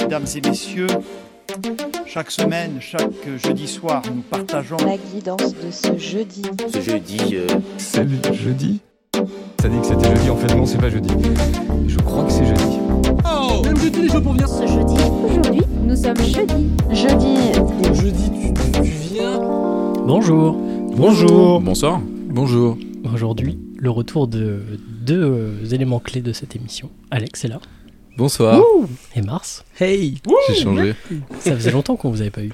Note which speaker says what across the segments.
Speaker 1: mesdames et messieurs. Chaque semaine, chaque jeudi soir, nous partageons
Speaker 2: La guidance de ce jeudi.
Speaker 3: Ce jeudi, euh,
Speaker 4: C'est le jeudi Ça dit que c'était jeudi, en fait non c'est pas jeudi. Je crois que c'est jeudi.
Speaker 5: ce jeudi.
Speaker 6: Aujourd'hui, nous sommes jeudi.
Speaker 2: Jeudi,
Speaker 7: Bonjour.
Speaker 4: Bonjour
Speaker 8: Bonsoir.
Speaker 4: Bonjour
Speaker 7: Aujourd'hui, le retour de deux euh, éléments clés de cette émission. Alex est là
Speaker 8: Bonsoir.
Speaker 7: et Mars. Hey.
Speaker 8: J'ai changé.
Speaker 7: Ça faisait longtemps qu'on vous avait pas eu.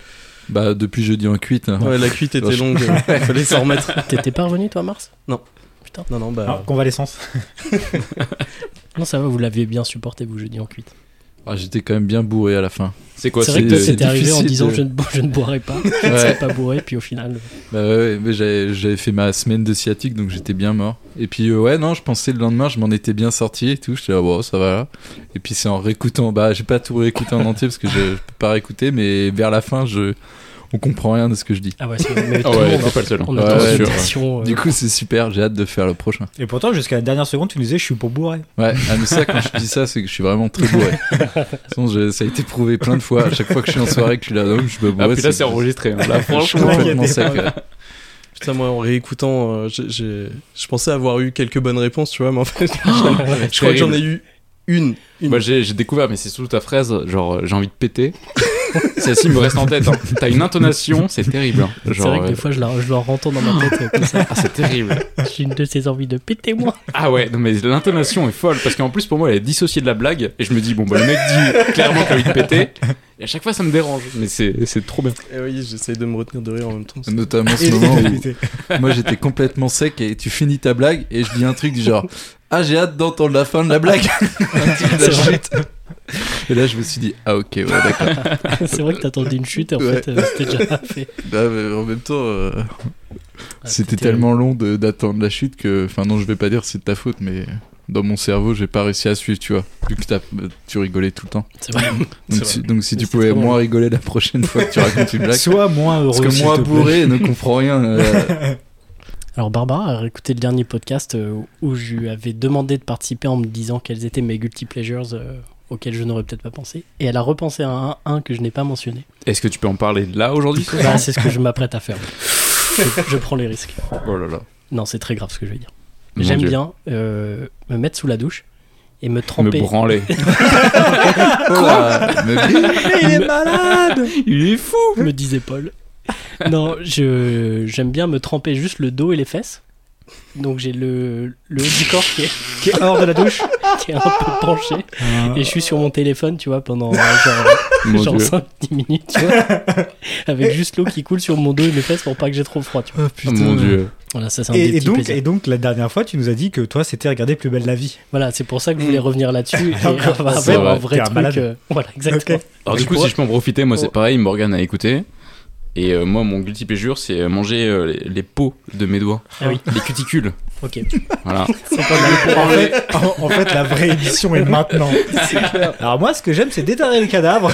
Speaker 8: Bah depuis jeudi en cuite. hein.
Speaker 9: Ouais, la cuite
Speaker 8: Non,
Speaker 9: était
Speaker 8: je-
Speaker 9: longue, il fallait s'en remettre.
Speaker 7: T'étais pas revenu toi, Mars
Speaker 9: Non, non, bah.
Speaker 10: Alors, convalescence.
Speaker 7: Non, ça va. Vous l'aviez bien supporté vous jeudi en cuite.
Speaker 8: Ah, J'étais quand même bien bourré à la fin.
Speaker 3: c'est quoi
Speaker 7: C'est vrai que
Speaker 3: c'est
Speaker 7: toi
Speaker 8: de-
Speaker 7: c'était arrivé en
Speaker 8: difficile
Speaker 7: disant
Speaker 8: de-
Speaker 7: je, ne, bo- je ne boirai pas, je ne
Speaker 8: Ouais.
Speaker 7: serai pas bourré, puis au final.
Speaker 8: Bah ouais, ouais, mais j'avais j'avais fait ma semaine de sciatique donc j'étais bien mort. Et puis euh, ouais non, je pensais le lendemain je m'en étais bien sorti et tout. J'étais là bon ça va. Et puis c'est en réécoutant. Bah j'ai pas tout réécouté en entier parce que je, je peux pas réécouter mais vers la fin je on comprend rien de ce que je dis.
Speaker 7: Ah ouais, c'est mais
Speaker 8: Ah
Speaker 7: tout le
Speaker 8: ouais,
Speaker 7: monde,
Speaker 8: t'es
Speaker 7: hein.
Speaker 8: pas le seul, hein.
Speaker 7: On
Speaker 8: Ouais,
Speaker 7: attend
Speaker 8: ouais, sûr,
Speaker 7: une version, euh,
Speaker 8: Du coup c'est super. J'ai hâte de faire le prochain.
Speaker 10: Et pourtant, jusqu'à la dernière seconde, tu nous disais je suis pour bourré.
Speaker 8: Ouais, ah, mais ça, quand je dis ça, c'est que je suis vraiment très bourré. Sinon, je- ça a été prouvé plein de fois. À chaque fois que je suis en soirée, que je suis là, non, je me bourre.
Speaker 3: Ah, puis là, c'est enregistré. hein. Là, franchement.
Speaker 8: complètement
Speaker 10: il y a
Speaker 8: sec.
Speaker 10: des-
Speaker 8: ouais.
Speaker 9: Putain, moi, en réécoutant, euh, j'ai- j'ai- je pensais avoir eu quelques bonnes réponses, tu vois, mais en fait,
Speaker 7: Oh,
Speaker 9: je crois que j'en ai eu une. une.
Speaker 3: Moi, j'ai j'ai découvert, mais c'est sous ta phrase, genre, euh, j'ai envie de péter. Celle-ci me reste en tête. hein. T'as une intonation, c'est terrible. hein.
Speaker 7: C'est
Speaker 3: Genre,
Speaker 7: vrai que
Speaker 3: euh,
Speaker 7: des fois je la, je la rentends dans ma tête euh, comme ça.
Speaker 3: ah, c'est terrible.
Speaker 7: J'ai une de ces envies de péter moi.
Speaker 3: Ah ouais, non, mais l'intonation est folle parce qu'en plus, pour moi, elle est dissociée de la blague. Et je me dis, bon, bah, le mec dit clairement qu'il a envie de péter. Et à chaque fois, ça me dérange. Mais c'est c'est trop bien.
Speaker 9: Eh oui, j'essaye de me retenir de rire en même temps.
Speaker 8: euh, Notamment ce
Speaker 10: Et-
Speaker 8: moment
Speaker 10: et-
Speaker 8: où moi j'étais complètement sec et tu finis ta blague et je dis un truc du genre Ah, j'ai hâte d'entendre la fin de la blague. Un truc de la chute. Et là, je me suis dit Ah, ok, ouais, d'accord.
Speaker 7: c'est vrai que t'attendais une chute et en
Speaker 8: Ouais.
Speaker 7: fait euh, c'était déjà fait.
Speaker 8: Bah, mais en même temps, euh,
Speaker 7: Ah,
Speaker 8: c'était
Speaker 7: c'était
Speaker 8: tellement long de- d'attendre la chute que. Enfin, non, je vais pas dire c'est de ta faute, mais dans mon cerveau, j'ai pas réussi à suivre, tu vois. Vu que t'as- tu rigolais tout le temps.
Speaker 7: C'est vrai.
Speaker 8: Donc
Speaker 7: C'est
Speaker 8: si, donc si
Speaker 7: Mais
Speaker 8: tu
Speaker 7: c'est
Speaker 8: pouvais
Speaker 7: trop
Speaker 8: moins rigoler la prochaine fois que tu racontes une blague.
Speaker 10: Sois moins heureux.
Speaker 8: Parce que
Speaker 10: s'il
Speaker 8: moi
Speaker 10: te plaît.
Speaker 8: bourré ne comprend rien. euh,
Speaker 7: Alors Barbara a écouté le dernier podcast euh, où je lui avais demandé de participer en me disant quels étaient mes guilty pleasures euh, auxquels je n'aurais peut-être pas pensé. Et elle a repensé à un, un que je n'ai pas mentionné.
Speaker 3: Est-ce que tu peux en parler là aujourd'hui
Speaker 7: Bah, c'est ce que je m'apprête à faire. Je, je prends les risques.
Speaker 8: Oh là là.
Speaker 7: Non, c'est très grave ce que je vais dire.
Speaker 3: Mon
Speaker 7: J'aime
Speaker 3: Dieu.
Speaker 7: bien euh, me mettre sous la douche et me
Speaker 3: Me
Speaker 7: tremper.
Speaker 3: branler.
Speaker 8: Oh là, mais oui,
Speaker 7: il est malade
Speaker 3: Il est fou.
Speaker 7: me disait Paul. Non, je j'aime bien me tremper juste le dos et les fesses. Donc j'ai le, le haut du corps qui est,
Speaker 10: Qui est hors de la douche.
Speaker 7: qui est un peu penché.
Speaker 3: Ah.
Speaker 7: Et je suis sur mon téléphone, tu vois, pendant euh, genre,
Speaker 8: Mon
Speaker 7: genre
Speaker 8: Dieu.
Speaker 7: 5-10 minutes, tu vois, avec juste l'eau qui coule sur mon dos et mes fesses pour pas que j'ai trop froid, tu vois.
Speaker 3: Oh, mon dieu.
Speaker 7: Voilà, ça c'est un des
Speaker 10: Et, et
Speaker 7: petits
Speaker 10: donc,
Speaker 7: plaisirs.
Speaker 10: et donc, la dernière fois, tu nous as dit que toi, c'était regarder Plus belle la vie.
Speaker 7: Voilà, c'est pour ça que je voulais revenir là-dessus et
Speaker 10: D'accord.
Speaker 7: avoir
Speaker 3: C'est
Speaker 7: un
Speaker 3: vrai.
Speaker 7: vrai
Speaker 10: Mm. T'es un
Speaker 7: truc.
Speaker 10: malade.
Speaker 7: euh, voilà, exactement.
Speaker 10: Ok.
Speaker 3: Alors
Speaker 7: Je
Speaker 3: du coup,
Speaker 7: pourrais-
Speaker 3: si je peux en profiter, moi
Speaker 8: Oh.
Speaker 3: c'est pareil, Morgane a écouté. Et euh, moi, mon guilty pleasure, c'est manger euh, les, les peaux de mes doigts.
Speaker 7: Ah oui.
Speaker 3: Les cuticules.
Speaker 7: Ok.
Speaker 3: Voilà.
Speaker 10: En fait, en- en fait, la vraie émission est maintenant. Alors moi, ce que j'aime, c'est déterrer le cadavre.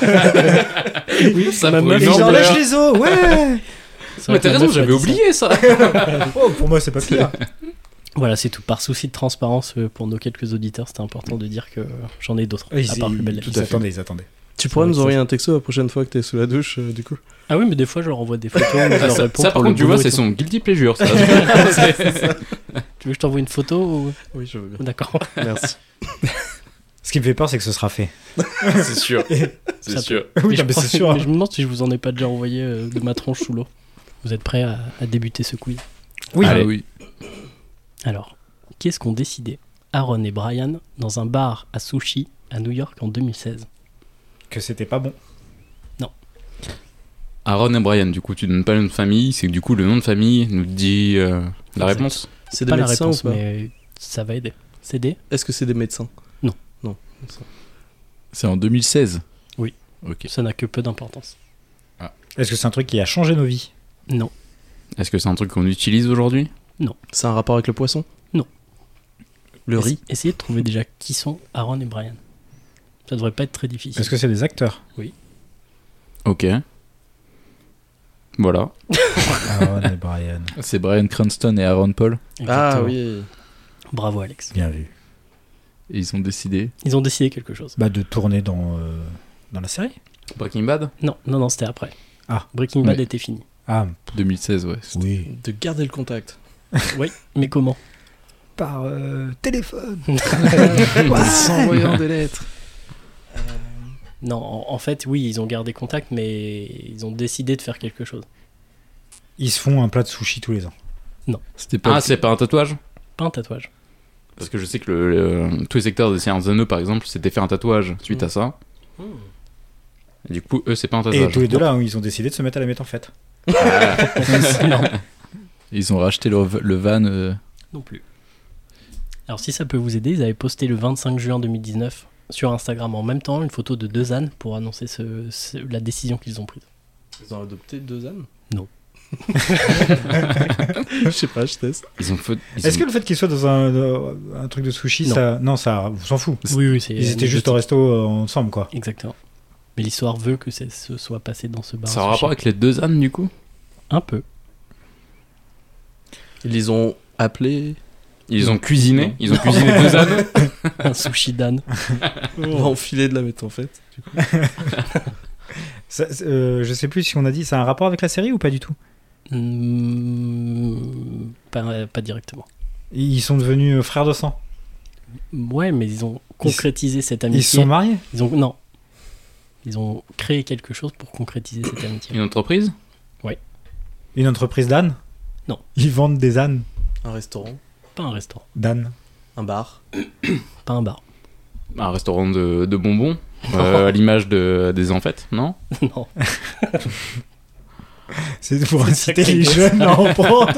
Speaker 7: Oui,
Speaker 3: ça
Speaker 7: ma
Speaker 3: pour
Speaker 7: meuf,
Speaker 3: une
Speaker 10: Et
Speaker 3: jambe.
Speaker 10: j'enlève les os. Ouais.
Speaker 7: c'est vrai
Speaker 3: Mais
Speaker 7: que ma
Speaker 3: t'as raison,
Speaker 7: meuf m'a
Speaker 3: j'avais
Speaker 7: dit ça.
Speaker 3: oublié ça.
Speaker 10: Oh, pour moi, c'est pas
Speaker 7: hein.
Speaker 10: pire.
Speaker 7: Voilà, c'est tout. Par souci de transparence euh, pour nos quelques auditeurs, c'était important de dire que j'en ai d'autres. à part Plus Belle la Vie.
Speaker 10: Ils attendaient, ils attendaient.
Speaker 9: Tu pourras
Speaker 7: Ouais,
Speaker 9: nous
Speaker 7: ça,
Speaker 9: envoyer un texto la prochaine fois que t'es sous la douche, euh, du coup.
Speaker 7: Ah oui, mais des fois je leur envoie des photos, je
Speaker 3: Ça,
Speaker 7: leur
Speaker 3: ça,
Speaker 7: réponds
Speaker 3: par
Speaker 7: pour le
Speaker 3: contre, tu vois,
Speaker 7: boulot
Speaker 3: c'est
Speaker 7: et tout.
Speaker 3: son guilty pleasure. Ça.
Speaker 7: Tu veux que je t'envoie une photo ou...
Speaker 9: Oui, je veux bien.
Speaker 7: D'accord.
Speaker 9: Merci.
Speaker 10: Ce qui me fait peur, c'est que ce sera fait.
Speaker 3: c'est sûr.
Speaker 7: Ça
Speaker 3: C'est sûr.
Speaker 10: Oui,
Speaker 7: je
Speaker 10: non, mais
Speaker 7: crois-
Speaker 10: c'est sûr.
Speaker 7: mais je me demande si je vous en ai pas déjà envoyé euh, de ma tronche sous l'eau. Vous êtes prêts à, à débuter ce quiz
Speaker 10: Oui.
Speaker 8: Ah
Speaker 3: Allez.
Speaker 8: oui.
Speaker 7: Alors, qu'est-ce qu'ont décidé Aaron et Brian dans un bar à sushi à New York en 2016
Speaker 10: Que c'était pas bon.
Speaker 3: Aaron et Brian, du coup, tu donnes pas le nom de famille. C'est que du coup, le nom de famille nous dit euh, la
Speaker 7: Exact.
Speaker 3: réponse.
Speaker 9: C'est des
Speaker 7: Pas la
Speaker 9: médecins
Speaker 7: réponse,
Speaker 9: ou pas
Speaker 7: mais ça va aider. C'est des
Speaker 9: Est-ce que c'est des médecins
Speaker 8: C'est en 2016.
Speaker 7: Oui.
Speaker 8: Ok.
Speaker 7: Ça n'a que peu d'importance.
Speaker 10: Est-ce que c'est un truc qui a changé nos vies
Speaker 7: Non.
Speaker 3: Est-ce que c'est un truc qu'on utilise aujourd'hui
Speaker 9: C'est un rapport avec le poisson
Speaker 7: Non.
Speaker 9: Le riz
Speaker 7: Essa- Essayez de trouver déjà qui sont Aaron et Brian. Ça devrait pas être très difficile.
Speaker 10: Est-ce que c'est des acteurs
Speaker 3: Ok. Voilà.
Speaker 10: Aaron Ah, et Brian.
Speaker 8: C'est Brian Cranston et Aaron Paul.
Speaker 9: Ah
Speaker 7: Exactement.
Speaker 9: oui.
Speaker 7: Bravo Alex.
Speaker 10: Bien vu.
Speaker 8: Et ils ont décidé.
Speaker 7: Ils ont décidé quelque chose.
Speaker 10: Bah, de tourner dans. euh, Dans la série
Speaker 3: Breaking Bad
Speaker 7: Non, non, non, c'était après.
Speaker 10: Ah.
Speaker 7: Breaking Bad
Speaker 8: Mais-
Speaker 7: était fini.
Speaker 10: Ah,
Speaker 8: 2016, ouais. c'est-
Speaker 10: oui.
Speaker 9: De garder le contact.
Speaker 7: Oui, mais comment
Speaker 10: Par euh, téléphone.
Speaker 3: S'envoyant des lettres.
Speaker 7: Non, en, en fait, oui, ils ont gardé contact, mais ils ont décidé de faire quelque chose.
Speaker 10: Ils se font un plat de sushi tous les ans.
Speaker 8: C'était pas.
Speaker 3: Ah, c'est pas un tatouage
Speaker 7: Pas un tatouage.
Speaker 3: Parce que je sais que le, le- tous les secteurs de Seigneur des Anneaux, par exemple, s'étaient fait un tatouage suite à ça. Hmm. Et du coup, eux, c'est pas un
Speaker 10: Et
Speaker 7: Ah,
Speaker 3: tatouage.
Speaker 10: tous les deux là, hein, ils ont décidé de se mettre à la mettre en fête.
Speaker 8: Ils ont racheté le, le van. euh,
Speaker 7: Non plus. Alors, si ça peut vous aider, ils avaient posté le 25 juin 2019 sur Instagram en même temps une photo de deux ânes pour annoncer ce- ce- la décision qu'ils ont prise.
Speaker 9: Ils ont adopté deux ânes
Speaker 7: Non.
Speaker 9: Je sais pas, je teste.
Speaker 3: Ils ont fait. ils
Speaker 10: Est-ce
Speaker 3: ont-
Speaker 10: que le fait qu'ils soient dans un, euh, un truc de sushi,
Speaker 7: Non.
Speaker 10: ça. Non, ça. On s'en fout.
Speaker 7: Oui, oui, c'est.
Speaker 10: Ils étaient juste au resto euh, ensemble, quoi.
Speaker 7: Exactement. Mais l'histoire veut que ça se soit passé dans ce bar.
Speaker 3: Ça a
Speaker 7: à
Speaker 3: un
Speaker 7: sushi.
Speaker 3: rapport avec les deux ânes, du coup
Speaker 7: Un peu.
Speaker 9: Ils les ont appelés
Speaker 3: Ils ont cuisiné
Speaker 9: Non.
Speaker 3: Ils ont cuisiné deux ânes
Speaker 7: Un sushi d'âne. Oh.
Speaker 9: on va enfiler de la mettre en fait.
Speaker 10: Ça, c'est, euh, je sais plus si on a dit, ça a un rapport avec la série ou pas du tout
Speaker 7: Hmm, pas, pas directement.
Speaker 10: Ils sont devenus euh, frères de sang.
Speaker 7: Ouais, mais ils ont
Speaker 10: Ils s-
Speaker 7: concrétisé cette
Speaker 10: Ils se
Speaker 7: amitié.
Speaker 10: sont mariés
Speaker 7: Ils ont non. Ils ont créé quelque chose pour concrétiser cette amitié.
Speaker 3: Une entreprise
Speaker 10: Une entreprise d'ânes
Speaker 7: Non.
Speaker 10: Ils vendent des ânes
Speaker 9: Un restaurant,
Speaker 7: Pas un restaurant,
Speaker 10: D'ânes.
Speaker 9: un bar.
Speaker 7: pas un bar.
Speaker 3: Un restaurant de, de bonbons euh, À l'image de, des enfêtes, non
Speaker 7: non.
Speaker 10: C'est pour
Speaker 7: C'est
Speaker 10: inciter les
Speaker 7: sacré.
Speaker 10: jeunes à en prendre.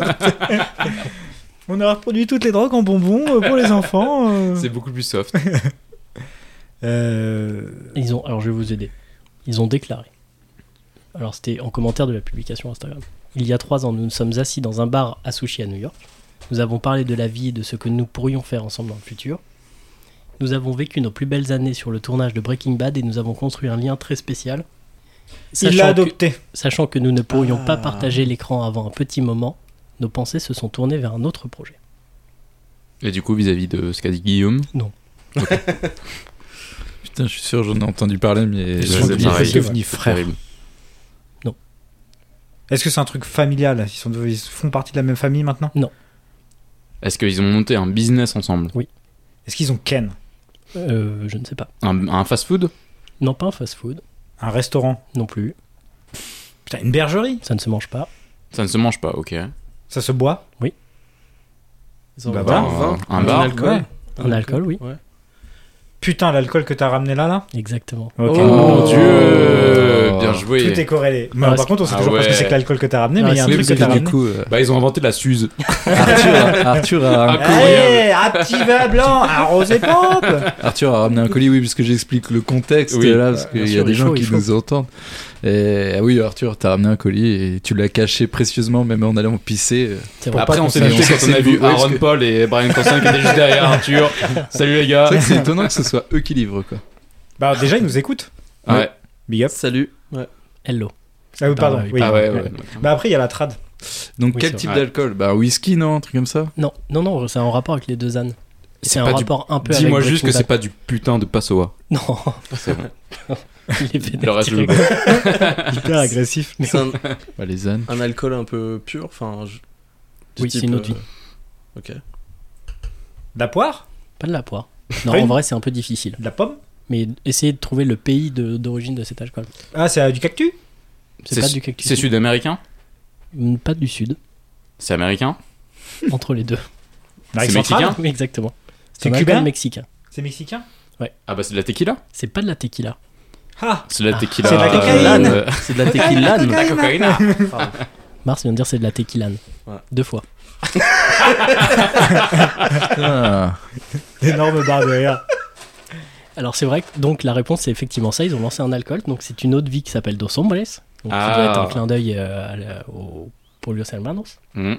Speaker 10: on a reproduit toutes les drogues en bonbons euh, pour les enfants. euh.
Speaker 3: C'est beaucoup plus soft.
Speaker 10: Euh,
Speaker 7: Ils ont alors je vais vous aider. Ils ont déclaré. Alors c'était en commentaire de la publication Instagram. Il y a trois ans, nous nous sommes assis dans un bar à sushi à New York. Nous avons parlé de la vie et de ce que nous pourrions faire ensemble dans le futur. Nous avons vécu nos plus belles années sur le tournage de Breaking Bad et nous avons construit un lien très spécial.
Speaker 10: Il l'a
Speaker 7: Sachant que-
Speaker 10: adopté.
Speaker 7: Sachant que nous ne pourrions pas
Speaker 9: Ah.
Speaker 7: partager l'écran avant un petit moment, nos pensées se sont tournées vers un autre projet.
Speaker 3: Et du coup, vis-à-vis de ce qu'a dit Guillaume,
Speaker 8: Putain, je suis sûr, j'en ai entendu parler, mais.
Speaker 3: Ils
Speaker 10: Ils
Speaker 3: sont
Speaker 10: sont
Speaker 3: c'est
Speaker 10: ils
Speaker 3: pareil.
Speaker 10: sont devenus frères.
Speaker 3: terrible.
Speaker 10: Est-ce que c'est un truc familial ils, sont devenus- ils font partie de la même famille maintenant
Speaker 3: Est-ce qu'ils ont monté un business ensemble
Speaker 10: Est-ce qu'ils ont Ken
Speaker 7: Euh, je ne sais pas.
Speaker 3: un, un fast-food
Speaker 7: Non, pas un fast-food,
Speaker 10: Un restaurant
Speaker 7: non plus.
Speaker 10: Putain, une bergerie
Speaker 7: Ça ne se mange pas.
Speaker 3: Ça ne se mange pas, ok. Euh,
Speaker 10: Ça se boit
Speaker 9: Ils ont
Speaker 10: Bah,
Speaker 9: un
Speaker 10: bah,
Speaker 9: vin,
Speaker 3: un- un bar,
Speaker 9: alcool.
Speaker 10: ouais.
Speaker 7: Un alcool, oui.
Speaker 9: Ouais.
Speaker 10: Putain, l'alcool que t'as ramené là, là
Speaker 7: Exactement.
Speaker 10: Ok.
Speaker 3: Oh mon dieu
Speaker 8: Oh.
Speaker 3: Bien
Speaker 10: Tout
Speaker 3: joué
Speaker 10: est corrélé. Mais
Speaker 7: Ah,
Speaker 10: par
Speaker 7: c'est-
Speaker 10: contre, on sait
Speaker 3: Ah
Speaker 10: toujours pas ce que
Speaker 3: ouais.
Speaker 10: c'est que l'alcool que t'as ramené, mais
Speaker 7: Ah,
Speaker 10: il y a un
Speaker 8: Oui,
Speaker 10: truc
Speaker 8: parce
Speaker 10: que t'as
Speaker 8: que du
Speaker 10: ramené.
Speaker 8: coup, euh,
Speaker 3: Bah, ils ont inventé la Suze. Ah,
Speaker 8: Arthur, a, Arthur, a, un-
Speaker 10: Allez, Eh, un petit vin blanc, un rosé pompe
Speaker 8: Arthur a ramené un colis, oui, puisque j'explique le contexte
Speaker 3: Oui. Ah,
Speaker 8: là, parce qu'il
Speaker 7: bien
Speaker 8: y a
Speaker 7: sûr,
Speaker 8: des
Speaker 7: il
Speaker 8: gens
Speaker 7: faut,
Speaker 8: qui
Speaker 7: il faut.
Speaker 8: nous entendent. Et ah oui, Arthur, t'as ramené un colis et tu l'as caché précieusement, même en allant pisser. euh.
Speaker 7: C'est vrai.
Speaker 3: Après, on s'est
Speaker 8: qu'on
Speaker 3: douté
Speaker 8: sait
Speaker 3: quand
Speaker 8: que
Speaker 3: on a
Speaker 8: c'est
Speaker 3: vu
Speaker 8: vous, ouais, parce
Speaker 3: Aaron
Speaker 8: que-
Speaker 3: Paul et Brian Constant qui étaient juste derrière Arthur. Salut les gars
Speaker 8: C'est vrai que c'est étonnant que ce soit eux qui livrent, quoi.
Speaker 10: Bah déjà, ils nous écoutent.
Speaker 3: Ouais,
Speaker 10: Big up.
Speaker 9: Salut. Ouais.
Speaker 7: Hello.
Speaker 10: Ah oui,
Speaker 7: Bah,
Speaker 10: pardon.
Speaker 7: oui.
Speaker 10: oui.
Speaker 3: ah ouais, ouais.
Speaker 10: Bah après, il y a la trad.
Speaker 8: Donc,
Speaker 7: Oui,
Speaker 8: quel
Speaker 7: c'est
Speaker 8: type
Speaker 3: vrai.
Speaker 8: d'alcool Bah, whisky, non Un truc comme ça
Speaker 7: Non, non, non, c'est en rapport avec les deux ânes. Et
Speaker 3: C'est
Speaker 7: C'est un
Speaker 3: pas du-
Speaker 7: rapport un peu avec.
Speaker 3: Dis-moi
Speaker 7: Breaking
Speaker 3: juste que
Speaker 7: Bad.
Speaker 3: c'est pas du putain de Passoa.
Speaker 7: Non.
Speaker 3: C'est bon.
Speaker 7: Il est vénère
Speaker 3: Le reste, je le
Speaker 7: direct.
Speaker 10: Hyper agressif.
Speaker 9: C'est un,
Speaker 8: Bah, les ânes.
Speaker 9: un alcool un peu pur. Enfin, je- du
Speaker 7: Oui, c'est
Speaker 9: type,
Speaker 7: une autre
Speaker 9: euh,
Speaker 7: vie.
Speaker 9: Ok.
Speaker 10: De la poire
Speaker 7: Pas de la poire. Non,
Speaker 10: Pas
Speaker 7: en
Speaker 10: une-
Speaker 7: vrai, c'est un peu difficile.
Speaker 10: De la pomme
Speaker 7: Mais essayez de trouver le pays de- d'origine de, cet alcool.
Speaker 10: Ah, c'est euh, du cactus
Speaker 7: C'est
Speaker 3: C'est
Speaker 7: pas
Speaker 3: su-
Speaker 7: du cactus.
Speaker 3: C'est sud-américain
Speaker 7: Mm, Pas du sud.
Speaker 3: C'est américain
Speaker 7: Entre les deux.
Speaker 3: C'est
Speaker 10: L'Amérique centrale
Speaker 3: mexicain
Speaker 7: Oui, Exactement.
Speaker 10: C'est
Speaker 7: un alcool
Speaker 10: cubain
Speaker 7: mexicain.
Speaker 10: C'est mexicain
Speaker 3: Ah bah c'est de la tequila
Speaker 7: C'est pas de la tequila.
Speaker 10: Ah
Speaker 3: C'est de la
Speaker 7: Ah.
Speaker 3: tequila.
Speaker 10: C'est de la
Speaker 3: euh,
Speaker 10: cocaïne.
Speaker 3: euh,
Speaker 9: C'est de la tequila.
Speaker 3: de la cocaïne.
Speaker 7: Mars vient de dire c'est de la tequilane.
Speaker 9: Ouais.
Speaker 7: Deux fois.
Speaker 8: Ah.
Speaker 10: Énorme barre de rire.
Speaker 7: Alors c'est vrai que donc la réponse c'est effectivement ça. Ils ont lancé un alcool, donc c'est une autre vie qui s'appelle Dos Hombres, donc
Speaker 3: Ah.
Speaker 7: qui doit être un clin d'œil euh, à la- au Polio Salmanos,
Speaker 3: Mmh.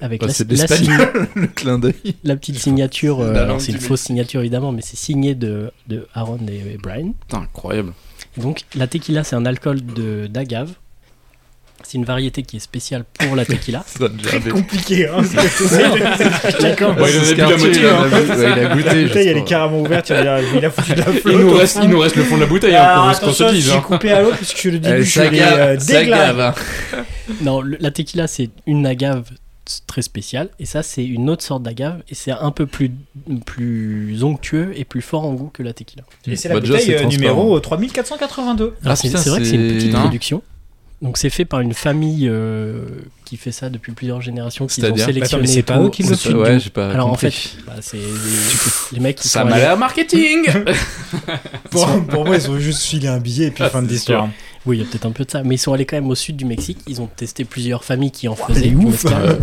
Speaker 7: avec
Speaker 8: Bah,
Speaker 7: la,
Speaker 8: c'est de
Speaker 7: la
Speaker 8: l'espagnol,
Speaker 7: signe-
Speaker 8: le clin d'œil.
Speaker 7: la petite signature. euh,
Speaker 3: La
Speaker 7: alors,
Speaker 3: langue
Speaker 7: c'est
Speaker 3: du
Speaker 7: une fausse signature évidemment, mais c'est signé de, de Aaron et, et Brian.
Speaker 3: Putain, incroyable.
Speaker 7: Donc la tequila c'est un alcool de d'agave C'est une variété qui est spéciale pour la tequila.
Speaker 8: Ça doit déjà être-
Speaker 10: Compliqué, hein. parce que c'est- la com-
Speaker 8: Ouais, il en a bu la moitié.
Speaker 10: hein.
Speaker 8: Ouais, il a
Speaker 10: La
Speaker 8: goûté. je
Speaker 10: bouteille, elle est
Speaker 8: crois.
Speaker 10: carrément ouverte. Il a, il a foutu de la flotte.
Speaker 3: Il nous, reste, il nous reste le fond de la bouteille,
Speaker 8: Ah,
Speaker 3: hein,
Speaker 10: Alors,
Speaker 3: qu'on- qu'on se
Speaker 10: attention,
Speaker 3: dise.
Speaker 10: je suis
Speaker 3: hein.
Speaker 10: coupé à l'eau parce que le début,
Speaker 8: Eh,
Speaker 10: je
Speaker 8: ça
Speaker 10: suis
Speaker 8: gave,
Speaker 10: euh,
Speaker 8: ça
Speaker 10: déglingue.
Speaker 8: gave, hein.
Speaker 7: Non, le- la tequila, c'est une agave très spéciale. Et ça, c'est une autre sorte d'agave. Et c'est un peu plus, plus onctueux et plus fort en goût que la tequila.
Speaker 10: Et c'est la
Speaker 8: Bah, déjà,
Speaker 10: bouteille
Speaker 8: c'est
Speaker 10: euh, numéro 3482.
Speaker 3: Ah,
Speaker 7: Alors, c'est
Speaker 8: putain,
Speaker 7: c'est vrai que c'est une petite
Speaker 8: Hein
Speaker 7: production. Donc c'est fait par une famille euh, qui fait ça depuis plusieurs générations, qui ont
Speaker 8: C'est-à-dire
Speaker 7: sélectionné.
Speaker 10: Attends, mais c'est pas
Speaker 7: tout
Speaker 10: eux qui le
Speaker 7: au sud
Speaker 8: font Ouais,
Speaker 7: du-
Speaker 8: j'ai pas
Speaker 7: Alors en
Speaker 8: compris.
Speaker 7: fait, bah, c'est les, les mecs qui
Speaker 3: Ça
Speaker 7: sont
Speaker 3: m'a
Speaker 7: allés-
Speaker 3: l'air marketing
Speaker 10: Pour, pour moi, ils ont juste filé un billet et puis
Speaker 3: Ah,
Speaker 10: fin de l'histoire.
Speaker 7: Oui, il y a peut-être un peu de ça, mais ils sont allés quand même au sud du Mexique. Ils ont testé plusieurs familles qui en faisaient.
Speaker 10: mais
Speaker 7: du
Speaker 10: ouf.
Speaker 7: mezcal.
Speaker 3: Ouais.
Speaker 7: Et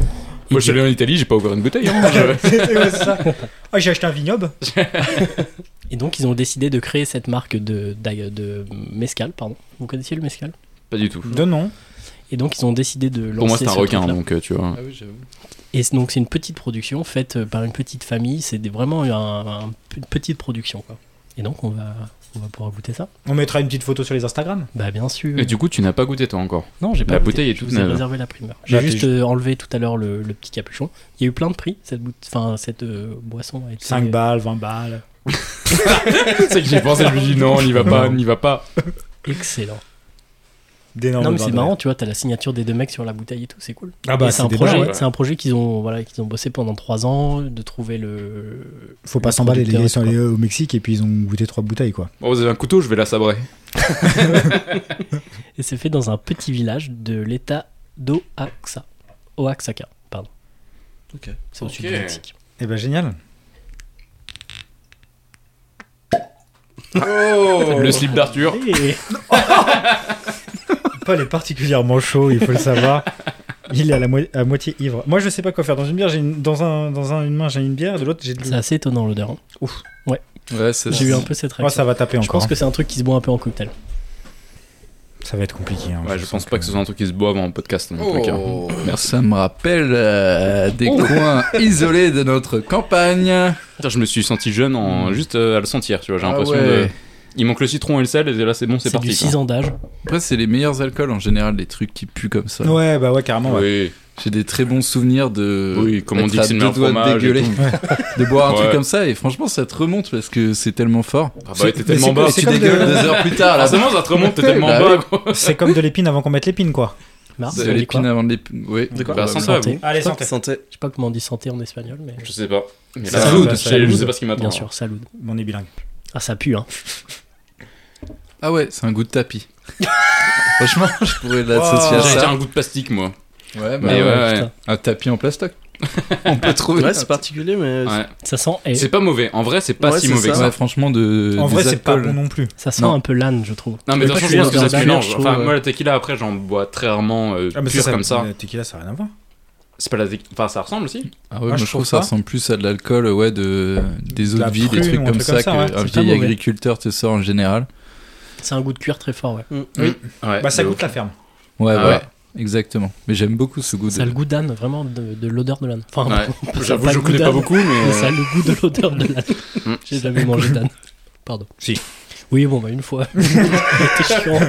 Speaker 3: Moi, je suis
Speaker 7: du-
Speaker 3: allé en Italie, j'ai pas ouvert une bouteille. hein.
Speaker 10: C'est ouais, c'est ça. Ah, j'ai acheté un vignoble.
Speaker 7: Et donc ils ont décidé de créer cette marque de, d'ail- de mezcal, pardon. Vous connaissiez le mezcal
Speaker 3: Pas du tout.
Speaker 10: De nom.
Speaker 7: Et donc ils ont décidé de lancer
Speaker 3: Pour moi, c'est un
Speaker 7: ce
Speaker 3: requin,
Speaker 7: truc-là.
Speaker 3: donc euh, tu vois.
Speaker 8: Ah oui, j'avoue.
Speaker 7: Et c'est- donc c'est une petite production faite euh, par une petite famille. C'est des- vraiment un- un- une petite production quoi. Et donc on va on va pouvoir goûter ça.
Speaker 10: On mettra une petite photo sur les Instagram.
Speaker 7: Bah bien sûr.
Speaker 3: Et du coup, tu n'as pas goûté toi encore.
Speaker 7: non, j'ai pas
Speaker 3: la
Speaker 7: goûté.
Speaker 3: bouteille est
Speaker 7: Bah, Je
Speaker 3: toute
Speaker 7: vous ai
Speaker 3: neuve.
Speaker 7: réservé la primeur. J'ai
Speaker 10: Là, t'es
Speaker 7: juste
Speaker 10: juste-
Speaker 7: euh, enlevé tout à l'heure le, le petit capuchon. Il y a eu plein de prix cette bout- enfin cette euh, boisson a été
Speaker 10: 5 balles, 20 balles.
Speaker 3: c'est que j'ai pensé, je me dis non, on n'y va pas, on n'y va pas.
Speaker 7: excellent.
Speaker 10: D'énormes
Speaker 7: Non mais c'est
Speaker 10: bordels.
Speaker 7: marrant, tu vois, t'as la signature des deux mecs sur la bouteille et tout, c'est cool.
Speaker 10: Ah
Speaker 7: Et
Speaker 10: bah,
Speaker 7: c'est un
Speaker 10: des
Speaker 7: projet,
Speaker 10: balles.
Speaker 3: ouais.
Speaker 7: c'est un projet qu'ils ont voilà qu'ils ont bossé pendant trois ans de trouver le.
Speaker 10: Faut pas
Speaker 7: le
Speaker 10: s'emballer, les
Speaker 7: producteur
Speaker 10: gars
Speaker 7: et
Speaker 10: ils sont
Speaker 7: tout,
Speaker 10: allés au Mexique et puis ils ont goûté trois bouteilles quoi.
Speaker 3: Bon, Oh, vous avez un couteau, je vais la sabrer.
Speaker 7: quoi. Et c'est fait dans un petit village de l'État d'Oaxaca, Oaxaca, pardon.
Speaker 8: Ok.
Speaker 7: C'est au sud
Speaker 3: Ok.
Speaker 7: du Mexique.
Speaker 10: Eh ben génial.
Speaker 3: Le slip d'Arthur.
Speaker 10: Et- Paul est particulièrement chaud, il faut le savoir. Il est à la moi- à moitié ivre. Moi, je sais pas quoi faire. Dans une bière, j'ai une... dans un dans un- une main, j'ai une bière, de l'autre, j'ai de l'eau.
Speaker 7: C'est assez étonnant l'odeur. hein.
Speaker 8: Ouais, c'est
Speaker 7: J'ai eu un peu cette
Speaker 10: Oh,
Speaker 7: réaction.
Speaker 10: ça va taper
Speaker 7: je pense
Speaker 10: encore.
Speaker 7: que c'est un truc qui se boit un peu en cocktail.
Speaker 10: hein. Ça va être compliqué. hein.
Speaker 3: Ouais, je
Speaker 10: sens
Speaker 3: pense pas que ce soit un truc qui se boit avant un podcast.
Speaker 9: euh,
Speaker 3: hein. en tout cas.
Speaker 9: Oh.
Speaker 8: Merci. Ça me rappelle euh, des coins isolés de notre campagne.
Speaker 3: Putain, je me suis senti jeune en juste euh, à le sentir, tu vois. J'ai
Speaker 8: Ah
Speaker 3: l'impression
Speaker 8: ouais.
Speaker 3: de. Il manque le citron et le sel, et là c'est bon, c'est
Speaker 7: C'est
Speaker 3: parti.
Speaker 7: du 6
Speaker 3: quoi.
Speaker 7: ans d'âge.
Speaker 8: Après, c'est les meilleurs alcools en général, les trucs qui puent comme ça.
Speaker 10: Ouais, bah ouais, carrément.
Speaker 3: Oui,
Speaker 10: ouais.
Speaker 8: J'ai des très bons souvenirs de.
Speaker 3: oui, comme on
Speaker 8: d'être
Speaker 3: dit
Speaker 8: à
Speaker 3: que c'est le
Speaker 8: deux
Speaker 3: meilleur
Speaker 8: doigts de
Speaker 3: fromage. et
Speaker 8: dégueuler.
Speaker 3: tout.
Speaker 8: de boire un
Speaker 3: Ouais.
Speaker 8: truc comme ça et franchement ça te remonte parce que c'est tellement fort.
Speaker 3: Ah bah ouais, t'es
Speaker 10: Mais
Speaker 3: tellement
Speaker 10: c'est-
Speaker 3: bas.
Speaker 10: mais
Speaker 8: Et
Speaker 10: c'est
Speaker 8: tu
Speaker 10: comme de-
Speaker 8: dégueules deux heures plus tard là.
Speaker 3: Forcément, ça te remonte, t'es tellement
Speaker 8: Bah
Speaker 3: bas,
Speaker 8: oui.
Speaker 3: quoi.
Speaker 10: C'est comme de l'épine avant qu'on mette l'épine quoi.
Speaker 7: Marc,
Speaker 8: De
Speaker 7: on dit quoi
Speaker 8: l'épine avant de l'épine. Oui.
Speaker 9: De quoi
Speaker 3: Bah,
Speaker 8: Bah,
Speaker 3: sans ça,
Speaker 7: Santé.
Speaker 3: vous.
Speaker 10: Allez, santé.
Speaker 9: Santé.
Speaker 7: Je sais pas comment on dit santé en espagnol, mais
Speaker 3: Je sais pas. Mais
Speaker 10: Ça
Speaker 3: là,
Speaker 10: salud,
Speaker 3: je sais- je sais pas ce qui m'attend.
Speaker 7: bien
Speaker 3: là.
Speaker 7: sûr, salut.
Speaker 10: On est bilingue.
Speaker 7: Ah, ça pue, hein.
Speaker 8: Ah ouais, c'est un goût de tapis. franchement, je pourrais
Speaker 9: bah,
Speaker 3: J'ai
Speaker 8: l'associer à
Speaker 3: j'ai
Speaker 8: ça.
Speaker 3: un goût de plastique, moi.
Speaker 8: Ouais, bah
Speaker 3: Mais
Speaker 8: ouais.
Speaker 3: ouais,
Speaker 7: putain.
Speaker 8: Un tapis en plastoc. on peut trouver.
Speaker 9: Ouais, c'est particulier, mais.
Speaker 3: ouais.
Speaker 7: Ça sent, eh,
Speaker 3: C'est pas mauvais. En vrai, c'est pas
Speaker 9: Ouais,
Speaker 3: si
Speaker 9: c'est
Speaker 3: mauvais
Speaker 9: ça.
Speaker 3: que ça.
Speaker 8: Ouais, franchement de
Speaker 10: En
Speaker 8: des
Speaker 10: vrai, c'est pas
Speaker 8: alcools.
Speaker 10: bon non plus.
Speaker 7: ça sent
Speaker 8: Non.
Speaker 7: un peu l'âne, je trouve.
Speaker 3: Non, mais
Speaker 7: Mais
Speaker 3: de toute
Speaker 7: pas
Speaker 3: façon,
Speaker 7: que
Speaker 3: je pense
Speaker 7: c'est
Speaker 3: que ça se
Speaker 7: l'odeur
Speaker 3: mélange.
Speaker 7: d'alcool, je
Speaker 3: Enfin,
Speaker 7: trouve,
Speaker 3: moi, la tequila, après, j'en bois très rarement euh,
Speaker 10: Ah, mais
Speaker 3: pure comme ça.
Speaker 10: Le tequila, ça a rien à voir.
Speaker 3: C'est pas la tequila. Enfin, ça ressemble aussi.
Speaker 8: Ah ouais,
Speaker 10: Moi,
Speaker 8: moi,
Speaker 10: je
Speaker 8: je,
Speaker 10: trouve
Speaker 8: trouve ça
Speaker 10: pas.
Speaker 8: ressemble plus à de l'alcool, ouais, de des eaux
Speaker 10: la
Speaker 8: de vie,
Speaker 10: prune
Speaker 8: des
Speaker 10: ou
Speaker 8: trucs
Speaker 10: un
Speaker 8: comme
Speaker 10: truc comme
Speaker 8: ça
Speaker 10: ça, ouais.
Speaker 8: qu'un
Speaker 7: C'est pas
Speaker 8: vieil
Speaker 7: mauvais.
Speaker 8: agriculteur te sort en général.
Speaker 7: C'est un goût de cuir très fort, ouais.
Speaker 9: Mm.
Speaker 3: Oui. Ouais,
Speaker 10: Bah, ça
Speaker 3: de
Speaker 10: goûte
Speaker 3: ouf.
Speaker 10: la ferme.
Speaker 8: Ouais,
Speaker 3: Ah
Speaker 8: voilà. Exactement. Mais j'aime beaucoup ce goût
Speaker 7: Ça a
Speaker 8: de
Speaker 7: le goût d'âne, vraiment, de, de l'odeur de l'âne. Enfin,
Speaker 3: Ouais.
Speaker 7: bon, ça a
Speaker 3: J'avoue,
Speaker 7: pas
Speaker 3: je
Speaker 7: le goût
Speaker 3: connais pas
Speaker 7: d'âne,
Speaker 3: beaucoup, mais.
Speaker 7: mais ça a le goût de l'odeur de
Speaker 3: Mm.
Speaker 7: l'âne. J'ai jamais mangé d'âne. Pardon.
Speaker 10: Si.
Speaker 7: Oui, bon, bah, une fois. C'était chiant.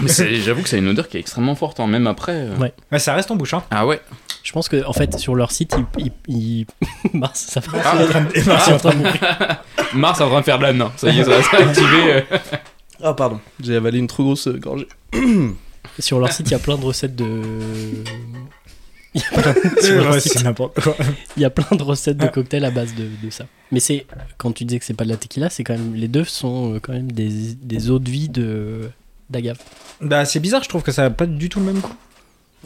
Speaker 3: Mais c'est- j'avoue que ça a une odeur qui est extrêmement forte, hein, même après. euh.
Speaker 7: Ouais.
Speaker 10: Mais ça reste en bouche. Hein.
Speaker 3: Ah ouais.
Speaker 7: Je pense que, en fait, sur leur site, ils. ils, ils- Mars, ça va.
Speaker 10: Et
Speaker 7: Mars est en train de mourir.
Speaker 3: Mars est en train de faire de l'âne. hein. Ça y est, ça va s'activer. euh.
Speaker 9: Ah, pardon. J'ai avalé une trop grosse euh, gorgée.
Speaker 7: Sur leur site, il y a plein de recettes de. Il y a plein sur leur
Speaker 10: ouais,
Speaker 7: site,
Speaker 10: c'est n'importe quoi.
Speaker 7: Il y a plein de recettes de cocktails à base de, de ça. Mais c'est quand tu disais que c'est pas de la tequila, c'est quand même les deux sont euh, quand même des, des eaux de vie de d'agave.
Speaker 10: Bah, c'est bizarre, je trouve que ça a pas du tout le même goût.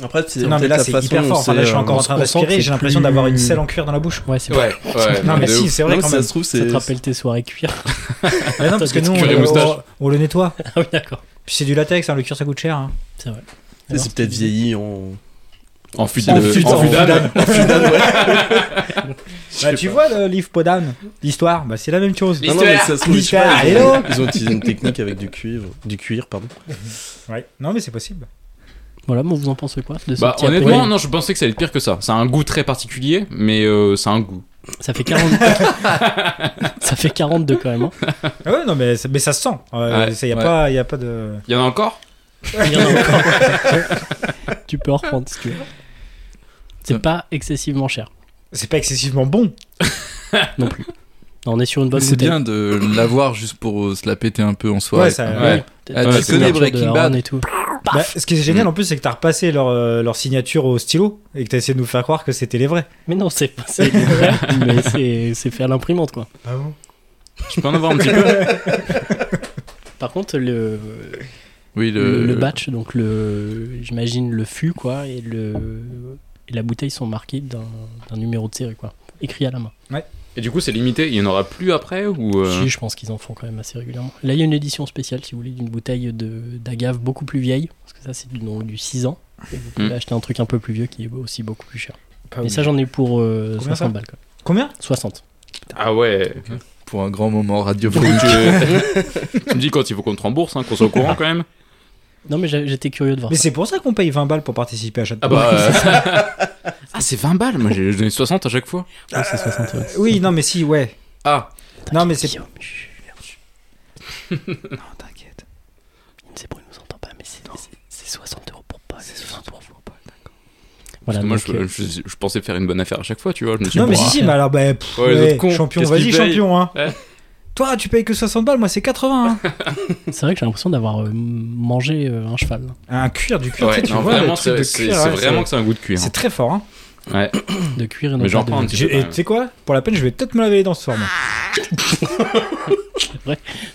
Speaker 9: Après, c'est
Speaker 10: Non, mais
Speaker 9: peut-être
Speaker 10: là,
Speaker 9: la
Speaker 10: c'est
Speaker 9: façon
Speaker 10: hyper
Speaker 9: dont
Speaker 10: fort. Enfin, là, je
Speaker 9: c'est,
Speaker 10: suis encore en
Speaker 9: euh,
Speaker 10: train de
Speaker 7: on sent que
Speaker 10: respirer. J'ai
Speaker 7: c'est
Speaker 10: l'impression
Speaker 7: plus-
Speaker 10: d'avoir une selle en cuir dans la bouche.
Speaker 7: Ouais, c'est
Speaker 3: Ouais, ouais.
Speaker 10: Non, mais
Speaker 3: de
Speaker 10: si,
Speaker 3: ouf.
Speaker 10: c'est vrai
Speaker 9: non,
Speaker 10: quand
Speaker 9: ça
Speaker 10: même.
Speaker 9: se trouve, c'est.
Speaker 7: ça te rappelle tes soirées cuir.
Speaker 10: Mais non, parce que nous, on,
Speaker 3: Cuir et
Speaker 10: on-
Speaker 3: moustache.
Speaker 10: on le nettoie.
Speaker 7: ah oui, d'accord.
Speaker 10: Puis c'est du latex, hein, le cuir, ça coûte cher. hein.
Speaker 7: C'est vrai.
Speaker 9: c'est-
Speaker 7: Alors,
Speaker 9: C'est peut-être vieilli en.
Speaker 3: En fuite
Speaker 10: En
Speaker 3: de-
Speaker 10: fuite-
Speaker 3: en
Speaker 10: en
Speaker 3: fuite d'âne.
Speaker 10: Bah, tu vois le livre Podane, l'histoire, bah, c'est la même chose.
Speaker 9: Non, non, mais ça se trouve, je sais
Speaker 10: Mika,
Speaker 9: pas, ils, ont,
Speaker 10: hello.
Speaker 9: ils ont utilisé une technique avec du cuivre. Du cuir, pardon.
Speaker 10: Ouais. Non, mais c'est possible.
Speaker 7: Voilà, mais vous en pensez quoi de ce
Speaker 3: Bah,
Speaker 7: petit apéro
Speaker 3: honnêtement, non, je pensais que ça allait être pire que ça. Ça a un goût très particulier, mais euh, ça a un goût.
Speaker 7: Ça fait 40 Ça fait 42 quand même. hein.
Speaker 10: Ah ouais, non, mais, ça- mais ça se sent. Il
Speaker 3: Ouais,
Speaker 10: y a,
Speaker 8: ouais.
Speaker 10: pas, y a pas de.
Speaker 3: Il y en a encore
Speaker 7: Il y en a encore. tu peux en reprendre si tu veux. C'est
Speaker 8: Ça-
Speaker 7: pas excessivement cher
Speaker 10: C'est pas excessivement bon.
Speaker 7: non plus. Non, on est sur une bonne
Speaker 8: C'est
Speaker 7: bouteille.
Speaker 8: bien de l'avoir juste pour euh, se la péter un peu en
Speaker 10: Ouais,
Speaker 8: soirée.
Speaker 10: ça-
Speaker 8: Ouais. Ah, tu
Speaker 7: Petite
Speaker 8: connais
Speaker 7: signature
Speaker 8: Breaking
Speaker 7: de Aaron
Speaker 8: Bad
Speaker 7: et tout.
Speaker 10: Bah, ce qui est
Speaker 3: Mm.
Speaker 10: génial en plus, c'est que t'as repassé leur, euh, leur signature au stylo et que t'as essayé de nous faire croire que c'était les vrais.
Speaker 7: Mais non, c'est pas c'est des vrais, mais c'est- c'est faire l'imprimante quoi.
Speaker 3: Je peux en avoir un petit peu.
Speaker 7: Par contre, le,
Speaker 8: Oui,
Speaker 7: le,
Speaker 8: le,
Speaker 7: le batch, donc le, j'imagine le fût quoi, et le et la bouteille sont marqués d'un d'un numéro de série quoi, écrit à la main.
Speaker 3: Et du coup, c'est limité. Il n'y en aura plus après ou euh,
Speaker 7: Si, je pense qu'ils en font quand même assez régulièrement. Là, il y a une édition spéciale, si vous voulez, d'une bouteille de- d'agave beaucoup plus vieille, parce que ça, c'est du, donc du 6 ans. Et vous pouvez
Speaker 3: Mm.
Speaker 7: acheter un truc un peu plus vieux qui est aussi beaucoup plus cher. Et ça, j'en ai pour euh,
Speaker 10: Ah Combien
Speaker 7: 60
Speaker 10: ça
Speaker 7: balles. Quoi.
Speaker 10: Combien
Speaker 7: 60.
Speaker 3: Ah ouais.
Speaker 8: pour un grand moment
Speaker 3: Faut
Speaker 8: radiophonique.
Speaker 3: que tu... tu me dis quand il faut qu'on te rembourse, hein, qu'on soit au courant quand même.
Speaker 7: Non, mais j'a- j'étais curieux de voir.
Speaker 10: Mais
Speaker 7: ça.
Speaker 10: c'est pour ça qu'on paye 20 balles pour participer à chaque
Speaker 3: Ah bah. euh, ah, c'est 20 balles. Moi, j'ai j'ai donné 60 à chaque fois.
Speaker 7: Ouais, c'est 60 ouais.
Speaker 10: Oui, non, mais si, ouais.
Speaker 3: Ah,
Speaker 10: Non, mais c'est-
Speaker 7: Guillaume, chut, chut.
Speaker 10: Non, t'inquiète.
Speaker 7: Il ne sait pas, il nous entend pas, mais c'est c'est- c'est 60 euros pour Paul. C'est 60 pour vous, Paul, d'accord.
Speaker 3: parce
Speaker 7: Voilà,
Speaker 3: que moi,
Speaker 7: donc,
Speaker 3: je,
Speaker 7: euh,
Speaker 3: je- je pensais faire une bonne affaire à chaque fois, tu vois. Je me suis
Speaker 10: Non,
Speaker 3: dit,
Speaker 10: mais
Speaker 3: bon,
Speaker 10: si,
Speaker 3: ah,
Speaker 10: si, mais alors, bah, pff,
Speaker 3: Ouais, les
Speaker 10: ouais,
Speaker 3: autres cons,
Speaker 10: champion,
Speaker 3: qu'est-ce
Speaker 10: vas-y,
Speaker 3: qu'ils payent
Speaker 10: champion, hein.
Speaker 3: Ouais.
Speaker 10: Toi, tu payes que 60 balles, moi, c'est 80. hein.
Speaker 7: c'est vrai que j'ai l'impression d'avoir euh, mangé euh, un cheval.
Speaker 10: un cuir, du cuir, tu
Speaker 3: Ouais,
Speaker 10: sais, tu
Speaker 3: non,
Speaker 10: vois, le
Speaker 3: vraiment,
Speaker 10: truc
Speaker 3: c'est
Speaker 10: de
Speaker 3: c'est-
Speaker 10: cuir,
Speaker 3: c'est
Speaker 10: ouais,
Speaker 3: vraiment que c'est un goût de cuir.
Speaker 10: C'est très fort, hein.
Speaker 3: Ouais.
Speaker 7: De cuir et non
Speaker 3: Mais j'en
Speaker 7: pas de-
Speaker 3: prends un petit
Speaker 10: J'ai-
Speaker 3: peu. quand
Speaker 10: Et
Speaker 3: même.
Speaker 10: tu sais quoi Pour la peine, je vais peut-être me laver les dents ce soir, moi.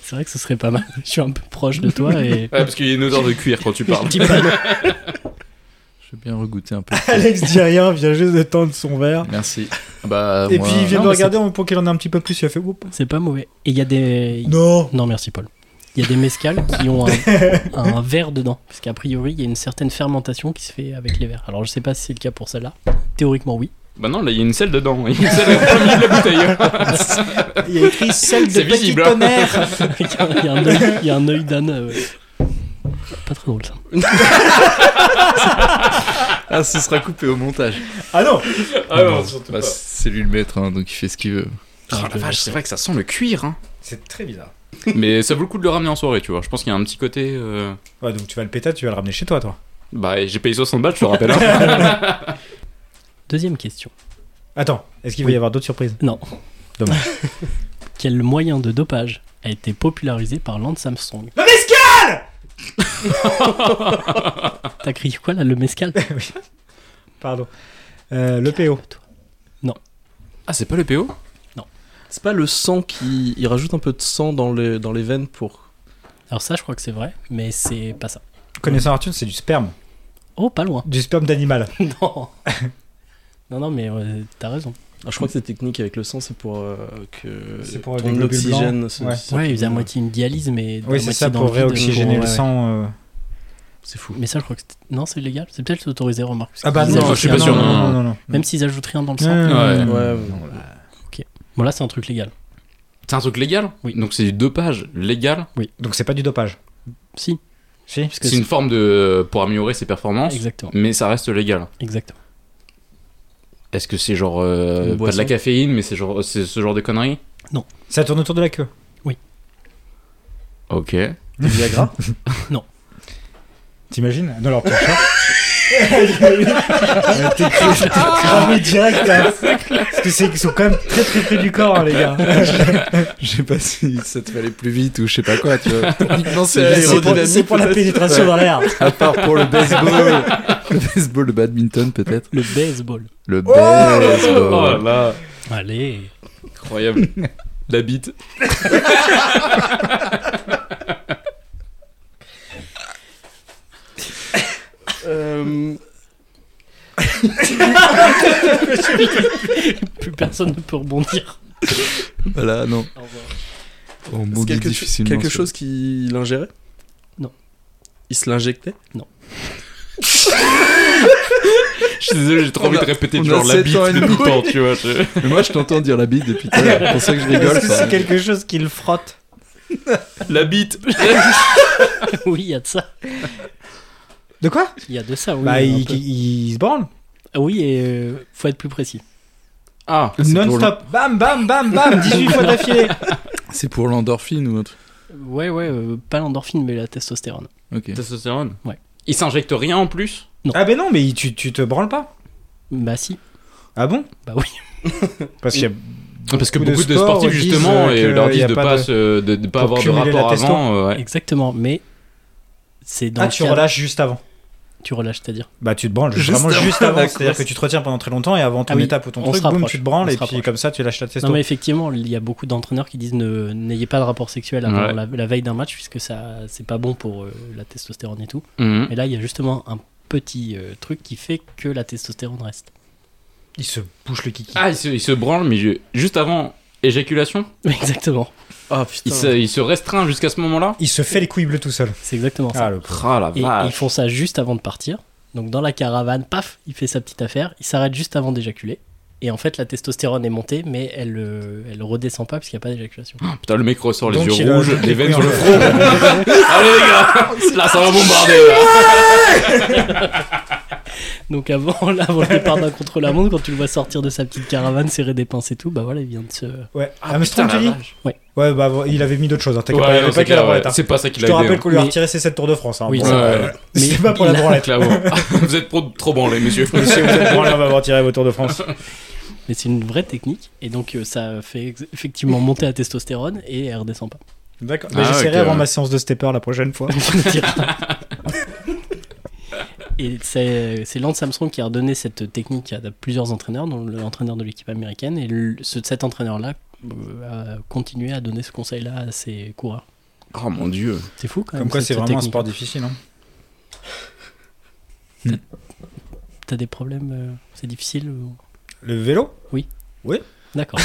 Speaker 7: C'est vrai que ce serait pas mal. Je suis un peu proche de toi et
Speaker 3: Ouais, parce qu'il y a une odeur de cuir quand tu parles.
Speaker 8: Je vais bien regoûter un peu.
Speaker 10: Alex dit rien, vient juste de tendre son verre.
Speaker 8: Merci. Bah,
Speaker 10: Et
Speaker 8: moi-
Speaker 10: puis il vient
Speaker 7: Ah, non,
Speaker 10: de
Speaker 7: mais
Speaker 10: regarder pour qu'il en ait un petit peu plus, il a fait Oups.
Speaker 7: c'est pas mauvais. Et il y a des
Speaker 10: Non
Speaker 7: Non, merci Paul. Il y a des mescales qui ont un, un verre dedans, parce qu'a priori, il y a une certaine fermentation qui se fait avec les verres. Alors, je sais pas si c'est le cas pour celle-là. Théoriquement, oui.
Speaker 3: Bah non, là, il y a une selle dedans. Il y a une selle au plein milieu de la bouteille.
Speaker 10: Il y a écrit celle de
Speaker 3: C'est
Speaker 10: petit
Speaker 3: visible, hein.
Speaker 10: tonnerre
Speaker 7: il, y a, il y a un œil- il y a un œil d'âne. euh, ouais. Pas très drôle, ça.
Speaker 8: Ah, ce sera coupé au montage.
Speaker 10: Ah non
Speaker 3: Ah non,
Speaker 8: Bah, c'est lui le maître, hein, donc il fait ce qu'il veut.
Speaker 3: Oh la
Speaker 7: euh,
Speaker 3: vache, c'est vrai que ça sent le cuir. Hein.
Speaker 10: C'est très bizarre.
Speaker 3: Mais ça vaut le coup de le ramener en soirée, tu vois. Je pense qu'il y a un petit côté. euh,
Speaker 10: Ouais, donc tu vas le péter, tu vas le ramener chez toi, toi.
Speaker 3: Bah, et j'ai payé 60 balles, je te rappelle. hein.
Speaker 7: Deuxième question.
Speaker 10: Attends, est-ce qu'il va y avoir d'autres surprises
Speaker 7: Non.
Speaker 10: Dommage.
Speaker 7: Quel moyen de dopage a été popularisé par Lance Samsung
Speaker 10: Le mescal
Speaker 7: T'as crié quoi là, le mescal
Speaker 10: Pardon. Euh, le PO.
Speaker 3: Ah, c'est pas le PO
Speaker 9: C'est pas le sang qui. Il rajoute un peu de sang dans les, dans les veines pour.
Speaker 7: Alors, ça, je crois que c'est vrai, mais c'est pas ça.
Speaker 10: Connaissant Arthur, c'est du sperme.
Speaker 7: Oh, pas loin.
Speaker 10: Du sperme d'animal.
Speaker 7: non. non, non, mais euh, t'as raison.
Speaker 9: Alors, Ah, je crois que cette technique avec le sang, c'est pour euh, que
Speaker 10: C'est pour les
Speaker 9: ton
Speaker 10: globules
Speaker 9: oxygène.
Speaker 10: blancs.
Speaker 9: se-
Speaker 10: Ouais.
Speaker 9: se-
Speaker 7: Ouais, ils faisaient à moitié une dialyse, mais. à
Speaker 10: Oui, c'est
Speaker 7: moitié
Speaker 10: ça,
Speaker 7: dans
Speaker 10: pour
Speaker 7: le vide,
Speaker 10: réoxygéner
Speaker 7: pour- ouais,
Speaker 10: le
Speaker 7: ouais.
Speaker 10: sang. euh.
Speaker 9: C'est fou.
Speaker 7: Mais ça, je crois que c'est- non, c'est légal. C'est peut-être autorisé, remarque. parce
Speaker 10: Ah bah
Speaker 7: qu'ils
Speaker 10: non,
Speaker 7: ajoutent
Speaker 3: je suis pas
Speaker 7: rien
Speaker 3: sûr,
Speaker 7: dans-
Speaker 3: non, non,
Speaker 10: non, non.
Speaker 7: euh, Même s'ils ajoutent rien dans le sang.
Speaker 10: Euh,
Speaker 3: Ouais.
Speaker 9: Ouais,
Speaker 7: Bon, là, c'est un truc légal.
Speaker 3: C'est un truc légal
Speaker 7: Oui.
Speaker 3: Donc c'est du dopage légal.
Speaker 10: Donc c'est pas du dopage.
Speaker 7: Si,
Speaker 10: Si
Speaker 7: parce que
Speaker 3: C'est une forme de. euh, pour améliorer ses performances.
Speaker 7: Exactement,
Speaker 3: Mais ça reste légal.
Speaker 7: exactement.
Speaker 3: Est-ce que c'est genre. euh,
Speaker 9: Une
Speaker 3: pas de la
Speaker 9: boisson.
Speaker 3: caféine, mais c'est genre c'est ce genre de conneries
Speaker 10: Ça tourne autour de la queue.
Speaker 3: Ok.
Speaker 9: Du Viagra
Speaker 10: T'imagines Dans leur hein. plancha. Cramé Ah, direct là. Parce que c'est qu'ils sont quand même très très près du corps hein, les gars.
Speaker 8: Je sais pas si ça te fallait plus vite ou je sais pas quoi, tu vois. Techniquement,
Speaker 10: C'est pour, c'est pour la pénétration dans l'air.
Speaker 8: À part pour le baseball. Le baseball, le badminton peut-être.
Speaker 7: Le baseball.
Speaker 8: Le
Speaker 3: Oh là
Speaker 8: baseball.
Speaker 3: là
Speaker 7: Allez.
Speaker 3: Incroyable. la bite.
Speaker 9: Euh,
Speaker 7: Plus personne ne peut rebondir.
Speaker 8: Voilà, non.
Speaker 7: Au revoir.
Speaker 8: On
Speaker 9: C'est
Speaker 8: bondit
Speaker 9: quelque,
Speaker 8: difficilement.
Speaker 9: quelque
Speaker 8: sur-
Speaker 9: chose qu'il ingérait
Speaker 7: Non.
Speaker 9: Il se l'injectait
Speaker 3: Je suis désolé, j'ai trop
Speaker 8: On
Speaker 3: envie
Speaker 8: a-
Speaker 3: de répéter
Speaker 8: on
Speaker 3: genre
Speaker 8: a
Speaker 3: la
Speaker 8: sept
Speaker 3: bite
Speaker 8: ans et
Speaker 3: de
Speaker 8: demi.
Speaker 3: tout le temps, tu vois. je-
Speaker 8: Mais moi, je t'entends dire la bite depuis tout à l'heure. C'est pour ça que je rigole.
Speaker 10: Est-ce que c'est
Speaker 8: enfin.
Speaker 10: quelque chose qu'ils frottent
Speaker 3: La bite
Speaker 7: oui, il y a de ça.
Speaker 10: De quoi
Speaker 7: Il y a de ça, oui.
Speaker 10: Bah
Speaker 7: un
Speaker 10: ils
Speaker 7: peu.
Speaker 10: ils se branlent.
Speaker 7: Ah Oui, et euh, faut être plus précis.
Speaker 3: Ah
Speaker 8: C'est pour
Speaker 10: Non-stop. Bam bam bam bam. 18 fois d'affilée.
Speaker 8: C'est pour l'endorphine ou autre.
Speaker 7: Ouais, ouais, euh, pas l'endorphine, mais la testostérone.
Speaker 8: Ok.
Speaker 3: Testostérone
Speaker 7: Ouais.
Speaker 3: Il s'injecte rien en plus
Speaker 10: Ah ben non, mais il- tu, tu te branles pas.
Speaker 7: Bah si.
Speaker 10: Ah bon
Speaker 7: Bah oui.
Speaker 10: Parce qu'il y a
Speaker 3: Parce que
Speaker 10: Beaucoup de
Speaker 3: beaucoup de
Speaker 10: sports
Speaker 3: sportifs,
Speaker 10: disent,
Speaker 3: justement,
Speaker 10: euh,
Speaker 3: et
Speaker 10: que
Speaker 3: leur
Speaker 10: y
Speaker 3: disent
Speaker 10: a
Speaker 3: de
Speaker 10: pas
Speaker 3: pas,
Speaker 10: de-
Speaker 3: se- de, de pas
Speaker 10: pour
Speaker 3: avoir de
Speaker 10: cumuler la
Speaker 3: rapport
Speaker 10: testo.
Speaker 3: avant. euh, ouais.
Speaker 7: Exactement, mais c'est dans
Speaker 10: ah,
Speaker 7: le
Speaker 10: tu
Speaker 7: cadre-
Speaker 10: relâches juste avant.
Speaker 7: Tu relâches, c'est-à-dire
Speaker 10: Bah, tu te branles juste vraiment juste avant. C'est-à-dire que tu te retiens pendant très longtemps et avant ton
Speaker 7: Ah oui,
Speaker 10: étape ou ton
Speaker 7: on
Speaker 10: truc,
Speaker 7: se
Speaker 10: boum,
Speaker 7: rapproche,
Speaker 10: tu te branles
Speaker 7: on
Speaker 10: et
Speaker 7: se
Speaker 10: puis
Speaker 7: rapproche.
Speaker 10: comme ça, tu lâches la testo.
Speaker 7: Non mais effectivement, il y a beaucoup d'entraîneurs qui disent ne n'ayez pas de rapport sexuel avant
Speaker 3: Ouais.
Speaker 7: la, la veille d'un match puisque ça c'est pas bon pour euh, la testostérone et tout.
Speaker 3: Mhm.
Speaker 7: Mais là, il y a justement un petit euh, truc qui fait que la testostérone reste.
Speaker 10: Il se bouche le kiki.
Speaker 3: Ah, il se, il se branle, mais je- juste avant éjaculation,
Speaker 7: Exactement,
Speaker 9: Ah
Speaker 3: il se,
Speaker 9: putain.
Speaker 3: il se restreint jusqu'à ce moment-là
Speaker 10: Il se fait les couilles bleues tout seul.
Speaker 7: c'est exactement ça.
Speaker 10: Ah, le
Speaker 3: Ah la
Speaker 7: et
Speaker 3: vache.
Speaker 7: ils font ça juste avant de partir. Donc dans la caravane, paf, il fait sa petite affaire, il s'arrête juste avant d'éjaculer. Et en fait, la testostérone est montée, mais elle euh, elle redescend pas parce qu'il n'y a pas d'éjaculation.
Speaker 3: Ah, Putain, le mec ressort les
Speaker 10: Donc, il
Speaker 3: yeux
Speaker 10: a-
Speaker 3: rouges, les veines sur le
Speaker 10: Oui, en
Speaker 3: front. Allez les gars, là ça va bombarder. là.
Speaker 7: Donc avant, là, avant le départ d'un contre-la-montre, quand tu le vois sortir de sa petite caravane, serrer des pinces et tout, bah voilà, il vient de se...
Speaker 10: Ouais,
Speaker 3: Ah,
Speaker 10: Armstrong,
Speaker 3: putain,
Speaker 10: tu
Speaker 3: la
Speaker 10: dis
Speaker 3: vache.
Speaker 10: Ouais, bah, bon, il avait mis d'autres choses. Hein. T'inquiète
Speaker 3: Ouais,
Speaker 10: pas, il avait
Speaker 3: non,
Speaker 10: pas
Speaker 3: c'est
Speaker 10: que la
Speaker 3: clair, ouais.
Speaker 10: branlette. hein.
Speaker 3: C'est pas ça qu'il
Speaker 10: Je
Speaker 3: a
Speaker 10: te
Speaker 3: aidé.
Speaker 10: rappelle qu'on lui a
Speaker 7: Mais-
Speaker 10: retiré ses 7 Tours de France. hein.
Speaker 7: Oui,
Speaker 10: Bon,
Speaker 7: qu'on-
Speaker 3: Ouais,
Speaker 10: ça,
Speaker 3: ouais.
Speaker 7: Mais
Speaker 10: C'est pas pour
Speaker 7: il
Speaker 10: la
Speaker 7: a-
Speaker 10: branlette.
Speaker 3: Clairement. Ah, Vous êtes trop, trop branlés, messieurs.
Speaker 10: Si vous êtes branlés, on va vous retirer vos Tours de France.
Speaker 7: Mais c'est une vraie technique, et donc euh, ça fait ex- effectivement monter la testostérone, et elle redescend pas.
Speaker 10: D'accord.
Speaker 3: Ah,
Speaker 10: J'essaierai
Speaker 3: ok,
Speaker 10: avant
Speaker 3: ouais.
Speaker 10: ma séance de stepper la prochaine fois.
Speaker 7: Et c'est c'est Lance Armstrong qui a redonné cette technique à plusieurs entraîneurs, dont l'entraîneur de l'équipe américaine, et le- ce- cet entraîneur-là euh, a continué à donner ce conseil-là à ses coureurs.
Speaker 3: Oh mon dieu.
Speaker 7: C'est fou quand même.
Speaker 10: Comme quoi,
Speaker 7: cette-
Speaker 10: c'est
Speaker 7: cette
Speaker 10: vraiment un
Speaker 7: technique.
Speaker 10: sport difficile. hein.
Speaker 7: T'as des problèmes euh, C'est difficile ou-
Speaker 10: Le vélo
Speaker 7: D'accord.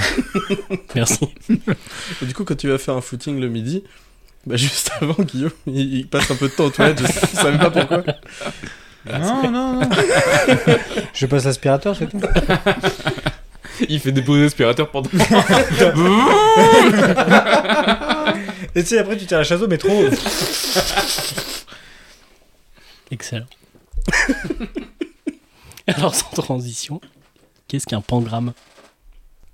Speaker 7: Merci.
Speaker 9: Et Du coup, quand tu vas faire un footing le midi, bah juste avant, Guillaume, il, il passe un peu de temps aux toilettes, je sais- je savais pas pourquoi.
Speaker 10: Non, non, non. Je passe l'aspirateur, c'est tout.
Speaker 3: Il fait déposer l'aspirateur pendant.
Speaker 10: Et tu sais, après, tu tires la chasse au métro.
Speaker 7: Excellent. Alors, sans transition, qu'est-ce qu'un pangramme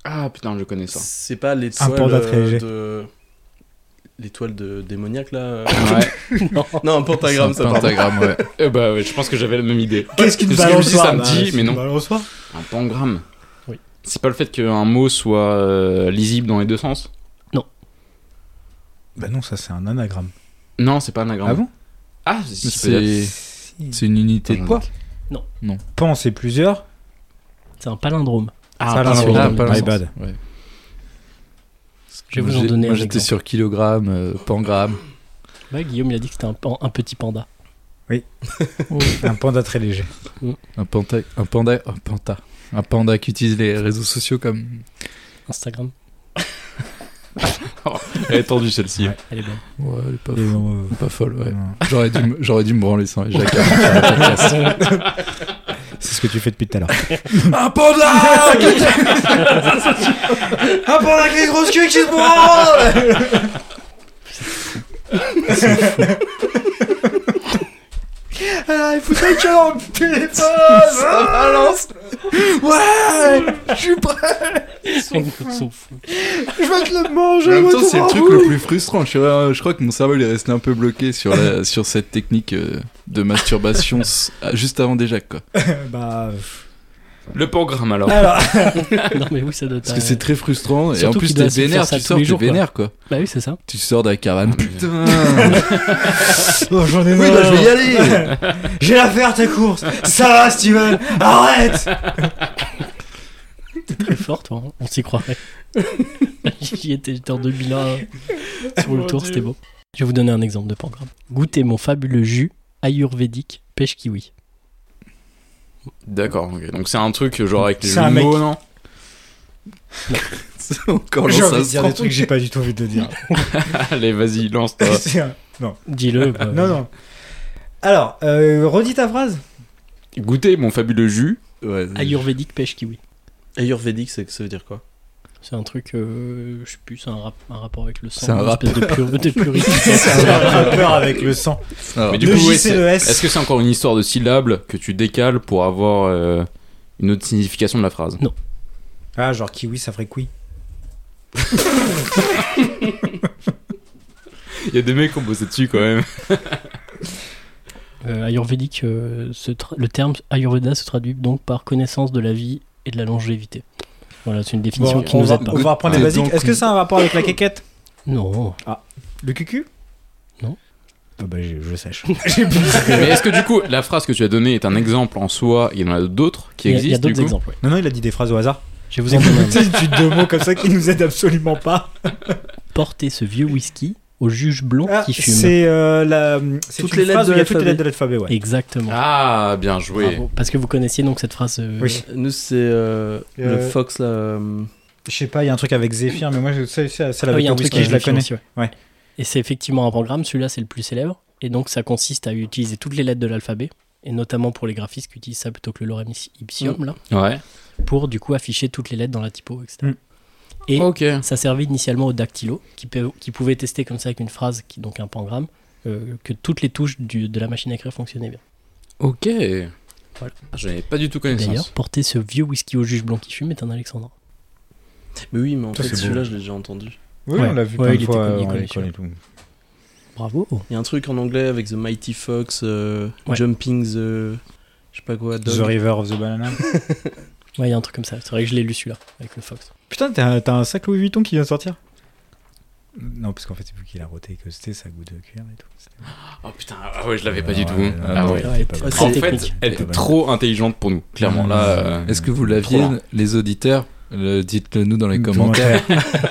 Speaker 3: Ah putain, je connais ça.
Speaker 9: C'est pas
Speaker 10: Un
Speaker 9: l'étoile
Speaker 10: panda très
Speaker 9: euh,
Speaker 10: léger.
Speaker 9: de. L'étoile de démoniaque là euh.
Speaker 3: Ouais.
Speaker 9: Non, un pentagramme, ça pardon.
Speaker 8: Pentagramme, ouais.
Speaker 3: Eh bah ouais, je pense que j'avais la même idée.
Speaker 10: Qu'est-ce qu'une
Speaker 3: C'est ce que je me dis
Speaker 10: balançoire bah,
Speaker 3: samedi, mais non.
Speaker 10: Balançoire
Speaker 3: Un pangramme.
Speaker 7: Oui.
Speaker 3: C'est pas le fait qu'un mot soit euh, lisible dans les deux sens
Speaker 10: Bah non, ça c'est un anagramme.
Speaker 3: Non, c'est pas un anagramme.
Speaker 10: Ah
Speaker 3: Ah,
Speaker 10: bon
Speaker 3: si, si, peut-être.
Speaker 8: C'est c'est une unité de poids.
Speaker 10: Pan, c'est plusieurs.
Speaker 7: C'est un palindrome.
Speaker 3: Ah,
Speaker 10: Ça,
Speaker 3: pardon.
Speaker 10: c'est
Speaker 8: Ah,
Speaker 10: My
Speaker 8: pas le
Speaker 10: bad.
Speaker 8: sens. Ouais.
Speaker 7: Je vais vous en
Speaker 8: J'ai-
Speaker 7: donner
Speaker 8: Moi
Speaker 7: un
Speaker 8: j'étais
Speaker 7: exemple.
Speaker 8: sur kilogramme, euh, pangramme.
Speaker 7: Ouais, Guillaume, il a dit que c'était un, pan- un petit panda.
Speaker 10: Un panda très léger.
Speaker 8: Un panta, un panda, un panta, un panda qui utilise les réseaux sociaux comme.
Speaker 7: Instagram,
Speaker 3: Elle est tendue celle-ci.
Speaker 7: elle est bonne.
Speaker 8: Ouais, elle est pas,
Speaker 10: Et
Speaker 8: fou-
Speaker 10: non,
Speaker 8: pas folle,
Speaker 10: euh,
Speaker 8: ouais.
Speaker 10: non.
Speaker 8: J'aurais dû, me- j'aurais dû me branler sans hein, les jacquards. pour faire un podcast.
Speaker 10: C'est ce que tu fais depuis tout à l'heure.
Speaker 8: un panda
Speaker 10: Un panda avec les grosses queues qui se branlent Alors, il faut que tu en téléphone
Speaker 9: Balance
Speaker 10: Ouais Je suis prêt
Speaker 7: Ils sont fous.
Speaker 10: Je vais te le manger
Speaker 8: En même temps, c'est le truc le plus frustrant. Je, suis- euh, je crois que mon cerveau il est resté un peu bloqué sur, la, sur cette technique euh, de masturbation s- ah, juste avant des jacques, quoi.
Speaker 10: Bah...
Speaker 3: Le pangramme alors.
Speaker 10: Alors,
Speaker 7: Non, mais oui, ça doit être.
Speaker 8: Parce que
Speaker 7: un-
Speaker 8: c'est très frustrant. Et en
Speaker 7: Surtout
Speaker 8: plus,
Speaker 7: qu'il
Speaker 8: t'es
Speaker 7: doit se faire
Speaker 8: vénère,
Speaker 7: ça
Speaker 8: tu
Speaker 7: tous
Speaker 8: sors,
Speaker 7: les
Speaker 8: t'es
Speaker 7: jours, quoi.
Speaker 8: vénère, quoi.
Speaker 7: Bah oui, c'est ça.
Speaker 8: Tu sors de la caravane. Putain
Speaker 10: oh, j'en ai
Speaker 8: Oui,
Speaker 10: marre.
Speaker 8: bah, je vais y aller
Speaker 10: J'ai la faire ta course Ça va, Steven Arrête
Speaker 7: T'es très fort, toi. hein. On s'y croirait. J'y étais, j'étais en 2001 hein. sur le tour, c'était beau. Je vais vous donner un exemple de pangramme. Goûtez mon fabuleux jus ayurvédique pêche kiwi.
Speaker 3: D'accord, ok. Donc c'est un truc euh, genre avec les
Speaker 10: C'est
Speaker 3: jeux
Speaker 10: un
Speaker 3: de
Speaker 10: mec.
Speaker 3: mots, non
Speaker 8: C'est encore
Speaker 10: J'ai
Speaker 8: l'ancien
Speaker 10: envie de dire des
Speaker 8: strand.
Speaker 10: trucs que j'ai pas du tout envie de dire.
Speaker 3: Allez, vas-y, lance-toi.
Speaker 10: C'est un-
Speaker 7: Dis-le. bah,
Speaker 10: Non, non. Alors, euh, redis ta phrase.
Speaker 3: Goûtez mon fabuleux jus.
Speaker 8: Ouais,
Speaker 7: Ayurvédique pêche kiwi.
Speaker 9: Ayurvédique, c'est- ça veut dire quoi
Speaker 7: C'est un truc, euh, je sais plus, c'est un, rap- un rapport avec le sang.
Speaker 8: C'est un
Speaker 7: une espèce de, pur- de
Speaker 10: C'est
Speaker 7: purification.
Speaker 10: un rappeur avec le sang.
Speaker 8: Alors,
Speaker 3: Mais du
Speaker 10: Le
Speaker 3: coup,
Speaker 10: J,
Speaker 3: ouais,
Speaker 10: c'est
Speaker 3: c'est-
Speaker 10: le S.
Speaker 3: est-ce que c'est encore une histoire de syllabes que tu décales pour avoir euh, une autre signification de la phrase
Speaker 10: Ah, genre kiwi, ça ferait qui
Speaker 3: Il y a des mecs qui ont bossé dessus quand même.
Speaker 7: euh, ayurvédique, euh, se tra- le terme ayurveda se traduit donc par connaissance de la vie et de la longévité. Voilà, c'est une définition
Speaker 10: Bon,
Speaker 7: qui
Speaker 10: on,
Speaker 7: nous
Speaker 10: va,
Speaker 7: aide pas.
Speaker 10: on va reprendre les
Speaker 8: T'es
Speaker 10: basiques.
Speaker 8: donc-
Speaker 10: Est-ce que ça a un rapport avec la quéquette
Speaker 7: Non.
Speaker 10: Le cucu
Speaker 7: Non.
Speaker 10: Ah bah, je, je sèche.
Speaker 3: Mais est-ce que du coup, la phrase que tu as donnée est un exemple en soi Il y en a d'autres qui
Speaker 7: Il y a- il y a
Speaker 3: existent du
Speaker 7: d'autres
Speaker 3: coup
Speaker 7: exemples. ouais.
Speaker 10: non, non, il a dit des phrases au hasard.
Speaker 7: Je vais vous en donner un.
Speaker 10: C'est une suite de mots comme ça qui nous aident absolument pas.
Speaker 7: Porter ce vieux whisky au juge blond
Speaker 10: Ah,
Speaker 7: qui fume.
Speaker 10: c'est euh, la. C'est
Speaker 9: Toutes
Speaker 10: une
Speaker 9: les lettres
Speaker 10: phrase
Speaker 9: de
Speaker 10: où il y a toutes
Speaker 9: l'alphabet.
Speaker 10: les lettres de l'alphabet, ouais.
Speaker 7: Exactement.
Speaker 3: Ah, bien joué.
Speaker 7: Bravo. Parce que vous connaissiez donc cette phrase. euh,
Speaker 10: Oui.
Speaker 9: Nous, c'est euh, le
Speaker 10: Euh,
Speaker 9: Fox là. euh,
Speaker 10: Je sais pas, il y a un truc avec Zéphyr, mais moi, je- c'est c'est- celle
Speaker 7: Ah oui, il y
Speaker 10: avec
Speaker 7: a un
Speaker 10: le
Speaker 7: truc
Speaker 10: whisky,
Speaker 7: avec
Speaker 10: je la
Speaker 7: Zéphyr
Speaker 10: connais.
Speaker 7: aussi, ouais.
Speaker 10: Ouais.
Speaker 7: Et c'est effectivement un programme, celui-là c'est le plus célèbre. Et donc ça consiste à utiliser toutes les lettres de l'alphabet, et notamment pour les graphistes qui utilisent ça plutôt que le lorem ipsium, là,
Speaker 3: Ouais.
Speaker 7: pour du coup afficher toutes les lettres dans la typo, etc.
Speaker 10: Mm.
Speaker 7: Et
Speaker 3: Ok.
Speaker 7: ça servait initialement aux dactylos, qui, pe- qui pouvaient tester comme ça avec une phrase, qui, donc un pangramme, euh, que toutes les touches du- de la machine à écrire fonctionnaient bien.
Speaker 3: Ok.
Speaker 7: Voilà.
Speaker 3: Ah, J'avais pas du tout
Speaker 7: D'ailleurs,
Speaker 3: connaissance.
Speaker 7: porter ce vieux whisky au juge blanc qui fume est un alexandrin.
Speaker 9: Mais oui, mais en
Speaker 10: Ça,
Speaker 9: fait,
Speaker 10: c'est beau.
Speaker 9: celui-là, je l'ai déjà entendu.
Speaker 10: Oui,
Speaker 7: Ouais.
Speaker 10: on l'a vu
Speaker 7: Ouais,
Speaker 10: plein
Speaker 7: il
Speaker 10: de
Speaker 7: était
Speaker 10: fois.
Speaker 7: connu,
Speaker 10: euh,
Speaker 7: il
Speaker 10: on
Speaker 7: connaît,
Speaker 10: les connaît tout.
Speaker 7: Bravo
Speaker 9: Il y a un truc en anglais avec The Mighty Fox, euh,
Speaker 7: Ouais.
Speaker 9: Jumping the. Je sais pas quoi,
Speaker 10: The
Speaker 9: Dog.
Speaker 10: River of the Banana.
Speaker 7: Ouais, il y a un truc comme ça. C'est vrai que je l'ai lu celui-là, avec le Fox.
Speaker 10: Putain, t'as un- t'as un sac Louis Vuitton qui vient de sortir Non, parce qu'en fait, c'est vous qui l'a roté que c'était sa goutte de cuir et tout. C'était-
Speaker 3: Oh putain, ah ouais, je l'avais pas
Speaker 10: Ah
Speaker 3: du
Speaker 10: ouais,
Speaker 3: tout.
Speaker 10: non,
Speaker 3: Ah
Speaker 10: non,
Speaker 3: ouais.
Speaker 10: c'était pas
Speaker 7: Ouais,
Speaker 10: bon.
Speaker 7: c'est-
Speaker 3: En
Speaker 7: Très
Speaker 3: fait,
Speaker 7: technique.
Speaker 3: elle était trop intelligente pour nous, clairement. Là, euh,
Speaker 8: Est-ce que vous l'aviez,
Speaker 3: Trop lent.
Speaker 8: les auditeurs Le- Dites-le nous dans les
Speaker 10: Dans
Speaker 8: commentaires.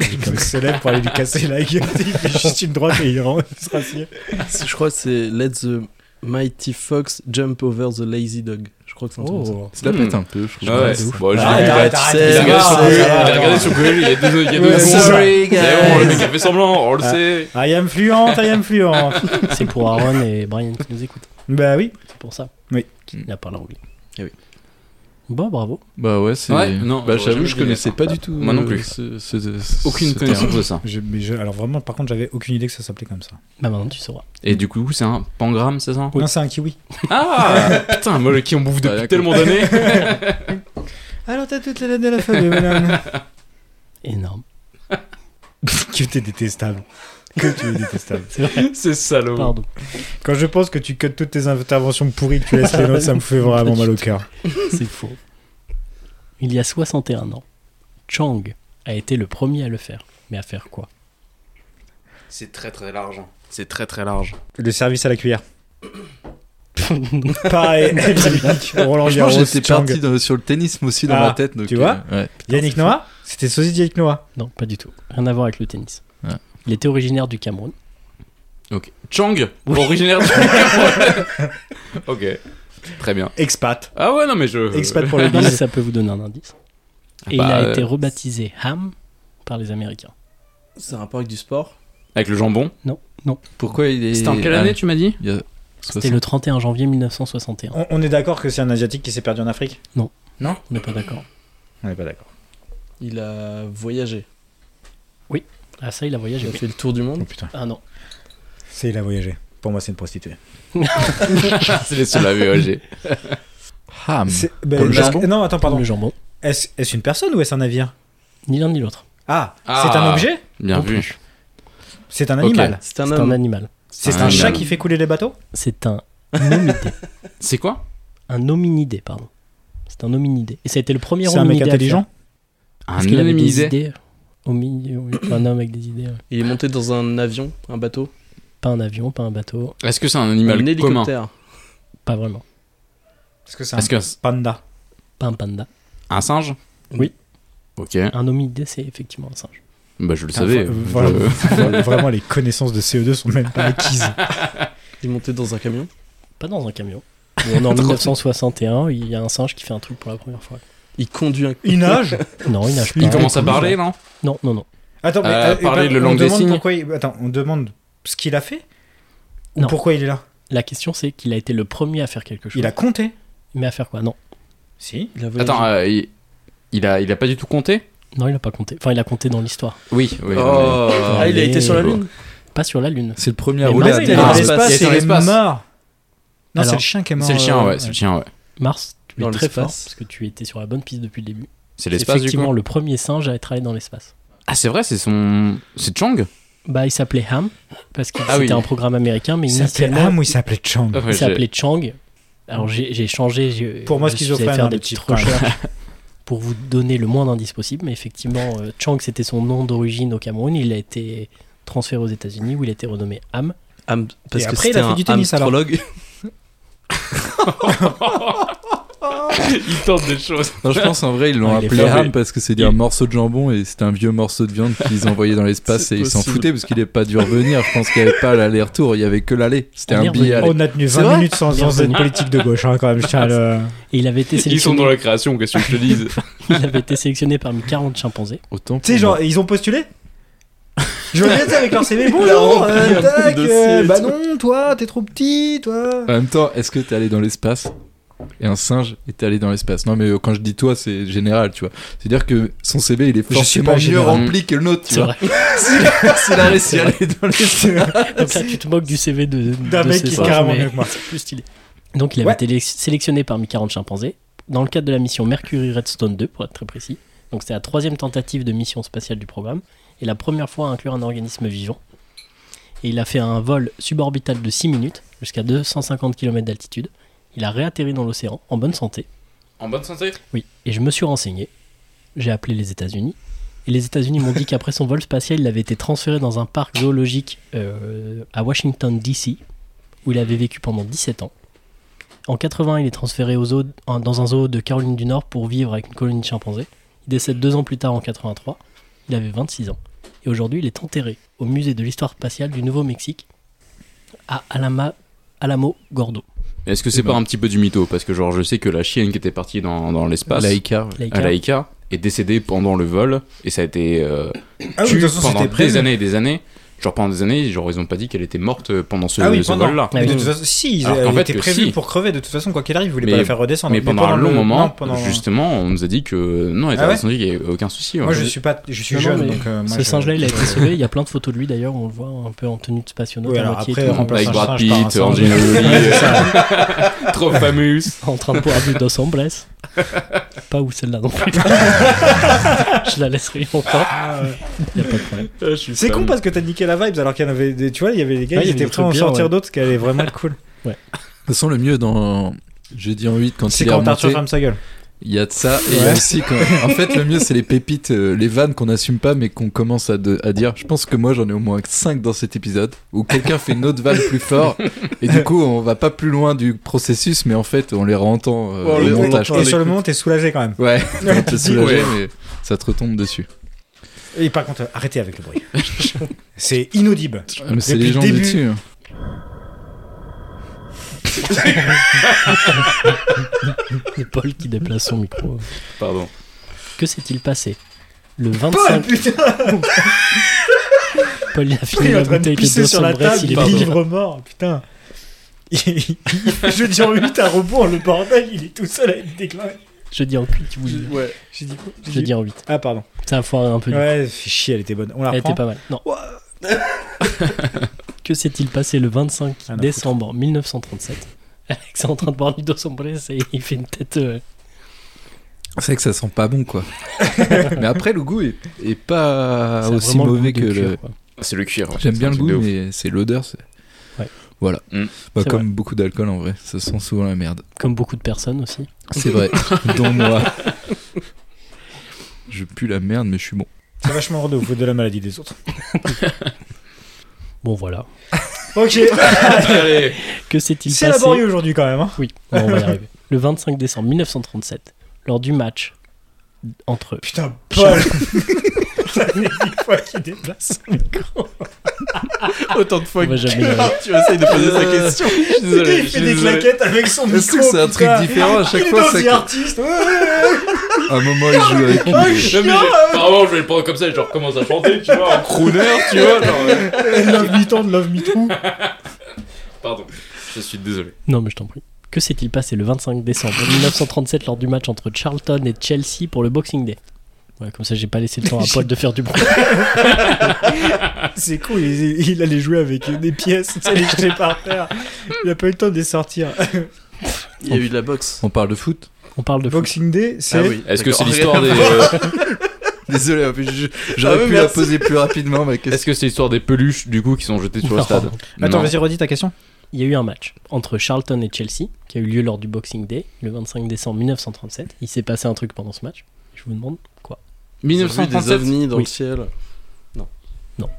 Speaker 10: Il est comme célèbre pour aller lui casser la gueule. Il fait juste une droite et il rentre, il se rassied.
Speaker 9: C'est- Je crois que c'est Let the Mighty Fox Jump Over the Lazy Dog. Je crois que c'est un truc comme ça.
Speaker 7: Oh.
Speaker 8: Ça pète un peu, je trouve.
Speaker 3: Ah ouais. Bon,
Speaker 9: Ah,
Speaker 3: je l'ai
Speaker 10: Arrête,
Speaker 3: vu.
Speaker 10: arrête,
Speaker 9: tu
Speaker 10: arrête,
Speaker 9: sais,
Speaker 3: Il a
Speaker 10: ça
Speaker 3: regardé
Speaker 10: va,
Speaker 3: sur Google,
Speaker 10: ça va,
Speaker 3: il a
Speaker 10: ça va.
Speaker 3: regardé sur Google, il y a deux, il y a deux
Speaker 10: Ouais,
Speaker 3: secondes.
Speaker 10: sorry,
Speaker 3: C'est bon, le
Speaker 10: guys.
Speaker 3: mec a fait semblant, on le
Speaker 10: Ah.
Speaker 3: sait.
Speaker 10: I am fluente, I am fluente.
Speaker 7: C'est pour Aaron et Brian qui nous écoutent.
Speaker 10: bah oui.
Speaker 7: C'est pour ça.
Speaker 10: Oui.
Speaker 7: Il n'a pas l'anglais.
Speaker 9: Eh oui.
Speaker 7: Bon, bravo.
Speaker 8: Bah ouais, c'est.
Speaker 3: Ouais, non,
Speaker 8: bah,
Speaker 3: j'aurais
Speaker 8: j'avoue,
Speaker 3: jamais
Speaker 8: je
Speaker 3: deviné
Speaker 8: connaissais
Speaker 3: ça.
Speaker 8: pas du tout.
Speaker 3: Moi non plus.
Speaker 8: ce- ce- ce-
Speaker 3: Aucune
Speaker 8: ce
Speaker 3: connaissance
Speaker 8: terme.
Speaker 3: de ça.
Speaker 10: Je- mais je- alors vraiment, par contre, j'avais aucune idée que ça s'appelait comme ça.
Speaker 7: Bah maintenant tu sauras.
Speaker 3: Et du coup, c'est un pangramme, c'est ça
Speaker 10: Non, c'est un kiwi.
Speaker 3: Ah Putain, moi, le qui on bouffe
Speaker 8: Ah,
Speaker 3: depuis
Speaker 8: d'accord.
Speaker 3: tellement d'années.
Speaker 10: Alors t'as toutes les lettres de la famille, madame.
Speaker 7: Énorme.
Speaker 10: que t'es détestable. Que tu es détestable.
Speaker 3: C'est salaud.
Speaker 7: Pardon.
Speaker 10: Quand je pense que tu cuts toutes tes interventions pourries que tu laisses les notes, ça me fait vraiment mal au cœur.
Speaker 7: C'est faux. Il y a 61 ans, Chang a été le premier à le faire. Mais à faire quoi
Speaker 3: C'est très très large. hein. C'est très très large.
Speaker 10: Le service à la cuillère. Pareil, Roland
Speaker 8: Franchement,
Speaker 10: Garros,
Speaker 8: j'étais
Speaker 10: Chang.
Speaker 8: parti dans- sur le tennis moi aussi dans
Speaker 10: Ah,
Speaker 8: ma tête. donc,
Speaker 10: tu vois
Speaker 8: euh, ouais.
Speaker 10: Yannick Noah C'était Sosie Yannick Noah.
Speaker 7: Non, pas du tout. Rien à voir avec le tennis.
Speaker 8: Ouais.
Speaker 7: Il était originaire du Cameroun.
Speaker 3: Ok. Chang, originaire du Cameroun. Ok. Très bien.
Speaker 10: Expat.
Speaker 3: Ah ouais, non, mais je.
Speaker 10: Expat pour le
Speaker 7: Non, mais
Speaker 10: bise.
Speaker 7: ça peut vous donner un indice. Et
Speaker 3: Bah,
Speaker 7: il a
Speaker 3: euh,
Speaker 7: été rebaptisé Ham par les Américains.
Speaker 9: C'est un rapport avec du sport.
Speaker 3: Avec le jambon. Euh,
Speaker 8: Pourquoi il est.
Speaker 3: C'était en quelle
Speaker 8: Ah,
Speaker 3: année, tu m'as dit
Speaker 8: il y a
Speaker 7: C'était le 31 janvier 1961.
Speaker 10: On, on est d'accord que c'est un Asiatique qui s'est perdu en Afrique
Speaker 7: On n'est pas d'accord.
Speaker 10: On n'est pas d'accord.
Speaker 9: Il a voyagé.
Speaker 7: Ah ça, il a voyagé.
Speaker 9: Il a
Speaker 7: oui.
Speaker 9: fait le tour du monde.
Speaker 10: Oh putain.
Speaker 7: Ah non.
Speaker 10: C'est il a voyagé. Pour moi, c'est une prostituée.
Speaker 3: C'est les seuls à VOG.
Speaker 8: Ham.
Speaker 10: C'est- bah,
Speaker 8: Comme le
Speaker 10: parce que-
Speaker 8: jambon
Speaker 10: Non, attends,
Speaker 7: Comme
Speaker 10: pardon.
Speaker 7: le jambon.
Speaker 10: Est-ce est-ce une personne ou est-ce un navire
Speaker 7: Ni l'un ni l'autre.
Speaker 10: Ah,
Speaker 3: Ah.
Speaker 10: c'est un objet
Speaker 3: Bien
Speaker 7: Non
Speaker 3: vu.
Speaker 7: plus.
Speaker 10: C'est un
Speaker 3: Ok.
Speaker 10: animal
Speaker 9: C'est un
Speaker 7: C'est un
Speaker 9: homme.
Speaker 7: animal.
Speaker 10: C'est
Speaker 3: un
Speaker 10: un, chat
Speaker 3: animal.
Speaker 10: qui fait couler les bateaux
Speaker 7: C'est un hominidé.
Speaker 3: C'est quoi
Speaker 7: un hominidé, pardon. C'est un hominidé. Et ça a été le premier
Speaker 10: C'est un mec
Speaker 7: hominidé à le faire.
Speaker 10: intelligent
Speaker 3: Un
Speaker 7: Parce qu'il avait des
Speaker 3: hominisé.
Speaker 7: idées. Homini- oui, un homme avec des idées. ouais.
Speaker 9: Il est monté dans un avion, un bateau,
Speaker 7: Pas un avion, pas un bateau.
Speaker 3: Est-ce que c'est un
Speaker 9: un
Speaker 3: animal commun
Speaker 9: hélicoptère.
Speaker 7: Pas vraiment.
Speaker 10: Est-ce que c'est un
Speaker 3: Est-ce que
Speaker 10: panda
Speaker 7: Pas un panda.
Speaker 3: un singe
Speaker 7: Oui.
Speaker 3: Ok.
Speaker 7: Un hominidé, c'est effectivement un singe.
Speaker 3: Bah, je le savais.
Speaker 10: Enfin, voilà.
Speaker 3: Je-
Speaker 10: Vra- Vraiment, les connaissances de CE2 sont même pas acquises.
Speaker 9: Il est monté dans un camion.
Speaker 7: Pas dans un camion. Mais on est en 1961, il y a un singe qui fait un truc pour la première fois.
Speaker 9: Il conduit un.
Speaker 10: Il nage
Speaker 7: Non, il nage pas.
Speaker 3: Il commence à parler, non
Speaker 7: Non, non, non.
Speaker 10: Attends, mais,
Speaker 3: Euh,
Speaker 10: euh,
Speaker 3: parler
Speaker 10: bah,
Speaker 3: le
Speaker 10: on
Speaker 3: langue des
Speaker 10: demande
Speaker 3: signes.
Speaker 10: pourquoi il- Attends, on demande ce qu'il a fait Ou
Speaker 7: Non.
Speaker 10: pourquoi il est là
Speaker 7: La question, c'est qu'il a été le premier à faire quelque chose.
Speaker 10: Il a compté
Speaker 7: Mais à faire quoi Non.
Speaker 10: Si.
Speaker 9: Il a voyagé.
Speaker 3: Attends, euh, il... il a, il a pas du tout compté
Speaker 7: Non, il a pas compté. Enfin, il a compté dans l'histoire.
Speaker 3: Oui, oui. non,
Speaker 8: Oh.
Speaker 9: Ah, il a été sur la lune.
Speaker 7: Pas sur la Lune.
Speaker 8: C'est le premier
Speaker 7: Mais
Speaker 8: à
Speaker 7: non,
Speaker 8: rouler
Speaker 7: Ah, mais
Speaker 8: à
Speaker 10: il est
Speaker 3: dans
Speaker 10: dans
Speaker 8: terre.
Speaker 3: l'espace,
Speaker 10: l'espace
Speaker 3: il est
Speaker 10: et
Speaker 3: dans
Speaker 10: il est
Speaker 3: l'espace.
Speaker 10: mort Non,
Speaker 7: Alors,
Speaker 10: c'est le chien qui est
Speaker 3: mais-
Speaker 10: mort.
Speaker 3: C'est le chien,
Speaker 10: euh,
Speaker 3: ouais, c'est le chien, ouais.
Speaker 7: Mars, tu es
Speaker 9: Dans
Speaker 7: très fort
Speaker 9: l'espace.
Speaker 7: parce que tu étais sur la bonne piste depuis le début.
Speaker 3: C'est
Speaker 7: C'est
Speaker 3: l'espace du
Speaker 7: effectivement
Speaker 3: coup.
Speaker 7: le premier singe à être allé dans l'espace.
Speaker 3: Ah, c'est vrai, c'est son. C'est Chang
Speaker 7: Bah, il s'appelait Ham, parce que
Speaker 3: Ah
Speaker 7: c'était
Speaker 3: oui.
Speaker 7: un programme américain, mais
Speaker 10: Il s'appelait
Speaker 7: initialement,
Speaker 10: Ham ou il s'appelait Chang
Speaker 3: Ah ouais,
Speaker 7: il
Speaker 3: j'ai-
Speaker 7: s'appelait Chang. Alors, j'ai j'ai changé. j'ai-
Speaker 10: Pour moi,
Speaker 7: je suis allé
Speaker 10: schizophrène,
Speaker 7: faire
Speaker 10: hein,
Speaker 7: des
Speaker 10: le
Speaker 7: petites
Speaker 10: titre, quand même.
Speaker 7: recherches pour vous donner le moins d'indices possible, mais effectivement, euh, Chang, c'était son nom d'origine au Cameroun. Il a été transféré aux États-Unis, où il a été renommé Ham.
Speaker 9: Ham- parce
Speaker 10: Et
Speaker 9: que
Speaker 10: après, il
Speaker 9: c'était
Speaker 10: a fait
Speaker 9: un
Speaker 10: du tennis, alors.
Speaker 9: hamstrologue.
Speaker 3: Il tente des choses.
Speaker 8: Non, je pense en vrai, ils l'ont
Speaker 7: Ah, il est
Speaker 8: appelé
Speaker 3: fermé.
Speaker 8: Ham parce que c'est un
Speaker 3: Il-
Speaker 8: morceau de jambon et c'était un vieux morceau de viande qu'ils envoyaient dans l'espace
Speaker 9: C'est
Speaker 8: et ils s'en
Speaker 9: possible.
Speaker 8: foutaient parce qu'il n'est pas dû revenir. Je pense qu'il n'y avait pas l'aller-retour, il n'y avait que l'aller. C'était
Speaker 7: On est
Speaker 8: un billet aller.
Speaker 10: On a tenu
Speaker 7: C'est
Speaker 10: 20
Speaker 7: vrai
Speaker 10: minutes sans, sans
Speaker 7: Bienvenue.
Speaker 10: être politique de gauche, hein, quand même. Je tiens à le...
Speaker 7: Et il avait été
Speaker 3: Ils sont
Speaker 7: sélectionné,
Speaker 3: dans la création, qu'est-ce que je te dise
Speaker 7: il avait été sélectionné parmi 40 chimpanzés.
Speaker 8: Autant.
Speaker 10: Tu sais,
Speaker 8: pour
Speaker 10: genre,
Speaker 8: moi.
Speaker 10: ils ont postulé Je reviens tu sais, avec leur CV. Bonjour, euh, tac, euh, bah non, toi, t'es trop petit, toi.
Speaker 8: En même temps, est-ce que t'es allé dans l'espace et un singe est allé dans l'espace Non, mais euh, quand je dis toi, c'est général, tu vois. C'est-à-dire que son CV, il est
Speaker 10: Je suis
Speaker 8: forcément
Speaker 10: pas
Speaker 8: mieux
Speaker 10: général.
Speaker 8: rempli que le nôtre, tu
Speaker 7: C'est
Speaker 8: vois.
Speaker 7: vrai.
Speaker 8: S'il a réussi à aller dans l'espace.
Speaker 7: Donc là, tu te moques du CV de, de
Speaker 10: D'un mec
Speaker 7: ce
Speaker 10: qui est
Speaker 7: singe,
Speaker 10: carrément
Speaker 7: mais
Speaker 10: mieux que moi.
Speaker 7: c'est plus stylé. Donc il avait
Speaker 10: Ouais.
Speaker 7: été sélectionné parmi 40 chimpanzés dans le cadre de la mission Mercury Redstone 2, pour être très précis. Donc c'était la troisième tentative de mission spatiale du programme et la première fois à inclure un organisme vivant. Et il a fait un vol suborbital de 6 minutes jusqu'à 250 km d'altitude. Il a réatterri dans l'océan en bonne santé.
Speaker 3: En bonne santé
Speaker 7: Oui, et je me suis renseigné. J'ai appelé les États-Unis. Et les États-Unis m'ont dit qu'après son vol spatial, il avait été transféré dans un parc zoologique euh, à Washington, D.C., où il avait vécu pendant 17 ans. En 80, il est transféré au zoo, en- dans un zoo de Caroline du Nord pour vivre avec une colonie de chimpanzés. Il décède deux ans plus tard, en 83. Il avait 26 ans. Et aujourd'hui, il est enterré au musée de l'histoire spatiale du Nouveau-Mexique, à Alama- Alamo Gordo.
Speaker 3: Est-ce que c'est pas un petit peu du mytho Parce que, genre, je sais que la chienne qui était partie dans, dans l'espace,
Speaker 8: Laïka, ouais.
Speaker 7: Laïka.
Speaker 3: à Laïka, est décédée pendant le vol et ça a été euh,
Speaker 10: Ah
Speaker 3: tue pendant des années et des années. Genre, pendant des années, genre, ils ont pas dit qu'elle était morte euh, pendant ce,
Speaker 10: Ah oui,
Speaker 3: ce
Speaker 10: pendant.
Speaker 3: vol-là.
Speaker 10: Mais de toute façon, si, ils
Speaker 3: Alors qu'en
Speaker 10: avaient
Speaker 3: fait,
Speaker 10: été
Speaker 3: que
Speaker 10: prévus
Speaker 3: si.
Speaker 10: pour crever, de toute façon, quoi qu'il arrive, ils voulaient
Speaker 3: Mais-
Speaker 10: pas la faire redescendre.
Speaker 3: Mais pendant un
Speaker 10: le-
Speaker 3: long moment,
Speaker 10: non, pendant-
Speaker 3: justement, on nous a dit que non, elle était
Speaker 10: Ah ouais
Speaker 3: descendue, qu'il n'y avait aucun souci. hein. ouais.
Speaker 10: Moi, je suis pas, je suis
Speaker 7: Non, non,
Speaker 10: jeune,
Speaker 7: mais
Speaker 10: donc. euh, moi,
Speaker 7: Ce
Speaker 10: je-
Speaker 7: singe-là, il a été sauvé. Il y a plein de photos de lui d'ailleurs, où on le voit un peu en tenue de spationaute.
Speaker 10: Oui,
Speaker 7: à
Speaker 10: alors
Speaker 7: moitié
Speaker 10: après,
Speaker 7: et tout.
Speaker 10: on remplace
Speaker 3: Avec
Speaker 10: un
Speaker 3: Brad
Speaker 10: singe par un
Speaker 3: Pitt,
Speaker 10: singe.
Speaker 3: Angelina Jolie. euh,
Speaker 10: Ouais, c'est ça.
Speaker 3: Trop fameux.
Speaker 7: en train de boire du Dos Hombres. Pas où celle-là non plus. je la laisserai longtemps.
Speaker 10: Ah,
Speaker 7: Il a pas de problème.
Speaker 10: C'est con parce que t'as niqué la vibe alors qu'il y en avait des, tu vois, il y avait des gars
Speaker 7: Ouais, il
Speaker 10: qui
Speaker 7: y avait
Speaker 10: étaient
Speaker 7: des
Speaker 10: prêts à en
Speaker 7: trucs bien,
Speaker 10: sortir
Speaker 7: ouais.
Speaker 10: d'autres, ce qui allait vraiment être cool.
Speaker 8: De toute façon, le mieux dans. J'ai dit en 8 quand
Speaker 10: C'est
Speaker 8: il est
Speaker 10: quand Arthur
Speaker 8: remonté,
Speaker 10: ferme sa gueule.
Speaker 8: il y a de ça et il y a
Speaker 10: Ouais.
Speaker 8: aussi quand... en fait le mieux c'est les pépites, euh, les vannes qu'on n'assume pas mais qu'on commence à, de- à dire. Je pense que moi j'en ai au moins 5 dans cet épisode où quelqu'un fait une autre vanne plus fort et du coup on va pas plus loin du processus mais en fait on les entend
Speaker 9: Ouais, on
Speaker 8: au
Speaker 9: les- on
Speaker 8: Oh, montage.
Speaker 9: l'entend. Ouais,
Speaker 10: Et sur le
Speaker 9: écoute.
Speaker 10: moment, t'es soulagé quand même.
Speaker 8: Ouais,
Speaker 10: Ouais,
Speaker 8: t'es
Speaker 10: tu dis,
Speaker 8: soulagé
Speaker 10: ouais.
Speaker 8: mais ça te retombe dessus.
Speaker 10: Et par contre, euh, arrêtez avec le bruit. C'est inaudible.
Speaker 8: Ah, mais c'est
Speaker 10: Depuis
Speaker 8: les
Speaker 10: le
Speaker 8: gens
Speaker 10: début.
Speaker 8: dessus. hein.
Speaker 7: Et Paul qui déplace son micro.
Speaker 3: Pardon.
Speaker 7: Que s'est-il passé Le 25.
Speaker 10: putain,
Speaker 7: Paul il a fini
Speaker 10: il est
Speaker 7: la
Speaker 10: en train de
Speaker 7: bouteille de
Speaker 10: pisser
Speaker 7: Dos
Speaker 10: sur la
Speaker 7: Hombres.
Speaker 10: table,
Speaker 7: Il
Speaker 10: il
Speaker 7: est mort.
Speaker 10: livre mort, putain. Je dis en 8 à rebours, le bordel, il est tout seul à être déclaré.
Speaker 7: Je dis en 8. vous dites.
Speaker 10: Ouais, j'ai dit quoi J'ai
Speaker 7: Je
Speaker 10: dit-
Speaker 7: dis en 8.
Speaker 10: Ah, pardon.
Speaker 7: Ça a foiré un peu. du
Speaker 10: Ouais, fait chier, elle était bonne. On la
Speaker 7: Elle était
Speaker 10: reprend.
Speaker 7: pas mal. Non. que s'est-il passé le 25
Speaker 10: Rien à
Speaker 7: décembre 1937 Alex est en train de boire du dos sombré et il fait une tête. euh,
Speaker 8: C'est vrai que ça sent pas bon quoi. mais après le goût est, est pas
Speaker 7: ça
Speaker 8: Ah,
Speaker 7: a
Speaker 8: aussi
Speaker 7: vraiment le
Speaker 8: mauvais
Speaker 7: goût
Speaker 8: que
Speaker 7: de
Speaker 8: le.
Speaker 7: cuir, quoi.
Speaker 3: C'est le cuir. ouais.
Speaker 8: J'aime
Speaker 3: C'est
Speaker 8: bien
Speaker 3: un
Speaker 8: le
Speaker 3: truc de
Speaker 8: goût,
Speaker 3: ouf.
Speaker 8: mais c'est l'odeur. c'est-
Speaker 7: Ouais.
Speaker 8: Voilà.
Speaker 3: Mm.
Speaker 8: Bah,
Speaker 7: C'est
Speaker 8: comme beaucoup d'alcool en vrai, ça sent souvent la merde.
Speaker 7: Comme beaucoup de personnes aussi.
Speaker 8: C'est vrai, dont moi. Je pue la merde, mais je suis bon.
Speaker 10: C'est vachement heureux de vous foutre de la maladie des autres.
Speaker 7: Bon voilà.
Speaker 10: Ok,
Speaker 3: Allez.
Speaker 7: Que s'est-il
Speaker 10: c'est
Speaker 7: passé
Speaker 10: laborieux aujourd'hui quand même. hein.
Speaker 7: Oui, on va y arriver. Le 25 décembre 1937, lors du match entre
Speaker 10: Putain, Paul Putain, mais des fois qu'il déplace.
Speaker 9: Autant de fois
Speaker 7: On
Speaker 9: que
Speaker 7: va jamais y arriver.
Speaker 9: tu essayes de
Speaker 10: Euh,
Speaker 9: poser sa question.
Speaker 3: Je suis
Speaker 10: Le gars,
Speaker 3: désolé, je
Speaker 10: il
Speaker 3: suis
Speaker 10: fait des
Speaker 3: désolé.
Speaker 10: claquettes avec son micro.
Speaker 8: Est-ce que c'est un truc
Speaker 10: putain.
Speaker 8: différent à
Speaker 10: Il
Speaker 8: chaque
Speaker 10: est
Speaker 8: fois
Speaker 10: dans
Speaker 8: c'est
Speaker 10: The Artist. Ouais.
Speaker 8: un moment il joue avec
Speaker 10: Ah,
Speaker 8: une-
Speaker 10: chiant,
Speaker 3: Non, mais j'ai- Apparemment, je vais le prendre comme ça et je recommence à chanter, tu vois, en crooner, tu vois. genre, euh,
Speaker 10: euh, Love Me Tend, Love Me True.
Speaker 3: Pardon, je suis désolé.
Speaker 7: Non mais je t'en prie. Que s'est-il passé le 25 décembre 1937 lors du match entre Charlton et Chelsea pour le Boxing Day Ouais, comme ça j'ai pas laissé le temps à Paul de faire du bruit.
Speaker 10: C'est cool, il, il allait jouer avec des pièces, tu sais, les jeter par terre. Il a pas eu le temps de les sortir.
Speaker 9: Il y a eu de la boxe.
Speaker 8: On parle de foot
Speaker 7: On parle de foot.
Speaker 10: Boxing Day, c'est.
Speaker 9: Ah oui,
Speaker 3: Est-ce que
Speaker 9: d'accord.
Speaker 3: c'est l'histoire des. euh,
Speaker 8: Désolé, en fait, je- j'aurais
Speaker 9: Ah ouais,
Speaker 8: pu la
Speaker 9: merci.
Speaker 8: poser plus rapidement, mais
Speaker 3: Est-ce que c'est l'histoire des peluches du coup qui sont jetées sur le
Speaker 7: Non.
Speaker 3: stade
Speaker 10: Attends,
Speaker 3: Non.
Speaker 10: vas-y, redis ta question.
Speaker 7: Il y a eu un match entre Charlton et Chelsea qui a eu lieu lors du Boxing Day le 25 décembre 1937. Il s'est passé un truc pendant ce match. Je vous demande quoi
Speaker 9: Ils ont vu des
Speaker 3: 1937
Speaker 9: ovnis dans
Speaker 7: Oui.
Speaker 9: le ciel.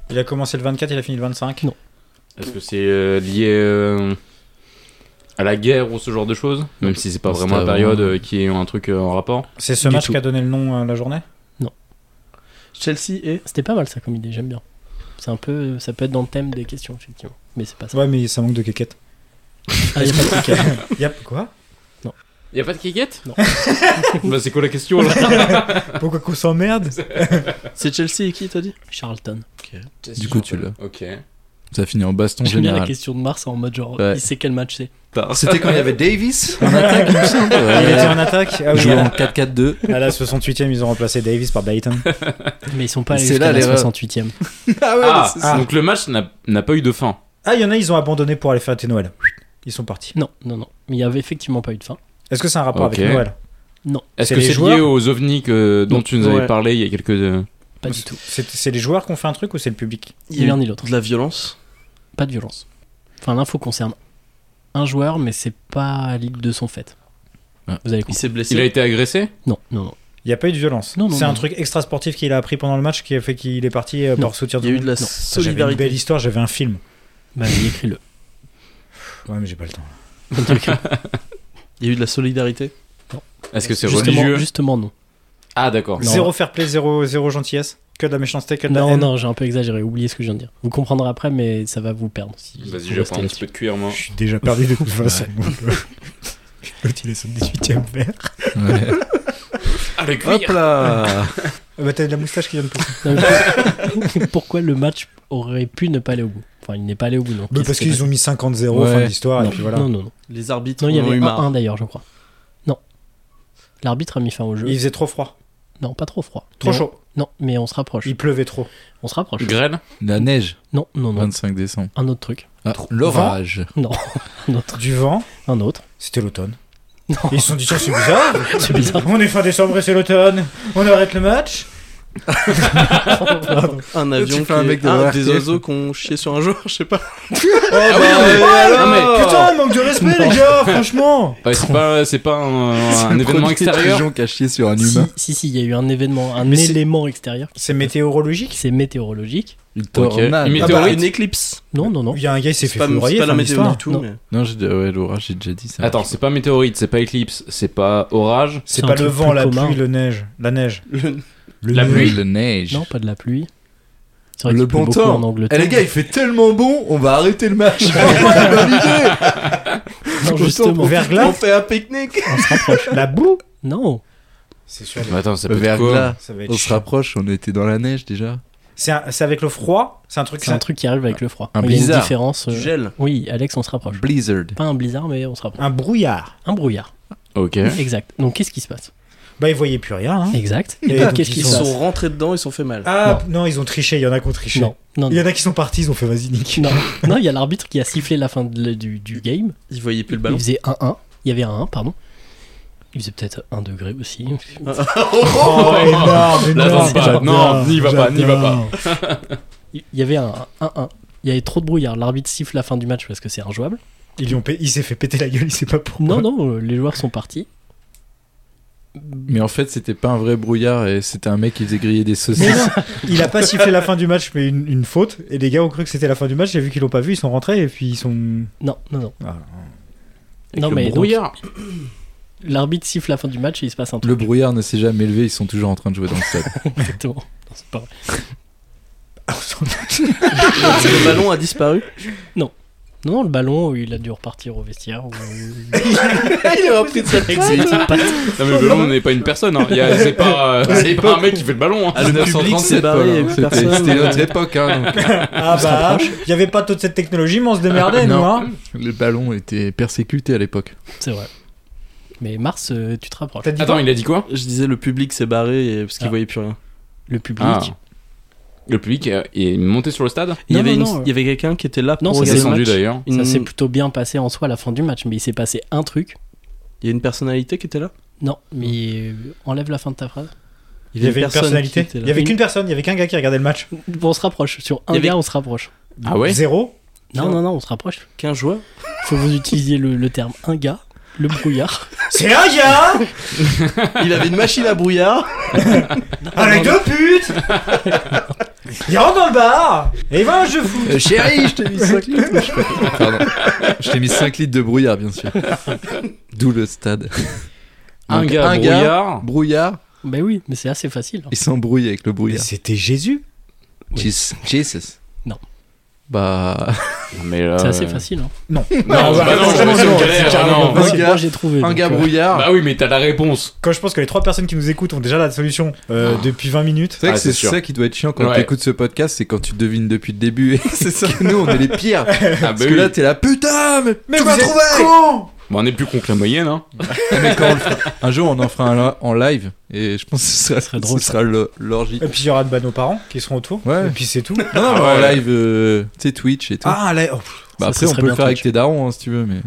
Speaker 10: Il a commencé le 24, il a fini le 25.
Speaker 7: Non.
Speaker 3: Est-ce que c'est euh, lié euh, à la guerre ou ce genre de choses Même si c'est pas
Speaker 8: C'était
Speaker 3: vraiment la
Speaker 8: avant.
Speaker 3: période euh, qui est un truc euh, en rapport.
Speaker 10: C'est ce
Speaker 7: Du
Speaker 10: match
Speaker 7: tout.
Speaker 10: qui a donné le nom à la journée
Speaker 9: Chelsea et
Speaker 7: C'était pas mal ça comme idée, j'aime bien. C'est un peu, ça peut être dans le thème des questions effectivement, mais c'est pas ça.
Speaker 10: Ouais, mais ça manque de quéquette.
Speaker 7: Ah, y a pas de truc, hein.
Speaker 10: Yep. Quoi
Speaker 3: Y a pas de kékette
Speaker 7: Non.
Speaker 3: bah c'est quoi la question là
Speaker 10: Pourquoi qu'on s'emmerde
Speaker 9: c'est Chelsea et qui t'as dit
Speaker 7: Charlton.
Speaker 8: Du coup, tu l'as.
Speaker 3: Ok.
Speaker 8: ça finit en baston
Speaker 7: J'aime bien la
Speaker 8: général.
Speaker 7: question de Mars en mode genre,
Speaker 8: Ouais.
Speaker 7: il sait quel match c'est.
Speaker 8: C'était quand il y avait Davis en attaque, il me semble.
Speaker 10: Il était
Speaker 8: Ouais.
Speaker 10: en attaque Ah oui,
Speaker 8: Joué
Speaker 10: à
Speaker 8: en
Speaker 10: la-
Speaker 8: 4-4-2.
Speaker 10: à la 68ème, ils ont remplacé Davis par Dayton.
Speaker 7: Mais ils sont pas allés
Speaker 8: C'est
Speaker 7: jusqu'à
Speaker 8: là
Speaker 7: la
Speaker 8: l'erreur.
Speaker 7: 68e.
Speaker 8: Ah
Speaker 3: Ah,
Speaker 8: c'est-
Speaker 3: donc le match n'a n'a pas eu de fin.
Speaker 10: Ah, il y en a, ils ont abandonné pour aller faire tes Noël. Ils sont partis.
Speaker 7: Non, non, non. Mais il y avait effectivement pas eu de fin.
Speaker 10: Est-ce que c'est un rapport
Speaker 3: Ok.
Speaker 10: avec Noël
Speaker 3: Est-ce
Speaker 10: C'est
Speaker 3: que
Speaker 10: les
Speaker 3: c'est lié
Speaker 10: joueurs
Speaker 3: aux ovnis que, dont tu nous avais
Speaker 9: Ouais.
Speaker 3: parlé il y a quelques. euh,
Speaker 7: Pas du tout.
Speaker 10: C'est c'est les joueurs qui ont fait un truc ou c'est le public
Speaker 9: Il
Speaker 7: Ni l'un ni l'autre.
Speaker 9: De la violence.
Speaker 7: Pas de violence. Enfin, l'info concerne un joueur, mais c'est pas libre de son fait.
Speaker 8: Ah.
Speaker 7: Vous allez
Speaker 9: Il
Speaker 7: comprendre.
Speaker 9: s'est blessé.
Speaker 3: Il a été agressé
Speaker 7: Non, non, non.
Speaker 10: Il n'y a pas eu de violence.
Speaker 7: Non, non,
Speaker 10: C'est
Speaker 7: non.
Speaker 10: un truc extra-sportif qu'il a appris pendant le match qui a fait qu'il est parti euh,
Speaker 7: Non.
Speaker 10: pour soutien
Speaker 9: Il y a eu de la
Speaker 7: Non.
Speaker 10: J'avais une belle
Speaker 9: solidarité.
Speaker 10: histoire, j'avais un film.
Speaker 7: Bah, vas-y, écris-le.
Speaker 10: Ouais, mais j'ai pas le temps.
Speaker 9: Il y a eu de la solidarité.
Speaker 3: Est-ce que c'est
Speaker 7: justement,
Speaker 3: religieux
Speaker 7: justement, non.
Speaker 3: Ah, d'accord.
Speaker 7: Non.
Speaker 10: Zéro fair play, zéro, zéro gentillesse, que de la méchanceté, que de la
Speaker 7: Non,
Speaker 10: haine.
Speaker 7: non, j'ai un peu exagéré. Oubliez ce que je viens de dire. Vous comprendrez après, mais ça va vous perdre. si vous
Speaker 3: Vas-y, je vais
Speaker 7: restez
Speaker 3: prendre un
Speaker 7: là-dessus.
Speaker 3: petit peu de cuir, moi.
Speaker 10: Je suis déjà perdu de toute façon. euh, L'autre, il est son 18ème vert.
Speaker 8: Ouais.
Speaker 3: Ah, le cuir
Speaker 8: Hop là
Speaker 7: Ah
Speaker 10: Bah, t'as de la moustache qui vient de pousser.
Speaker 7: Non, mais pour- Pourquoi le match aurait pu ne pas aller au bout Enfin, il n'est pas allé au bout, non.
Speaker 10: Bah, parce qu'ils ont mis 50-0, fin de
Speaker 8: Ouais.
Speaker 10: l'histoire, et
Speaker 7: Non,
Speaker 10: puis voilà.
Speaker 7: non, non, non.
Speaker 9: Les arbitres
Speaker 7: Non, il y
Speaker 9: en ont
Speaker 7: avait
Speaker 9: eu
Speaker 7: un,
Speaker 9: marre.
Speaker 7: un d'ailleurs, je crois. Non. L'arbitre a mis fin au jeu.
Speaker 10: Il faisait trop froid,
Speaker 7: Non, pas trop froid.
Speaker 10: trop
Speaker 7: Mais on-
Speaker 10: chaud.
Speaker 7: Non, mais on se rapproche.
Speaker 10: Il pleuvait trop.
Speaker 7: On se rapproche.
Speaker 3: Grêle
Speaker 8: La neige,
Speaker 7: Non, non, non.
Speaker 8: 25 décembre.
Speaker 7: Un autre truc.
Speaker 8: Ah, L'orage.
Speaker 7: Un autre.
Speaker 10: Du vent,
Speaker 7: Un autre.
Speaker 10: c'était l'automne.
Speaker 7: Non.
Speaker 10: Et Ils se sont dit, tiens, c'est bizarre.
Speaker 7: C'est bizarre.
Speaker 10: On est fin décembre et c'est l'automne. On arrête le match.
Speaker 9: Un
Speaker 8: Tu
Speaker 9: avion
Speaker 8: fais un
Speaker 9: qui-
Speaker 8: mec de
Speaker 9: ah,
Speaker 8: RTF.
Speaker 9: des oiseaux qui ont chié sur un joueur, je sais pas.
Speaker 8: Eh
Speaker 10: ah
Speaker 8: ben,
Speaker 3: oui, non, mais- non, mais-
Speaker 7: Oh.
Speaker 10: Putain, manque de respect, les gars, franchement.
Speaker 3: Ouais, c'est pas, c'est pas un,
Speaker 8: C'est
Speaker 3: un
Speaker 8: le
Speaker 3: événement
Speaker 8: premier
Speaker 3: extérieur
Speaker 8: pigeon qui a chié sur un
Speaker 7: Si,
Speaker 8: humain.
Speaker 7: si, si, il y a eu un événement, un
Speaker 10: Mais c'est-
Speaker 7: élément extérieur qui
Speaker 10: C'est météorologique.
Speaker 7: c'est météorologique.
Speaker 8: Une
Speaker 3: Une
Speaker 8: tornade.
Speaker 9: Ah bah,
Speaker 3: météorite
Speaker 9: une éclipse.
Speaker 7: Non, non, non.
Speaker 10: Il y a un gars, il s'est fait
Speaker 9: pas,
Speaker 10: foudroyer.
Speaker 9: c'est pas la
Speaker 10: fin
Speaker 9: météo
Speaker 10: d'histoire.
Speaker 9: du tout.
Speaker 7: Non.
Speaker 9: mais-
Speaker 8: Non, j'ai- ouais, l'orage, j'ai déjà dit ça.
Speaker 3: Attends, c'est pas météorite, c'est pas éclipse, c'est pas orage.
Speaker 10: C'est
Speaker 7: C'est
Speaker 10: pas
Speaker 7: un
Speaker 10: le
Speaker 7: truc
Speaker 10: vent,
Speaker 7: plus
Speaker 10: la
Speaker 7: commun.
Speaker 10: pluie, le neige. La neige.
Speaker 9: Le-
Speaker 3: La pluie.
Speaker 8: Le neige.
Speaker 7: Non, pas de la pluie. C'est vrai
Speaker 8: Le
Speaker 7: qu'il pleut
Speaker 8: bon
Speaker 7: beaucoup
Speaker 8: temps.
Speaker 7: en
Speaker 8: Eh
Speaker 7: Angleterre.
Speaker 8: les gars, il fait tellement bon, on va arrêter le match. Bonne idée.
Speaker 7: non, justement.
Speaker 10: Verglas.
Speaker 9: On fait un pique-nique.
Speaker 10: La boue.
Speaker 7: Non.
Speaker 10: C'est sûr.
Speaker 3: Mais attends, ça peut être quoi
Speaker 8: Verglas.
Speaker 10: Ça va être
Speaker 8: Bah, On se
Speaker 10: chiant.
Speaker 8: rapproche, on était dans la neige déjà.
Speaker 10: C'est un- c'est avec le froid. C'est un truc.
Speaker 7: C'est un truc qui arrive avec le froid.
Speaker 8: Un
Speaker 7: il y a une
Speaker 8: blizzard.
Speaker 7: différence. euh,
Speaker 9: Du gel.
Speaker 7: Oui, Alex, on se rapproche.
Speaker 8: Blizzard.
Speaker 7: Pas un blizzard, mais on se rapproche.
Speaker 10: Un brouillard.
Speaker 7: Un brouillard.
Speaker 3: Ok.
Speaker 7: Exact. Donc, qu'est-ce qui se passe
Speaker 10: Bah, ils voyaient plus rien. hein.
Speaker 7: Exact.
Speaker 10: Et
Speaker 7: Et
Speaker 10: donc,
Speaker 7: qu'est-ce qui
Speaker 9: Ils
Speaker 7: se
Speaker 9: sont
Speaker 7: passe
Speaker 9: rentrés dedans, ils sont fait mal.
Speaker 10: Ah non, ils ont triché. Il y en a qui ont triché.
Speaker 7: Non, non,
Speaker 10: Il y
Speaker 7: non.
Speaker 10: en a qui sont partis. Ils ont fait vas-y nique.
Speaker 7: Non, Non, il y a l'arbitre qui a sifflé la fin de- du, du game.
Speaker 9: Ils voyaient plus le ballon.
Speaker 7: Il faisait 1-1. Il y avait un 1, pardon. Il faisait peut-être 1 degré aussi.
Speaker 10: Oh, énorme,
Speaker 3: Là,
Speaker 10: énorme,
Speaker 3: non, pas.
Speaker 10: j'adore,
Speaker 3: Non, n'y va pas, n'y va pas.
Speaker 10: j'adore.
Speaker 7: Il y avait un 1-1. Il y avait trop de brouillard. L'arbitre siffle la fin du match parce que c'est injouable.
Speaker 10: Ils lui ont payé- il s'est fait péter la gueule, il sait pas pourquoi.
Speaker 7: Non, non, euh, les joueurs sont partis.
Speaker 8: Mais en fait, c'était pas un vrai brouillard et c'était un mec qui faisait griller des
Speaker 10: Mais
Speaker 8: saucisses.
Speaker 10: non, il a pas sifflé la fin du match, mais une, une faute. Et les gars ont cru que c'était la fin du match. J'ai vu qu'ils l'ont pas vu, ils sont rentrés et puis ils sont.
Speaker 7: Non, non, non.
Speaker 10: Ah,
Speaker 7: non,
Speaker 3: Le
Speaker 7: mais donc,
Speaker 3: brouillard.
Speaker 7: l'arbitre siffle la fin du match et il se passe un truc.
Speaker 8: Le brouillard ne s'est jamais levé, ils sont toujours en train de jouer dans le stade.
Speaker 7: Exactement. Non, c'est pas vrai.
Speaker 9: Le ballon a disparu.
Speaker 7: Non, non, le ballon, il a dû repartir au vestiaire. ou- euh,
Speaker 9: Il a repris de sa tête.
Speaker 7: Exit. Pas-
Speaker 3: Non, mais le ballon n'est pas une personne. Hein. Il y a- C'est pas, euh, c'est pas un mec qui fait le ballon. hein.
Speaker 9: Ah, le public s'est barré, il y a plus
Speaker 8: hein. C'était
Speaker 9: personne.
Speaker 8: c'était notre époque. hein, donc,
Speaker 10: Ah bah, il y avait pas toute cette technologie, mais on se démerdait,
Speaker 8: Ah, Non.
Speaker 10: nous. Hein.
Speaker 8: le ballon était persécuté à l'époque.
Speaker 7: C'est vrai. Mais Mars, euh, tu te rapproches.
Speaker 10: T'as dit
Speaker 3: Attends,
Speaker 10: quoi
Speaker 3: il a dit quoi
Speaker 9: Je disais le public s'est barré et- parce qu'il
Speaker 7: Ah.
Speaker 9: voyait plus rien.
Speaker 7: Le public.
Speaker 3: Ah. Le public euh, est monté sur le stade.
Speaker 9: Il y
Speaker 7: Non,
Speaker 9: avait,
Speaker 7: non,
Speaker 9: une-
Speaker 7: non.
Speaker 9: il y avait quelqu'un qui était là pour
Speaker 7: Non, ça
Speaker 3: C'est
Speaker 7: s'est
Speaker 9: regarder le
Speaker 3: descendu
Speaker 9: match.
Speaker 3: d'ailleurs.
Speaker 9: Une-
Speaker 7: Ça s'est plutôt bien passé en soi à la fin du match, mais il s'est passé un truc.
Speaker 9: Il y a une personnalité qui était là.
Speaker 7: Non, mais euh, enlève la fin de ta phrase.
Speaker 10: Il y avait une
Speaker 9: personne
Speaker 10: personnalité.
Speaker 9: qui était
Speaker 10: Il
Speaker 9: là.
Speaker 10: y avait
Speaker 9: Une-
Speaker 10: qu'une personne, il y avait qu'un gars qui regardait le match.
Speaker 7: Bon, on se rapproche. Sur un
Speaker 9: Il y avait-
Speaker 7: gars, on se rapproche.
Speaker 3: Ah ouais
Speaker 10: Zéro.
Speaker 7: Non, non, non, on se rapproche.
Speaker 9: Qu'un joueur
Speaker 7: Faut que vous utilisiez le, le terme un gars, le brouillard.
Speaker 10: C'est un gars
Speaker 9: Il avait une machine à brouillard.
Speaker 10: Avec deux putes Il rentre dans le bar Et il va à un jeu de
Speaker 8: Euh,
Speaker 10: foot
Speaker 9: chérie, je t'ai mis ça.
Speaker 8: Pardon. Je t'ai mis 5 litres de brouillard, bien sûr. D'où le stade.
Speaker 3: Un
Speaker 8: Donc,
Speaker 3: gars
Speaker 8: un gars-
Speaker 3: brouillard.
Speaker 8: Brouillard,
Speaker 7: Ben oui, mais c'est assez facile.
Speaker 8: il s'embrouille avec le brouillard.
Speaker 10: C'était Jésus
Speaker 8: Jesus. Jesus.
Speaker 7: Non.
Speaker 8: Bah.
Speaker 3: Mais là,
Speaker 7: C'est assez
Speaker 3: euh,
Speaker 7: facile. hein.
Speaker 3: Non,
Speaker 10: bah,
Speaker 3: bah non,
Speaker 10: non,
Speaker 3: c'est
Speaker 10: non,
Speaker 3: une
Speaker 10: non,
Speaker 3: galère,
Speaker 10: c'est carrément
Speaker 3: non.
Speaker 10: pas
Speaker 8: Un
Speaker 7: Moi, c'est-
Speaker 8: gars-
Speaker 7: moi, j'ai trouvé.
Speaker 8: Un
Speaker 7: donc,
Speaker 8: gars
Speaker 7: euh,
Speaker 8: brouillard.
Speaker 3: Bah oui, mais t'as la réponse.
Speaker 10: Quand je pense que les trois personnes qui nous écoutent ont déjà la solution euh, depuis 20 minutes.
Speaker 8: C'est vrai
Speaker 3: Ah,
Speaker 8: que c'est
Speaker 3: c'est sûr.
Speaker 8: ça qui doit être chiant quand
Speaker 3: Ouais.
Speaker 8: t'écoutes ce podcast, c'est quand tu devines depuis le début. Et c'est ça. que Nous, on est les pires.
Speaker 3: Ah
Speaker 8: Parce que là, t'es là, putain, mais, tu vas trouver
Speaker 3: Bah, on est plus con que la moyenne, hein.
Speaker 8: Un jour, on en fera un li- en live et je pense que ce sera,
Speaker 7: serait drôle,
Speaker 8: ce sera le- l'orgie.
Speaker 10: Et puis il y aura de bah, nos parents qui seront autour.
Speaker 8: Ouais.
Speaker 10: Et puis c'est tout.
Speaker 8: Non, non, mais
Speaker 3: Ah
Speaker 8: en
Speaker 3: ouais.
Speaker 8: live, euh, tu sais, Twitch et tout.
Speaker 10: Ah, là, oh, pff,
Speaker 8: bah,
Speaker 7: ça,
Speaker 8: après,
Speaker 7: ça
Speaker 8: on peut
Speaker 7: serait
Speaker 8: le
Speaker 7: bien
Speaker 8: faire avec
Speaker 7: Twitch.
Speaker 8: tes darons hein, si tu veux, mais.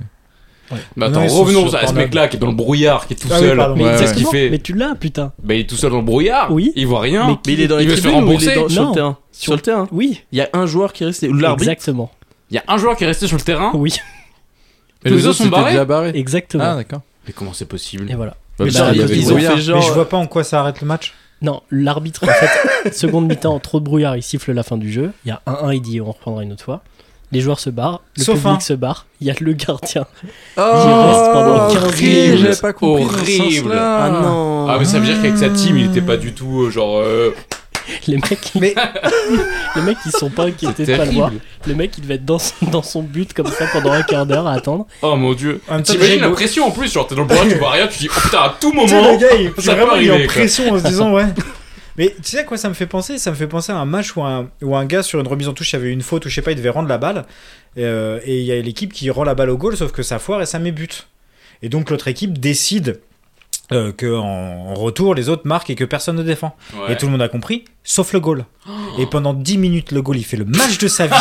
Speaker 3: Bah
Speaker 10: Non,
Speaker 3: attends,
Speaker 10: ils sont
Speaker 3: revenons
Speaker 10: sur
Speaker 3: à ce
Speaker 10: Pornhub.
Speaker 3: mec-là qui est dans le brouillard, qui est tout
Speaker 10: Ah oui,
Speaker 3: seul.
Speaker 10: pardon.
Speaker 7: Mais
Speaker 8: Ouais,
Speaker 3: qu'est-ce qu'il
Speaker 7: exactement,
Speaker 3: fait
Speaker 7: mais tu l'as, putain.
Speaker 3: Bah il est tout seul dans le brouillard.
Speaker 7: Oui.
Speaker 3: Il voit rien.
Speaker 7: Mais
Speaker 9: Mais il est dans les
Speaker 3: Il veut se
Speaker 9: tribunes ou il
Speaker 3: rembourser.
Speaker 9: est dans- sur
Speaker 7: Non.
Speaker 9: le terrain Sur le terrain
Speaker 7: Oui,
Speaker 9: Il y a un joueur qui est resté. Ou l'arbitre
Speaker 7: exactement.
Speaker 3: Il y a un joueur qui est resté sur le terrain.
Speaker 7: Oui,
Speaker 3: Mais les autres sont
Speaker 8: c'était
Speaker 3: barrés.
Speaker 8: déjà barrés.
Speaker 7: exactement.
Speaker 8: Ah, d'accord.
Speaker 3: Mais comment c'est
Speaker 7: Et
Speaker 3: possible
Speaker 7: voilà.
Speaker 8: Bah,
Speaker 7: Mais
Speaker 8: putain,
Speaker 7: bah,
Speaker 8: il y avait
Speaker 9: Ils ont
Speaker 8: brouillard.
Speaker 9: fait genre.
Speaker 10: Mais
Speaker 3: euh,
Speaker 10: je vois pas en quoi ça arrête le match.
Speaker 7: Non, l'arbitre, en fait, seconde mi-temps, trop de brouillard, il siffle la fin du jeu. Il y a 1-1, il dit on reprendra une autre fois. Les joueurs se barrent, le
Speaker 10: Sauf
Speaker 7: public
Speaker 10: un.
Speaker 7: se barre, il y a le gardien.
Speaker 8: Oh,
Speaker 7: pendant 15
Speaker 8: horrible,
Speaker 7: minutes.
Speaker 8: j'avais pas compris. dans ce
Speaker 3: Horrible.
Speaker 8: sens-là.
Speaker 9: Ah non
Speaker 3: Ah mais ça veut dire qu'avec sa team, il était pas du tout euh, genre. euh,
Speaker 7: Les mecs,
Speaker 10: Mais-
Speaker 7: les mecs ils sont pas inquiétés de pas le
Speaker 3: terrible.
Speaker 7: voir. Le mec, il devait être dans son, dans son but comme ça pendant un quart d'heure à attendre.
Speaker 3: Oh mon dieu.
Speaker 10: En même temps,
Speaker 3: T'imagines la
Speaker 10: le-
Speaker 3: pression en plus, genre t'es dans le brouillard, tu vois rien, tu dis oh putain à tout
Speaker 10: Tu sais,
Speaker 3: moment.
Speaker 10: le gars, il,
Speaker 3: ça peut
Speaker 10: vraiment, il
Speaker 3: arriver,
Speaker 10: est en
Speaker 3: quoi.
Speaker 10: pression en se disant, ouais. Mais tu sais à quoi ça me fait penser Ça me fait penser à un match où un, où un gars sur une remise en touche avait une faute ou je sais pas, il devait rendre la balle. Euh, et il y a l'équipe qui rend la balle au goal, sauf que ça foire et ça met but. Et donc l'autre équipe décide euh, que en- en retour, les autres marquent et que personne ne défend.
Speaker 3: Ouais.
Speaker 10: Et tout le monde a compris, sauf le goal. Et pendant 10 minutes, le goal, il fait le match de sa vie.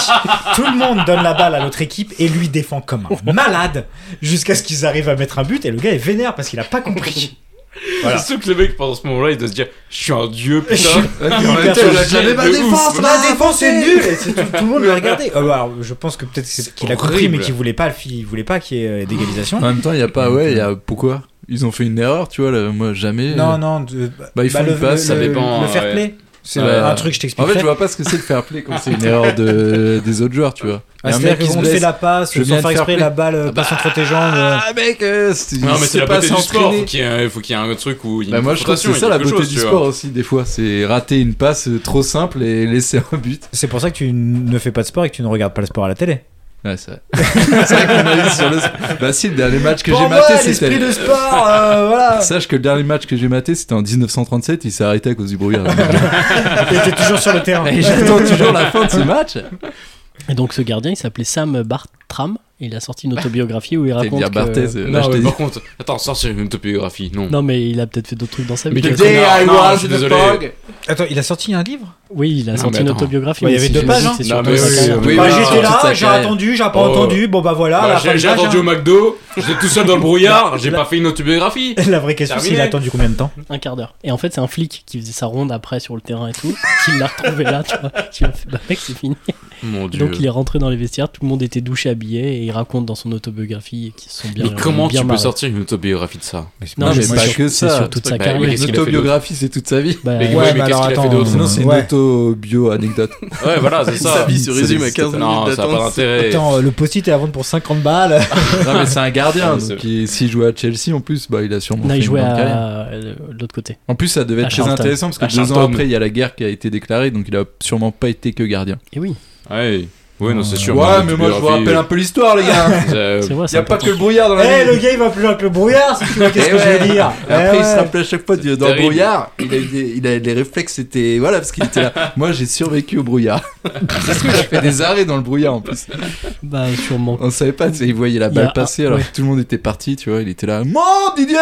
Speaker 10: tout le monde donne la balle à l'autre équipe et lui défend comme un malade jusqu'à ce qu'ils arrivent à mettre un but. Et le gars est vénère parce qu'il a pas compris. Voilà.
Speaker 3: C'est sûr que le mec pendant ce moment-là, il doit se dire je suis un dieu putain.
Speaker 8: Ouais, mais en
Speaker 10: Hyper
Speaker 8: même temps, il a
Speaker 3: fragile
Speaker 8: jamais ma
Speaker 3: de ouf.
Speaker 8: défense, là.
Speaker 10: La défense est nulle et c'est tout, tout le monde l'a regardé. Euh, Alors, je pense que peut-être c'est qu'il a compris,
Speaker 3: horrible.
Speaker 10: mais qu'il voulait pas, il voulait pas qu'il y ait euh, d'égalisation.
Speaker 8: En même temps, il y a pas, ouais, il y a pourquoi Ils ont fait une erreur, tu vois, là, moi jamais.
Speaker 10: Non, non. de-
Speaker 8: Bah, ils font
Speaker 10: le,
Speaker 8: une passe,
Speaker 10: le-
Speaker 8: ça
Speaker 10: le-
Speaker 3: dépend,
Speaker 10: Le fair
Speaker 3: ouais.
Speaker 10: play, c'est
Speaker 8: Ouais.
Speaker 10: un truc, je
Speaker 8: En
Speaker 10: t'expliquerai.
Speaker 8: fait, je vois pas ce que c'est le fair play quand c'est une erreur de, des autres joueurs, tu vois.
Speaker 10: Ah,
Speaker 8: Il y a un mec
Speaker 10: C'est-à-dire
Speaker 8: qui se
Speaker 10: qu'on te fait
Speaker 8: blesse.
Speaker 10: la passe,
Speaker 8: Je
Speaker 10: sans
Speaker 8: viens de
Speaker 10: faire
Speaker 8: faire
Speaker 10: exprès,
Speaker 8: play.
Speaker 10: la balle euh, passe entre tes jambes. euh.
Speaker 8: Ah, mec, euh, c'est-
Speaker 3: Non mais
Speaker 8: il
Speaker 3: c'est la
Speaker 8: sait pas
Speaker 3: beauté du sport,
Speaker 8: s'entraîner.
Speaker 3: faut qu'il y ait un- faut qu'il y ait un truc où il y a
Speaker 8: Bah,
Speaker 3: une
Speaker 8: moi, je trouve que
Speaker 3: confrontation,
Speaker 8: c'est ça
Speaker 3: il y a
Speaker 8: la
Speaker 3: quelque
Speaker 8: beauté
Speaker 3: chose,
Speaker 8: du
Speaker 3: tu vois.
Speaker 8: sport aussi, des fois. C'est rater une passe euh, trop simple et laisser un but.
Speaker 10: C'est pour ça que tu ne fais pas de sport et que tu ne regardes pas le sport à la télé.
Speaker 8: Ouais, c'est vrai. c'est vrai qu'on a eu sur le. Bah, si, le dernier match que j'ai maté, c'était.
Speaker 10: de sport, euh, voilà.
Speaker 8: Sache que le dernier match que j'ai maté, c'était en 1937, il s'est arrêté à cause du brouillard.
Speaker 10: Et t'es toujours sur le terrain.
Speaker 8: Et j'attends toujours la fin de ce match.
Speaker 7: Et donc, ce gardien, il s'appelait Sam Bartram. Et il a sorti une autobiographie où il
Speaker 8: T'es
Speaker 7: raconte.
Speaker 8: bien
Speaker 7: que-
Speaker 8: Barthez, euh, là,
Speaker 3: Non
Speaker 8: je
Speaker 3: mais
Speaker 8: t'ai dit.
Speaker 3: par contre, attends, sors sur une autobiographie, non.
Speaker 7: Non, mais il a peut-être fait d'autres trucs dans sa vie.
Speaker 3: Mais
Speaker 7: Peut-être-
Speaker 3: Non, non, je suis désolé.
Speaker 10: Attends, il a sorti un livre
Speaker 7: Oui, il a
Speaker 3: Non,
Speaker 7: sorti
Speaker 3: mais
Speaker 7: une
Speaker 3: attends.
Speaker 7: autobiographie.
Speaker 10: Ouais, il y
Speaker 7: mais
Speaker 10: avait
Speaker 7: si,
Speaker 10: deux
Speaker 7: j'imagine
Speaker 10: pages,
Speaker 7: que c'est
Speaker 3: hein.
Speaker 7: sur
Speaker 3: Non,
Speaker 7: toute
Speaker 3: mais
Speaker 7: sa
Speaker 3: oui,
Speaker 7: carrière.
Speaker 3: oui,
Speaker 10: Bah,
Speaker 3: oui,
Speaker 10: J'étais
Speaker 3: toute
Speaker 10: là,
Speaker 8: sa
Speaker 10: j'ai
Speaker 8: carrière.
Speaker 10: attendu, j'ai pas
Speaker 3: Oh.
Speaker 10: entendu. Bon bah voilà,
Speaker 3: Bah,
Speaker 10: la fin
Speaker 3: j'ai
Speaker 10: du
Speaker 3: j'ai
Speaker 10: match,
Speaker 3: attendu
Speaker 10: hein.
Speaker 3: au McDo, j'étais tout seul dans le brouillard, j'ai
Speaker 10: la-
Speaker 3: pas fait une autobiographie.
Speaker 10: La vraie question, c'est il a
Speaker 3: Terminé.
Speaker 10: attendu combien de temps
Speaker 7: Un quart d'heure. Et en fait, c'est un flic qui faisait sa ronde après sur le terrain et tout, qui l'a retrouvé là, tu vois. Tu vois, fait, bah mec, c'est fini.
Speaker 3: Mon dieu.
Speaker 7: Donc il est rentré dans les vestiaires, tout le monde était douché, habillé, et il raconte dans son autobiographie qu'ils se sont bien. euh,
Speaker 3: Mais comment
Speaker 7: bien
Speaker 3: tu peux
Speaker 7: marrés.
Speaker 3: sortir une autobiographie de ça
Speaker 8: Non, mais
Speaker 7: c'est
Speaker 8: pas
Speaker 7: sur-
Speaker 8: que
Speaker 7: c'est
Speaker 8: ça.
Speaker 7: sur toute sa
Speaker 3: Bah,
Speaker 7: carrière.
Speaker 3: oui, qu'est-ce
Speaker 8: Une
Speaker 3: qu'il a fait
Speaker 8: autobiographie, c'est toute sa vie.
Speaker 7: Bah,
Speaker 3: Mais
Speaker 7: ouais.
Speaker 3: ouais, mais qu'est-ce qu'il a fait d'autre
Speaker 8: Sinon, c'est une
Speaker 10: Oh, Ouais.
Speaker 8: auto-bio anecdote.
Speaker 3: Ouais, voilà, c'est
Speaker 9: Sa
Speaker 3: ça.
Speaker 9: vie se
Speaker 8: Ça
Speaker 9: résume à
Speaker 8: existe.
Speaker 9: 15 minutes
Speaker 3: Non, ça n'a pas
Speaker 9: d'attente.
Speaker 3: d'intérêt.
Speaker 10: Attends, euh, le post-it est à vendre pour 50 balles.
Speaker 8: Non, mais c'est un
Speaker 3: Ah,
Speaker 8: gardien.
Speaker 3: mais c'est
Speaker 8: donc il- Euh, s'il jouait à Chelsea, en plus, bah, il a sûrement.
Speaker 7: Non,
Speaker 8: fait
Speaker 7: il
Speaker 8: une
Speaker 7: jouait
Speaker 8: grande carrière.
Speaker 7: à euh, l'autre côté.
Speaker 8: En plus, ça devait
Speaker 7: à
Speaker 8: être très
Speaker 7: Charlton.
Speaker 8: intéressant parce que
Speaker 3: À
Speaker 8: deux ans
Speaker 3: Charlton.
Speaker 8: après, il y a la guerre qui a été déclarée, donc il a sûrement pas été que gardien.
Speaker 7: Et oui,
Speaker 3: Ouais, ouais, non, c'est sûr.
Speaker 8: ouais, mais moi, je vous rappelle un peu l'histoire, les gars.
Speaker 7: c'est vrai.
Speaker 8: Il y
Speaker 7: c'est
Speaker 8: a pas
Speaker 7: important.
Speaker 8: que le brouillard dans
Speaker 10: Eh,
Speaker 8: la vie.
Speaker 10: le gars, il va plus loin que le brouillard, si tu vois, qu'est-ce
Speaker 8: Eh
Speaker 10: que je
Speaker 8: ouais.
Speaker 10: veux dire
Speaker 8: Et Après,
Speaker 10: Eh
Speaker 8: il se
Speaker 10: ouais.
Speaker 8: rappelle à chaque fois du- dans le
Speaker 3: terrible.
Speaker 8: brouillard. Il a, eu des, il a eu des réflexes, c'était. Voilà, parce qu'il était là. Moi, j'ai survécu au brouillard. C'est ce que j'ai fait des arrêts dans le brouillard en plus.
Speaker 7: Bah, sûrement.
Speaker 8: On savait pas, tu sais, il voyait la
Speaker 7: Il y
Speaker 8: balle
Speaker 7: a-
Speaker 8: passer alors
Speaker 7: ouais.
Speaker 8: que tout le monde était parti, tu vois. Il était là. Mon Didier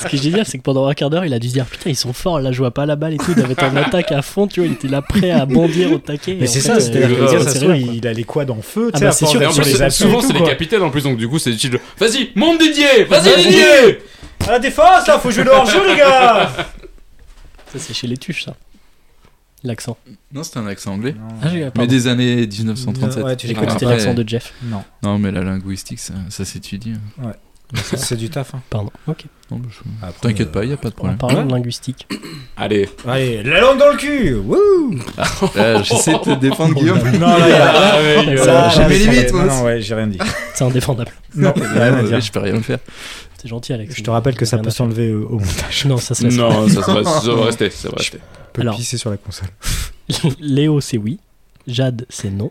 Speaker 7: Ce qui est génial, c'est que pendant un quart d'heure, il a dû se dire Putain, ils sont forts, là, je vois pas la balle et tout. Il avait été en attaque à fond, tu vois. Il était là prêt à bondir au taquet.
Speaker 10: Mais
Speaker 7: Et
Speaker 10: c'est
Speaker 7: en fait,
Speaker 10: ça, c'était
Speaker 7: euh,
Speaker 10: la
Speaker 3: grave.
Speaker 10: ça
Speaker 7: c'est
Speaker 10: se trouve,
Speaker 7: rien, quoi.
Speaker 10: il a les quoi dans le feu, tu
Speaker 7: Ah
Speaker 10: sais,
Speaker 7: bah,
Speaker 10: à
Speaker 7: c'est
Speaker 10: force
Speaker 7: sûr,
Speaker 3: Et en
Speaker 10: d'être sur
Speaker 3: plus,
Speaker 10: les
Speaker 3: c'est-
Speaker 10: appuis et
Speaker 3: souvent,
Speaker 10: tout,
Speaker 3: c'est les
Speaker 10: quoi.
Speaker 3: capitaines en plus, donc du coup, c'est Didier. Vas-y, monte Didier Vas-y, Didier
Speaker 10: Ah, hein, À la défense, là, faut jouer le hors-jeu, les gars
Speaker 7: Ça, c'est chez les tuches, ça. L'accent.
Speaker 8: Non, c'était un accent anglais.
Speaker 7: Ah, j'ai
Speaker 8: Mais
Speaker 7: pardon. euh,
Speaker 8: des années 1937.
Speaker 10: Ouais, tu
Speaker 7: J'ai
Speaker 10: dis
Speaker 7: cru que
Speaker 10: pas.
Speaker 7: c'était
Speaker 8: Après-
Speaker 7: l'accent de Jeff.
Speaker 10: Non,
Speaker 8: Non, mais la linguistique, ça, ça s'étudie. hein.
Speaker 10: c'est c'est du taf. hein.
Speaker 7: Pardon. Ok.
Speaker 8: Non, bah, je-
Speaker 10: Après,
Speaker 8: T'inquiète
Speaker 10: euh,
Speaker 8: pas, il a pas de
Speaker 7: En
Speaker 8: problème.
Speaker 7: parlant de linguistique.
Speaker 3: Allez,
Speaker 10: Allez, la langue dans le cul Wouh
Speaker 8: Euh, J'essaie de te défendre, Guillaume.
Speaker 10: Non, là, il y a-
Speaker 3: Ah,
Speaker 7: C'est
Speaker 10: Ça, là,
Speaker 8: j'ai mes
Speaker 10: c'est-
Speaker 8: limites, moi
Speaker 10: Non,
Speaker 8: aussi.
Speaker 10: non, ouais, j'ai rien dit.
Speaker 7: indéfendable.
Speaker 10: Non, j'ai rien à
Speaker 8: Ouais,
Speaker 10: dire.
Speaker 8: je peux rien le faire.
Speaker 7: C'est gentil, Alex.
Speaker 10: Je te rappelle que ça
Speaker 7: Rien
Speaker 10: peut
Speaker 7: à faire.
Speaker 10: s'enlever euh, au montage.
Speaker 7: Non, ça se laisse.
Speaker 3: non, ça, ça va, ça va rester, ça va rester.
Speaker 10: On peut
Speaker 7: Alors.
Speaker 10: pisser sur la console.
Speaker 7: Léo, c'est oui. Jade, c'est non.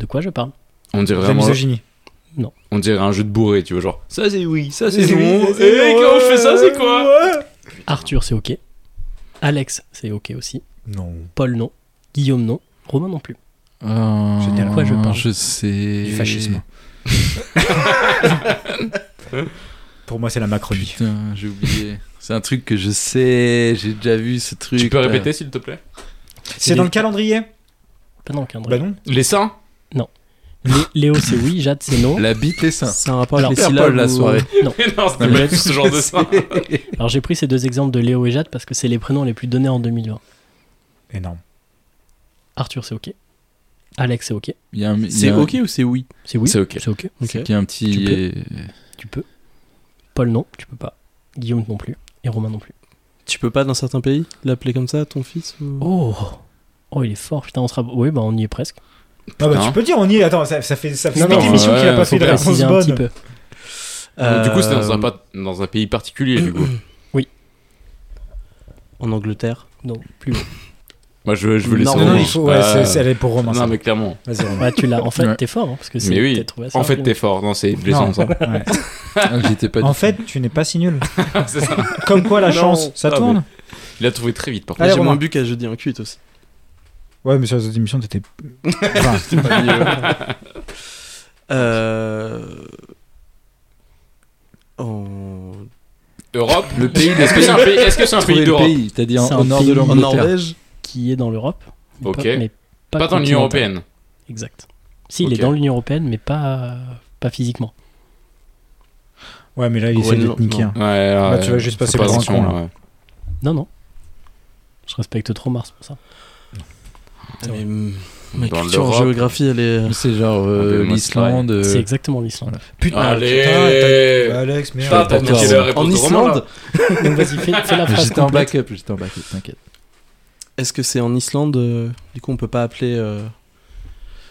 Speaker 7: De quoi je parle
Speaker 3: On dirait
Speaker 10: La
Speaker 3: vraiment,
Speaker 10: misogynie.
Speaker 3: on dirait un jeu de bourré, tu vois, genre ça c'est oui, ça c'est
Speaker 10: Oui,
Speaker 3: non,
Speaker 10: ça, c'est
Speaker 3: et
Speaker 10: non,
Speaker 3: quand je fais ça c'est
Speaker 10: euh,
Speaker 3: quoi
Speaker 10: ouais.
Speaker 7: Arthur, c'est ok. Alex, c'est ok aussi.
Speaker 10: Non.
Speaker 7: Paul, non. Guillaume, non. Romain, non plus.
Speaker 8: Euh,
Speaker 7: Je sais de quoi je parle.
Speaker 8: Je sais.
Speaker 10: Du fascisme. Pour moi, c'est la Macronie.
Speaker 8: Putain, j'ai oublié. C'est un truc que je sais, j'ai déjà vu ce truc.
Speaker 3: Tu peux
Speaker 8: là.
Speaker 3: répéter s'il te plaît
Speaker 10: C'est
Speaker 7: des-
Speaker 10: dans le calendrier
Speaker 7: Pas dans le calendrier.
Speaker 10: Bah non.
Speaker 3: Les seins
Speaker 7: Lé- Léo, c'est oui. Jade, c'est non.
Speaker 8: La bite, les seins.
Speaker 9: C'est un rapport
Speaker 7: Alors,
Speaker 9: avec les
Speaker 8: Père
Speaker 9: syllabes.
Speaker 8: Paul, la
Speaker 9: ou-
Speaker 8: soirée.
Speaker 7: euh, Non.
Speaker 3: Mais non, c'était pas ce genre de seins.
Speaker 7: Alors, j'ai pris ces deux exemples de Léo et Jade parce que c'est les prénoms les plus donnés en 2020.
Speaker 10: Énorme.
Speaker 7: Arthur, c'est ok. Alex, c'est ok.
Speaker 8: Il y a un- il y a
Speaker 9: C'est
Speaker 8: un-
Speaker 9: ok ou c'est oui
Speaker 7: C'est oui.
Speaker 3: C'est ok.
Speaker 7: C'est ok.
Speaker 8: Il y a un petit. euh,
Speaker 7: Tu Tu peux. Paul, non. Tu peux pas. Guillaume, non plus. Et Romain, non plus.
Speaker 9: Tu peux pas, dans certains pays, l'appeler comme ça, ton fils ou-
Speaker 7: Oh Oh, il est fort. Putain, on sera. Oui, bah, on y est presque.
Speaker 10: Ah bah,
Speaker 3: Putain.
Speaker 10: tu peux dire, on y est. Attends, ça, ça fait ça fait
Speaker 7: Non,
Speaker 10: cette
Speaker 7: non,
Speaker 10: émission qu'il a
Speaker 3: ouais,
Speaker 10: pas
Speaker 7: Faut
Speaker 10: fait de Ah, réponse
Speaker 7: préciser un petit
Speaker 10: bonne.
Speaker 7: peu.
Speaker 3: Du coup, c'était
Speaker 9: Euh,
Speaker 3: dans un, pas- dans un pays particulier, du coup.
Speaker 9: En Angleterre.
Speaker 7: Non, plus haut.
Speaker 3: Moi, je, je veux laisser
Speaker 10: Non,
Speaker 3: Romain.
Speaker 10: non, il faut. Ouais,
Speaker 3: Euh,
Speaker 10: c'est- c'est- elle est pour Romain. ça.
Speaker 3: Non, mais clairement.
Speaker 10: Vas-y, Romain.
Speaker 7: Ouais, tu l'as. En fait,
Speaker 8: Ouais.
Speaker 7: t'es fort, hein, parce que c'est.
Speaker 3: Mais oui,
Speaker 7: t'as trouvé ça
Speaker 3: en fait,
Speaker 7: rapidement.
Speaker 3: t'es fort. Non, c'est blessant, ça.
Speaker 10: Ouais.
Speaker 8: Ah, J'étais pas
Speaker 10: En
Speaker 8: du-
Speaker 10: fait, tu n'es pas si nul.
Speaker 3: C'est ça.
Speaker 10: Comme quoi, la
Speaker 3: Non.
Speaker 10: chance, ça
Speaker 3: Ah,
Speaker 10: tourne.
Speaker 3: Il a trouvé très vite, par
Speaker 10: Allez,
Speaker 9: Ah, J'ai
Speaker 10: Romain.
Speaker 9: moins bu qu'à jeudi en cuite aussi.
Speaker 10: Ouais, mais sur les autres émissions, t'étais. Enfin,
Speaker 9: Euh... En...
Speaker 3: Europe,
Speaker 8: Le pays,
Speaker 3: Est-ce que c'est un pays, est-ce que c'est un
Speaker 8: Trouver
Speaker 3: pays
Speaker 8: le
Speaker 3: d'Europe
Speaker 8: pays, t'as dit en-
Speaker 7: C'est
Speaker 8: au
Speaker 7: un
Speaker 8: nord de
Speaker 7: pays-
Speaker 9: en
Speaker 8: l'Angleterre.
Speaker 9: Norvège
Speaker 7: Qui est dans l'europe. mais
Speaker 3: Ok.
Speaker 7: Pas, mais pas
Speaker 3: Pas dans l'Union
Speaker 7: continentale.
Speaker 3: Européenne.
Speaker 7: Exact. Si, il
Speaker 3: Ok.
Speaker 7: est dans l'Union Européenne, mais pas, pas physiquement.
Speaker 10: Ouais, mais là, il essaie de te
Speaker 9: Groenland,
Speaker 10: niquer. hein.
Speaker 3: Ouais, là,
Speaker 10: tu vas juste passer
Speaker 3: faut
Speaker 10: pour un
Speaker 3: attention,
Speaker 10: con, là.
Speaker 3: ouais.
Speaker 7: Non, non. Je respecte trop Mars pour ça.
Speaker 9: Ah, mais, hum, Ma
Speaker 3: Dans
Speaker 9: culture en
Speaker 3: l'Europe.
Speaker 9: géographie, elle est...
Speaker 8: C'est genre euh,
Speaker 3: Appelle-moi
Speaker 8: l'Islande. euh,
Speaker 7: C'est exactement l'Islande.
Speaker 10: Putain,
Speaker 3: Allez
Speaker 10: putain, Bah, Alex, merde.
Speaker 3: Putain, t'as
Speaker 8: Attends,
Speaker 3: niqué la réponse
Speaker 9: en
Speaker 3: de Romain, là.
Speaker 9: Islande
Speaker 7: Donc vas-y, fais, fais la phrase
Speaker 8: J'étais en
Speaker 7: complète.
Speaker 8: backup, j'étais en backup, t'inquiète.
Speaker 9: Est-ce que c'est en Islande euh, Du coup, on peut pas appeler euh,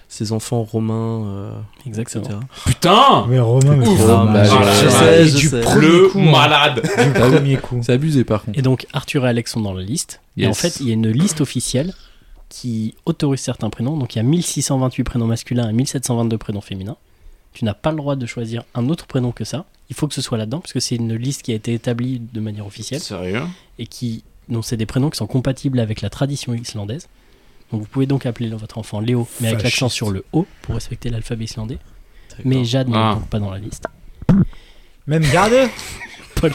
Speaker 9: ses enfants romains, euh,
Speaker 7: Exactement.
Speaker 9: etc.
Speaker 3: Putain
Speaker 10: Mais Romain, mais
Speaker 3: Ouf.
Speaker 10: trop
Speaker 8: Ah,
Speaker 10: mal.
Speaker 8: bah,
Speaker 9: je
Speaker 3: ouais.
Speaker 9: sais, je
Speaker 10: du
Speaker 9: sais.
Speaker 10: pro-
Speaker 3: Le
Speaker 10: Premier coup, hein.
Speaker 3: malade
Speaker 10: du premier coup.
Speaker 8: C'est abusé par contre.
Speaker 7: Et donc Arthur et Alex sont dans la liste. Et en
Speaker 8: Yes.
Speaker 7: fait, il y a une liste officielle qui autorise certains prénoms. Donc il y a 1628 prénoms masculins et 1722 prénoms féminins. Tu n'as pas le droit de choisir un autre prénom que ça. Il faut que ce soit là-dedans, parce que c'est une liste qui a été établie de manière officielle
Speaker 3: Sérieux
Speaker 7: et qui. Donc c'est des prénoms qui sont compatibles avec la tradition islandaise. Donc vous pouvez donc appeler votre enfant Léo, mais avec l'accent
Speaker 10: Fasciste.
Speaker 7: sur le O pour respecter l'alphabet islandais. Mais Jade n'est
Speaker 3: Ah.
Speaker 7: donc pas dans la liste.
Speaker 10: Même garde
Speaker 7: Paul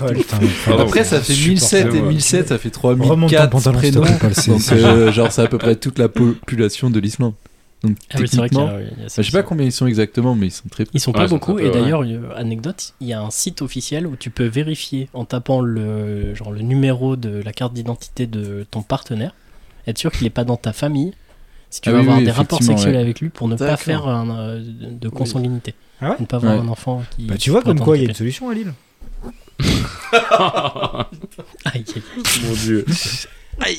Speaker 3: Ah
Speaker 8: Après, ça fait 1007 et
Speaker 3: ouais.
Speaker 8: 1007, ça fait
Speaker 10: Remonte ton
Speaker 8: 3004
Speaker 10: pantalon, s'il te
Speaker 8: prénoms.
Speaker 10: plaît, Paul, c'est-
Speaker 8: Donc,
Speaker 3: E.
Speaker 10: c'est-
Speaker 8: euh, genre, c'est à peu près toute la population de l'Islande. Donc,
Speaker 7: Ah oui, c'est vrai qu'il y
Speaker 8: techniquement, bah,
Speaker 7: a- il y
Speaker 8: je
Speaker 7: a
Speaker 8: sais pas combien ils sont exactement, mais ils sont très.
Speaker 7: Ils sont
Speaker 3: Ouais,
Speaker 7: pas
Speaker 3: ils sont
Speaker 7: beaucoup
Speaker 3: très
Speaker 7: et
Speaker 3: peu, ouais.
Speaker 7: d'ailleurs euh, anecdote, il y a un site officiel où tu peux vérifier en tapant le genre le numéro de la carte d'identité de ton partenaire, être sûr qu'il n'est pas dans ta famille. Si tu
Speaker 8: Ah
Speaker 7: veux
Speaker 8: oui,
Speaker 7: avoir
Speaker 8: oui,
Speaker 7: des rapports
Speaker 8: effectivement,
Speaker 7: sexuels
Speaker 8: ouais.
Speaker 7: avec lui pour ne pas
Speaker 9: D'accord.
Speaker 7: faire un, euh, de de consanguinité,
Speaker 10: Ah ouais
Speaker 7: ne pas avoir
Speaker 8: Ouais.
Speaker 7: un enfant qui.
Speaker 10: Bah, tu vois,
Speaker 7: qui
Speaker 10: comme
Speaker 7: pourrait
Speaker 10: quoi, il y a une
Speaker 7: t'handicaper.
Speaker 10: solution à Lille.
Speaker 7: Aïe, aïe, aïe.
Speaker 3: Mon dieu.
Speaker 7: Et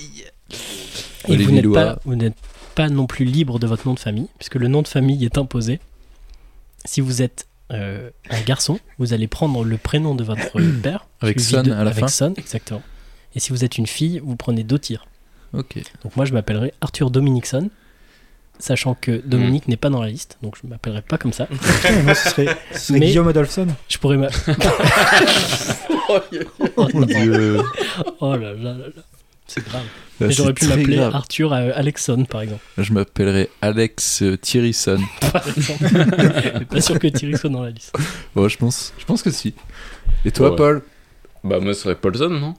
Speaker 8: Les
Speaker 7: vous n'êtes
Speaker 8: Lillois.
Speaker 7: pas, vous n'êtes pas non plus libre de votre nom de famille, puisque le nom de famille est imposé. Si vous êtes euh, un garçon, vous allez prendre le prénom de votre père.
Speaker 8: Avec
Speaker 7: suivi
Speaker 8: son
Speaker 7: de-
Speaker 8: à la
Speaker 7: avec
Speaker 8: fin.
Speaker 7: son, exactement. Et si vous êtes une fille, vous prenez deux tirs.
Speaker 8: Ok.
Speaker 7: Donc moi, je m'appellerai Arthur Dominickson, sachant que Dominique
Speaker 8: Mm.
Speaker 7: n'est pas dans la liste, donc je ne m'appellerai pas comme ça.
Speaker 10: Putain, moi, ce serait, ce serait
Speaker 7: Mais-
Speaker 10: Guillaume Adolphson.
Speaker 7: Je pourrais m'a-
Speaker 8: Mon dieu.
Speaker 7: Oh là là là là. C'est grave.
Speaker 8: Là,
Speaker 7: Mais J'aurais
Speaker 8: Bah, c'est
Speaker 7: pu
Speaker 8: très
Speaker 7: m'appeler
Speaker 8: grave.
Speaker 7: Arthur euh, Alexson, par exemple.
Speaker 8: Je m'appellerai Alex euh, Thierryson.
Speaker 7: Par exemple. pas sûr que Thierry soit dans la liste.
Speaker 8: Bon, Oh, je pense, je pense que si. Et toi,
Speaker 3: Ouais.
Speaker 8: Paul
Speaker 3: Bah, moi, ce serait Paulson, non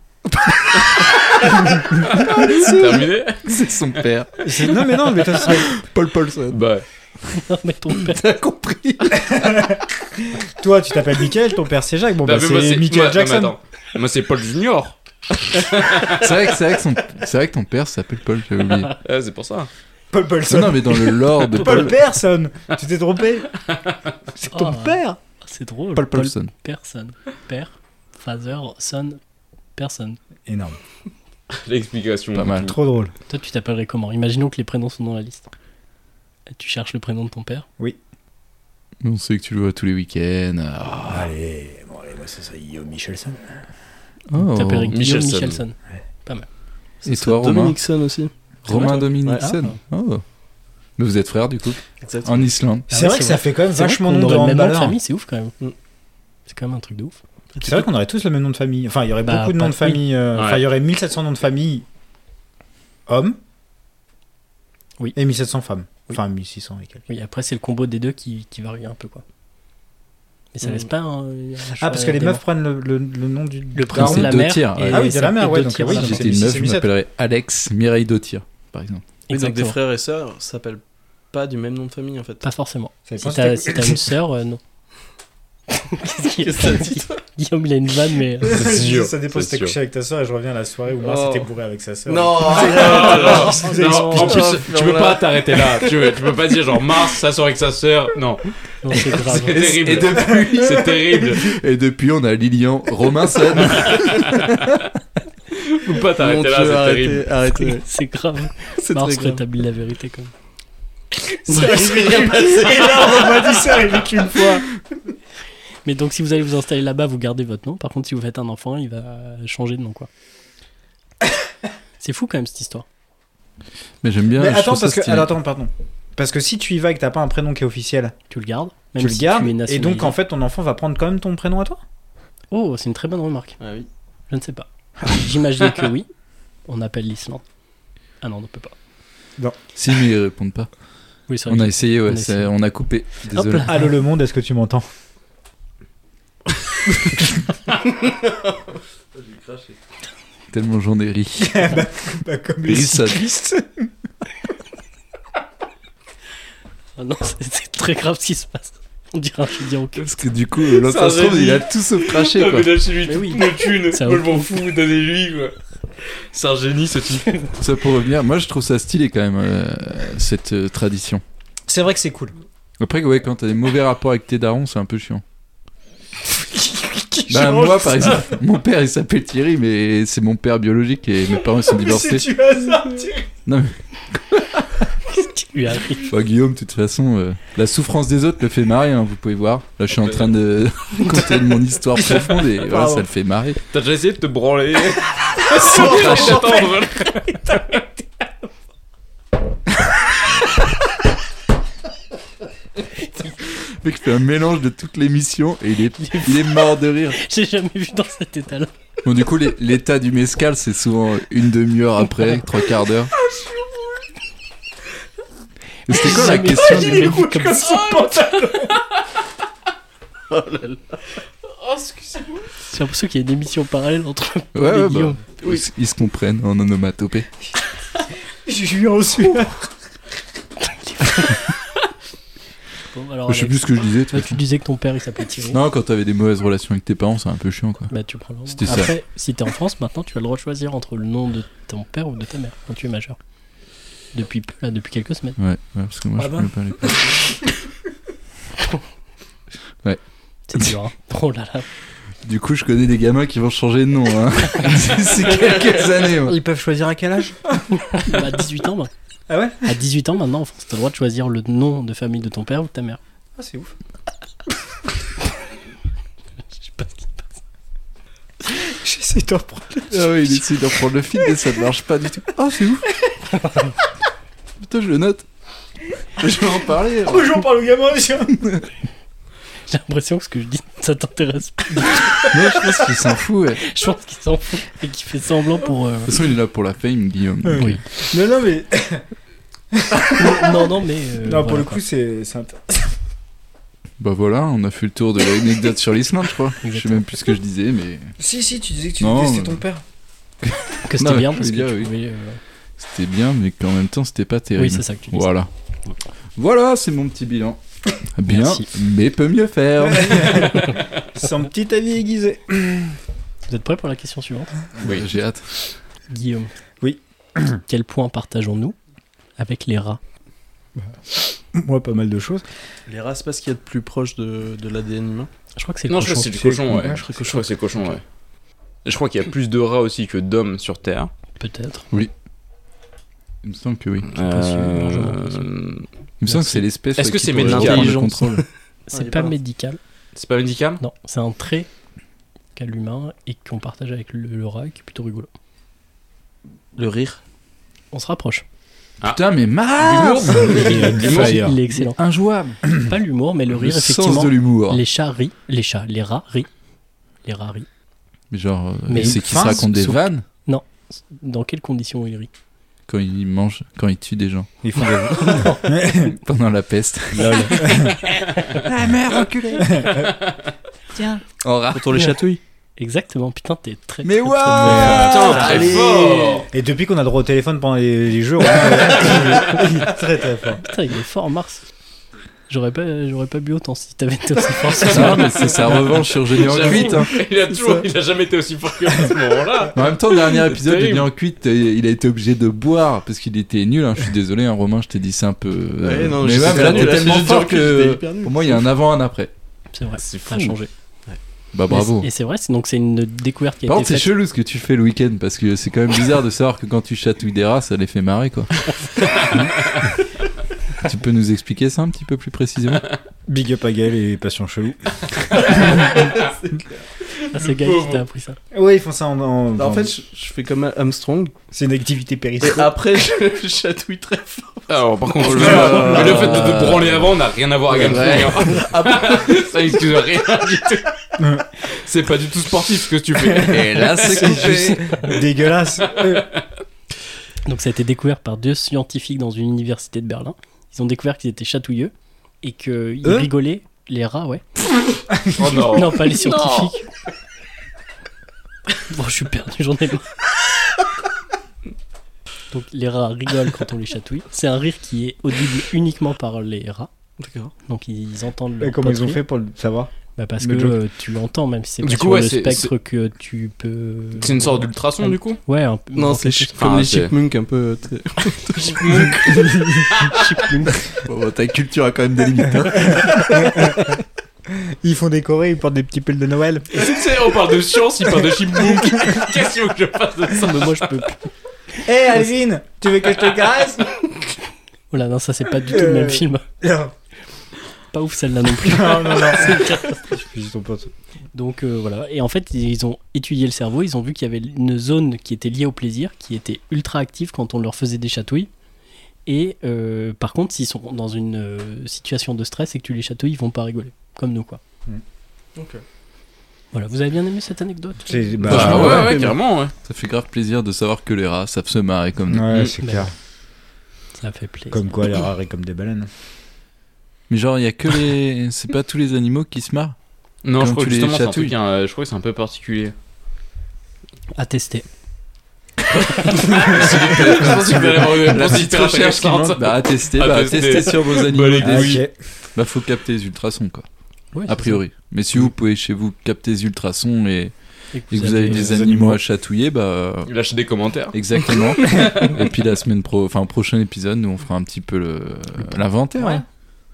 Speaker 3: C'est terminé
Speaker 8: C'est son père.
Speaker 10: C'est- Non, mais non, mais toi, ce serait-
Speaker 8: Paul Paulson.
Speaker 3: Bah,
Speaker 7: Non, mais ton père.
Speaker 8: T'as compris
Speaker 10: toi, tu t'appelles Michael, ton père c'est Jacques. Bon,
Speaker 3: bah,
Speaker 10: bah,
Speaker 3: mais moi,
Speaker 10: c'est Michael
Speaker 3: moi- non, mais
Speaker 10: Jackson.
Speaker 3: attends. Moi, c'est Paul Junior.
Speaker 8: C'est vrai que, c'est vrai que son- c'est vrai que ton père s'appelle Paul, j'avais oublié. Non,
Speaker 3: Ah, c'est pour ça.
Speaker 10: Paul Paulson.
Speaker 8: non, mais dans le lore de
Speaker 10: Paul
Speaker 8: Paul,
Speaker 10: Person Tu t'es trompé C'est ton
Speaker 7: Ah.
Speaker 10: père
Speaker 7: C'est drôle.
Speaker 8: Paul Paulson.
Speaker 7: Personne. Père, father, son, personne.
Speaker 10: Énorme.
Speaker 3: L'explication.
Speaker 8: Pas mal.
Speaker 10: Trop drôle.
Speaker 7: Toi, tu t'appellerais comment Imaginons que les prénoms sont dans la liste. Et tu cherches le prénom de ton père.
Speaker 8: On sait que tu le vois tous les week-ends.
Speaker 10: Oh.
Speaker 8: Ah.
Speaker 10: Allez, bon, allez, moi, ça serait Guillaume Michelson.
Speaker 8: Oh.
Speaker 7: T'appellerais Guillaume
Speaker 3: Michelson.
Speaker 7: Michelson.
Speaker 8: Et toi, Romain
Speaker 9: Dominicson aussi.
Speaker 8: Romain
Speaker 9: Ouais.
Speaker 8: Dominicson. Oh. Mais vous êtes frères, du coup En Islande.
Speaker 10: C'est vrai que ça fait quand même
Speaker 7: Ah C'est vrai
Speaker 10: vachement
Speaker 7: qu'on
Speaker 10: nom
Speaker 7: aurait
Speaker 10: de
Speaker 7: le même nom de
Speaker 10: handballeur.
Speaker 7: famille, c'est ouf quand même.
Speaker 9: Mm.
Speaker 7: C'est quand même un truc de ouf.
Speaker 10: C'est vrai qu'on aurait tous le même nom de famille. Enfin, il y aurait
Speaker 7: Bah,
Speaker 10: beaucoup de
Speaker 7: pas-
Speaker 10: noms de famille. euh, Enfin,
Speaker 3: Ouais.
Speaker 10: il y aurait 1700 noms de famille hommes.
Speaker 7: Oui.
Speaker 10: Et 1700 femmes. Enfin, 1600 et quelques.
Speaker 7: Oui, après, c'est le combo des deux qui, qui varie un peu, quoi. Mais ça
Speaker 9: Mm.
Speaker 7: laisse pas un- un
Speaker 10: Ah,
Speaker 7: choix
Speaker 10: parce que les
Speaker 7: des
Speaker 10: meufs prennent le, le- le nom du.
Speaker 7: Le
Speaker 8: prénom
Speaker 7: prénom
Speaker 8: c'est
Speaker 7: de la
Speaker 8: deux
Speaker 7: mère.
Speaker 8: tiers,
Speaker 7: et
Speaker 8: ouais.
Speaker 10: Ah oui, de la
Speaker 7: ça
Speaker 10: mère,
Speaker 7: fait
Speaker 10: ouais,
Speaker 7: deux
Speaker 10: donc
Speaker 7: tiers,
Speaker 10: oui,
Speaker 7: ça
Speaker 10: donc
Speaker 7: fait
Speaker 8: Si
Speaker 10: c'est
Speaker 8: j'étais une meuf, je
Speaker 10: 17.
Speaker 8: m'appellerais Alex Mireille Dottir, par exemple.
Speaker 9: Et donc des
Speaker 7: Exactement.
Speaker 9: frères et sœurs s'appellent pas du même nom de famille en fait.
Speaker 3: Ah,
Speaker 7: Pas forcément.
Speaker 10: Ça
Speaker 7: Si
Speaker 10: dépend
Speaker 7: t'as
Speaker 10: si
Speaker 7: si
Speaker 10: t'as-
Speaker 7: t'as une sœur, euh, non. Qu'est-ce qu'il
Speaker 9: Qu'est-ce que t'as dit, toi
Speaker 7: Guillaume, il a une vanne, mais. euh,
Speaker 3: C'est sûr,
Speaker 10: Ça dépend
Speaker 3: c'est
Speaker 10: si t'es
Speaker 3: sûr.
Speaker 10: couché avec ta soeur et je reviens à la soirée où moi
Speaker 9: Oh.
Speaker 10: c'était bourré avec sa soeur.
Speaker 9: Non,
Speaker 10: vous avez
Speaker 3: Non, en
Speaker 10: expliqué.
Speaker 3: plus, tu peux pas t'arrêter là. Tu, veux- tu peux pas dire genre Mars, ça sort avec sa sœur. Non,
Speaker 7: Non, c'est grave. hein.
Speaker 3: c'est terrible.
Speaker 8: Et depuis,
Speaker 3: C'est terrible.
Speaker 8: et depuis, on a Lilian Romanson.
Speaker 3: Tu peux pas
Speaker 9: Mon
Speaker 3: t'arrêter
Speaker 9: Dieu,
Speaker 3: là, c'est
Speaker 9: arrêtez,
Speaker 3: terrible.
Speaker 9: arrêtez.
Speaker 7: C'est grave.
Speaker 9: C'est
Speaker 7: Non, on
Speaker 9: très
Speaker 7: se
Speaker 9: grave.
Speaker 7: rétablit la vérité quand même.
Speaker 10: Et là, on m'a dit ça, il est qu'une fois.
Speaker 7: Mais donc, si vous allez vous installer là-bas, vous gardez votre nom. Par contre, si vous faites un enfant, il va changer de nom, quoi. C'est fou quand même cette histoire.
Speaker 8: Mais j'aime bien.
Speaker 10: Mais
Speaker 8: je
Speaker 10: attends,
Speaker 8: trouve ça
Speaker 10: parce que.
Speaker 8: stylé.
Speaker 10: Alors, attends, pardon. Parce que si tu y vas et que t'as pas un prénom qui est officiel,
Speaker 7: Tu le gardes, même
Speaker 10: tu
Speaker 7: si
Speaker 10: le gardes,
Speaker 7: tu es
Speaker 10: et
Speaker 7: nationalisé.
Speaker 10: donc en fait ton enfant va prendre quand même ton prénom à toi
Speaker 7: Oh, c'est une très bonne remarque.
Speaker 9: Ah oui.
Speaker 7: Je ne sais pas. J'imagine que oui. On appelle l'Islande. Ah non, on ne peut pas.
Speaker 8: Si, mais ils répondent pas.
Speaker 7: Oui, c'est vrai.
Speaker 8: On a
Speaker 7: que-
Speaker 8: essayé,
Speaker 7: On
Speaker 8: ouais,
Speaker 7: a
Speaker 8: c'est-
Speaker 7: essayé.
Speaker 8: on a coupé. Désolé.
Speaker 7: là.
Speaker 10: Allô le monde, est-ce que tu m'entends
Speaker 8: Tellement j'en ai ri.
Speaker 10: Pas comme
Speaker 8: les Rissade.
Speaker 7: Ah non, c'est- c'est très grave ce qui se passe. On dirait un chien au cul.
Speaker 8: Parce que du coup, euh, l'autre
Speaker 3: Ça
Speaker 8: ça se trouve,
Speaker 3: réveille.
Speaker 8: il a tout sauf craché, quoi.
Speaker 3: lâchez-lui
Speaker 7: Mais oui.
Speaker 3: nos thunes.
Speaker 7: Ça
Speaker 3: Moi,
Speaker 7: va.
Speaker 3: m'en fous, donnez-lui, quoi. C'est un génie, ce type.
Speaker 8: Ça pour revenir, moi je trouve ça stylé quand même, euh, cette euh, tradition.
Speaker 10: C'est vrai que c'est cool.
Speaker 8: Après, ouais, quand t'as des mauvais rapports avec tes darons, c'est un peu chiant. Bah, moi, par exemple, mon père il s'appelle Thierry, mais c'est mon père biologique et mes parents ils sont divorcés.
Speaker 10: tu hasard, tu
Speaker 7: qui lui arrive.
Speaker 8: Bah, Guillaume, de toute façon, euh, la souffrance des autres le fait marrer, hein, vous pouvez voir. Là, je suis en train de raconter mon histoire profonde et voilà, ça le fait marrer.
Speaker 3: T'as déjà essayé de te branler
Speaker 8: Mec, je fais un mélange de toute l'émission et il est, il est mort de rire.
Speaker 7: J'ai jamais vu dans cet état-là.
Speaker 8: Bon, du coup, les- l'état du mescal, c'est souvent une demi-heure après, trois quarts d'heure. Et C'était quoi la
Speaker 7: Jamais- Oh,
Speaker 8: question
Speaker 7: jamais
Speaker 8: du-
Speaker 7: vu comme ça.
Speaker 8: Oh
Speaker 7: J'ai l'impression qu'il y a une émission parallèle entre
Speaker 8: Ouais,
Speaker 7: Paul et
Speaker 8: ouais, bah,
Speaker 7: Guillaume.
Speaker 8: ils- ils se comprennent en onomatopée.
Speaker 10: J'ai eu un sueur.
Speaker 7: Bon, alors,
Speaker 8: Je sais
Speaker 7: Alex,
Speaker 8: plus ce que je disais. de toute
Speaker 7: Ah, toi, tu
Speaker 8: façon.
Speaker 7: disais que ton père il s'appelait Thierry.
Speaker 8: Non, quand t'avais des mauvaises relations avec tes parents, c'est un peu chiant, quoi.
Speaker 7: Bah, tu prends le nom.
Speaker 8: C'était ça.
Speaker 7: Après, si t'es en France, maintenant tu as le droit de choisir entre le nom de ton père ou de ta mère quand tu es majeur. Depuis peu, là, depuis quelques semaines.
Speaker 8: Ouais, ouais, parce que moi,
Speaker 10: Ah
Speaker 8: je
Speaker 10: bon
Speaker 8: pouvais pas les
Speaker 7: C'est dur, hein. Oh là là.
Speaker 8: Du coup, je connais des gamins qui vont changer de nom. Hein. c'est quelques années. moi.
Speaker 10: Ils peuvent choisir à quel âge
Speaker 7: Bah, à 18 ans, bah.
Speaker 10: Ah ouais
Speaker 7: À 18 ans maintenant en France, t'as le droit de choisir le nom de famille de ton père ou de ta mère.
Speaker 10: Ah, c'est ouf.
Speaker 7: Je sais pas ce qui-
Speaker 10: J'essaie de reprendre.
Speaker 8: Ah oui, il essaie d'en prendre le fil, mais ça ne marche pas du tout. Ah, c'est ouf. Putain, je le note. Je vais en parler. hein.
Speaker 10: Bonjour par le gamin, monsieur.
Speaker 7: J'ai l'impression que ce que je dis, ça t'intéresse pas.
Speaker 8: Moi, je pense qu'il s'en fout. ouais. De toute
Speaker 7: Je pense qu'il s'en fout et qu'il fait semblant pour. euh,
Speaker 8: façon, il est là pour la fame, Guillaume.
Speaker 10: Ouais.
Speaker 7: Ah Oui.
Speaker 10: Non, non, mais.
Speaker 7: Non, non, mais. euh,
Speaker 10: non, pour
Speaker 7: voilà,
Speaker 10: le
Speaker 7: quoi.
Speaker 10: coup, c'est. c'est int-
Speaker 8: Bah voilà, on a fait le tour de l'anecdote sur l'Islande, je crois. Je sais
Speaker 7: Exactement.
Speaker 8: même plus ce que je disais, mais
Speaker 10: Si, si, tu disais que tu
Speaker 8: Non,
Speaker 10: détestais
Speaker 8: mais-
Speaker 10: ton père.
Speaker 7: Que
Speaker 8: Non,
Speaker 7: c'était
Speaker 8: mais
Speaker 7: bien
Speaker 8: je
Speaker 7: parce
Speaker 8: veux
Speaker 7: que.
Speaker 8: dire,
Speaker 7: tu
Speaker 8: oui.
Speaker 7: pouvais, euh,
Speaker 8: c'était bien, mais qu'en même temps, c'était pas terrible.
Speaker 7: Oui, c'est ça que tu dis.
Speaker 8: Voilà. Voilà, c'est mon petit bilan. Bien,
Speaker 7: Merci.
Speaker 8: mais peut mieux faire.
Speaker 10: C'est un petit avis aiguisé.
Speaker 7: Vous êtes prêts pour la question suivante
Speaker 8: Oui, j'ai hâte.
Speaker 7: Guillaume.
Speaker 10: Oui.
Speaker 7: Quel point partageons-nous avec les rats
Speaker 1: Moi, pas mal de choses.
Speaker 9: Les rats, c'est pas ce qu'il y a de plus proche de, de l'ADN humain.
Speaker 7: Je crois que c'est le
Speaker 3: Non, je crois
Speaker 7: cochon.
Speaker 3: que c'est du cochon, ouais.
Speaker 1: Ouais,
Speaker 3: Je crois que c'est cochon, ouais. Je crois qu'il y a plus de rats aussi que d'hommes sur Terre.
Speaker 7: Peut-être.
Speaker 8: Il me semble que oui.
Speaker 7: possible, largement
Speaker 3: Euh,
Speaker 8: Il me semble que c'est l'espèce.
Speaker 3: Est-ce
Speaker 8: euh,
Speaker 3: que
Speaker 8: qui
Speaker 3: c'est
Speaker 8: pourrait
Speaker 3: médical
Speaker 8: prendre le
Speaker 9: Intelligence.
Speaker 8: contrôle.
Speaker 9: il
Speaker 7: C'est
Speaker 9: est
Speaker 7: pas
Speaker 9: pas là.
Speaker 7: médical.
Speaker 3: C'est pas médical
Speaker 7: Non, c'est un trait qu'a l'humain et qu'on partage avec le, le rat, qui est plutôt rigolo.
Speaker 9: Le rire.
Speaker 7: On se rapproche.
Speaker 8: Putain, mais Mars
Speaker 3: L'humour
Speaker 8: Fire.
Speaker 7: Il est excellent.
Speaker 8: Injouable.
Speaker 7: Pas l'humour, mais le rire,
Speaker 8: sens
Speaker 7: effectivement.
Speaker 8: de l'humour.
Speaker 7: Les chats rient. Les chats, les rats rient. Les rats rient.
Speaker 8: Mais Genre, euh,
Speaker 7: Mais
Speaker 8: c'est qu'ils se
Speaker 7: fin,
Speaker 8: racontent des
Speaker 7: sauf-
Speaker 8: vannes
Speaker 7: Dans quelles conditions ils rient
Speaker 8: quand ils mangent, quand ils tuent des gens
Speaker 1: Ils font des-
Speaker 8: pendant la peste.
Speaker 1: Ah merde, enculé
Speaker 8: En rat.
Speaker 9: Quand on les chatouille.
Speaker 7: Exactement, putain, t'es très.
Speaker 8: Mais
Speaker 7: très, Ah,
Speaker 8: ouais
Speaker 7: très bon.
Speaker 3: Putain, très
Speaker 10: Allez.
Speaker 3: fort
Speaker 10: Et depuis qu'on a le droit au téléphone pendant les, les jeux, on est très très fort.
Speaker 7: Putain, il est fort, Mars. J'aurais pas, j'aurais pas bu autant si t'avais été aussi fort. ce soir.
Speaker 8: Non, mais c'est sa revanche sur Génie en
Speaker 3: J'avoue,
Speaker 8: cuite. hein.
Speaker 3: Il a toujours, il a jamais été aussi fort que à ce moment-là.
Speaker 8: En même temps, le dernier épisode,
Speaker 3: Terrible.
Speaker 8: Génie en cuite, euh, il a été obligé de boire parce qu'il était nul. hein. Je suis désolé, hein, Romain, je t'ai dit c'est un peu. euh,
Speaker 9: Ouais, non,
Speaker 8: mais
Speaker 9: je
Speaker 8: ouais,
Speaker 9: sais
Speaker 8: mais là,
Speaker 9: pas,
Speaker 8: t'es
Speaker 9: là,
Speaker 8: tellement
Speaker 9: c'est juste
Speaker 8: fort
Speaker 9: dire que j'étais
Speaker 8: que.
Speaker 9: hyper nul.
Speaker 8: Pour moi, il y a un avant, un après.
Speaker 7: C'est vrai,
Speaker 3: C'est
Speaker 7: ça a
Speaker 3: fou.
Speaker 7: changé.
Speaker 8: Bah bravo.
Speaker 7: Et c'est vrai, c'est- donc c'est une découverte qui a
Speaker 8: Par contre,
Speaker 7: été
Speaker 8: c'est
Speaker 7: faite.
Speaker 8: chelou ce que tu fais le week-end parce que c'est quand même bizarre de savoir que quand tu chatouilles des rats, ça les fait marrer quoi. tu peux nous expliquer ça un petit peu plus précisément
Speaker 10: Big up à Gaël et Passion Chelou.
Speaker 7: Ah, c'est Gaël qui t'a appris ça.
Speaker 10: Ouais, ils font ça en. en-
Speaker 9: Bah, en
Speaker 10: en-
Speaker 9: fait, je, je fais comme Armstrong.
Speaker 10: c'est une activité
Speaker 9: Et
Speaker 10: périssable.
Speaker 9: après, je, je chatouille très fort.
Speaker 3: Alors, par contre, le,
Speaker 9: Euh,
Speaker 3: mais le fait de te branler avant n'a rien à voir avec
Speaker 9: Ouais.
Speaker 3: Armstrong, hein. Ça n'excuse rien du tout. C'est pas du tout sportif ce que tu fais. Et là, c'est coupé.
Speaker 10: Dégueulasse. Euh,
Speaker 7: Donc ça a été découvert par deux scientifiques dans une université de Berlin. Ils ont découvert qu'ils étaient chatouilleux et qu'ils
Speaker 10: Eux
Speaker 7: rigolaient. Les rats, ouais.
Speaker 3: Oh non.
Speaker 7: Non, pas les scientifiques. bon, je suis perdu, j'en ai marre. Donc les rats rigolent quand on les chatouille. C'est un rire qui est audible uniquement par les rats.
Speaker 9: D'accord.
Speaker 7: Donc ils entendent
Speaker 10: Et
Speaker 7: le.
Speaker 10: comment ils ont fait pour le savoir
Speaker 7: Bah parce que
Speaker 10: Le joke.
Speaker 7: euh, tu l'entends même si c'est pas
Speaker 3: Du coup,
Speaker 7: sur
Speaker 3: ouais,
Speaker 7: le
Speaker 3: c'est-
Speaker 7: spectre que tu peux.
Speaker 3: C'est une sorte d'ultrason du coup
Speaker 7: Ouais, un peu.
Speaker 9: Non,
Speaker 7: en
Speaker 9: c'est
Speaker 7: quelque
Speaker 9: chi- comme
Speaker 3: Ah,
Speaker 9: les
Speaker 3: c'est-
Speaker 9: chipmunks un peu. euh, t'es-
Speaker 8: Bon, bah, Ta culture a quand même des limites. hein.
Speaker 10: Ils font décorer, ils portent des petits pulls de Noël.
Speaker 3: Tu sais, on parle de science, il parle de chipbook. Qu'est-ce que je fasse de ça
Speaker 7: sorte- Mais moi je peux plus.
Speaker 10: Hé Eh, Alvin, tu veux que je te caresse
Speaker 7: Oh là, non, ça c'est pas du tout le même
Speaker 10: Euh.
Speaker 7: film.
Speaker 10: Non,
Speaker 7: Pas ouf celle-là non plus.
Speaker 10: non, non. Je suis ton pote.
Speaker 7: Donc euh, voilà. Et en fait, ils ont étudié le cerveau, ils ont vu qu'il y avait une zone qui était liée au plaisir, qui était ultra active quand on leur faisait des chatouilles. Et euh, par contre, s'ils sont dans une euh, situation de stress et que tu les chatouilles, ils vont pas rigoler. Comme nous quoi.
Speaker 10: Mm.
Speaker 9: Ok.
Speaker 7: Voilà, vous avez bien aimé cette anecdote
Speaker 10: C'est- bah,
Speaker 8: Franchement,
Speaker 3: ouais, ouais,
Speaker 8: ouais,
Speaker 3: carrément, ouais.
Speaker 8: Ça fait grave plaisir de savoir que les rats savent se marrer comme nous.
Speaker 10: Ouais, c'est
Speaker 7: Mais-
Speaker 10: clair.
Speaker 7: Ça fait plaisir.
Speaker 10: Comme quoi, les rares et comme des baleines.
Speaker 8: Mais genre, il y a que les. C'est pas tous les animaux qui se marrent.
Speaker 3: Non,
Speaker 8: Comme
Speaker 3: je crois
Speaker 8: tu
Speaker 3: que
Speaker 8: les
Speaker 3: justement, c'est un
Speaker 8: chatouilles.
Speaker 3: truc, hein, euh, je crois que c'est un peu particulier.
Speaker 7: À tester.
Speaker 3: je pense que vous allez avoir une réponse
Speaker 8: petite
Speaker 3: hyper
Speaker 8: recherche qui
Speaker 3: intéressante.
Speaker 8: manque, Bah, à tester,
Speaker 3: À
Speaker 8: bah, à
Speaker 3: tester.
Speaker 8: tester sur vos animaux.
Speaker 3: les
Speaker 8: Bah,
Speaker 3: couilles.
Speaker 10: Ok.
Speaker 8: Bah, faut capter les ultrasons quoi.
Speaker 7: Ouais,
Speaker 8: A priori. Mais si vous pouvez chez vous capter les ultrasons et,
Speaker 7: Et
Speaker 8: et que vous avez des animaux à chatouiller, bah. euh,
Speaker 3: Lâchez des commentaires.
Speaker 8: Exactement. et puis la semaine pro, enfin au prochain épisode, nous on fera un petit peu le- l'inventaire hein,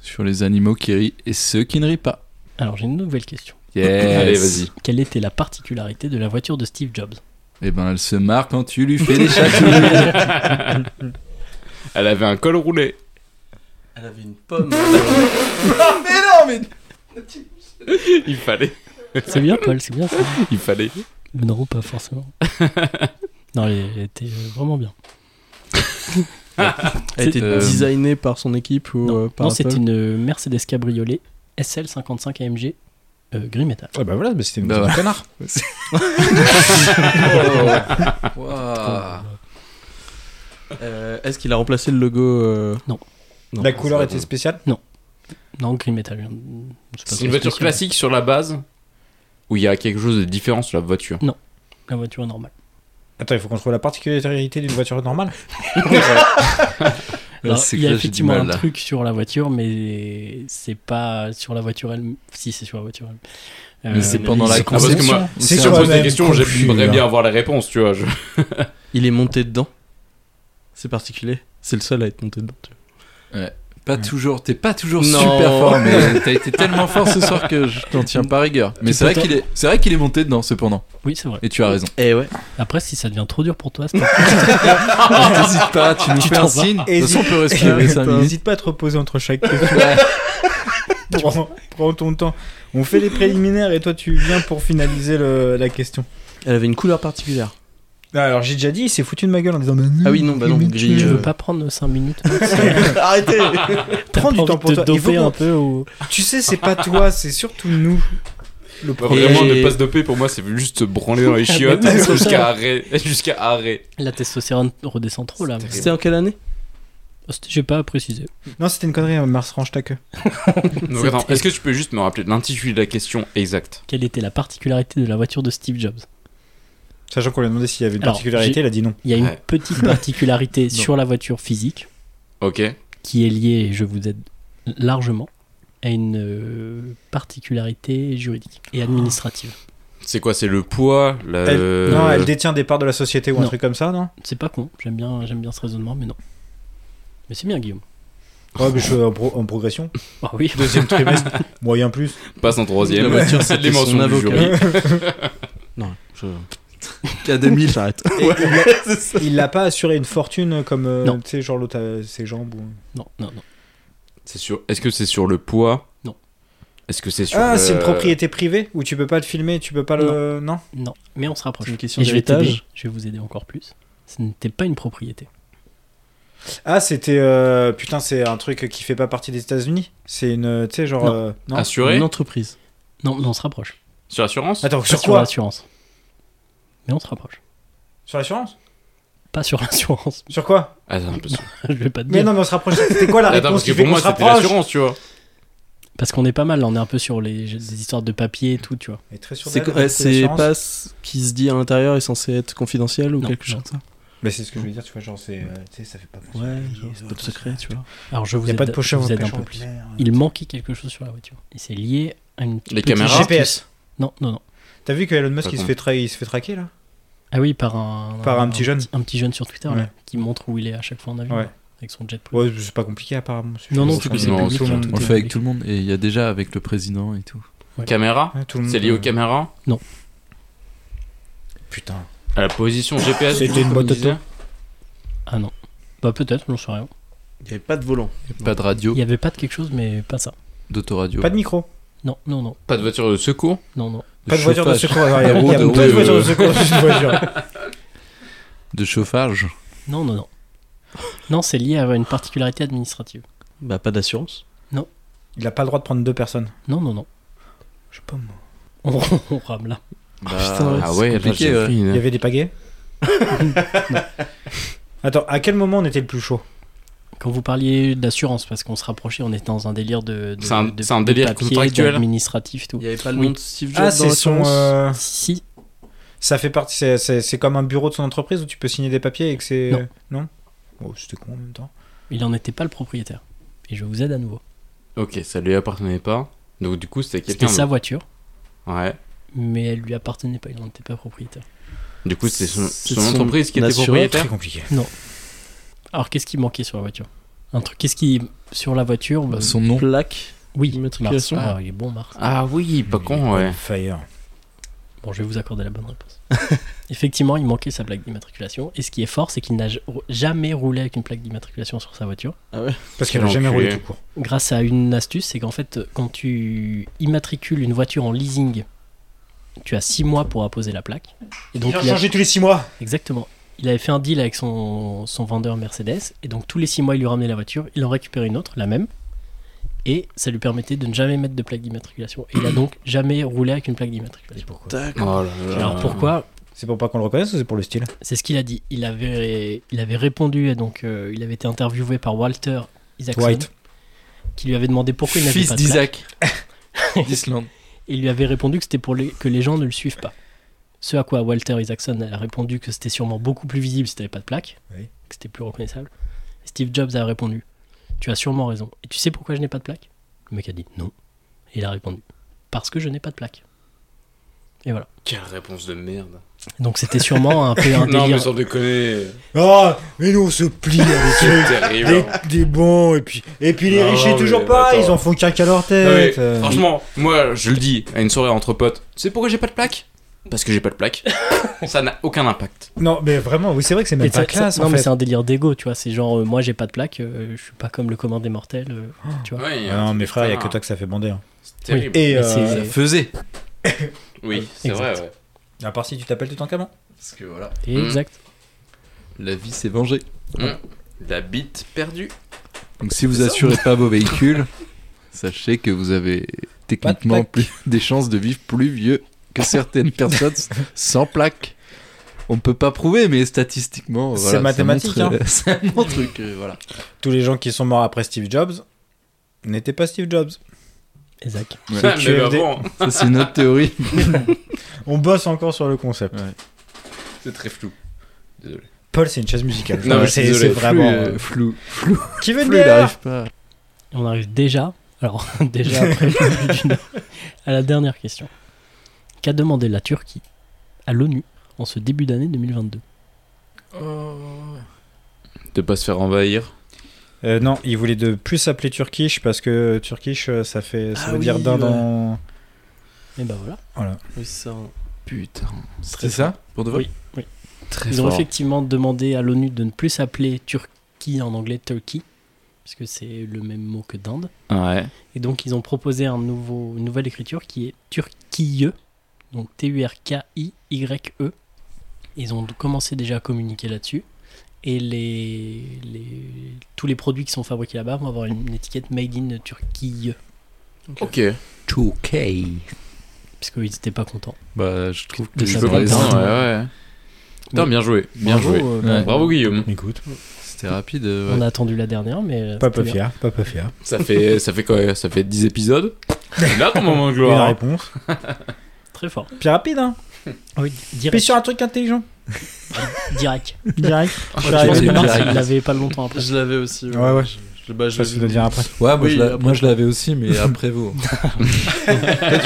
Speaker 8: sur les animaux qui rient et ceux qui ne rient pas.
Speaker 7: Alors j'ai une nouvelle question.
Speaker 8: Yes.
Speaker 3: Allez, vas-y.
Speaker 7: Quelle était la particularité de la voiture de Steve Jobs
Speaker 8: Et ben elle se marre quand tu lui fais des chatouilles.
Speaker 3: Elle avait un col roulé.
Speaker 9: Elle avait une pomme.
Speaker 3: Il fallait.
Speaker 7: C'est bien Paul, c'est bien ça.
Speaker 3: Il fallait.
Speaker 7: Mais non, pas forcément. non, elle elle était euh, vraiment bien.
Speaker 9: Elle a été
Speaker 8: Euh,
Speaker 9: designée par son équipe ou
Speaker 7: Non,
Speaker 9: euh, par
Speaker 7: non,
Speaker 9: Apple.
Speaker 7: c'était une Mercedes Cabriolet SL55 AMG euh, gris métal.
Speaker 10: Ah bah voilà, mais c'était une
Speaker 8: Bah
Speaker 10: petite
Speaker 8: voilà.
Speaker 10: connard.
Speaker 8: Waouh.
Speaker 9: Euh, Est-ce qu'il a remplacé le logo euh,
Speaker 7: Non.
Speaker 9: non,
Speaker 10: La
Speaker 9: c'est
Speaker 10: couleur
Speaker 9: pas
Speaker 10: était
Speaker 9: bon.
Speaker 10: spéciale
Speaker 7: Non, gris métal. euh, pas
Speaker 3: C'est
Speaker 7: très
Speaker 3: une voiture
Speaker 7: spécial.
Speaker 3: classique sur la base où il y a quelque chose de différent sur la voiture.
Speaker 7: La voiture normale.
Speaker 10: Attends, il faut qu'on trouve la particularité d'une voiture normale.
Speaker 7: Alors,
Speaker 8: c'est
Speaker 7: il
Speaker 8: que
Speaker 7: y a
Speaker 8: là, j'ai du
Speaker 7: effectivement
Speaker 8: mal,
Speaker 7: un
Speaker 8: là.
Speaker 7: truc sur la voiture, mais c'est pas sur la voiture elle. Si, c'est sur la voiture elle. Euh,
Speaker 8: Mais c'est pendant
Speaker 7: il-
Speaker 8: la
Speaker 3: Ah,
Speaker 7: c'est-
Speaker 8: con- parce que
Speaker 10: conception.
Speaker 8: moi,
Speaker 10: C'est
Speaker 8: si
Speaker 10: sur
Speaker 8: on
Speaker 10: la
Speaker 8: pose des
Speaker 10: même hein.
Speaker 3: questions, j'aimerais
Speaker 8: confus,
Speaker 3: bien
Speaker 8: là.
Speaker 3: avoir les réponses, tu vois. je-
Speaker 9: Il est monté dedans. C'est particulier. C'est le seul à être monté dedans. tu vois.
Speaker 8: Pas toujours, t'es pas toujours
Speaker 9: Non.
Speaker 8: super fort, mais t'as été tellement fort ce soir que je t'en tiens pas rigueur. Mais
Speaker 7: Tu
Speaker 8: c'est vrai
Speaker 7: t'entends-
Speaker 8: qu'il est, c'est vrai qu'il est monté dedans, cependant.
Speaker 7: Oui, c'est vrai.
Speaker 8: Et tu as raison.
Speaker 9: Eh ouais.
Speaker 7: Après, si ça devient trop dur pour toi, c'est pas-
Speaker 8: T'hésites pas, tu nous
Speaker 7: Tu
Speaker 8: fais un
Speaker 7: t'en vas.
Speaker 8: signe. De toute
Speaker 10: Hésite-
Speaker 8: façon, on peut respirer 5 minutes.
Speaker 10: N'hésite pas à te reposer entre chaque question. prends, prends ton temps. On fait les préliminaires et toi tu viens pour finaliser le- la question.
Speaker 9: Elle avait une couleur particulière.
Speaker 10: Ah, Alors j'ai déjà dit, il s'est foutu de ma gueule en disant
Speaker 9: Ah oui, non, bah non, grille.
Speaker 7: je
Speaker 9: euh,
Speaker 7: Hum, veux pas prendre 5 minutes.
Speaker 10: Arrêtez
Speaker 7: T'as
Speaker 10: Prends
Speaker 7: pas
Speaker 10: du temps
Speaker 7: envie
Speaker 10: pour
Speaker 7: de
Speaker 10: toi.
Speaker 7: te
Speaker 10: Il faut
Speaker 7: doper
Speaker 10: qu'on-
Speaker 7: un peu ou-
Speaker 10: Tu sais, c'est pas toi, c'est surtout nous. Le
Speaker 3: Moi,
Speaker 10: problème.
Speaker 3: Vraiment, ne pas se doper, pour moi, c'est juste se branler
Speaker 10: Ah,
Speaker 3: dans les chiottes
Speaker 7: Mais c'est
Speaker 3: jusqu'à
Speaker 7: ça.
Speaker 3: arrêt. Jusqu'à arrêt.
Speaker 7: La testostérone redescend trop là. mais-
Speaker 9: C'était en quelle année
Speaker 7: C'était- J'ai pas précisé.
Speaker 10: Non, c'était une connerie, hein, Mars range ta queue.
Speaker 3: Donc, attends, est-ce que tu peux juste me rappeler l'intitulé de la question exacte
Speaker 7: Quelle était la particularité de la voiture de Steve Jobs
Speaker 10: Sachant qu'on lui a demandé s'il y avait une
Speaker 7: Alors,
Speaker 10: particularité,
Speaker 7: j'ai-
Speaker 10: il a dit non.
Speaker 7: Il y a une
Speaker 3: Ouais.
Speaker 7: petite particularité sur la voiture physique
Speaker 3: Ok.
Speaker 7: qui est liée, et je vous aide largement, à une euh, particularité juridique
Speaker 10: Ah.
Speaker 7: et administrative.
Speaker 3: C'est quoi C'est le poids la-
Speaker 10: Elle-
Speaker 3: euh,
Speaker 10: Non, elle détient des parts de la société ou un
Speaker 7: non.
Speaker 10: truc comme ça, non
Speaker 7: C'est pas con, j'aime bien, j'aime bien ce raisonnement, mais non. Mais c'est bien, Guillaume.
Speaker 10: Ouais, mais je suis en, pro- en progression.
Speaker 7: Ah oui,
Speaker 10: Deuxième trimestre, moyen plus.
Speaker 3: Passe en troisième.
Speaker 9: La voiture,
Speaker 3: c'est
Speaker 9: c'était son
Speaker 3: l'émotion du
Speaker 9: avocat.
Speaker 10: Hein
Speaker 3: jury.
Speaker 9: Non, je...
Speaker 8: Qu'à 2000, j'arrête.
Speaker 10: Et il l'a- Il l'a pas assuré une fortune comme, euh,
Speaker 7: Non.
Speaker 10: tu sais, genre l'autre a ses jambes ou...
Speaker 7: non, non, non.
Speaker 3: C'est sûr. Est-ce que c'est sur le poids
Speaker 7: Non.
Speaker 3: Est-ce que c'est sur euh,
Speaker 10: Ah,
Speaker 3: le-
Speaker 10: c'est une propriété privée où tu peux pas le filmer, tu peux pas le. Non
Speaker 7: Non, mais on se rapproche.
Speaker 9: C'est une question
Speaker 7: Et je vais
Speaker 9: d'héritage.
Speaker 7: t'aider, Je vais vous aider encore plus. Ce n'était pas une propriété.
Speaker 10: Ah, c'était. euh, Putain, c'est un truc qui fait pas partie des États-Unis C'est une. euh, Tu sais, genre.
Speaker 7: Non.
Speaker 10: euh, non
Speaker 3: assuré
Speaker 9: Une entreprise.
Speaker 7: Non, mais on se rapproche.
Speaker 3: Sur l'assurance
Speaker 10: Attends,
Speaker 7: Pas
Speaker 10: sur
Speaker 7: sur
Speaker 10: quoi
Speaker 7: l'assurance. Mais on se rapproche.
Speaker 10: Sur l'assurance
Speaker 7: Pas sur l'assurance.
Speaker 10: Sur quoi
Speaker 3: Attends, parce...
Speaker 7: je vais pas te
Speaker 10: Mais
Speaker 7: dire.
Speaker 10: non, mais on se rapproche. C'était quoi la
Speaker 3: Attends,
Speaker 10: réponse
Speaker 3: parce que
Speaker 10: qui fait
Speaker 3: pour
Speaker 10: qu'on
Speaker 3: moi
Speaker 10: se
Speaker 3: c'était
Speaker 10: rapproche
Speaker 3: l'assurance, tu vois.
Speaker 7: Parce qu'on est pas mal, là, on est un peu sur les, les histoires de papier et tout, tu vois.
Speaker 10: Elle est très sûre
Speaker 9: C'est
Speaker 10: d'elle,
Speaker 9: quoi- ouais,
Speaker 10: l'assurance.
Speaker 9: c'est pas ce qui se dit à l'intérieur est censé être confidentiel ou
Speaker 7: Non,
Speaker 9: quelque chose
Speaker 7: non.
Speaker 9: comme ça
Speaker 10: Mais c'est ce que je veux dire, tu vois, genre, c'est. euh, tu sais, ça fait pas.
Speaker 9: Ouais, genre, c'est pas de secret, tu vois.
Speaker 7: Alors je vous
Speaker 10: Il y a
Speaker 7: aide,
Speaker 10: pas de pocheur
Speaker 7: je vous
Speaker 10: en
Speaker 7: aide un
Speaker 10: pêchant
Speaker 7: peu
Speaker 10: de
Speaker 7: plus.
Speaker 10: mer.
Speaker 7: Il manquait quelque chose sur la voiture. Et c'est lié à une
Speaker 3: Les
Speaker 7: petite
Speaker 10: euh,
Speaker 3: caméras
Speaker 7: astuce.
Speaker 10: GPS.
Speaker 7: Non, non, non.
Speaker 10: T'as vu que Elon Musk
Speaker 3: Pas
Speaker 10: il se,
Speaker 3: con.
Speaker 10: fait tra- il se fait traquer là
Speaker 7: Ah oui, par un...
Speaker 10: Par un petit jeune.
Speaker 7: Un petit jeune sur Twitter, là,
Speaker 10: Ouais.
Speaker 7: qui montre où il est à chaque fois en avion,
Speaker 10: Ouais.
Speaker 7: là, avec son jet privé.
Speaker 10: Ouais, c'est pas compliqué apparemment. ce
Speaker 7: Non,
Speaker 10: sujet.
Speaker 7: non,
Speaker 10: C'est
Speaker 7: tout
Speaker 3: public,
Speaker 7: c'est
Speaker 3: non,
Speaker 7: public. hein.
Speaker 10: tout le monde.
Speaker 7: tout
Speaker 8: On le
Speaker 7: est
Speaker 8: fait avec
Speaker 7: public.
Speaker 8: tout le monde. Et il y a déjà avec le président et tout.
Speaker 3: Caméra
Speaker 10: Ouais, tout le monde. euh,
Speaker 3: C'est lié aux caméras
Speaker 7: Non.
Speaker 10: Putain.
Speaker 3: À la position GPS
Speaker 10: C'était
Speaker 3: du coup,
Speaker 10: une
Speaker 3: comme
Speaker 10: botte à
Speaker 3: il disait
Speaker 7: Ah non. Bah peut-être, j'en sais rien.
Speaker 9: Il n'y avait pas de volant.
Speaker 8: Pas de radio,
Speaker 7: Il y avait pas de quelque chose, mais pas ça.
Speaker 8: d'autoradio.
Speaker 10: Pas de micro.
Speaker 7: Non, non, non,
Speaker 3: Pas de voiture de secours
Speaker 7: non, non.
Speaker 10: Pas de voiture de
Speaker 8: chauffage.
Speaker 10: secours. Alors, Il y a,
Speaker 8: Roue
Speaker 10: il y a
Speaker 8: de-
Speaker 10: deux
Speaker 8: de-
Speaker 10: voitures de secours dans une voiture.
Speaker 8: De chauffage.
Speaker 7: Non, non, non. Non, c'est lié à une particularité administrative.
Speaker 9: Bah, pas d'assurance.
Speaker 10: Il a pas le droit de prendre deux personnes.
Speaker 7: Non, non, non.
Speaker 10: Je sais pas moi.
Speaker 7: On, on rame là.
Speaker 9: putain, ouais,
Speaker 3: Ah
Speaker 9: c'est
Speaker 3: ouais, là,
Speaker 8: compliqué,
Speaker 3: j'ai
Speaker 8: ouais.
Speaker 3: pris une-
Speaker 10: Il y avait des pagaies Attends, à quel moment on était le plus chaud
Speaker 7: Quand vous parliez d'assurance, parce qu'on se rapprochait, on était dans un délire de. de-
Speaker 3: C'est un-
Speaker 7: de-
Speaker 3: c'est un
Speaker 7: de
Speaker 3: délire
Speaker 7: papier,
Speaker 3: contractuel.
Speaker 7: administratif, tout.
Speaker 9: Il n'y avait pas le
Speaker 7: Oui.
Speaker 9: nom de Steve Jobs
Speaker 10: Ah,
Speaker 9: dans
Speaker 10: c'est son.
Speaker 9: l'assurance
Speaker 10: euh,
Speaker 7: Si,
Speaker 10: Ça fait partie. c'est- C'est c'est comme un bureau de son entreprise où tu peux signer des papiers et que c'est.
Speaker 7: Non.
Speaker 10: Non Oh, c'était con en même temps.
Speaker 7: il en était pas le propriétaire. Et je vous aide à nouveau.
Speaker 3: Ok, ça lui appartenait pas. Donc du coup c'était quelqu'un.
Speaker 7: C'était sa
Speaker 3: d'autre.
Speaker 7: voiture,
Speaker 3: Ouais.
Speaker 7: mais elle lui appartenait pas, il n'en était pas propriétaire.
Speaker 3: Du coup c'était son,
Speaker 9: C'est
Speaker 3: son
Speaker 9: son
Speaker 3: entreprise qui était
Speaker 9: assureur.
Speaker 3: propriétaire.
Speaker 10: compliqué.
Speaker 7: Alors qu'est-ce qui manquait sur la voiture Un truc, qu'est-ce qui. Sur la voiture bah,
Speaker 8: Bah, Son nom.
Speaker 9: Plaque.
Speaker 7: Oui, Mars.
Speaker 9: immatriculation.
Speaker 7: Ah, il est bon, Mars.
Speaker 3: Ah oui, pas con ouais.
Speaker 10: Fire.
Speaker 7: Bon, je vais vous accorder la bonne réponse. Effectivement, il manquait sa plaque d'immatriculation. Et ce qui est fort, c'est qu'il n'a j- jamais roulé avec une plaque d'immatriculation sur sa voiture.
Speaker 10: Parce qu'elle a jamais
Speaker 3: Enculé.
Speaker 10: roulé tout court.
Speaker 7: grâce à une astuce, c'est qu'en fait, quand tu immatricules une voiture en leasing, tu as 6 mois pour apposer la plaque. Et donc, il a-
Speaker 10: tous les 6 mois.
Speaker 7: exactement. Il avait fait un deal avec son, son vendeur Mercedes, et donc tous les 6 mois, il lui ramenait la voiture, il en récupérait une autre, la même, et ça lui permettait de ne jamais mettre de plaque d'immatriculation. Et il a donc jamais roulé avec une plaque d'immatriculation.
Speaker 3: Oh là là.
Speaker 7: Alors pourquoi
Speaker 10: C'est pour pas qu'on le reconnaisse ou c'est pour le style
Speaker 7: C'est ce qu'il a dit. Il avait, il avait répondu, et donc euh, il avait été interviewé par Walter Isaacson,
Speaker 10: White.
Speaker 7: qui lui avait demandé pourquoi il n'avait
Speaker 8: Fils
Speaker 7: pas de plaque.
Speaker 8: d'Isaac. D'Islande.
Speaker 7: et il lui avait répondu que c'était pour les- que les gens ne le suivent pas. Ce à quoi Walter Isaacson elle a répondu que c'était sûrement beaucoup plus visible si t'avais pas de plaque,
Speaker 10: Oui.
Speaker 7: que c'était plus reconnaissable. Et Steve Jobs a répondu Tu as sûrement raison. Et tu sais pourquoi je n'ai pas de plaque Le mec a dit Non. Et il a répondu Parce que je n'ai pas de plaque. Et voilà.
Speaker 3: Quelle réponse de merde.
Speaker 7: Donc c'était sûrement un peu
Speaker 3: Non,
Speaker 7: un
Speaker 3: mais
Speaker 7: délire.
Speaker 3: sans déconner.
Speaker 10: Ah, mais nous on se plie
Speaker 3: C'est
Speaker 10: avec eux.
Speaker 3: terrible.
Speaker 10: Des, des bons, et puis, et puis les
Speaker 3: Non,
Speaker 10: riches, c'est
Speaker 3: mais
Speaker 10: toujours pas,
Speaker 3: attends.
Speaker 10: ils en font qu'un qu'à leur
Speaker 3: Non, mais,
Speaker 10: tête. euh.
Speaker 3: franchement, moi, je le dis à une soirée entre potes. Tu sais pourquoi j'ai pas de plaque Parce que j'ai pas de plaque. Ça n'a aucun impact.
Speaker 10: Non, mais vraiment, oui, c'est vrai que c'est
Speaker 7: Mais
Speaker 10: même pas
Speaker 7: ça- ça-
Speaker 10: classe
Speaker 7: non,
Speaker 10: en
Speaker 7: mais
Speaker 10: fait.
Speaker 7: c'est un délire d'ego, tu vois. C'est genre, euh, moi j'ai pas de plaque, euh, je suis pas comme le commun des mortels, euh, tu vois.
Speaker 3: Ouais,
Speaker 10: Ah Non, mais frère, il y a que toi que ça fait bander. hein.
Speaker 3: C'est terrible.
Speaker 10: Et
Speaker 7: Mais
Speaker 10: euh,
Speaker 7: c'est-
Speaker 8: Faisait.
Speaker 3: Oui, c'est
Speaker 7: Exact.
Speaker 3: vrai, ouais.
Speaker 10: à part si tu t'appelles tout en camon.
Speaker 8: Parce que voilà.
Speaker 7: Exact.
Speaker 8: La vie s'est vengée.
Speaker 3: La bite perdue.
Speaker 8: Donc si vous assurez pas vos véhicules, sachez que vous avez techniquement plus- des chances de vivre plus vieux que certaines personnes sans plaque. On peut pas prouver, mais statistiquement,
Speaker 10: C'est
Speaker 8: voilà, ça
Speaker 10: mathématique, hein.
Speaker 8: montre- ça montre
Speaker 3: euh,
Speaker 8: que, voilà.
Speaker 10: Tous les gens qui sont morts après Steve Jobs n'étaient pas Steve Jobs.
Speaker 7: Exact.
Speaker 8: Ouais.
Speaker 3: Ah, mais
Speaker 10: QFD.
Speaker 3: avant,
Speaker 8: Ça, c'est notre théorie.
Speaker 10: On bosse encore sur le concept.
Speaker 3: c'est très flou. Désolé.
Speaker 10: Paul, c'est une chaise musicale.
Speaker 3: Non, mais je suis
Speaker 10: c'est
Speaker 3: désolé,
Speaker 10: c'est vraiment.
Speaker 8: Flou, euh, flou, flou,
Speaker 10: Qui veut de
Speaker 8: flou, il
Speaker 10: bière
Speaker 8: arrive pas.
Speaker 7: Et on arrive déjà, alors déjà après le début d'une heure, à la dernière question. Qu'a demandé la Turquie à l'ONU en ce début d'année 2022
Speaker 3: De pas se faire envahir.
Speaker 10: Euh, Non, il voulait de plus s'appeler Turkish parce que Turkish, euh, ça fait, ça
Speaker 9: Ah
Speaker 10: veut dire
Speaker 9: oui,
Speaker 10: dinde
Speaker 9: ouais.
Speaker 10: en.
Speaker 7: Et ben voilà.
Speaker 9: Oui, ça. hein.
Speaker 3: Putain.
Speaker 8: C'est ça Pour de vrai
Speaker 7: Oui, oui.
Speaker 8: Très
Speaker 7: Ils ont
Speaker 8: fort.
Speaker 7: effectivement demandé à l'ONU de ne plus s'appeler Turquie en anglais Turkey, parce que c'est le même mot que d'Inde.
Speaker 3: Ouais.
Speaker 7: Et donc ils ont proposé un nouveau, une nouvelle écriture qui est Turquie, donc T-U-R-K-I-Y-E. E. Ils ont commencé déjà à communiquer là-dessus. Et les, les- tous les produits qui sont fabriqués là-bas vont avoir une, étiquette Made in Turquie,
Speaker 3: Ok.
Speaker 7: parce qu'ils n'étaient pas contents.
Speaker 8: Bah, je trouve
Speaker 7: Mais
Speaker 8: que
Speaker 7: ça
Speaker 8: je
Speaker 3: Je peux
Speaker 7: va
Speaker 8: raison,
Speaker 7: pas.
Speaker 3: comprendre,
Speaker 8: ouais.
Speaker 3: ouais, ouais. Putain,
Speaker 7: Oui.
Speaker 3: bien joué. Bien
Speaker 7: Bravo,
Speaker 3: joué.
Speaker 7: euh,
Speaker 8: Ouais.
Speaker 3: Bravo, Guillaume.
Speaker 10: Écoute,
Speaker 8: C'était rapide. euh,
Speaker 7: On
Speaker 8: ouais.
Speaker 7: a attendu la dernière, mais... euh,
Speaker 10: pas
Speaker 7: c'était
Speaker 10: peu
Speaker 7: bien.
Speaker 10: fier, pas peu fier.
Speaker 3: Ça fait, ça fait quoi Ça fait 10 épisodes C'est Là, ton moment de
Speaker 10: Et la
Speaker 3: gloire. hein.
Speaker 10: réponse.
Speaker 7: Très fort.
Speaker 10: Puis rapide, hein.
Speaker 7: Oui,
Speaker 10: Puis
Speaker 7: direct.
Speaker 10: sur un truc intelligent.
Speaker 7: direct.
Speaker 10: Direct.
Speaker 7: Je pense
Speaker 8: j'ai
Speaker 7: que
Speaker 8: vu
Speaker 7: Mars,
Speaker 8: direct.
Speaker 7: il l'avait pas longtemps après.
Speaker 9: Je l'avais aussi.
Speaker 10: Ouais, ouais.
Speaker 9: Je, bah,
Speaker 10: Je
Speaker 9: je
Speaker 10: sais pas ce que tu dois dire après.
Speaker 8: Ouais, moi,
Speaker 9: Oui,
Speaker 8: je l'a-
Speaker 9: après-
Speaker 8: moi, je l'avais aussi, mais après vous. Toi,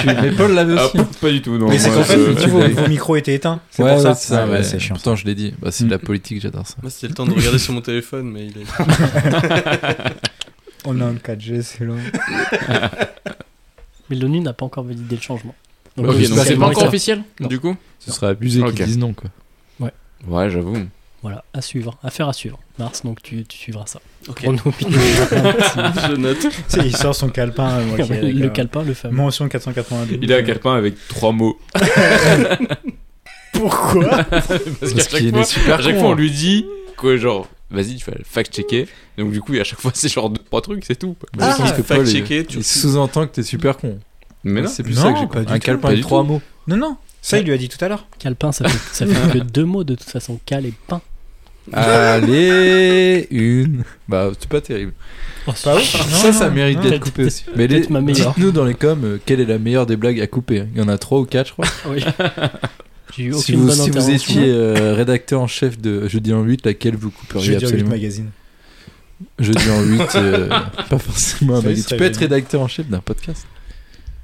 Speaker 8: tu- Mais Paul l'avait
Speaker 3: Ah,
Speaker 8: aussi.
Speaker 3: pff, pas du tout, non.
Speaker 10: Mais c'est
Speaker 3: Moi,
Speaker 10: qu'en
Speaker 8: ouais,
Speaker 10: fait,
Speaker 3: je-
Speaker 8: tu
Speaker 10: vos,
Speaker 8: l'as-
Speaker 10: vos micros étaient éteints. C'est
Speaker 8: Ouais,
Speaker 10: pour
Speaker 8: ouais,
Speaker 10: ça.
Speaker 8: c'est ça,
Speaker 10: Ah
Speaker 8: ouais.
Speaker 10: ouais, c'est chiant. Mm.
Speaker 8: Pourtant, je l'ai dit. Bah, c'est de la politique, j'adore ça.
Speaker 9: Moi, c'était le temps de regarder sur mon téléphone, mais il est.
Speaker 10: On a un 4G, c'est long.
Speaker 7: Mais l'ONU n'a pas encore validé le changement. Donc,
Speaker 3: Ok, donc c'est
Speaker 7: officiellement,
Speaker 3: pas encore
Speaker 7: ça-
Speaker 3: officiel,
Speaker 7: Non.
Speaker 3: du coup
Speaker 8: Ce serait abusé
Speaker 3: Ok.
Speaker 8: qu'ils disent non, quoi.
Speaker 3: Ouais, j'avoue.
Speaker 7: Voilà, à suivre, affaire à suivre. Mars, donc tu, tu suivras ça.
Speaker 9: Ok.
Speaker 7: Pour nous,
Speaker 9: je note.
Speaker 10: Tu sais, il sort son calepin. euh, moi, qui est avec,
Speaker 7: le
Speaker 10: euh,
Speaker 7: calepin, le fameux.
Speaker 10: Mention 492.
Speaker 3: Il est à calepin avec trois mots.
Speaker 10: Pourquoi
Speaker 3: Parce qu'à
Speaker 8: Parce
Speaker 3: chaque,
Speaker 8: qu'il
Speaker 3: fois,
Speaker 8: est super
Speaker 3: à chaque
Speaker 8: con,
Speaker 3: fois, on
Speaker 8: hein.
Speaker 3: lui dit que genre, vas-y, tu vas fact-checker. Donc, du coup, à chaque fois, c'est genre deux, trois trucs, c'est tout.
Speaker 8: Mais je pense que Paul, il-
Speaker 9: fact-checker, tu-
Speaker 8: il sous-entend que t'es super con.
Speaker 3: Mais non.
Speaker 8: C'est plus
Speaker 10: Non,
Speaker 8: ça que j'ai
Speaker 10: pas
Speaker 8: compris.
Speaker 10: du
Speaker 8: Un
Speaker 10: tout.
Speaker 8: calepin
Speaker 3: Pas
Speaker 8: de
Speaker 3: du
Speaker 8: trois
Speaker 3: tout.
Speaker 8: mots.
Speaker 10: Non, non. Ça, il lui a dit tout à l'heure.
Speaker 7: Calepin, ça fait, ça fait que deux mots de toute façon. Cal et pain.
Speaker 8: Allez, une. Bah, c'est pas terrible.
Speaker 9: Oh,
Speaker 10: Pas ouf.
Speaker 8: ça, ça mérite
Speaker 10: Ah, non.
Speaker 8: d'être coupé aussi. Mais les-
Speaker 7: peut-être ma meilleure.
Speaker 8: dites-nous dans les coms euh, quelle est la meilleure des blagues à couper. hein. Il y en a trois ou quatre, je crois.
Speaker 7: Oui. J'ai eu aucune
Speaker 8: Si vous,
Speaker 7: bonne
Speaker 8: si vous
Speaker 7: intervention.
Speaker 8: étiez euh, rédacteur en chef de Jeudi en 8, laquelle vous couperiez
Speaker 10: Je vais dire 8
Speaker 8: absolument
Speaker 10: magazines.
Speaker 8: Jeudi en 8, euh, pas forcément un
Speaker 10: Ça,
Speaker 8: magazine.
Speaker 10: ça
Speaker 8: Tu peux
Speaker 10: serait
Speaker 8: être
Speaker 10: génial.
Speaker 8: rédacteur en chef d'un podcast.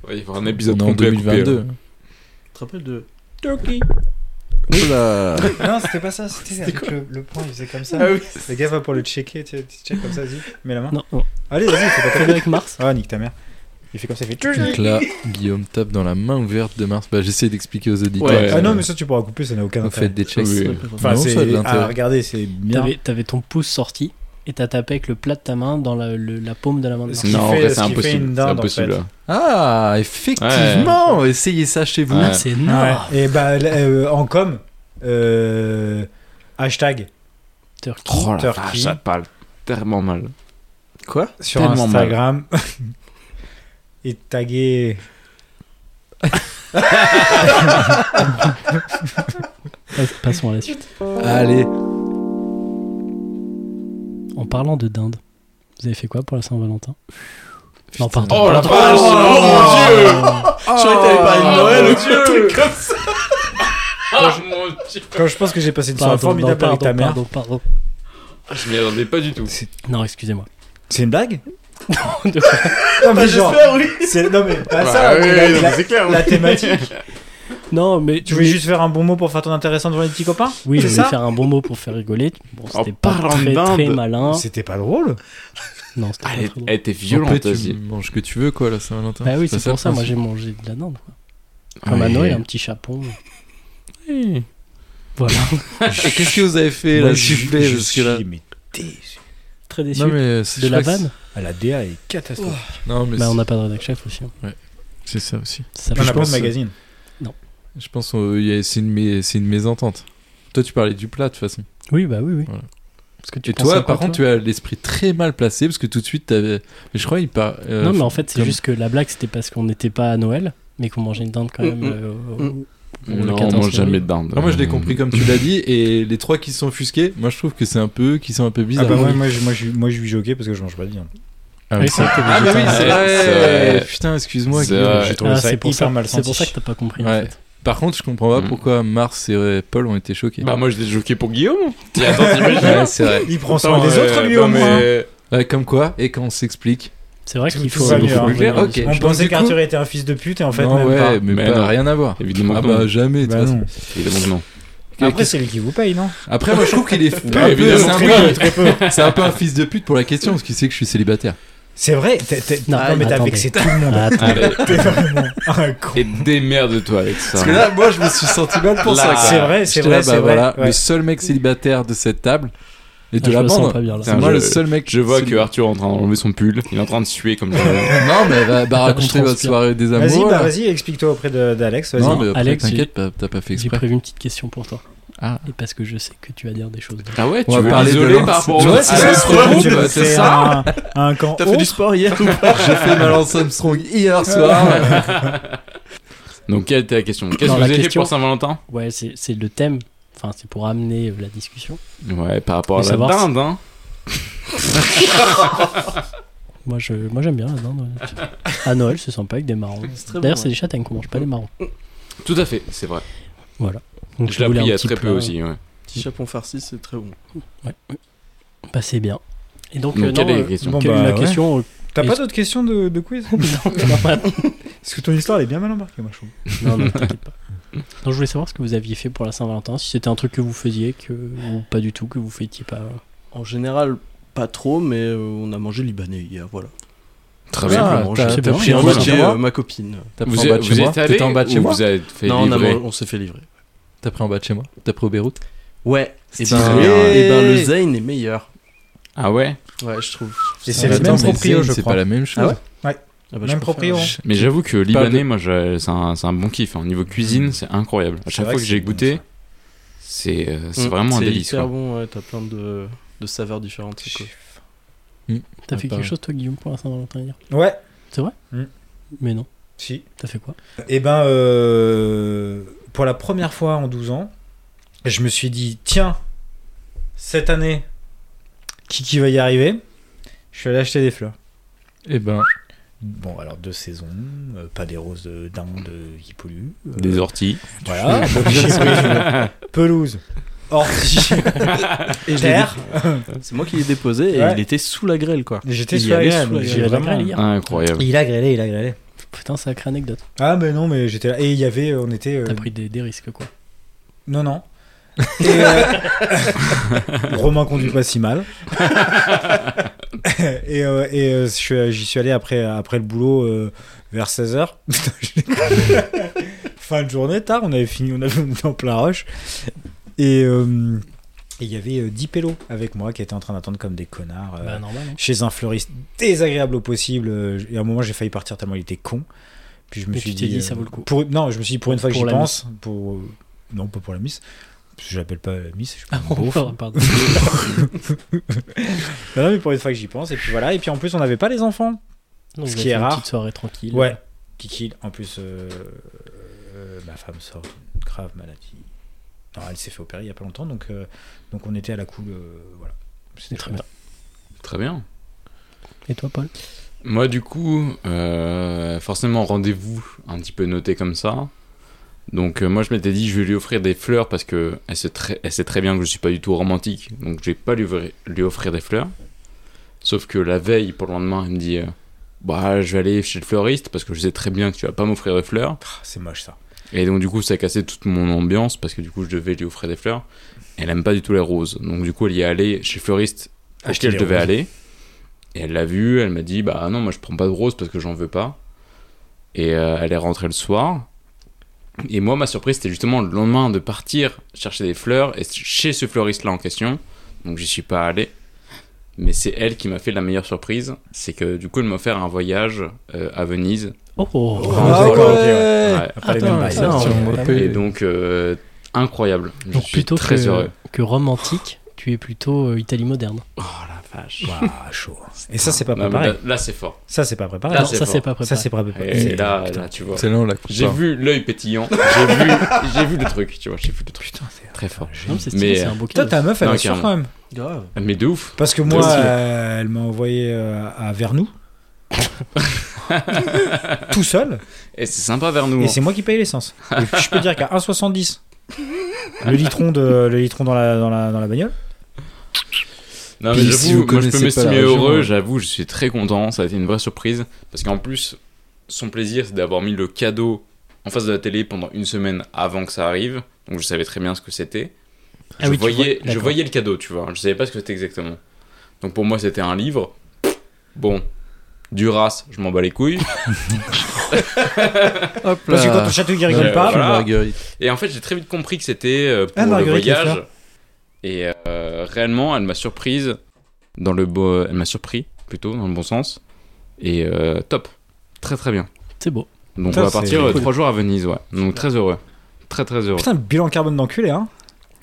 Speaker 3: Ouais, il faut un épisode
Speaker 8: On est en
Speaker 3: complet à
Speaker 8: 2022.
Speaker 3: couper,
Speaker 9: Tu te rappelles de.
Speaker 8: Oula.
Speaker 10: Non, c'était pas ça. C'était avec le, le point, il faisait comme ça. Le gars va pour le checker. Tu tu check comme ça, vas-y. Mets la main.
Speaker 7: Non, non.
Speaker 10: Allez, vas-y, c'est pas
Speaker 7: Fais-le
Speaker 10: terrible.
Speaker 7: avec Mars.
Speaker 10: Ah, nique ta mère. Il fait comme ça, il fait.
Speaker 8: Donc là, Guillaume tape dans la main ouverte de Mars. Bah, j'essaie d'expliquer aux auditeurs.
Speaker 3: Ouais.
Speaker 10: Ah non, mais ça, tu pourras couper, ça n'a aucun
Speaker 8: Vous
Speaker 10: intérêt.
Speaker 8: faites des checks.
Speaker 3: Oui.
Speaker 10: Enfin,
Speaker 8: Non, ça a de
Speaker 10: c'est.
Speaker 8: l'intérêt.
Speaker 10: Ah, regardez, c'est bien.
Speaker 7: T'avais, t'avais ton pouce sorti et t'as tapé avec le plat de ta main dans la, le- la paume de la main de
Speaker 10: Ce
Speaker 7: Mars.
Speaker 10: qui
Speaker 3: Non, en
Speaker 10: fait-
Speaker 3: vrai,
Speaker 10: ce
Speaker 3: c'est
Speaker 10: qui fait
Speaker 3: impossible.
Speaker 10: une
Speaker 3: C'est
Speaker 10: dinde, en
Speaker 3: impossible. hein.
Speaker 10: fait.
Speaker 8: Ah, effectivement, essayez ça chez vous.
Speaker 3: Ouais.
Speaker 7: Ah, c'est
Speaker 10: Ouais.
Speaker 7: énorme.
Speaker 10: Et bah, euh, en com, euh, hashtag
Speaker 7: Turquie.
Speaker 3: Oh la
Speaker 10: Turkey.
Speaker 3: vache, ça parle tellement mal.
Speaker 9: Quoi
Speaker 10: sur
Speaker 3: Tellement
Speaker 10: Instagram et taguer.
Speaker 7: Pas- Passons à la suite.
Speaker 8: Allez,
Speaker 7: En parlant de dinde, vous avez fait quoi pour la Saint-Valentin Non, pardon.
Speaker 3: Oh la vache
Speaker 9: Oh,
Speaker 3: Oh mon dieu
Speaker 10: Ah,
Speaker 9: Je croyais que t'avais parlé de Noël.
Speaker 3: Ah, dieu comme ça Oh mon dieu
Speaker 10: Quand je pense que j'ai passé une soirée
Speaker 7: Pardon, non,
Speaker 10: formidable
Speaker 7: pardon,
Speaker 10: avec ta mère.
Speaker 7: pardon, pardon.
Speaker 3: Je m'y attendais pas du tout.
Speaker 7: Non, excusez-moi.
Speaker 10: C'est une blague
Speaker 7: de
Speaker 10: Non, mais genre. c'est- Non, mais pas Bah, ça.
Speaker 3: Bah Ah, oui,
Speaker 10: mais la-
Speaker 3: non,
Speaker 10: la-
Speaker 3: c'est clair. hein.
Speaker 10: la thématique.
Speaker 7: Non, mais
Speaker 10: Tu voulais juste faire un bon mot pour faire ton intéressant devant les petits copains
Speaker 7: Oui, je
Speaker 10: c'est
Speaker 7: voulais
Speaker 10: ça
Speaker 7: faire un bon mot pour faire rigoler. Bon, c'était pas
Speaker 3: parlant
Speaker 7: très,
Speaker 3: d'Inde.
Speaker 7: très malin.
Speaker 10: C'était pas drôle.
Speaker 7: Non, c'était
Speaker 3: Ah,
Speaker 7: pas
Speaker 3: elle,
Speaker 7: très
Speaker 3: elle
Speaker 7: drôle.
Speaker 3: était
Speaker 8: En fait,
Speaker 3: violente
Speaker 8: tu
Speaker 3: aussi.
Speaker 8: manges ce que tu veux, quoi, la Saint-Valentin.
Speaker 7: Bah oui,
Speaker 8: pas
Speaker 7: c'est pour ça,
Speaker 8: le
Speaker 7: moi j'ai
Speaker 8: principe.
Speaker 7: mangé de la dinde. quoi.
Speaker 3: Ah,
Speaker 7: Comme
Speaker 3: bah,
Speaker 7: à
Speaker 8: Ouais.
Speaker 7: Noël, un petit chapon. Voilà.
Speaker 8: Qu'est-ce que vous avez fait,
Speaker 7: Bah,
Speaker 10: Moi,
Speaker 8: là,
Speaker 10: je-
Speaker 8: s'il vous plaît
Speaker 10: je
Speaker 8: parce que là-
Speaker 10: suis, mais déçu.
Speaker 7: Très déçu.
Speaker 8: Non, mais c'est-
Speaker 7: De
Speaker 8: je
Speaker 7: la
Speaker 8: crois que
Speaker 7: vanne
Speaker 10: Ah, La DA est catastrophe.
Speaker 8: c'est- Non, mais
Speaker 7: Bah, on n'a pas de rédac chef aussi. hein.
Speaker 8: c'est c'est ça aussi.
Speaker 7: Ça
Speaker 10: On
Speaker 7: fait
Speaker 10: a pas
Speaker 7: pense,
Speaker 10: de magazine.
Speaker 8: Je pense euh, il y a- c'est une, mé- c'est une mésentente. Toi, tu parlais du plat, de toute façon.
Speaker 7: Oui, bah oui, oui.
Speaker 8: Voilà.
Speaker 7: Parce que tu
Speaker 8: Et
Speaker 7: penses à
Speaker 8: toi,
Speaker 7: quoi,
Speaker 8: par contre, tu as l'esprit très mal placé parce que tout de suite, t'avais. Mais je crois il part. euh,
Speaker 7: Non, mais en fait, c'est
Speaker 8: comme-
Speaker 7: juste que la blague, c'était parce qu'on n'était pas à Noël, mais qu'on mangeait une dinde quand même.
Speaker 9: Mm,
Speaker 7: euh, au-
Speaker 9: mm.
Speaker 7: au-
Speaker 3: Non,
Speaker 7: le
Speaker 3: on
Speaker 7: 14
Speaker 3: mange
Speaker 7: février.
Speaker 3: jamais de dinde. Bah,
Speaker 8: Ah, moi, je l'ai compris comme tu l'as dit. Et les trois qui se sont fusqués, moi, je trouve que c'est un peu. qui sont un peu
Speaker 10: Ah
Speaker 8: bizarres.
Speaker 10: bah moi, moi, je, moi, je, moi, je suis jogué parce que je mange pas de viande.
Speaker 8: Ah,
Speaker 7: Oui,
Speaker 8: oui,
Speaker 7: c'est vrai que t'es
Speaker 8: Ah bah oui,
Speaker 7: végétarien.
Speaker 8: c'est
Speaker 3: Ouais,
Speaker 8: vrai.
Speaker 3: c'est vrai.
Speaker 8: Putain, excuse-moi.
Speaker 3: C'est
Speaker 8: Guillaume.
Speaker 3: vrai.
Speaker 10: J'ai trouvé
Speaker 7: Ah,
Speaker 10: ça
Speaker 7: c'est pour,
Speaker 10: hyper
Speaker 7: ça-
Speaker 10: mal
Speaker 7: c'est
Speaker 10: senti.
Speaker 7: pour ça que t'as pas compris. en
Speaker 8: Ouais.
Speaker 7: fait.
Speaker 8: Par contre, je comprends pas
Speaker 3: Mm.
Speaker 8: pourquoi Mars et euh, Paul ont été choqués.
Speaker 3: Bah, moi, je l'ai joqué pour Guillaume. Tiens, attends, t'imagines
Speaker 8: Ouais, c'est vrai.
Speaker 10: Il prend soin des autres, lui, au moins.
Speaker 8: Ouais, comme quoi, et quand on s'explique.
Speaker 7: C'est vrai qu'il
Speaker 10: tout
Speaker 7: faut.
Speaker 10: va
Speaker 7: il
Speaker 10: mieux,
Speaker 7: faut
Speaker 10: hein.
Speaker 7: revenir
Speaker 8: Ok.
Speaker 7: dessus.
Speaker 8: Je
Speaker 10: On
Speaker 8: pense
Speaker 10: pensait
Speaker 8: du coup-
Speaker 10: qu'Arthur était un fils de pute et en fait,
Speaker 8: non,
Speaker 10: même
Speaker 8: ouais,
Speaker 10: pas.
Speaker 8: mais,
Speaker 3: Mais
Speaker 8: pas,
Speaker 3: non.
Speaker 8: rien à voir.
Speaker 3: Évidemment
Speaker 8: Ah
Speaker 3: que non.
Speaker 8: bah jamais. de toute
Speaker 10: Bah
Speaker 8: façon.
Speaker 10: non.
Speaker 3: Évidemment que non.
Speaker 10: Après, c'est lui qui vous paye, non
Speaker 8: Après, moi je trouve qu'il est.
Speaker 3: Bah,
Speaker 8: un peu-
Speaker 3: évidemment,
Speaker 8: c'est un
Speaker 3: très
Speaker 8: peu-
Speaker 3: peu,
Speaker 8: C'est un peu un fils de pute pour la question parce qu'il sait que je suis célibataire.
Speaker 10: C'est vrai. t'es- t'es-
Speaker 7: Non,
Speaker 10: Non, mais t'as
Speaker 7: attendez.
Speaker 10: vexé tout le monde.
Speaker 7: Ah, attends.
Speaker 3: Allez,
Speaker 10: T'es vraiment un con.
Speaker 3: et démerde-toi avec ça.
Speaker 8: Parce que là, moi je me suis senti mal pour
Speaker 3: Là,
Speaker 8: ça. quoi.
Speaker 10: C'est vrai, c'est
Speaker 8: J'étais là,
Speaker 10: vrai,
Speaker 8: bah
Speaker 10: c'est vrai.
Speaker 8: voilà,
Speaker 10: ouais.
Speaker 8: le seul mec célibataire de cette table et de Ah,
Speaker 7: je
Speaker 8: la
Speaker 7: me sens pas
Speaker 8: bande.
Speaker 7: bien là.
Speaker 8: C'est moi
Speaker 3: Je-
Speaker 8: le seul mec.
Speaker 3: Je vois que
Speaker 8: célibataire.
Speaker 3: Arthur est en train d'enlever son pull. Il est en train de suer comme ça.
Speaker 8: Non, mais va, va
Speaker 7: Je
Speaker 8: raconter
Speaker 7: transpire.
Speaker 8: votre soirée des amours.
Speaker 10: Vas-y, bah,
Speaker 8: là.
Speaker 10: vas-y, explique-toi auprès de- d'Alex. Vas-y.
Speaker 8: Non, mais après,
Speaker 7: Alex,
Speaker 8: t'inquiète, pas, t'as pas fait
Speaker 7: J'ai
Speaker 8: exprès.
Speaker 7: prévu une petite question pour toi.
Speaker 8: Ah.
Speaker 7: Et parce que je sais que tu vas dire des choses.
Speaker 3: Ah ouais,
Speaker 8: On
Speaker 3: tu
Speaker 8: va
Speaker 3: veux
Speaker 8: parler de
Speaker 3: l'isoler
Speaker 8: Lens.
Speaker 3: par rapport
Speaker 8: Ouais,
Speaker 3: au-
Speaker 8: c'est
Speaker 3: à
Speaker 8: ça,
Speaker 3: l'autre
Speaker 8: c'est vrai,
Speaker 3: groupe,
Speaker 8: tu vas
Speaker 3: c'est
Speaker 10: C'est
Speaker 3: ça.
Speaker 10: un, un camp. honte.
Speaker 8: sport hier ou pas J'ai fait Malance Armstrong hier soir.
Speaker 3: Donc, quelle était la question Qu'est-ce que
Speaker 7: Non,
Speaker 3: vous
Speaker 7: la
Speaker 3: avez fait
Speaker 7: question-
Speaker 3: pour Saint-Valentin
Speaker 7: Ouais, c'est c'est le thème. Enfin, c'est pour amener euh, la discussion.
Speaker 3: Ouais, par rapport
Speaker 7: Mais
Speaker 3: à la
Speaker 7: savoir si-
Speaker 3: dinde, hein.
Speaker 7: Moi, je, moi, j'aime bien la dinde. ouais. À Noël, c'est sympa avec des marrons. D'ailleurs, c'est des châtaignes qu'on mange pas les marrons.
Speaker 3: Tout à fait, c'est vrai.
Speaker 7: Donc,
Speaker 3: Je l'ai
Speaker 7: voulais
Speaker 3: appris il y
Speaker 7: un
Speaker 3: a
Speaker 7: petit
Speaker 3: très peu
Speaker 7: plat.
Speaker 3: aussi, ouais.
Speaker 9: Petit chapon farci, c'est très bon.
Speaker 7: Bah, c'est bien. Et donc,
Speaker 3: Donc,
Speaker 7: euh,
Speaker 3: quelle
Speaker 7: non,
Speaker 3: est la
Speaker 7: euh,
Speaker 3: question
Speaker 10: bon,
Speaker 7: quelle est
Speaker 10: bah,
Speaker 7: la
Speaker 10: ouais.
Speaker 7: question euh,
Speaker 10: T'as pas d'autres questions de, de quiz Parce que ton histoire, elle est bien mal embarquée, moi, je trouve.
Speaker 7: Non, non, t'inquiète pas. Donc, je voulais savoir ce que vous aviez fait pour la Saint-Valentin, si c'était un truc que vous faisiez, que, ou pas du tout, que vous fêtiez pas.
Speaker 9: En général, pas trop, mais euh, on a mangé libanais hier, voilà.
Speaker 3: Très
Speaker 9: bien.
Speaker 8: Ah,
Speaker 9: Simplement,
Speaker 8: t'as-
Speaker 9: j'ai-
Speaker 8: T'as
Speaker 7: j'ai
Speaker 8: pris
Speaker 9: J'ai
Speaker 8: un
Speaker 7: mangé
Speaker 8: bas de
Speaker 9: invité
Speaker 8: chez
Speaker 9: euh,
Speaker 8: moi
Speaker 9: ma copine.
Speaker 8: T'as
Speaker 3: Vous,
Speaker 8: pris un bas de
Speaker 3: êtes-
Speaker 8: chez
Speaker 3: vous
Speaker 8: moi
Speaker 3: êtes allé
Speaker 8: T'étais en bas de chez
Speaker 3: ou
Speaker 8: moi
Speaker 3: Vous avez fait
Speaker 9: non, on, a
Speaker 3: livrer
Speaker 9: man- on s'est fait livrer.
Speaker 8: T'as pris en bas de chez moi T'as pris au Beyrouth
Speaker 9: Ouais. Et
Speaker 8: Stylé.
Speaker 9: ben, eh ben, le Zayn est meilleur.
Speaker 3: hein. Ah ouais
Speaker 9: Ouais, je trouve.
Speaker 10: Et
Speaker 8: Ah,
Speaker 10: c'est les
Speaker 8: attends,
Speaker 10: mêmes
Speaker 8: mais
Speaker 10: proprios,
Speaker 8: c'est-
Speaker 10: je
Speaker 8: C'est
Speaker 10: crois.
Speaker 8: pas la même chose.
Speaker 9: Ah bah, je
Speaker 10: Même
Speaker 9: préfère-
Speaker 10: proprio. hein.
Speaker 3: Mais j'avoue que
Speaker 8: Parle de-
Speaker 3: Libanais, moi, je- c'est un, c'est un bon kiff. Au niveau cuisine, c'est incroyable. À
Speaker 10: Mm. C'est
Speaker 3: chaque
Speaker 10: vrai
Speaker 3: fois que
Speaker 10: que
Speaker 3: j'ai
Speaker 10: c'est bon,
Speaker 3: goûté,
Speaker 10: ça.
Speaker 3: c'est euh, c'est
Speaker 9: Mm,
Speaker 3: vraiment un délice.
Speaker 9: C'est hyper
Speaker 3: quoi.
Speaker 9: bon, ouais, t'as plein de, de saveurs différentes. c'est cool.
Speaker 7: T'as fait
Speaker 8: pas-
Speaker 7: quelque chose, toi, Guillaume, pour la Saint-Valentin hier
Speaker 10: Ouais,
Speaker 7: Mais non.
Speaker 10: si.
Speaker 7: T'as fait quoi
Speaker 10: Eh ben, euh, pour la première fois en 12 ans, je me suis dit, tiens, cette année, qui qui va y arriver Je suis allé acheter des fleurs.
Speaker 8: Eh ben,
Speaker 10: Bon, alors deux saisons, euh, pas des roses de- d'Inde qui polluent. euh,
Speaker 3: Des orties.
Speaker 10: Voilà, donc j'ai pris une pelouse, ortie,
Speaker 9: Et je l'ai
Speaker 10: terre.
Speaker 9: dé- C'est moi qui l'ai déposé et
Speaker 10: Ouais.
Speaker 9: il était sous la grêle, quoi.
Speaker 10: J'étais
Speaker 9: Il
Speaker 10: sous
Speaker 9: y
Speaker 10: la
Speaker 9: allait
Speaker 10: grêle,
Speaker 9: sous
Speaker 10: donc
Speaker 9: la
Speaker 10: j'ai
Speaker 7: grêle.
Speaker 10: vraiment-
Speaker 7: Hier.
Speaker 3: Incroyable.
Speaker 10: Il a grêlé, il a grêlé.
Speaker 7: Putain, sacrée anecdote.
Speaker 10: Ah, mais non, mais j'étais là. Et il y avait, on était. euh,
Speaker 7: T'as pris des, des risques, quoi.
Speaker 10: Non, non. Et, euh, Romain conduit pas si mal. et euh, et euh, je suis- j'y suis allé après, après le boulot euh, vers 16h. fin de journée, tard, on avait fini, on avait on était en plein rush. Et euh, et il y avait euh, 10 pélos avec moi qui étaient en train d'attendre comme des connards. euh,
Speaker 7: Bah, normal, non
Speaker 10: chez un fleuriste désagréable au possible. euh, Et à un moment, j'ai failli partir tellement il était con. Puis je me
Speaker 7: Mais tu
Speaker 10: suis
Speaker 7: t'es dit,
Speaker 10: dit, euh,
Speaker 7: ça vaut le coup.
Speaker 10: Pour, non, je me suis dit, pour une fois que
Speaker 7: Pour
Speaker 10: j'y
Speaker 7: la
Speaker 10: pense, pour euh, non pas pour la miss. parce que Je l'appelle pas euh, miss. Je suis pas un beauf.
Speaker 7: Oh, pardon.
Speaker 10: Non, non, mais pour une fois que j'y pense. Et puis voilà. Et puis en plus, on n'avait pas les enfants.
Speaker 7: Donc, vous
Speaker 10: Ce
Speaker 7: avez
Speaker 10: qui
Speaker 7: fait
Speaker 10: est rare.
Speaker 7: Une petite soirée tranquille.
Speaker 10: Ouais. Kiki. En plus, euh, euh, ma femme sort d'une grave maladie. Non, elle s'est fait opérer il y a pas longtemps, donc euh, donc on était à la cool. euh, voilà. C'était
Speaker 7: Très
Speaker 10: chouette.
Speaker 7: bien.
Speaker 3: Très bien.
Speaker 7: Et toi, Paul
Speaker 3: Moi, du coup, euh, forcément, rendez-vous un petit peu noté comme ça. Donc euh, moi je m'étais dit je vais lui offrir des fleurs parce que elle sait très, elle sait très bien que je suis pas du tout romantique, donc je vais pas lui, offrir- lui offrir des fleurs. Sauf que la veille pour le lendemain elle me dit euh, bah je vais aller chez le fleuriste parce que je sais très bien que tu vas pas m'offrir de fleurs.
Speaker 10: Ah, C'est moche ça.
Speaker 3: Et donc du coup ça a cassé toute mon ambiance parce que du coup je devais lui offrir des fleurs. Elle aime pas du tout les roses, donc du coup elle y est allée chez le fleuriste
Speaker 10: Acheter
Speaker 3: auquel je
Speaker 10: les
Speaker 3: devais
Speaker 10: roses.
Speaker 3: aller. Et elle l'a vu, elle m'a dit bah non moi je prends pas de roses parce que j'en veux pas. Et euh, elle est rentrée le soir. Et moi ma surprise c'était justement le lendemain de partir chercher des fleurs et chez ce fleuriste là en question. Donc j'y suis pas allé. Mais c'est elle qui m'a fait la meilleure surprise, c'est que du coup elle m'a offert un voyage euh, à Venise.
Speaker 7: Oh, oh.
Speaker 10: Ah
Speaker 3: Voilà.
Speaker 10: ouais. bah,
Speaker 3: Ouais.
Speaker 10: Pas les
Speaker 8: Attends,
Speaker 10: mêmes bails.
Speaker 8: ça,
Speaker 7: Ah,
Speaker 8: c'est
Speaker 7: ouais.
Speaker 8: un
Speaker 7: Ah,
Speaker 8: peu-
Speaker 3: Et donc, euh, incroyable. Je
Speaker 7: Donc
Speaker 3: suis
Speaker 7: plutôt
Speaker 3: très
Speaker 7: que,
Speaker 3: heureux.
Speaker 7: que romantique, tu es plutôt euh, Italie moderne.
Speaker 3: Oh la vache.
Speaker 10: Waouh, chaud. Et ça, c'est pas
Speaker 3: Non, mais
Speaker 10: préparé.
Speaker 3: là, là, c'est fort.
Speaker 10: Ça, c'est pas préparé.
Speaker 3: Là,
Speaker 7: non,
Speaker 3: c'est
Speaker 7: ça
Speaker 3: fort.
Speaker 7: c'est pas préparé.
Speaker 10: Ça, c'est pas préparé.
Speaker 3: Et,
Speaker 10: C'est-
Speaker 3: là,
Speaker 10: putain.
Speaker 3: là, tu vois.
Speaker 8: Celle-là, on la coupe
Speaker 3: J'ai
Speaker 8: pas.
Speaker 3: vu l'œil pétillant. J'ai vu, j'ai vu le truc, tu vois. J'ai vu le truc. Très fort.
Speaker 7: Non, mais c'est stylé,
Speaker 3: Mais,
Speaker 7: c'est un beau
Speaker 10: euh, Toi,
Speaker 7: cadeau.
Speaker 10: ta meuf, elle
Speaker 3: Non,
Speaker 10: est sûre
Speaker 3: carrément.
Speaker 10: quand même.
Speaker 3: Mais de ouf.
Speaker 10: Parce que moi,
Speaker 3: Stylé.
Speaker 10: euh, elle m'a envoyé euh, à Vernou. Tout seul.
Speaker 3: Et c'est sympa vers nous.
Speaker 10: Et
Speaker 3: hein.
Speaker 10: c'est moi qui paye l'essence. Et Je peux dire qu'à 1,70, le litron, de, le litron dans, la, dans, la, dans la bagnole.
Speaker 3: Non, mais
Speaker 8: Puis si
Speaker 3: j'avoue,
Speaker 8: vous
Speaker 3: moi je peux
Speaker 8: connaissez pas la
Speaker 3: m'estimer
Speaker 8: région,
Speaker 3: heureux,
Speaker 8: ouais.
Speaker 3: j'avoue, je suis très content, ça a été une vraie surprise, parce qu'en plus, son plaisir c'est d'avoir mis le cadeau en face de la télé pendant une semaine avant que ça arrive, donc je savais très bien ce que c'était.
Speaker 7: Ah
Speaker 3: je,
Speaker 7: oui, tu vois,
Speaker 3: voyais, je
Speaker 7: d'accord.
Speaker 3: voyais le cadeau, tu vois, je savais pas ce que c'était exactement. Donc pour moi c'était un livre, bon, Duras, je m'en bats les couilles,
Speaker 8: Hop
Speaker 10: Parce que
Speaker 8: là.
Speaker 10: quand ton château qui rigole
Speaker 3: Ouais,
Speaker 10: pas,
Speaker 3: Euh, voilà.
Speaker 8: Marguerite.
Speaker 3: et en fait j'ai très vite compris que c'était euh, pour
Speaker 10: Ah,
Speaker 3: le
Speaker 10: Marguerite
Speaker 3: voyage,
Speaker 10: Lefleur.
Speaker 3: et euh, réellement elle m'a surprise, dans le beau... elle m'a surpris plutôt, dans le bon sens, et euh, top, très très bien.
Speaker 7: C'est beau.
Speaker 3: Donc
Speaker 10: Putain,
Speaker 3: on va partir
Speaker 10: c'est
Speaker 3: euh,
Speaker 10: cool.
Speaker 3: trois jours à Venise, ouais. Donc très heureux. Très très heureux.
Speaker 10: putain, le bilan carbone d'enculé, hein.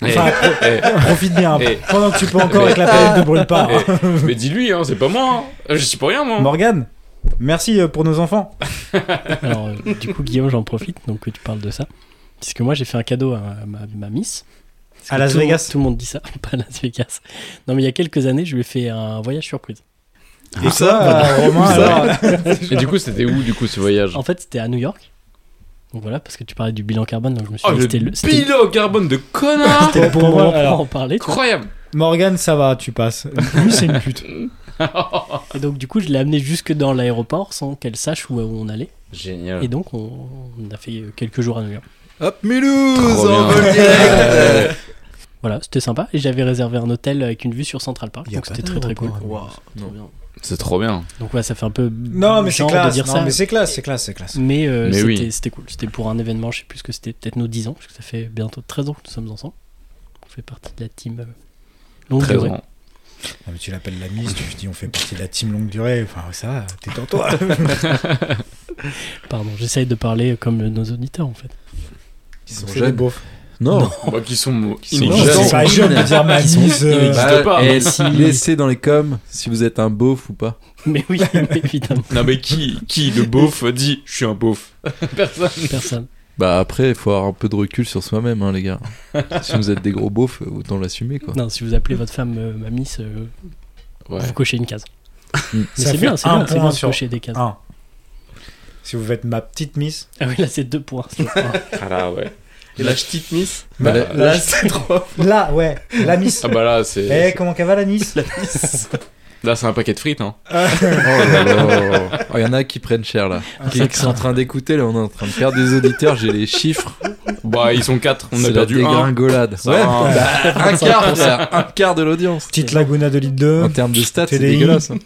Speaker 3: Eh,
Speaker 10: Enfin,
Speaker 3: eh,
Speaker 10: Profite bien.
Speaker 3: Eh.
Speaker 10: Pendant que tu peux encore et que la planète ne brûle pas.
Speaker 3: eh, mais dis-lui, hein, c'est pas moi. hein. Je suis pour rien, moi.
Speaker 10: Morgane, merci euh, pour nos enfants.
Speaker 7: Alors, euh, du coup, Guillaume, j'en profite, donc que tu parles de ça. Parce que moi, j'ai fait un cadeau à ma, ma Miss. Parce
Speaker 10: À
Speaker 7: que
Speaker 10: Las
Speaker 7: tout le
Speaker 10: Vegas.
Speaker 7: monde- Tout le monde dit ça, pas à Las Vegas. Non, mais il y a quelques années, je lui ai fait un voyage surprise.
Speaker 10: Et ça, Romain, alors,
Speaker 3: Et du coup, c'était où, du coup, ce voyage
Speaker 7: En fait, c'était à New York. Donc voilà, parce que tu parlais du bilan carbone, donc je me suis
Speaker 3: Oh,
Speaker 7: dit
Speaker 3: le
Speaker 7: c'était le. c'était-
Speaker 3: bilan au carbone de connard
Speaker 10: c'était le bon
Speaker 7: Pour moi,
Speaker 10: moment.
Speaker 7: on pourra
Speaker 10: Alors,
Speaker 7: en parler.
Speaker 3: Incroyable
Speaker 10: Morgane, ça va, tu passes. Lui, c'est une pute.
Speaker 7: Et donc, du coup, je l'ai amené jusque dans l'aéroport sans qu'elle sache où, où on allait. Et
Speaker 3: Génial.
Speaker 7: donc, on, on a fait quelques jours à New York.
Speaker 8: Hop, Mulhouse
Speaker 3: Trop
Speaker 8: en
Speaker 3: bien.
Speaker 8: vol direct.
Speaker 7: Voilà, c'était sympa. Et j'avais réservé un hôtel avec une vue sur Central Park.
Speaker 10: Y a
Speaker 7: Donc,
Speaker 10: pas hein.
Speaker 7: c'était très très cool.
Speaker 10: d'aéroport
Speaker 7: Trop bien.
Speaker 3: C'est trop bien.
Speaker 7: Donc, ouais, ça fait un peu.
Speaker 10: Non, mais c'est
Speaker 7: genre
Speaker 10: classe.
Speaker 7: De dire
Speaker 10: non,
Speaker 7: ça.
Speaker 10: mais c'est classe, c'est classe, c'est classe.
Speaker 7: Mais, euh,
Speaker 3: Mais
Speaker 7: c'était,
Speaker 3: oui.
Speaker 7: c'était cool. C'était pour un événement, je sais plus ce que c'était, peut-être nos 10 ans, parce que ça fait bientôt 13 ans que nous sommes ensemble. On fait partie de la team euh, longue
Speaker 3: Très
Speaker 7: durée.
Speaker 3: grand.
Speaker 10: Non, mais tu l'appelles la mise, tu lui dis on fait partie de la team longue durée. Enfin, ça, va, t'es dans toi.
Speaker 7: Pardon, j'essaye de parler comme le- nos auditeurs en fait.
Speaker 8: Ils sont
Speaker 10: C'est des
Speaker 8: jeunes.
Speaker 10: beaufs.
Speaker 8: Non.
Speaker 3: Moi qui sont
Speaker 8: Qui sont
Speaker 10: Non,
Speaker 8: jeunes.
Speaker 10: c'est
Speaker 3: inexistants.
Speaker 10: pas jeune de dire ma
Speaker 7: Ils sont-
Speaker 10: mise. euh,
Speaker 7: ils-
Speaker 3: Bah, pas.
Speaker 8: eh, si, laissez dans les coms si vous êtes un beauf ou pas.
Speaker 7: Mais oui, évidemment,
Speaker 3: Non, mais qui, qui, le beauf, dit je suis un beauf Personne.
Speaker 7: personne.
Speaker 8: Bah après, il faut avoir un peu de recul sur soi-même, hein, les gars. si vous êtes des gros beaufs, autant l'assumer, quoi.
Speaker 7: Non, si vous appelez votre femme euh, mamie, c'est, euh,
Speaker 3: Ouais.
Speaker 7: vous cochez une case.
Speaker 8: Mm.
Speaker 7: Mais
Speaker 10: Ça
Speaker 7: c'est
Speaker 10: fait
Speaker 7: bien, c'est
Speaker 10: un
Speaker 7: bien, c'est
Speaker 10: point
Speaker 7: bien de
Speaker 10: sur-
Speaker 7: cocher des cases.
Speaker 10: Un. Si vous faites ma petite miss,
Speaker 7: Ah oui, là c'est deux points. c'est pas grave.
Speaker 3: Ah là, ouais.
Speaker 9: Et là, je type Miss.
Speaker 8: Bah,
Speaker 3: Bah,
Speaker 8: là,
Speaker 9: Là, c'est trop.
Speaker 10: là, ouais, la miss.
Speaker 3: Ah bah là,
Speaker 10: Eh,
Speaker 3: c'est.
Speaker 10: comment qu'elle va la miss
Speaker 3: Là, c'est un paquet de frites, hein.
Speaker 8: oh là là. Oh, il y en a qui prennent cher, là.
Speaker 7: Ah,
Speaker 8: Qui qui sont en train d'écouter, là, on est en train de perdre des auditeurs, j'ai les chiffres.
Speaker 3: Bah, ils sont quatre. On
Speaker 8: C'est
Speaker 3: a
Speaker 8: la
Speaker 3: perdu un.
Speaker 8: dégringolade.
Speaker 3: Ça va, hein.
Speaker 10: Bah.
Speaker 8: un quart, c'est un quart de l'audience.
Speaker 10: Petite Laguna de Ligue
Speaker 8: En
Speaker 10: 2.
Speaker 8: termes de stats, c'est
Speaker 10: TDI.
Speaker 8: dégueulasse. hein.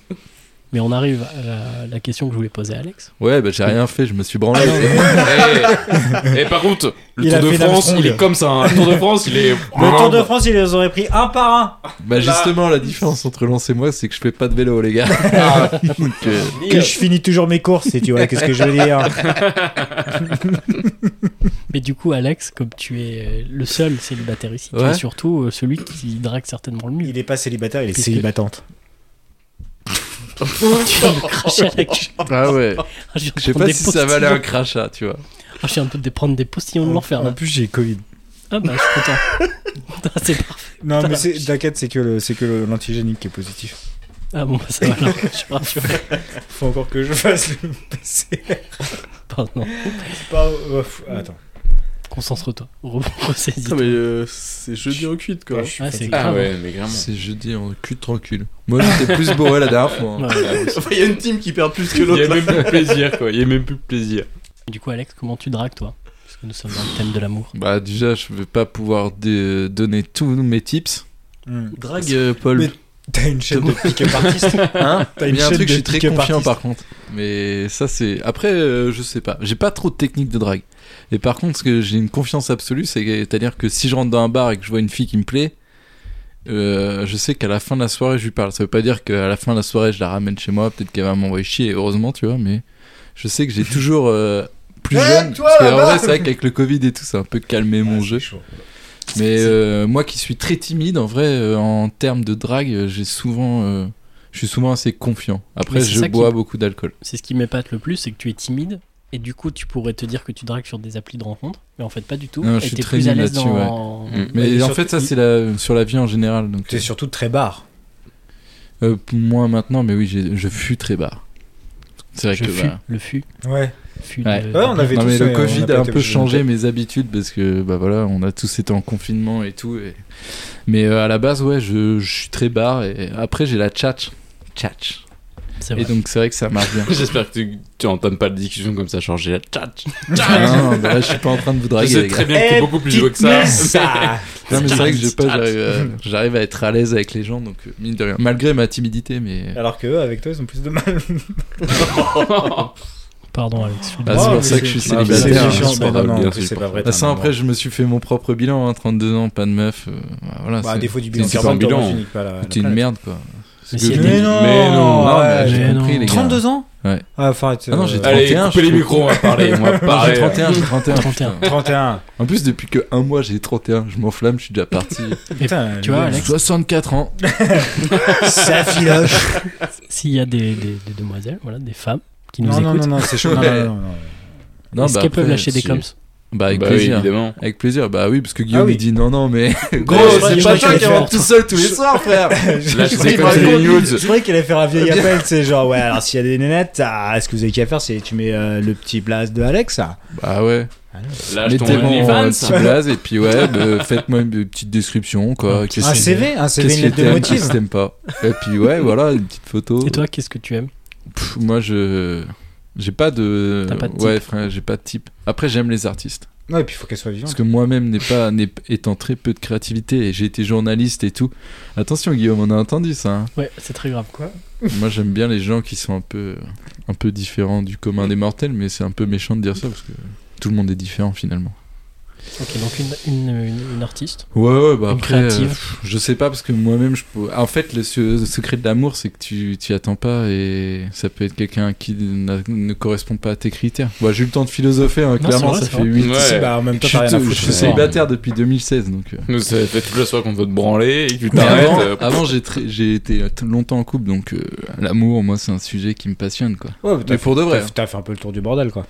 Speaker 7: Mais on arrive à la, la question que je voulais poser à Alex.
Speaker 8: Ouais, bah j'ai rien fait, je me suis branlé.
Speaker 3: Et, Eh, par contre, le
Speaker 10: Il a
Speaker 3: Tour de
Speaker 10: fait
Speaker 3: France,
Speaker 10: l'Armstrong.
Speaker 3: il est comme ça. hein. Le Tour de France, il est.
Speaker 10: Le Tour de France, ils les auraient pris un par un.
Speaker 8: bah justement, la différence entre Lance et moi, c'est que je fais pas de vélo, les gars. Donc, euh,
Speaker 10: Que je finis toujours mes courses, et tu vois, qu'est-ce que je veux dire
Speaker 7: Mais du coup, Alex, comme tu es euh, le seul célibataire ici, tu
Speaker 8: Ouais.
Speaker 7: es surtout euh, celui qui drague certainement le mieux.
Speaker 10: Il est pas célibataire, il est
Speaker 7: Puisque-
Speaker 10: célibatante.
Speaker 7: Tu vas me cracher à la gueule.
Speaker 8: ah ouais.
Speaker 7: Je viens de
Speaker 8: Je sais pas
Speaker 7: prendre des
Speaker 8: si ça
Speaker 7: postillons.
Speaker 8: valait un crachat, tu vois.
Speaker 7: Ah, je viens de te prendre des postillons de l'enfer
Speaker 10: En
Speaker 7: là.
Speaker 10: plus, j'ai Covid.
Speaker 7: Ah bah, je suis content. Putain, c'est parfait.
Speaker 10: Non, mais
Speaker 7: Putain.
Speaker 10: c'est- t'inquiète, c'est que le- c'est que le- l'antigénique qui est positif.
Speaker 7: Ah bon, bah, ça va alors. Je suis
Speaker 8: Ah,
Speaker 7: rassuré.
Speaker 10: Faut encore que je fasse le PCR.
Speaker 7: Pardon.
Speaker 10: Pas- euh, pff, Attends.
Speaker 7: Concentre-toi. Re- Ressaisis.
Speaker 9: Putain, mais euh, c'est jeudi en cuite, quoi.
Speaker 10: Ouais, je suis
Speaker 7: Ah, c'est
Speaker 10: fatigué.
Speaker 7: grave.
Speaker 3: Ah ouais, mais vraiment.
Speaker 8: C'est jeudi en cul tranquille. Moi, j'étais plus bourré la dernière fois. hein.
Speaker 7: Ouais.
Speaker 9: Enfin, il y a une team qui perd plus que
Speaker 3: Il y
Speaker 9: l'autre.
Speaker 3: a
Speaker 9: là.
Speaker 3: même plus de plaisir, quoi. Il y a même plus de plaisir.
Speaker 7: Du coup, Alex, comment tu dragues, toi Parce que nous sommes dans le thème de l'amour.
Speaker 8: Bah, déjà, je vais pas pouvoir dé- donner tous mes tips.
Speaker 10: Hmm.
Speaker 9: Drague euh, Paul.
Speaker 10: Mais- T'as une chaîne de pick-up artiste.
Speaker 8: Hein
Speaker 10: T'as
Speaker 8: Mais
Speaker 10: une
Speaker 8: il y a un
Speaker 10: chaîne
Speaker 8: truc,
Speaker 10: de
Speaker 8: je suis très
Speaker 10: pick-up
Speaker 8: confiant
Speaker 10: artiste.
Speaker 8: par contre. Mais ça, c'est. Après, euh, je sais pas. J'ai pas trop de technique de drague. Et par contre, ce que j'ai une confiance absolue, c'est que- c'est-à-dire que si je rentre dans un bar et que je vois une fille qui me plaît, euh, je sais qu'à la fin de la soirée, je lui parle. Ça veut pas dire qu'à la fin de la soirée, je la ramène chez moi. Peut-être qu'elle va m'envoyer chier, heureusement, tu vois. Mais je sais que j'ai toujours. euh, plus
Speaker 10: Eh,
Speaker 8: jeune,
Speaker 10: toi,
Speaker 8: parce que, en
Speaker 10: là-bas
Speaker 8: vrai, c'est vrai qu'avec le Covid et tout, ça a un peu calmé mon jeu. Mais euh, moi qui suis très timide, en vrai, euh, en termes de drague, euh, j'ai souvent, euh, je suis souvent assez confiant. Après,
Speaker 7: Mais c'est
Speaker 8: je
Speaker 7: ça qui-
Speaker 8: bois beaucoup d'alcool.
Speaker 7: C'est ce qui m'épate le plus, c'est que tu es timide. Et du coup, tu pourrais te dire que tu dragues sur des applis de rencontre. Mais en fait, pas du tout.
Speaker 8: Non,
Speaker 7: et
Speaker 8: je suis
Speaker 7: t'es
Speaker 8: très
Speaker 7: plus à
Speaker 8: nul
Speaker 7: l'aise
Speaker 8: là-dessus,
Speaker 7: dans.
Speaker 3: ouais. Mm.
Speaker 8: Mais
Speaker 10: mais
Speaker 8: en
Speaker 10: surtout-
Speaker 8: fait, ça c'est la, sur la vie en général. Donc,
Speaker 10: T'es surtout très barre.
Speaker 8: euh, pour moi maintenant, mais oui, j'ai- je fus très barre. C'est vrai
Speaker 7: Je
Speaker 8: que.
Speaker 7: fus,
Speaker 8: bah,
Speaker 7: le fus.
Speaker 10: Ouais.
Speaker 7: fus
Speaker 8: Ouais.
Speaker 7: de-
Speaker 10: Ouais,
Speaker 9: Ah.
Speaker 10: on avait
Speaker 8: non
Speaker 10: tous,
Speaker 8: mais
Speaker 10: euh,
Speaker 8: le
Speaker 10: on
Speaker 8: Covid
Speaker 10: n'a pas
Speaker 8: a un
Speaker 10: été
Speaker 8: peu
Speaker 10: obligé de
Speaker 8: changé
Speaker 10: monter.
Speaker 8: mes habitudes parce que bah voilà on a tous été en confinement et tout et... mais euh, à la base ouais je, je suis très barre et après j'ai la tchatch tchatch
Speaker 7: C'est
Speaker 8: et
Speaker 7: vrai.
Speaker 8: donc c'est vrai que ça marche bien
Speaker 3: J'espère que tu, tu entends pas de discussion comme ça changer la tchatch.
Speaker 8: non, non, bah là, je suis pas en train de vous
Speaker 3: Je
Speaker 8: draguer
Speaker 3: sais
Speaker 8: les gars.
Speaker 3: très bien que t'es beaucoup plus
Speaker 10: Eh,
Speaker 3: joué que ça.
Speaker 10: petite merde, ça.
Speaker 8: Non, mais c'est vrai que j'ai pas, j'arrive à, Ah, euh, j'arrive à être à l'aise avec les gens, donc euh, mine de rien. Malgré ma timidité, mais. euh,
Speaker 10: Alors que eux, avec toi, ils ont plus de mal.
Speaker 7: Pardon, Alex. je suis
Speaker 8: Bah,
Speaker 7: désolé.
Speaker 8: c'est
Speaker 10: Oh,
Speaker 8: pour
Speaker 10: mais
Speaker 8: ça que je suis
Speaker 10: c'est-
Speaker 3: Ah, bah,
Speaker 10: C'est
Speaker 8: célibataire.
Speaker 10: méchant,
Speaker 8: hein,
Speaker 10: mais
Speaker 8: c'est pas
Speaker 10: non,
Speaker 8: grave.
Speaker 10: non,
Speaker 3: bien
Speaker 10: en plus,
Speaker 3: sûr,
Speaker 10: c'est
Speaker 3: il
Speaker 10: pas
Speaker 3: faut
Speaker 10: vrai.
Speaker 8: Bah,
Speaker 10: t'as
Speaker 8: ça,
Speaker 10: un
Speaker 8: après, je me suis fait mon propre bilan, hein, 32 ans, pas de meuf. euh, voilà,
Speaker 10: Bah, à
Speaker 8: c'est-
Speaker 10: défaut du
Speaker 8: c'est-
Speaker 10: bilan
Speaker 8: c'est
Speaker 3: un
Speaker 8: pas-
Speaker 10: carbone,
Speaker 3: bilan.
Speaker 10: t'aurais fini, quoi, la- la
Speaker 8: C'était une
Speaker 10: planète.
Speaker 8: merde, quoi.
Speaker 7: Mais
Speaker 8: que
Speaker 7: s'il y a
Speaker 8: je-
Speaker 7: des-
Speaker 10: Mais non
Speaker 3: Mais non,
Speaker 8: Non, mais
Speaker 10: ouais.
Speaker 8: j'ai
Speaker 7: mais
Speaker 8: compris,
Speaker 7: non.
Speaker 8: les gars.
Speaker 10: 32 ans
Speaker 8: Ouais.
Speaker 10: Ah, enfin, t'es-
Speaker 8: Ah non, j'ai
Speaker 10: euh,
Speaker 8: 31,
Speaker 3: Allez,
Speaker 8: je
Speaker 3: coupez les
Speaker 8: trouve.
Speaker 3: micros, on va parler. On va
Speaker 8: Non, j'ai
Speaker 3: parler.
Speaker 8: 31, j'ai 31.
Speaker 7: 31.
Speaker 8: putain.
Speaker 10: 31.
Speaker 8: En plus, depuis que un mois, j'ai 31. Je m'enflamme, je suis déjà parti.
Speaker 10: Putain,
Speaker 7: Tu vois, Alex,
Speaker 8: 64 ans.
Speaker 10: ça filoche.
Speaker 7: s'il y a des, des- des demoiselles, voilà, des femmes qui nous
Speaker 10: Non, non,
Speaker 7: écoutent,
Speaker 10: non, non, c'est chaud. Non, non, non, non.
Speaker 8: Non,
Speaker 7: est-ce
Speaker 8: bah,
Speaker 7: qu'elles peuvent
Speaker 8: après,
Speaker 7: lâcher des
Speaker 8: si-
Speaker 7: coms
Speaker 8: Bah, avec
Speaker 3: Bah oui,
Speaker 8: plaisir.
Speaker 3: évidemment.
Speaker 8: avec plaisir, bah oui, parce que Guillaume
Speaker 10: Ah oui.
Speaker 8: il dit non, non, mais.
Speaker 10: Gros,
Speaker 3: Bah,
Speaker 7: c'est pas toi qui rentre
Speaker 8: tout seul tous les soirs, frère
Speaker 3: Là,
Speaker 10: Je
Speaker 3: je
Speaker 10: croyais
Speaker 3: sais
Speaker 10: qu'il
Speaker 3: quand c'est les
Speaker 10: raconte-
Speaker 3: nudes.
Speaker 10: je croyais qu'elle allait faire un vieil appel, c'est genre, ouais, alors s'il y a des nénettes, ah, ce que vous avez qu'à faire, c'est tu mets euh, le petit blast de Alex, ça.
Speaker 8: Bah ouais.
Speaker 3: Lâche ton
Speaker 8: Mettez mon petit
Speaker 3: OnlyFans.
Speaker 8: blaze euh, et puis ouais, bah, faites-moi une petite description quoi. Qu'est-ce
Speaker 10: Un
Speaker 8: que-
Speaker 10: CV, un CV,
Speaker 8: Qu'est-ce
Speaker 10: ah, une
Speaker 8: que
Speaker 10: lettre de
Speaker 8: t'aimes, qu'est-ce
Speaker 10: motive.
Speaker 8: que t'aimes pas Et puis ouais, voilà, une petite photo.
Speaker 7: Et toi, qu'est-ce que tu aimes
Speaker 8: Pff, Moi je. J'ai pas de.
Speaker 7: T'as pas de type.
Speaker 8: Ouais, frère, j'ai pas de type. Après, j'aime les artistes.
Speaker 10: Non, et puis il faut qu'elle soit
Speaker 8: Parce
Speaker 10: vivante.
Speaker 8: que moi-même, n'ai pas, n'ai- étant très peu de créativité et j'ai été journaliste et tout. Attention, Guillaume, on a entendu ça. hein.
Speaker 7: Ouais, c'est très grave. Quoi
Speaker 8: Moi, j'aime bien les gens qui sont un peu, un peu différents du commun des mortels, mais c'est un peu méchant de dire ça parce que tout le monde est différent finalement.
Speaker 7: Ok, donc une, une, une- une artiste.
Speaker 8: Ouais, ouais, bah
Speaker 7: Une
Speaker 8: après, euh,
Speaker 7: créative.
Speaker 8: pff, je sais pas parce que moi-même, je peux- en fait, le, se- le secret de l'amour, c'est que tu t'y attends pas et ça peut être quelqu'un qui n'a- ne correspond pas à tes critères. Bah, j'ai eu le temps de philosopher, hein,
Speaker 7: c'est
Speaker 8: clairement,
Speaker 7: vrai,
Speaker 8: ça
Speaker 7: c'est
Speaker 8: fait
Speaker 7: vrai.
Speaker 8: 8
Speaker 3: Ouais.
Speaker 10: Bah, en même temps,
Speaker 8: Je
Speaker 10: t'as rien à
Speaker 8: suis, je
Speaker 10: foutre.
Speaker 8: suis
Speaker 10: ouais.
Speaker 8: célibataire depuis 2016, donc. euh.
Speaker 3: Nous, ça fait toute la soirée qu'on veut te branler et que tu
Speaker 8: Mais
Speaker 3: t'arrêtes.
Speaker 8: avant,
Speaker 3: euh,
Speaker 8: avant, j'ai très- j'ai été longtemps en couple, donc euh, l'amour, moi, c'est un sujet qui me passionne, quoi.
Speaker 10: Ouais, mais t'as-
Speaker 8: Mais pour de vrai,
Speaker 10: t'as- T'as fait un peu le tour du bordel, quoi.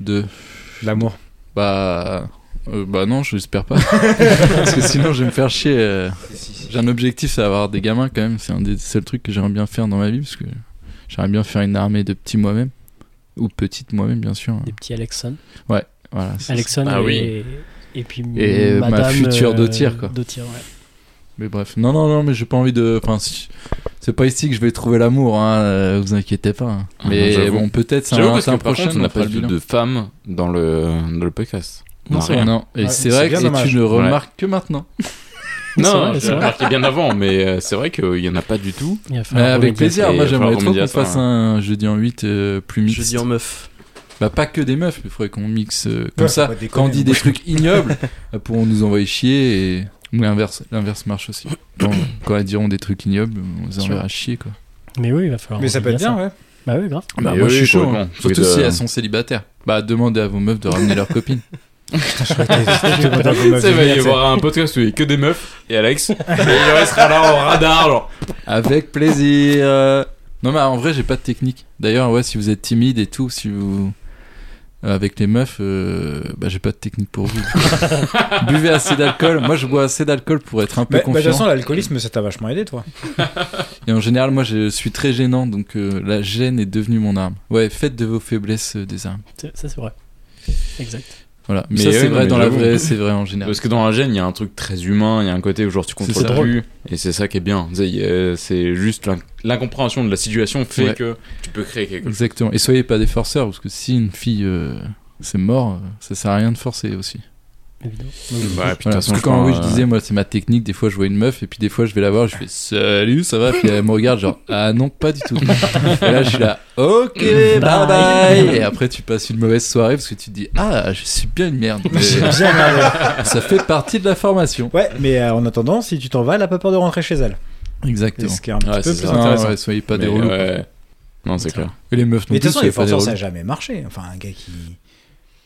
Speaker 8: de
Speaker 10: L'amour.
Speaker 8: Bah. euh, bah non, j'espère pas. Parce que sinon, je vais me faire chier. euh. J'ai un objectif, c'est avoir des gamins quand même. C'est un des seuls trucs que j'aimerais bien faire dans ma vie. Parce que j'aimerais bien faire une armée de petits moi-même. Ou petites moi-même, bien sûr.
Speaker 7: Des petits Alexson.
Speaker 8: Voilà, euh, ça, c'est-
Speaker 7: Alexson
Speaker 3: Ah
Speaker 7: et,
Speaker 3: oui.
Speaker 7: et puis
Speaker 8: Et ma
Speaker 7: Madame,
Speaker 8: future
Speaker 7: euh,
Speaker 8: dautière, quoi.
Speaker 7: Dautière, ouais.
Speaker 8: Mais bref. Non, non, non, mais j'ai pas envie de. Enfin, si- c'est pas ici que je vais trouver l'amour, hein, euh, vous inquiétez pas. hein.
Speaker 3: Ah,
Speaker 8: Mais
Speaker 3: j'avoue.
Speaker 8: bon, peut-être c'est
Speaker 3: J'avoue
Speaker 8: un,
Speaker 3: parce
Speaker 8: c'est
Speaker 3: que
Speaker 8: un
Speaker 3: par
Speaker 8: prochain.
Speaker 3: contre, on n'a
Speaker 8: fera
Speaker 3: pas
Speaker 8: le
Speaker 3: vu
Speaker 8: bilan.
Speaker 3: de femmes dans le, dans le podcast. On
Speaker 7: Non,
Speaker 3: a
Speaker 7: c'est
Speaker 3: rien.
Speaker 8: Non, et
Speaker 10: Ouais,
Speaker 8: c'est
Speaker 10: c'est
Speaker 8: vrai que
Speaker 10: bien
Speaker 8: et
Speaker 10: dommage.
Speaker 8: tu ne
Speaker 3: Ouais.
Speaker 8: remarques que maintenant.
Speaker 7: C'est
Speaker 3: Non,
Speaker 7: vrai,
Speaker 3: je
Speaker 7: c'est
Speaker 3: l'ai
Speaker 7: vrai.
Speaker 3: remarqué bien avant, mais euh, c'est vrai qu'il n'y en a pas du tout.
Speaker 7: Il va falloir
Speaker 8: Mais avec
Speaker 7: remédier
Speaker 3: Et
Speaker 8: plaisir,
Speaker 7: à
Speaker 8: moi
Speaker 3: il va
Speaker 8: j'aimerais
Speaker 3: falloir
Speaker 8: trop qu'on
Speaker 3: remédier à ça,
Speaker 8: fasse
Speaker 3: ouais.
Speaker 8: un jeudi en 8 euh, plus mixte.
Speaker 9: Jeudi en meuf.
Speaker 8: Bah pas que des meufs, il faudrait qu'on mixe euh, comme
Speaker 10: Ouais,
Speaker 8: ça.
Speaker 10: faut pas déconner,
Speaker 8: Quand on dit
Speaker 10: non.
Speaker 8: des trucs ignobles, euh, pour nous envoyer chier et ou l'inverse, l'inverse marche aussi. Quand, quand elles diront des trucs ignobles, on les enverra chier quoi.
Speaker 7: ça. Mais oui, il va falloir.
Speaker 10: Mais ça peut être
Speaker 7: remédier à
Speaker 10: bien, ouais.
Speaker 7: Bah oui, grave.
Speaker 8: Bah,
Speaker 3: Mais
Speaker 8: moi
Speaker 3: oui,
Speaker 8: je suis chaud,
Speaker 3: complètement.
Speaker 8: hein. surtout
Speaker 3: Oui, de-
Speaker 8: si elles sont célibataires. Bah demandez à vos meufs de ramener leurs copines.
Speaker 3: Ça va y avoir un podcast où il y a que des meufs et Alex. et il restera là en radar, genre.
Speaker 8: Avec plaisir. Non mais en vrai j'ai pas de technique. D'ailleurs ouais si vous êtes timide et tout, si vous euh, avec les meufs, euh, bah j'ai pas de technique pour vous. Buvez assez d'alcool. Moi je bois assez d'alcool pour être un peu
Speaker 10: Mais bah, de
Speaker 8: confiant.
Speaker 10: toute façon, l'alcoolisme, ça t'a vachement aidé, toi.
Speaker 8: Et en général, moi, je suis très gênant, donc euh, la gêne est devenue mon arme. Ouais, faites de vos faiblesses euh, des armes.
Speaker 7: C'est- Ça, c'est vrai. Exact.
Speaker 8: Voilà. Mais
Speaker 3: Ça,
Speaker 8: ouais,
Speaker 3: c'est
Speaker 8: non,
Speaker 3: vrai
Speaker 8: mais
Speaker 3: dans la
Speaker 8: j'avoue.
Speaker 3: vraie,
Speaker 8: c'est vrai en général.
Speaker 3: Parce que dans la gêne, il y a un truc très humain, il y a un côté où genre tu
Speaker 8: C'est ça.
Speaker 3: contrôles plus, et c'est ça qui est bien. C'est- il y a- C'est juste l'in- l'incompréhension de la situation fait
Speaker 8: Ouais.
Speaker 3: que tu peux créer quelque chose.
Speaker 8: Exactement. Et soyez pas des forceurs, parce que si une fille euh, c'est mort, euh, ça sert à rien de forcer aussi.
Speaker 7: évidemment.
Speaker 3: Bah, puis de
Speaker 8: Mmh. Voilà,
Speaker 3: toute façon, euh,
Speaker 8: parce que quand
Speaker 3: crois,
Speaker 8: oui, je disais, moi, c'est ma technique, des fois je vois une meuf, et puis des fois je vais la voir, je fais salut, ça va, puis elle me regarde, genre ah non, pas du tout. et là je suis là, ok, bye
Speaker 7: Bye.
Speaker 8: bye. Et après tu passes une mauvaise soirée parce que tu te dis ah, je suis bien une merde. Mais
Speaker 10: Bien, merde.
Speaker 8: ça fait partie de la formation.
Speaker 10: Ouais, mais euh, en attendant, si tu t'en vas, elle a pas peur de rentrer chez elle. C'est
Speaker 8: Exactement.
Speaker 10: ce qui est un petit
Speaker 3: Ouais,
Speaker 10: peu
Speaker 3: c'est
Speaker 10: plus
Speaker 3: ça.
Speaker 10: intéressant.
Speaker 8: Non, ouais, soyez pas
Speaker 3: mais,
Speaker 8: des relous.
Speaker 3: ouais. Non, c'est
Speaker 8: Ça.
Speaker 3: clair.
Speaker 8: Et les meufs non
Speaker 10: Mais de
Speaker 8: plus,
Speaker 10: toute façon, les
Speaker 8: soyez pas des
Speaker 10: forceurs, ça
Speaker 8: relous.
Speaker 10: n'a jamais marché. Enfin, un gars qui.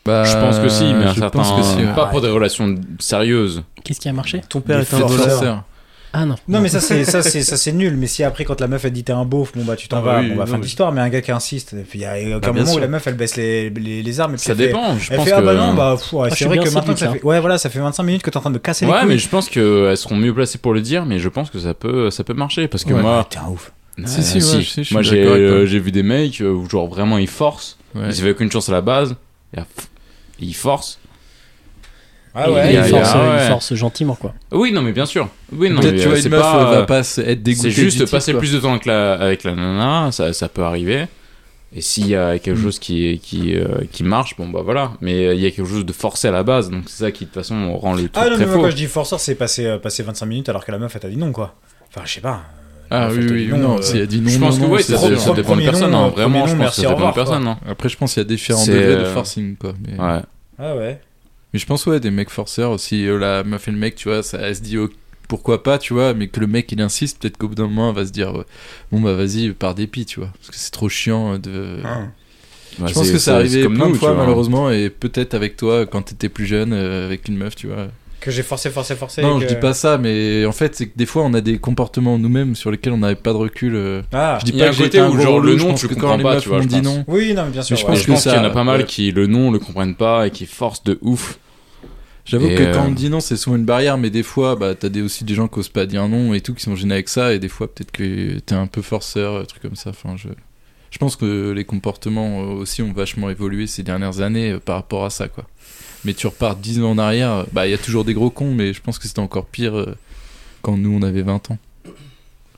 Speaker 8: Bah,
Speaker 3: je pense que si, mais un
Speaker 8: je
Speaker 3: certain.
Speaker 8: pense que si, ouais.
Speaker 3: Pas pour des relations sérieuses.
Speaker 7: Qu'est-ce qui a marché
Speaker 9: Ton père
Speaker 8: Les
Speaker 9: est un
Speaker 8: forceurs.
Speaker 9: voleur.
Speaker 7: Ah non.
Speaker 10: Non, mais ça, c'est ça, c'est ça, c'est nul. Mais si après, quand la meuf elle dit t'es un beauf, bon bah tu t'en
Speaker 9: Ah bah
Speaker 10: vas,
Speaker 9: oui,
Speaker 10: bon bah
Speaker 9: non,
Speaker 10: fin
Speaker 9: mais-
Speaker 10: d'histoire. Mais un gars qui insiste, et puis il y a aucun
Speaker 9: bien
Speaker 10: moment où
Speaker 9: sûr.
Speaker 10: la meuf elle baisse les, les, les armes. Et puis
Speaker 3: Ça
Speaker 10: elle fait-
Speaker 3: dépend, je
Speaker 10: Elle
Speaker 3: pense
Speaker 10: fait ah bah
Speaker 3: que-
Speaker 10: non bah pff, ouais,
Speaker 7: je suis
Speaker 10: c'est vrai
Speaker 7: bien
Speaker 10: que maintenant que ça
Speaker 7: séduite,
Speaker 10: fait ouais voilà ça fait 25 minutes que t'es en train de me casser les
Speaker 3: Ouais,
Speaker 10: couilles.
Speaker 3: mais je pense qu'elles seront mieux placées pour le dire, mais je pense que ça peut, ça peut marcher. Parce que
Speaker 8: Ouais.
Speaker 3: moi,
Speaker 10: Ah, T'es un ouf.
Speaker 8: Si, si, ouais, je sais, je suis
Speaker 3: moi j'ai
Speaker 8: d'accord avec toi.
Speaker 3: euh, j'ai vu des mecs euh, où genre vraiment ils forcent,
Speaker 8: Ouais.
Speaker 3: ils avaient aucune chance à la base, et, à- et ils forcent.
Speaker 10: Ah
Speaker 3: ouais,
Speaker 7: il,
Speaker 3: il y a- il y a-
Speaker 7: force,
Speaker 3: ouais.
Speaker 7: il force gentiment quoi.
Speaker 3: Oui, non, mais bien sûr. Oui, non,
Speaker 8: Peut-être
Speaker 3: mais,
Speaker 8: tu
Speaker 3: euh,
Speaker 8: vois
Speaker 3: c'est
Speaker 8: une meuf
Speaker 3: pas,
Speaker 8: va
Speaker 3: euh,
Speaker 8: pas se- être dégoûtée.
Speaker 3: C'est juste
Speaker 8: du type,
Speaker 3: passer
Speaker 8: quoi.
Speaker 3: plus de temps avec la, avec la nana, ça, ça peut arriver. Et s'il y a quelque
Speaker 8: Mm.
Speaker 3: chose qui, qui, euh, qui marche, bon bah voilà. Mais euh, il y a quelque chose de forcé à la base, donc c'est ça qui de toute façon rend le truc
Speaker 10: Ah non
Speaker 3: très
Speaker 10: mais moi
Speaker 3: faux.
Speaker 10: quand je dis forceur c'est passer euh, passer 25 minutes alors que la meuf elle t'a dit non quoi. Enfin je sais pas.
Speaker 8: Ah
Speaker 10: En fait,
Speaker 8: oui,
Speaker 10: elle
Speaker 8: oui,
Speaker 10: dit
Speaker 8: non,
Speaker 10: non,
Speaker 8: non
Speaker 10: euh,
Speaker 8: si elle dit non,
Speaker 3: je pense
Speaker 8: non,
Speaker 3: que
Speaker 8: non,
Speaker 3: oui,
Speaker 8: c'est
Speaker 3: ça,
Speaker 10: pro-
Speaker 3: ça
Speaker 10: pro-
Speaker 3: dépend des
Speaker 10: premier
Speaker 3: personnes.
Speaker 10: nom,
Speaker 3: hein.
Speaker 10: euh,
Speaker 3: Vraiment,
Speaker 10: premier
Speaker 3: je
Speaker 10: nom,
Speaker 3: pense que
Speaker 10: merci,
Speaker 3: ça
Speaker 10: au
Speaker 3: dépend des
Speaker 10: revoir,
Speaker 3: personnes. hein.
Speaker 8: Après, je pense qu'il y a différents
Speaker 3: C'est,
Speaker 8: degrés de
Speaker 3: euh,
Speaker 8: forcing, quoi. Mais,
Speaker 3: Ouais.
Speaker 10: Ah ouais.
Speaker 8: mais je pense, ouais, des mecs forceurs aussi. euh, la meuf et le mec, tu vois, ça, elle se dit oh, pourquoi pas, tu vois, mais que le mec il insiste, peut-être qu'au bout d'un moment, elle va se dire ouais, bon, bah vas-y, par dépit, tu vois, parce que c'est trop chiant euh, de.
Speaker 3: Bah,
Speaker 8: je pense
Speaker 3: c'est-
Speaker 8: que
Speaker 3: c'est-
Speaker 8: ça arrivait
Speaker 3: c'est comme
Speaker 8: plein
Speaker 3: nous,
Speaker 8: de
Speaker 3: tu
Speaker 8: fois,
Speaker 3: vois.
Speaker 8: malheureusement, et peut-être avec toi quand t'étais plus jeune, euh, avec une meuf, tu vois.
Speaker 10: Que j'ai forcé forcé forcé.
Speaker 8: Non,
Speaker 10: et
Speaker 8: je
Speaker 10: que-
Speaker 8: dis pas ça, mais en fait, c'est que des fois, on a des comportements nous-mêmes sur lesquels on n'avait pas de recul. euh,
Speaker 10: Ah
Speaker 8: Je dis
Speaker 3: Il y a
Speaker 8: pas
Speaker 3: un
Speaker 8: que j'ai
Speaker 3: côté
Speaker 8: été un
Speaker 3: où,
Speaker 8: gros
Speaker 3: genre, le
Speaker 8: relou, je
Speaker 3: nom,
Speaker 8: pense
Speaker 3: tu
Speaker 8: que
Speaker 3: comprends
Speaker 8: quand les
Speaker 3: pas,
Speaker 8: meufs
Speaker 3: tu vois,
Speaker 8: m'ont
Speaker 3: je
Speaker 8: dit
Speaker 3: pense.
Speaker 8: non.
Speaker 10: oui non mais bien sûr.
Speaker 8: je
Speaker 10: ouais.
Speaker 8: pense
Speaker 3: Et
Speaker 8: que
Speaker 3: je pense
Speaker 8: ça-
Speaker 3: qu'il y en a pas mal
Speaker 8: ouais.
Speaker 3: qui le nom le comprennent pas et qui forcent de ouf.
Speaker 8: J'avoue
Speaker 3: Et,
Speaker 8: que quand
Speaker 3: euh,
Speaker 8: on dit non, c'est souvent une barrière, mais des fois, bah, t'as des, aussi des gens qui osent pas dire non et tout, qui sont gênés avec ça, et des fois, peut-être que t'es un peu forceur, euh, truc comme ça. Enfin, je, je pense que les comportements euh, aussi ont vachement évolué ces dernières années euh, par rapport à ça, quoi. Mais tu repars 10 ans en arrière, euh, bah, il y a toujours des gros cons, mais je pense que c'était encore pire euh, quand nous, on avait 20 ans.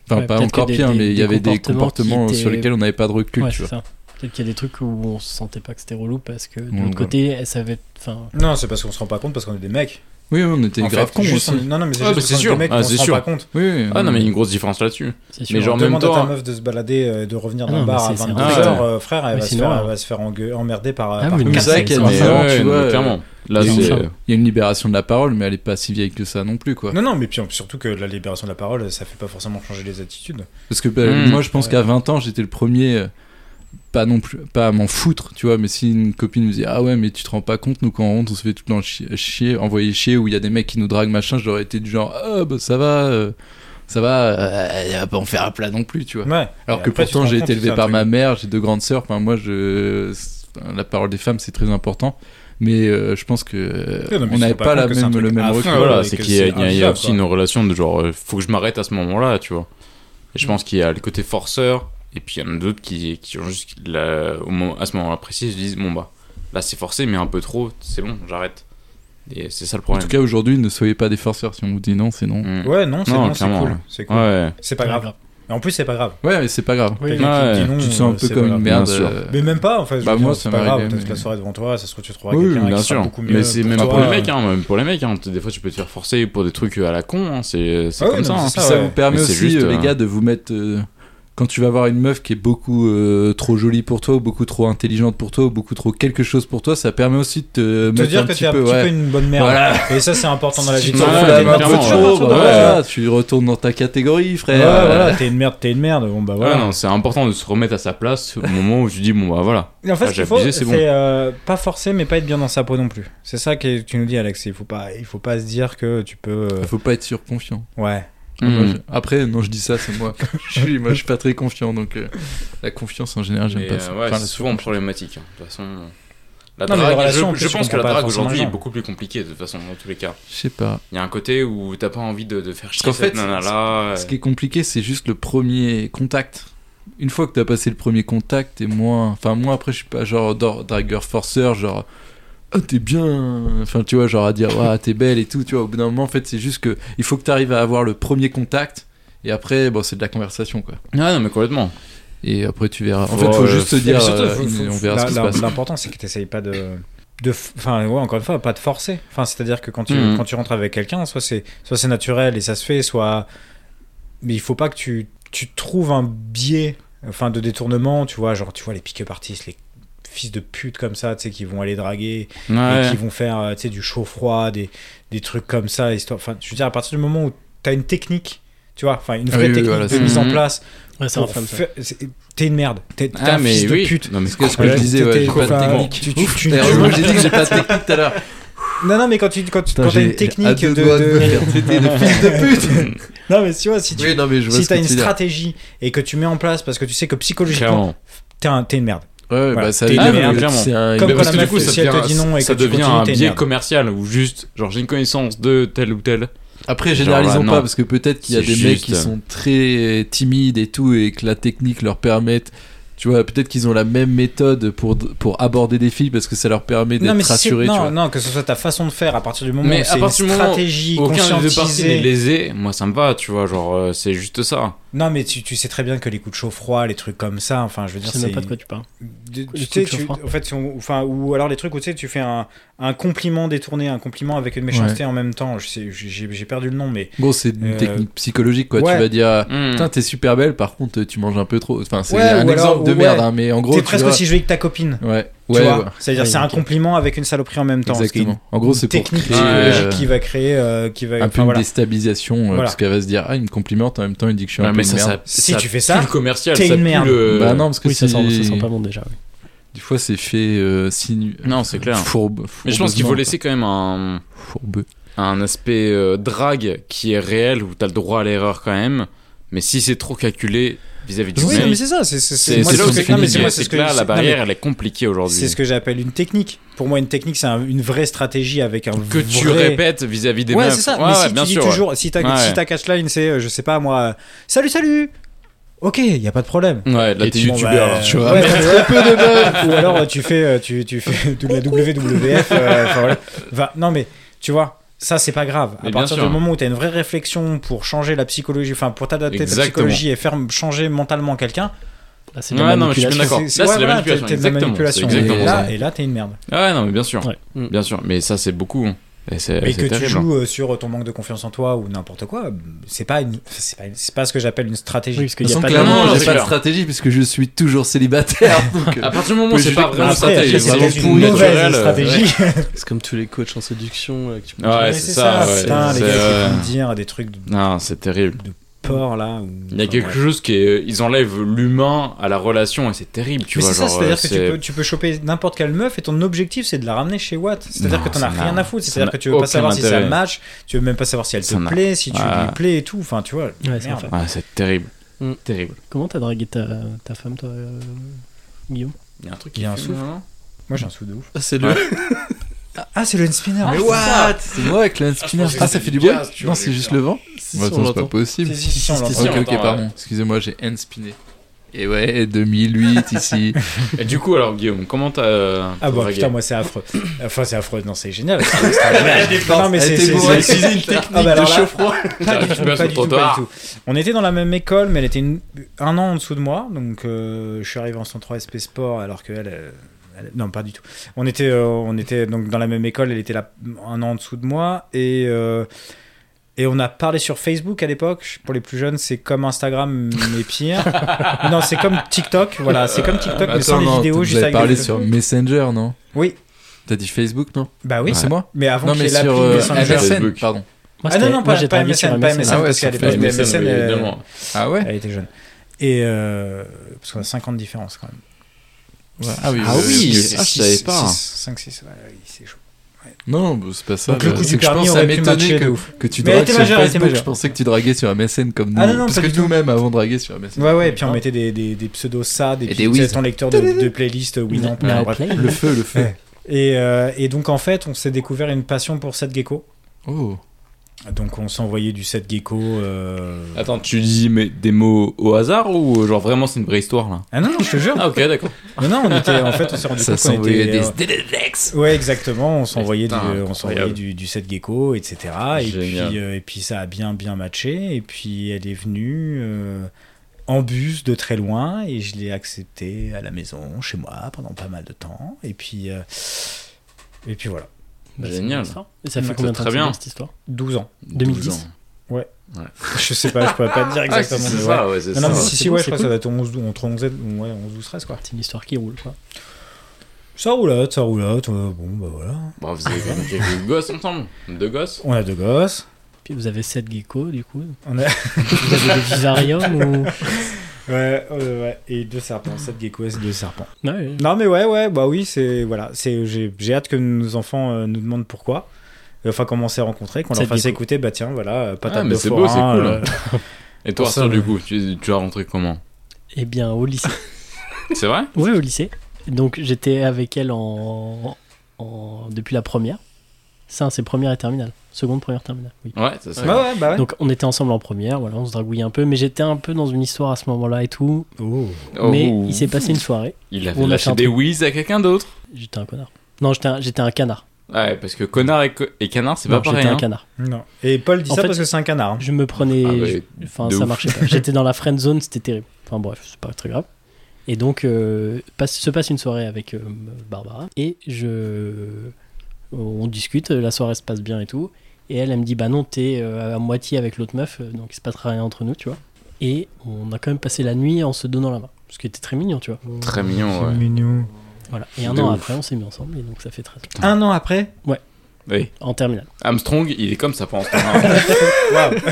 Speaker 8: Enfin,
Speaker 7: Ouais,
Speaker 8: pas
Speaker 7: peut-être
Speaker 8: encore
Speaker 7: que des-
Speaker 8: pire,
Speaker 7: des-
Speaker 8: mais il y
Speaker 7: des
Speaker 8: avait des
Speaker 7: comportements
Speaker 8: comportements
Speaker 7: qui
Speaker 8: sur
Speaker 7: étaient-
Speaker 8: lesquels on n'avait pas de recul,
Speaker 7: Ouais,
Speaker 8: tu vois.
Speaker 7: c'est ça. Peut-être qu'il y a des trucs où on se sentait pas que c'était relou parce que de
Speaker 8: Ouais,
Speaker 7: l'autre
Speaker 8: ouais.
Speaker 7: côté, elle savait. Enfin,
Speaker 10: Non c'est parce qu'on se rend pas compte parce qu'on est des mecs.
Speaker 8: Oui, oui, on était
Speaker 10: En
Speaker 8: grave
Speaker 10: fait,
Speaker 8: cons
Speaker 10: juste,
Speaker 8: aussi.
Speaker 10: on est- Non non mais c'est
Speaker 3: Ah,
Speaker 10: juste
Speaker 3: bah,
Speaker 10: parce
Speaker 3: c'est
Speaker 10: qu'on est
Speaker 3: sûr.
Speaker 10: des mecs
Speaker 3: Ah,
Speaker 10: on
Speaker 3: c'est
Speaker 10: se rend
Speaker 3: sûr.
Speaker 10: pas compte.
Speaker 8: Oui, oui,
Speaker 3: Ah non, mais il y a une grosse différence là-dessus.
Speaker 7: c'est sûr.
Speaker 3: Mais genre, en même
Speaker 10: Demande à ta
Speaker 3: temps.
Speaker 10: meuf de se balader, euh, de revenir
Speaker 7: Ah
Speaker 10: d'un
Speaker 7: non,
Speaker 10: bar à
Speaker 7: mais c'est- c'est
Speaker 10: 22h,
Speaker 3: un truc.
Speaker 10: euh, frère, elle
Speaker 7: Mais
Speaker 10: va, se
Speaker 7: c'est
Speaker 10: faire,
Speaker 7: normal.
Speaker 10: elle va se faire engue- emmerder par.
Speaker 7: Ah,
Speaker 10: par
Speaker 7: mais
Speaker 10: quelqu'un.
Speaker 8: c'est vrai qu'il y a
Speaker 7: Ah,
Speaker 3: Mais
Speaker 8: des
Speaker 7: ça,
Speaker 8: gens,
Speaker 3: ouais,
Speaker 8: tu vois.
Speaker 3: mais
Speaker 8: euh,
Speaker 3: clairement. Là,
Speaker 8: il y a
Speaker 3: c'est.
Speaker 8: une- Il y a une libération de la parole, mais elle est pas si vieille que ça non plus, quoi.
Speaker 10: euh, Non, non, mais puis surtout que la libération de la parole, ça fait pas forcément changer les attitudes.
Speaker 8: Parce que bah,
Speaker 10: Mmh.
Speaker 3: Mm.
Speaker 8: moi, je pense qu'à 20 ans, j'étais le premier, euh, pas non plus, pas à m'en foutre, tu vois. Mais si une copine me disait, ah ouais, mais tu te rends pas compte, nous quand on rentre, on se fait tout le temps chi- chier, envoyer chier, où il y a des mecs qui nous draguent, machin, j'aurais été du genre, ah bah ça va, euh, ça va, euh, elle va pas en faire à plat non plus, tu vois.
Speaker 10: Ouais.
Speaker 8: Alors
Speaker 10: Et
Speaker 8: que
Speaker 10: après, tu te
Speaker 8: pourtant,
Speaker 10: rends
Speaker 8: j'ai
Speaker 10: compte
Speaker 8: été
Speaker 10: que
Speaker 8: élevé
Speaker 10: c'est un
Speaker 8: par
Speaker 10: truc-
Speaker 8: ma mère, j'ai deux grandes sœurs, enfin moi, je, enfin, la parole des femmes, c'est très important. Mais euh, je pense que euh,
Speaker 10: Ouais, non, mais
Speaker 8: on
Speaker 10: ils se
Speaker 8: n'avait
Speaker 10: rendent pas
Speaker 8: pas la
Speaker 10: compte que c'est un
Speaker 8: même, le
Speaker 10: truc
Speaker 8: même
Speaker 10: à fond,
Speaker 8: recul.
Speaker 10: ouais.
Speaker 3: Voilà,
Speaker 10: et
Speaker 3: c'est
Speaker 10: que
Speaker 3: qu'il y a,
Speaker 10: c'est
Speaker 3: il y a
Speaker 10: invivable,
Speaker 3: aussi
Speaker 10: quoi.
Speaker 3: une relation de genre, euh, faut que je m'arrête à ce moment-là, tu vois.
Speaker 10: Mm.
Speaker 3: Et je pense qu'il y a le côté forceur, et puis il y en a d'autres qui, qui ont juste, la- au moment- à ce moment-là précis, se disent, bon bah, là c'est forcé, mais un peu trop, c'est bon, j'arrête. Et c'est ça le
Speaker 8: En
Speaker 3: problème.
Speaker 8: tout cas, aujourd'hui, ne soyez pas des forceurs. Si on vous dit non, c'est non.
Speaker 3: Mm.
Speaker 10: Ouais, non, c'est
Speaker 3: Non,
Speaker 10: bon, c'est
Speaker 3: clairement,
Speaker 10: cool.
Speaker 3: ouais.
Speaker 10: C'est cool.
Speaker 3: Ouais.
Speaker 10: C'est pas
Speaker 7: Ouais,
Speaker 10: grave.
Speaker 7: grave.
Speaker 10: Et en plus, c'est pas grave.
Speaker 8: Ouais, mais c'est pas grave.
Speaker 7: Oui,
Speaker 10: Quelqu'un qui
Speaker 3: Ouais.
Speaker 10: dit non,
Speaker 8: tu te sens un
Speaker 10: euh,
Speaker 8: peu
Speaker 10: c'est
Speaker 8: comme
Speaker 10: pas grave.
Speaker 8: une merde.
Speaker 3: Bien sûr.
Speaker 8: euh,
Speaker 10: Mais même pas, en fait. je
Speaker 8: Bah,
Speaker 10: veux dire,
Speaker 8: moi, ça
Speaker 10: c'est pas
Speaker 8: m'est
Speaker 10: grave.
Speaker 8: arrivé,
Speaker 10: Peut-être
Speaker 8: mais-
Speaker 10: que la soirée devant toi, ça se trouve, tu trouveras
Speaker 8: Oui,
Speaker 10: quelqu'un
Speaker 8: bien
Speaker 10: qui
Speaker 3: Bien
Speaker 10: sera
Speaker 3: sûr,
Speaker 10: beaucoup mieux.
Speaker 3: mais c'est
Speaker 10: pour
Speaker 3: même
Speaker 10: toi. euh,
Speaker 3: pour les mecs, hein, même pour les mecs, hein, t- des fois tu peux te faire forcer pour des trucs à la con, hein, c'est c'est
Speaker 10: Ah oui,
Speaker 3: comme
Speaker 10: non,
Speaker 3: ça.
Speaker 10: mais
Speaker 3: hein.
Speaker 10: c'est
Speaker 8: ça
Speaker 10: ouais.
Speaker 8: vous permet
Speaker 3: Mais c'est
Speaker 8: aussi,
Speaker 3: juste,
Speaker 8: euh, les
Speaker 3: euh,
Speaker 8: gars, de vous mettre. euh, Quand tu vas voir une meuf qui est beaucoup euh, trop jolie pour toi, ou beaucoup trop intelligente pour toi, ou beaucoup trop quelque chose pour toi, ça permet aussi de te,
Speaker 10: Te
Speaker 8: mettre
Speaker 10: dire
Speaker 8: un
Speaker 10: que
Speaker 8: petit
Speaker 10: t'es un
Speaker 8: peu.
Speaker 10: petit
Speaker 8: ouais.
Speaker 10: peu une bonne merde.
Speaker 8: Voilà.
Speaker 10: Et ça, c'est important dans la
Speaker 8: Si
Speaker 10: vie.
Speaker 8: tu
Speaker 10: de
Speaker 8: t'en
Speaker 10: tous les
Speaker 3: ouais,
Speaker 8: fous
Speaker 10: jours.
Speaker 8: la
Speaker 10: T'es
Speaker 8: main
Speaker 10: une merde
Speaker 8: un
Speaker 10: pour
Speaker 8: peu
Speaker 3: clairement,
Speaker 10: tout le
Speaker 8: trop,
Speaker 10: monde.
Speaker 8: bah
Speaker 3: ouais.
Speaker 8: voilà, tu retournes dans ta catégorie,
Speaker 10: Ouais,
Speaker 8: frère.
Speaker 10: voilà, t'es une merde, t'es une merde. Bon, bah
Speaker 3: Voilà,
Speaker 10: voilà.
Speaker 3: non, c'est important de se remettre à sa place au moment où tu dis, bon bah voilà.
Speaker 10: Et en
Speaker 3: Ah,
Speaker 10: fait, ce qu'il
Speaker 3: j'ai
Speaker 10: faut,
Speaker 3: abusé,
Speaker 10: c'est
Speaker 3: c'est bon.
Speaker 10: euh, pas forcer, mais pas être bien dans sa peau non plus. C'est ça que tu nous dis, Alex. Il faut pas, il faut pas se dire que tu peux. euh,
Speaker 8: Faut pas être surconfiant.
Speaker 10: Ouais.
Speaker 8: Moi,
Speaker 3: Mm.
Speaker 8: je- Après, non, je dis ça, c'est moi. je suis, moi, je suis pas très confiant, donc euh, la confiance en général, Ah, j'aime
Speaker 3: Mais,
Speaker 8: pas
Speaker 3: euh,
Speaker 8: ça.
Speaker 3: ouais,
Speaker 8: Enfin,
Speaker 3: c'est
Speaker 8: la-
Speaker 3: souvent problématique. hein. De toute façon, euh, la
Speaker 10: Non, mais
Speaker 3: drague,
Speaker 10: les relations, en
Speaker 3: je,
Speaker 10: plus,
Speaker 3: je
Speaker 10: tu
Speaker 3: pense que la
Speaker 10: comprends pas
Speaker 3: drague aujourd'hui est
Speaker 10: forcément.
Speaker 3: beaucoup plus compliquée, de toute façon, dans tous les cas.
Speaker 8: Je sais pas.
Speaker 3: Il y a un côté où t'as pas envie de, de faire chier
Speaker 8: qu'en
Speaker 3: cette
Speaker 8: fait,
Speaker 3: nana-là.
Speaker 8: Ce
Speaker 3: euh,
Speaker 8: qui est compliqué, c'est juste le premier contact. Une fois que t'as passé le premier contact, et moi, enfin moi après, je suis pas genre dor- dragueur forceur, genre ah t'es bien enfin tu vois genre à dire ah t'es belle et tout tu vois au bout d'un moment en fait c'est juste que il faut que t'arrives à avoir le premier contact et après bon c'est de la conversation quoi
Speaker 3: Ah non, mais complètement.
Speaker 8: et après tu verras en
Speaker 3: Faut,
Speaker 8: fait faut
Speaker 3: euh,
Speaker 8: juste te
Speaker 10: Et
Speaker 8: dire
Speaker 10: puis surtout,
Speaker 8: euh,
Speaker 10: faut- faut-
Speaker 8: on verra
Speaker 10: la-
Speaker 8: ce qui se
Speaker 10: la-
Speaker 8: passe
Speaker 10: L'important, c'est que tu n'essayes pas de. de f- Enfin, ouais, encore une fois, pas de forcer. Enfin, c'est-à-dire que quand tu,
Speaker 8: Mm.
Speaker 3: Mhm.
Speaker 10: quand tu rentres avec quelqu'un, soit c'est soit c'est naturel et ça se fait, soit. Mais il faut pas que tu, tu trouves un biais enfin, de détournement, tu vois, genre, tu vois, les pick-up artistes, les fils de pute comme ça, tu sais, qui vont aller draguer et
Speaker 3: Ouais.
Speaker 10: qui vont faire euh, tu sais, du chaud-froid, des, des trucs comme ça. Histoire... Enfin, je veux dire, à partir du moment où tu as une technique, tu vois, enfin, une vraie
Speaker 8: Ah oui,
Speaker 10: technique
Speaker 8: voilà,
Speaker 10: de
Speaker 8: c'est-
Speaker 10: mise en
Speaker 3: Mhm.
Speaker 10: place,
Speaker 7: Ouais, c'est
Speaker 10: pour
Speaker 7: infâme, ça.
Speaker 10: faire- c'est- T'es une merde. T'es t'es
Speaker 3: Ah,
Speaker 10: un
Speaker 3: mais
Speaker 10: fils
Speaker 3: oui.
Speaker 10: de pute.
Speaker 3: Non, mais
Speaker 8: c'est ce que je
Speaker 10: Ouais,
Speaker 8: disais ouais,
Speaker 10: t'étais-
Speaker 8: j'ai pas de
Speaker 10: enfin,
Speaker 8: technique
Speaker 10: Tu, tu- tu-
Speaker 8: D'ailleurs, moi, j'ai dit que j'ai pas de technique tout à l'heure
Speaker 10: non, non, mais quand tu quand, tu-
Speaker 8: Putain,
Speaker 10: quand t'as
Speaker 8: j'ai-
Speaker 10: une technique
Speaker 8: j'ai à
Speaker 10: de,
Speaker 8: deux doigts de me
Speaker 10: de-
Speaker 8: faire traiter de fils de pute
Speaker 10: non, mais tu vois, si tu
Speaker 8: oui non mais je vois
Speaker 10: si
Speaker 8: ce que
Speaker 10: t'as une
Speaker 8: tu veux dire.
Speaker 10: stratégie et que tu mets en place parce que tu sais que psychologiquement
Speaker 3: Clairement.
Speaker 10: t'es un- t'es une merde.
Speaker 8: Ouais, ouais,
Speaker 10: Voilà.
Speaker 8: bah ça
Speaker 10: T'es une
Speaker 8: ah,
Speaker 10: merde,
Speaker 8: mais
Speaker 3: clairement.
Speaker 8: c'est un-
Speaker 10: Comme
Speaker 3: Mais
Speaker 10: quand
Speaker 3: parce
Speaker 10: la
Speaker 3: que du
Speaker 10: meuf,
Speaker 3: coup, ça
Speaker 10: si elle te
Speaker 3: devient,
Speaker 10: dit non et
Speaker 3: ça
Speaker 10: que tu
Speaker 3: devient
Speaker 10: continues,
Speaker 3: un
Speaker 10: t'es une
Speaker 3: biais
Speaker 10: merde.
Speaker 3: commercial où juste, genre, j'ai une connaissance de tel ou tel.
Speaker 8: Après,
Speaker 3: Genre,
Speaker 8: généralisons
Speaker 3: ah, non.
Speaker 8: pas, parce que peut-être qu'il y a des
Speaker 3: C'est
Speaker 8: mecs
Speaker 3: juste.
Speaker 8: qui sont très timides et tout, et que la technique leur permette. Tu vois, peut-être qu'ils ont la même méthode pour, pour aborder des filles parce que ça leur permet
Speaker 10: Non,
Speaker 8: d'être
Speaker 10: mais si c'est-
Speaker 8: rassurés. tu
Speaker 10: non,
Speaker 8: vois.
Speaker 10: non, que ce soit ta façon de faire à partir du moment
Speaker 3: Mais
Speaker 10: où
Speaker 3: à
Speaker 10: c'est une
Speaker 3: partir du moment où
Speaker 10: stratégie
Speaker 3: Aucun des deux parties n'est
Speaker 10: conscientisée.
Speaker 3: lésé. Moi, ça me va, tu vois. Genre, euh, c'est juste ça.
Speaker 10: Non, mais tu, tu sais très bien que les coups de chaud-froid, les trucs comme ça, enfin, je veux
Speaker 7: Je
Speaker 10: dire,
Speaker 7: sais
Speaker 10: c'est.
Speaker 7: même pas de quoi tu parles.
Speaker 10: de-
Speaker 7: Coups de
Speaker 10: tu sais,
Speaker 7: coups de
Speaker 10: tu-
Speaker 7: chaud-froid.
Speaker 10: en fait, si on- enfin, ou alors les trucs où tu sais, tu fais un, un compliment détourné, un compliment avec une méchanceté en même temps. Je sais, j'ai j'ai perdu le nom, mais
Speaker 8: Bon, c'est une
Speaker 10: Euh,
Speaker 8: technique psychologique, quoi.
Speaker 10: ouais.
Speaker 8: Tu vas dire,
Speaker 3: Hmm.
Speaker 8: putain, t'es super belle, par contre, tu manges un peu trop. Enfin, c'est
Speaker 10: Ouais,
Speaker 8: un
Speaker 10: ou
Speaker 8: exemple
Speaker 10: alors-
Speaker 8: de
Speaker 10: ou
Speaker 8: merde,
Speaker 10: ouais.
Speaker 8: hein, mais en gros.
Speaker 10: t'es
Speaker 8: tu
Speaker 10: presque
Speaker 8: vois-
Speaker 10: aussi joli que ta copine.
Speaker 8: Ouais,
Speaker 10: Tu
Speaker 8: ouais,
Speaker 10: vois
Speaker 8: ouais.
Speaker 10: C'est-à-dire,
Speaker 7: Ouais,
Speaker 10: c'est un
Speaker 7: ok.
Speaker 10: compliment avec une saloperie en même temps. ce qui est
Speaker 8: Exactement. En gros, c'est
Speaker 10: une
Speaker 8: pour
Speaker 10: technique
Speaker 8: créer,
Speaker 10: psychologique
Speaker 8: euh,
Speaker 10: qui va créer. euh, qui va,
Speaker 8: un
Speaker 10: enfin,
Speaker 8: peu une
Speaker 10: voilà.
Speaker 8: déstabilisation, euh,
Speaker 10: Voilà.
Speaker 8: parce qu'elle va se dire, ah, il me complimente, en même temps, il dit que je suis
Speaker 3: Ouais,
Speaker 8: un peu
Speaker 3: mais
Speaker 8: une
Speaker 3: ça,
Speaker 8: merde.
Speaker 3: ça,
Speaker 10: Si tu fais
Speaker 3: pue
Speaker 10: ça,
Speaker 3: le commercial,
Speaker 10: t'es
Speaker 3: ça
Speaker 10: une
Speaker 3: pue
Speaker 10: merde.
Speaker 3: le-
Speaker 8: Bah non, parce que
Speaker 7: Oui, ça
Speaker 8: c'est-
Speaker 7: sent, ça sent pas bon déjà. oui.
Speaker 8: Des fois, c'est fait euh, signe.
Speaker 3: Non, c'est clair.
Speaker 8: Fourbe,
Speaker 3: Mais je pense qu'il faut
Speaker 8: fourbeusement,
Speaker 3: laisser quand même un,
Speaker 8: quoi. Fourbeux.
Speaker 3: un aspect euh, drague qui est réel où t'as le droit à l'erreur quand même. Mais si c'est trop calculé vis-à-vis du
Speaker 10: Oui,
Speaker 3: mec,
Speaker 10: non, mais c'est ça. C'est c'est-
Speaker 3: c'est
Speaker 10: c'est- moi,
Speaker 3: c'est
Speaker 10: c'est
Speaker 3: là
Speaker 10: ce
Speaker 3: où
Speaker 10: que-
Speaker 3: c'est
Speaker 10: non, mais c'est
Speaker 3: compliqué.
Speaker 10: moi, c'est
Speaker 3: C'est
Speaker 10: ce
Speaker 3: que
Speaker 10: que-
Speaker 3: là, la
Speaker 10: non, mais
Speaker 3: barrière, elle est compliquée
Speaker 10: C'est
Speaker 3: aujourd'hui.
Speaker 10: ce que j'appelle une technique. Pour moi, une technique, c'est un- une vraie stratégie avec un
Speaker 3: Que tu
Speaker 10: vrai-
Speaker 3: répètes vis-à-vis des
Speaker 10: Ouais,
Speaker 3: meufs.
Speaker 10: c'est ça.
Speaker 3: Ouais,
Speaker 10: mais
Speaker 3: ouais,
Speaker 10: si
Speaker 3: bien
Speaker 10: tu dis
Speaker 3: sûr, ouais.
Speaker 10: toujours, si ta
Speaker 3: Ouais,
Speaker 10: si
Speaker 3: ouais.
Speaker 10: ta catchline, c'est, euh, je sais pas moi, euh, salut, salut. Ok, il y a pas de problème.
Speaker 3: Ouais, là,
Speaker 8: Et
Speaker 3: t'es
Speaker 8: tu-
Speaker 3: youtubeur.
Speaker 10: bah,
Speaker 3: là.
Speaker 8: tu
Speaker 10: ouais,
Speaker 8: vois.
Speaker 10: ouais, très peu de meufs. Ou alors euh, tu fais, euh, tu, tu fais de la WWF. euh, enfin, voilà. Va- non mais tu vois, ça c'est pas grave. À
Speaker 3: Mais bien
Speaker 10: partir
Speaker 3: sûr.
Speaker 10: du moment où t'as une vraie réflexion pour changer la psychologie, enfin pour t'adapter à ta
Speaker 3: Exactement.
Speaker 10: psychologie et faire changer mentalement quelqu'un,
Speaker 7: Là, c'est de
Speaker 3: Ouais,
Speaker 7: la
Speaker 3: non, mais je suis bien
Speaker 7: manipulation.
Speaker 3: d'accord. Là,
Speaker 10: c'est-
Speaker 3: c'est
Speaker 10: ouais,
Speaker 3: la
Speaker 10: voilà,
Speaker 3: manipulation.
Speaker 10: t'es- t'es de la
Speaker 3: Exactement.
Speaker 10: manipulation.
Speaker 3: C'est exactement
Speaker 10: Et là,
Speaker 3: ça.
Speaker 10: et là t'es une merde.
Speaker 3: Ouais, non, mais bien sûr.
Speaker 7: Ouais.
Speaker 3: Bien sûr. Mais ça, c'est beaucoup. hein. Et C'est
Speaker 10: Mais
Speaker 3: c'est
Speaker 10: que
Speaker 3: terrible. hein.
Speaker 10: tu joues euh, sur ton manque de confiance en toi ou n'importe quoi, c'est pas, une- c'est pas, une- c'est pas ce que j'appelle une stratégie.
Speaker 7: Oui, parce
Speaker 8: De
Speaker 7: qu'il
Speaker 8: toute
Speaker 7: y a
Speaker 8: façon,
Speaker 7: pas de-
Speaker 3: Non,
Speaker 8: clairement,
Speaker 3: non,
Speaker 8: j'ai
Speaker 3: c'est
Speaker 8: pas de
Speaker 3: clair.
Speaker 8: stratégie puisque je suis toujours célibataire. donc, euh,
Speaker 3: À partir du moment où
Speaker 8: Oui,
Speaker 3: c'est
Speaker 8: je-
Speaker 3: pas vraiment
Speaker 10: Après,
Speaker 3: stratégique,
Speaker 10: est-ce que
Speaker 3: c'est
Speaker 10: c'est
Speaker 3: vraiment euh,
Speaker 10: une
Speaker 3: tout
Speaker 10: mauvaise
Speaker 3: naturel.
Speaker 10: stratégie.
Speaker 9: C'est comme tous les coachs en séduction. euh, que tu peux-
Speaker 3: Ouais,
Speaker 10: Mais
Speaker 3: c'est ça. ouais.
Speaker 10: putain, les
Speaker 3: C'est,
Speaker 10: gars
Speaker 3: euh,
Speaker 10: qui vont me dire des trucs de
Speaker 3: Non, c'est terrible.
Speaker 10: porc là. ou-
Speaker 3: Il y a
Speaker 10: enfin,
Speaker 3: quelque
Speaker 10: bref.
Speaker 3: chose qui est. euh, Ils enlèvent l'humain à la relation et c'est terrible, tu
Speaker 10: Mais
Speaker 3: vois.
Speaker 10: c'est ça,
Speaker 3: genre,
Speaker 10: c'est-à-dire
Speaker 3: euh,
Speaker 10: que tu
Speaker 3: c'est-
Speaker 10: peux, tu peux choper n'importe quelle meuf et ton objectif c'est de la ramener chez Watt. C'est-à-dire
Speaker 3: Non,
Speaker 10: que t'en as
Speaker 3: ça
Speaker 10: rien
Speaker 3: n'a-
Speaker 10: à foutre.
Speaker 3: ça
Speaker 10: C'est-à-dire
Speaker 3: n'a
Speaker 10: que tu veux pas savoir
Speaker 3: aucun
Speaker 10: si ça
Speaker 3: intérêt.
Speaker 10: match, tu veux même pas savoir si elle
Speaker 3: Ça n'a-
Speaker 10: te plaît, si tu
Speaker 3: Ouais.
Speaker 10: lui plais et tout. Enfin, tu vois.
Speaker 7: Ouais, c'est
Speaker 10: merde.
Speaker 7: infâme.
Speaker 3: Ouais, c'est terrible.
Speaker 9: Mm.
Speaker 3: Terrible.
Speaker 7: Comment t'as dragué ta, ta femme, toi, euh, Guillaume
Speaker 3: Il y a un truc
Speaker 10: qui Il y a un fume, souffle. Moi j'ai un sou de ouf.
Speaker 9: Ah, c'est le.
Speaker 10: Ah, c'est le spinner.
Speaker 8: Mais what C'est moi avec le spinner.
Speaker 3: pensais que
Speaker 8: Ah, ça
Speaker 3: c'était
Speaker 8: fait
Speaker 3: du
Speaker 8: du bruit
Speaker 3: gaz, tu
Speaker 8: Non,
Speaker 3: vois,
Speaker 8: c'est juste
Speaker 3: les
Speaker 8: le vent
Speaker 9: Si,
Speaker 8: Bah,
Speaker 9: si,
Speaker 8: attends,
Speaker 9: on
Speaker 8: c'est pas
Speaker 9: l'entend.
Speaker 8: possible.
Speaker 10: Si, si, si, on
Speaker 3: Si,
Speaker 10: l'entend.
Speaker 3: si,
Speaker 8: Ok,
Speaker 3: on
Speaker 8: ok,
Speaker 3: l'entend,
Speaker 8: pardon. Excusez-moi, j'ai hand spiné. Et ouais, 2008 ici.
Speaker 3: Et du coup, alors, Guillaume, comment t'as.
Speaker 10: Ah bah
Speaker 3: dragué
Speaker 10: putain moi c'est affreux. Enfin c'est affreux, non c'est génial. C'est extraordinaire. non mais
Speaker 8: Elle
Speaker 10: c'est
Speaker 8: était
Speaker 10: c'est-
Speaker 8: bourrée,
Speaker 10: c'est-
Speaker 8: elle utilisait une
Speaker 10: Ah, bah, alors là,
Speaker 3: Putain,
Speaker 10: Pas du
Speaker 3: tu
Speaker 10: tout,
Speaker 3: passes
Speaker 10: pas
Speaker 3: au
Speaker 10: du tout, pas
Speaker 3: trottoir.
Speaker 10: du tout. On était dans la même école, mais elle était une- un an en dessous de moi, donc euh, je suis arrivé en 103 SP Sport alors qu'elle... non, pas du tout. On était, euh, on était donc dans la même école, elle était là un an en dessous de moi, et, euh, et on a parlé sur Facebook à l'époque. Pour les plus jeunes, c'est comme Instagram, mais pire. non, c'est comme TikTok, voilà, c'est comme TikTok, mais sans
Speaker 8: Attends, non,
Speaker 10: les vidéos,
Speaker 8: vous
Speaker 10: juste
Speaker 8: avez
Speaker 10: avec
Speaker 8: parlé
Speaker 10: le-
Speaker 8: sur Messenger, non
Speaker 10: Oui,
Speaker 8: T'as dit Facebook, non
Speaker 10: bah oui,
Speaker 8: Non, c'est moi
Speaker 10: mais avant
Speaker 8: Non,
Speaker 10: qu'il y
Speaker 8: mais
Speaker 10: ait l'appli
Speaker 8: sur euh,
Speaker 10: Messenger.
Speaker 3: MS.
Speaker 8: MSN,
Speaker 3: Facebook.
Speaker 8: pardon.
Speaker 7: Moi,
Speaker 10: Ah
Speaker 7: c'était-
Speaker 10: non, non,
Speaker 7: moi,
Speaker 10: pas,
Speaker 7: j'ai
Speaker 10: pas
Speaker 7: dragué sur
Speaker 10: MSN, pas MSN,
Speaker 8: Ah ouais,
Speaker 10: parce
Speaker 8: sur
Speaker 10: qu'à l'époque,
Speaker 8: Facebook.
Speaker 10: MSN,
Speaker 3: oui,
Speaker 10: euh,
Speaker 3: évidemment.
Speaker 8: Ah ouais
Speaker 10: Elle était jeune. Et euh, parce qu'on a 50 différences quand même.
Speaker 8: Ah oui,
Speaker 3: Ah
Speaker 8: euh,
Speaker 3: oui, ah, je savais pas.
Speaker 10: 5, 6, ouais, oui, c'est chaud.
Speaker 8: Non, bah, c'est pas ça.
Speaker 10: Donc, le
Speaker 8: bah,
Speaker 10: coup
Speaker 8: c'est
Speaker 10: du
Speaker 8: que je
Speaker 10: permis
Speaker 8: pense
Speaker 10: aurait
Speaker 8: à
Speaker 10: pu
Speaker 8: m'étonner
Speaker 10: matcher de
Speaker 8: que,
Speaker 10: ouf.
Speaker 8: que tu
Speaker 10: Mais elle
Speaker 8: dragues
Speaker 10: était
Speaker 8: sur
Speaker 10: majeure, elle était
Speaker 8: Facebook. Je
Speaker 10: majeure.
Speaker 8: pensais que tu draguais sur MSN comme nous.
Speaker 10: Ah non, non,
Speaker 8: Parce
Speaker 10: pas
Speaker 8: que
Speaker 10: du tout.
Speaker 8: nous-mêmes, avant, on draguait sur MSN.
Speaker 10: Ouais, ouais, et puis on mettait des, des, des pseudos SAD et, puis
Speaker 8: des
Speaker 10: tu sais,
Speaker 8: whiz.
Speaker 10: ton lecteur de, de playlist euh, Winamp.
Speaker 7: Now
Speaker 10: enfin, bref.
Speaker 7: play.
Speaker 8: Le feu, le feu.
Speaker 10: Ouais. Et, euh, et donc en fait, on s'est découvert une passion pour cette gecko.
Speaker 8: Oh.
Speaker 10: Donc on s'envoyait du set gecko. euh,
Speaker 8: Ah.
Speaker 3: Attends, tu dis mais des mots au hasard ou euh, genre vraiment c'est une vraie histoire là
Speaker 10: Ah non, non, je te jure.
Speaker 3: Ah ok, d'accord.
Speaker 10: Non, non, on était, en fait, on s'est rendu
Speaker 8: Ça
Speaker 10: compte qu'on était.
Speaker 8: s'envoyait des
Speaker 10: euh, Ouais, exactement. On s'envoyait du,
Speaker 3: Putain,
Speaker 10: on s'envoyait
Speaker 3: incroyable.
Speaker 10: du, du set gecko, etc. Et puis,
Speaker 3: Génial.
Speaker 10: euh, et puis ça a bien, bien matché. Et puis elle est venue euh, en bus de très loin et je l'ai acceptée à la maison, chez moi, pendant pas mal de temps. Et puis, euh, et puis voilà,
Speaker 7: Bah, c'est
Speaker 3: Génial.
Speaker 7: une histoire. Et ça fait
Speaker 10: Ouais,
Speaker 7: combien de
Speaker 3: très
Speaker 7: temps que ça
Speaker 3: bien.
Speaker 7: dure, cette histoire
Speaker 10: 12 ans.
Speaker 7: 2010.
Speaker 10: Je sais pas, je pourrais pas te dire
Speaker 3: Ah, c'est
Speaker 10: exactement. mais ouais.
Speaker 3: ça, ouais, c'est
Speaker 10: Non, non, mais
Speaker 3: ça.
Speaker 10: si,
Speaker 7: C'est
Speaker 10: si,
Speaker 7: bon,
Speaker 10: ouais, je
Speaker 7: c'est
Speaker 10: crois que ça
Speaker 7: cool.
Speaker 10: doit être 11, ou entre 11, ouais, 11 ou 13, quoi.
Speaker 7: C'est une histoire qui roule, quoi.
Speaker 10: Ça roulotte, ça roulotte, euh, bon, bah voilà.
Speaker 3: Bon, vous avez quelques gosses ensemble Deux gosses
Speaker 10: On a deux gosses.
Speaker 7: Puis vous avez 7 geckos, du coup.
Speaker 10: On a... ouais,
Speaker 7: Vous avez des vivariums ou.
Speaker 10: euh, ouais, et deux serpents, sept geckos et deux serpents.
Speaker 7: Ouais,
Speaker 10: Non, mais ouais, ouais, bah oui, c'est. Voilà, c'est, j'ai, j'ai hâte que nos enfants euh, nous demandent pourquoi. Euh, Enfin, comment on s'est rencontrés, qu'on leur
Speaker 7: Sept
Speaker 10: fasse
Speaker 7: geckos.
Speaker 10: écouter, bah tiens, voilà, euh, patate
Speaker 3: Ah, mais
Speaker 10: de
Speaker 3: c'est beau, c'est
Speaker 10: forain,
Speaker 3: cool.
Speaker 10: euh,
Speaker 3: Et toi,
Speaker 10: Pour ça,
Speaker 3: Arthur, du coup,
Speaker 10: ouais.
Speaker 3: tu, tu as rentré comment
Speaker 7: Eh bien, au lycée.
Speaker 3: C'est vrai
Speaker 7: Ouais, au lycée. Donc j'étais avec elle en... en- depuis la première. Ça, c'est première et terminale. Seconde, première, terminale. Oui.
Speaker 3: Ouais, ça c'est
Speaker 10: Bah ouais, bah ouais.
Speaker 7: Donc on était ensemble en première, voilà, on se dragouillait un peu, mais j'étais un peu dans une histoire à ce moment-là et tout.
Speaker 10: Oh.
Speaker 3: Oh,
Speaker 7: mais
Speaker 3: ouh.
Speaker 7: il s'est passé une soirée.
Speaker 3: Il avait
Speaker 7: on a fait
Speaker 3: lâché
Speaker 7: un
Speaker 3: des
Speaker 7: truc.
Speaker 3: whiz à quelqu'un d'autre.
Speaker 7: J'étais un connard. Non, j'étais un, j'étais un canard.
Speaker 3: Ah Ouais, parce que connard et, co- et canard, c'est pas
Speaker 7: Non, j'étais
Speaker 3: pareil.
Speaker 7: un
Speaker 3: hein.
Speaker 7: canard.
Speaker 10: Non. Et Paul dit
Speaker 7: En
Speaker 10: ça
Speaker 7: fait-
Speaker 10: parce que c'est un canard. hein.
Speaker 7: Je me prenais,
Speaker 3: Ah ouais,
Speaker 7: je- enfin
Speaker 3: de
Speaker 7: ça
Speaker 3: ouf.
Speaker 7: marchait pas. J'étais dans la friend zone, c'était terrible. Enfin bref, c'est pas très grave. Et donc euh, passe- se passe une soirée avec euh, Barbara et je, euh, on discute, la soirée se passe bien et tout. Et elle, elle me dit bah non, t'es euh, à moitié avec l'autre meuf, euh, donc il se passera rien entre nous, tu vois. Et on a quand même passé la nuit en se donnant la main, ce qui était très mignon, tu vois.
Speaker 3: Très mignon, ouais.
Speaker 10: mignon.
Speaker 7: Voilà. Et un
Speaker 3: De
Speaker 7: an
Speaker 3: ouf.
Speaker 7: après, on s'est mis ensemble et donc ça fait 13 ans.
Speaker 10: Un an après
Speaker 3: Oui.
Speaker 7: En terminale.
Speaker 3: Armstrong, il est comme ça pendant ce temps-là.
Speaker 10: Waouh.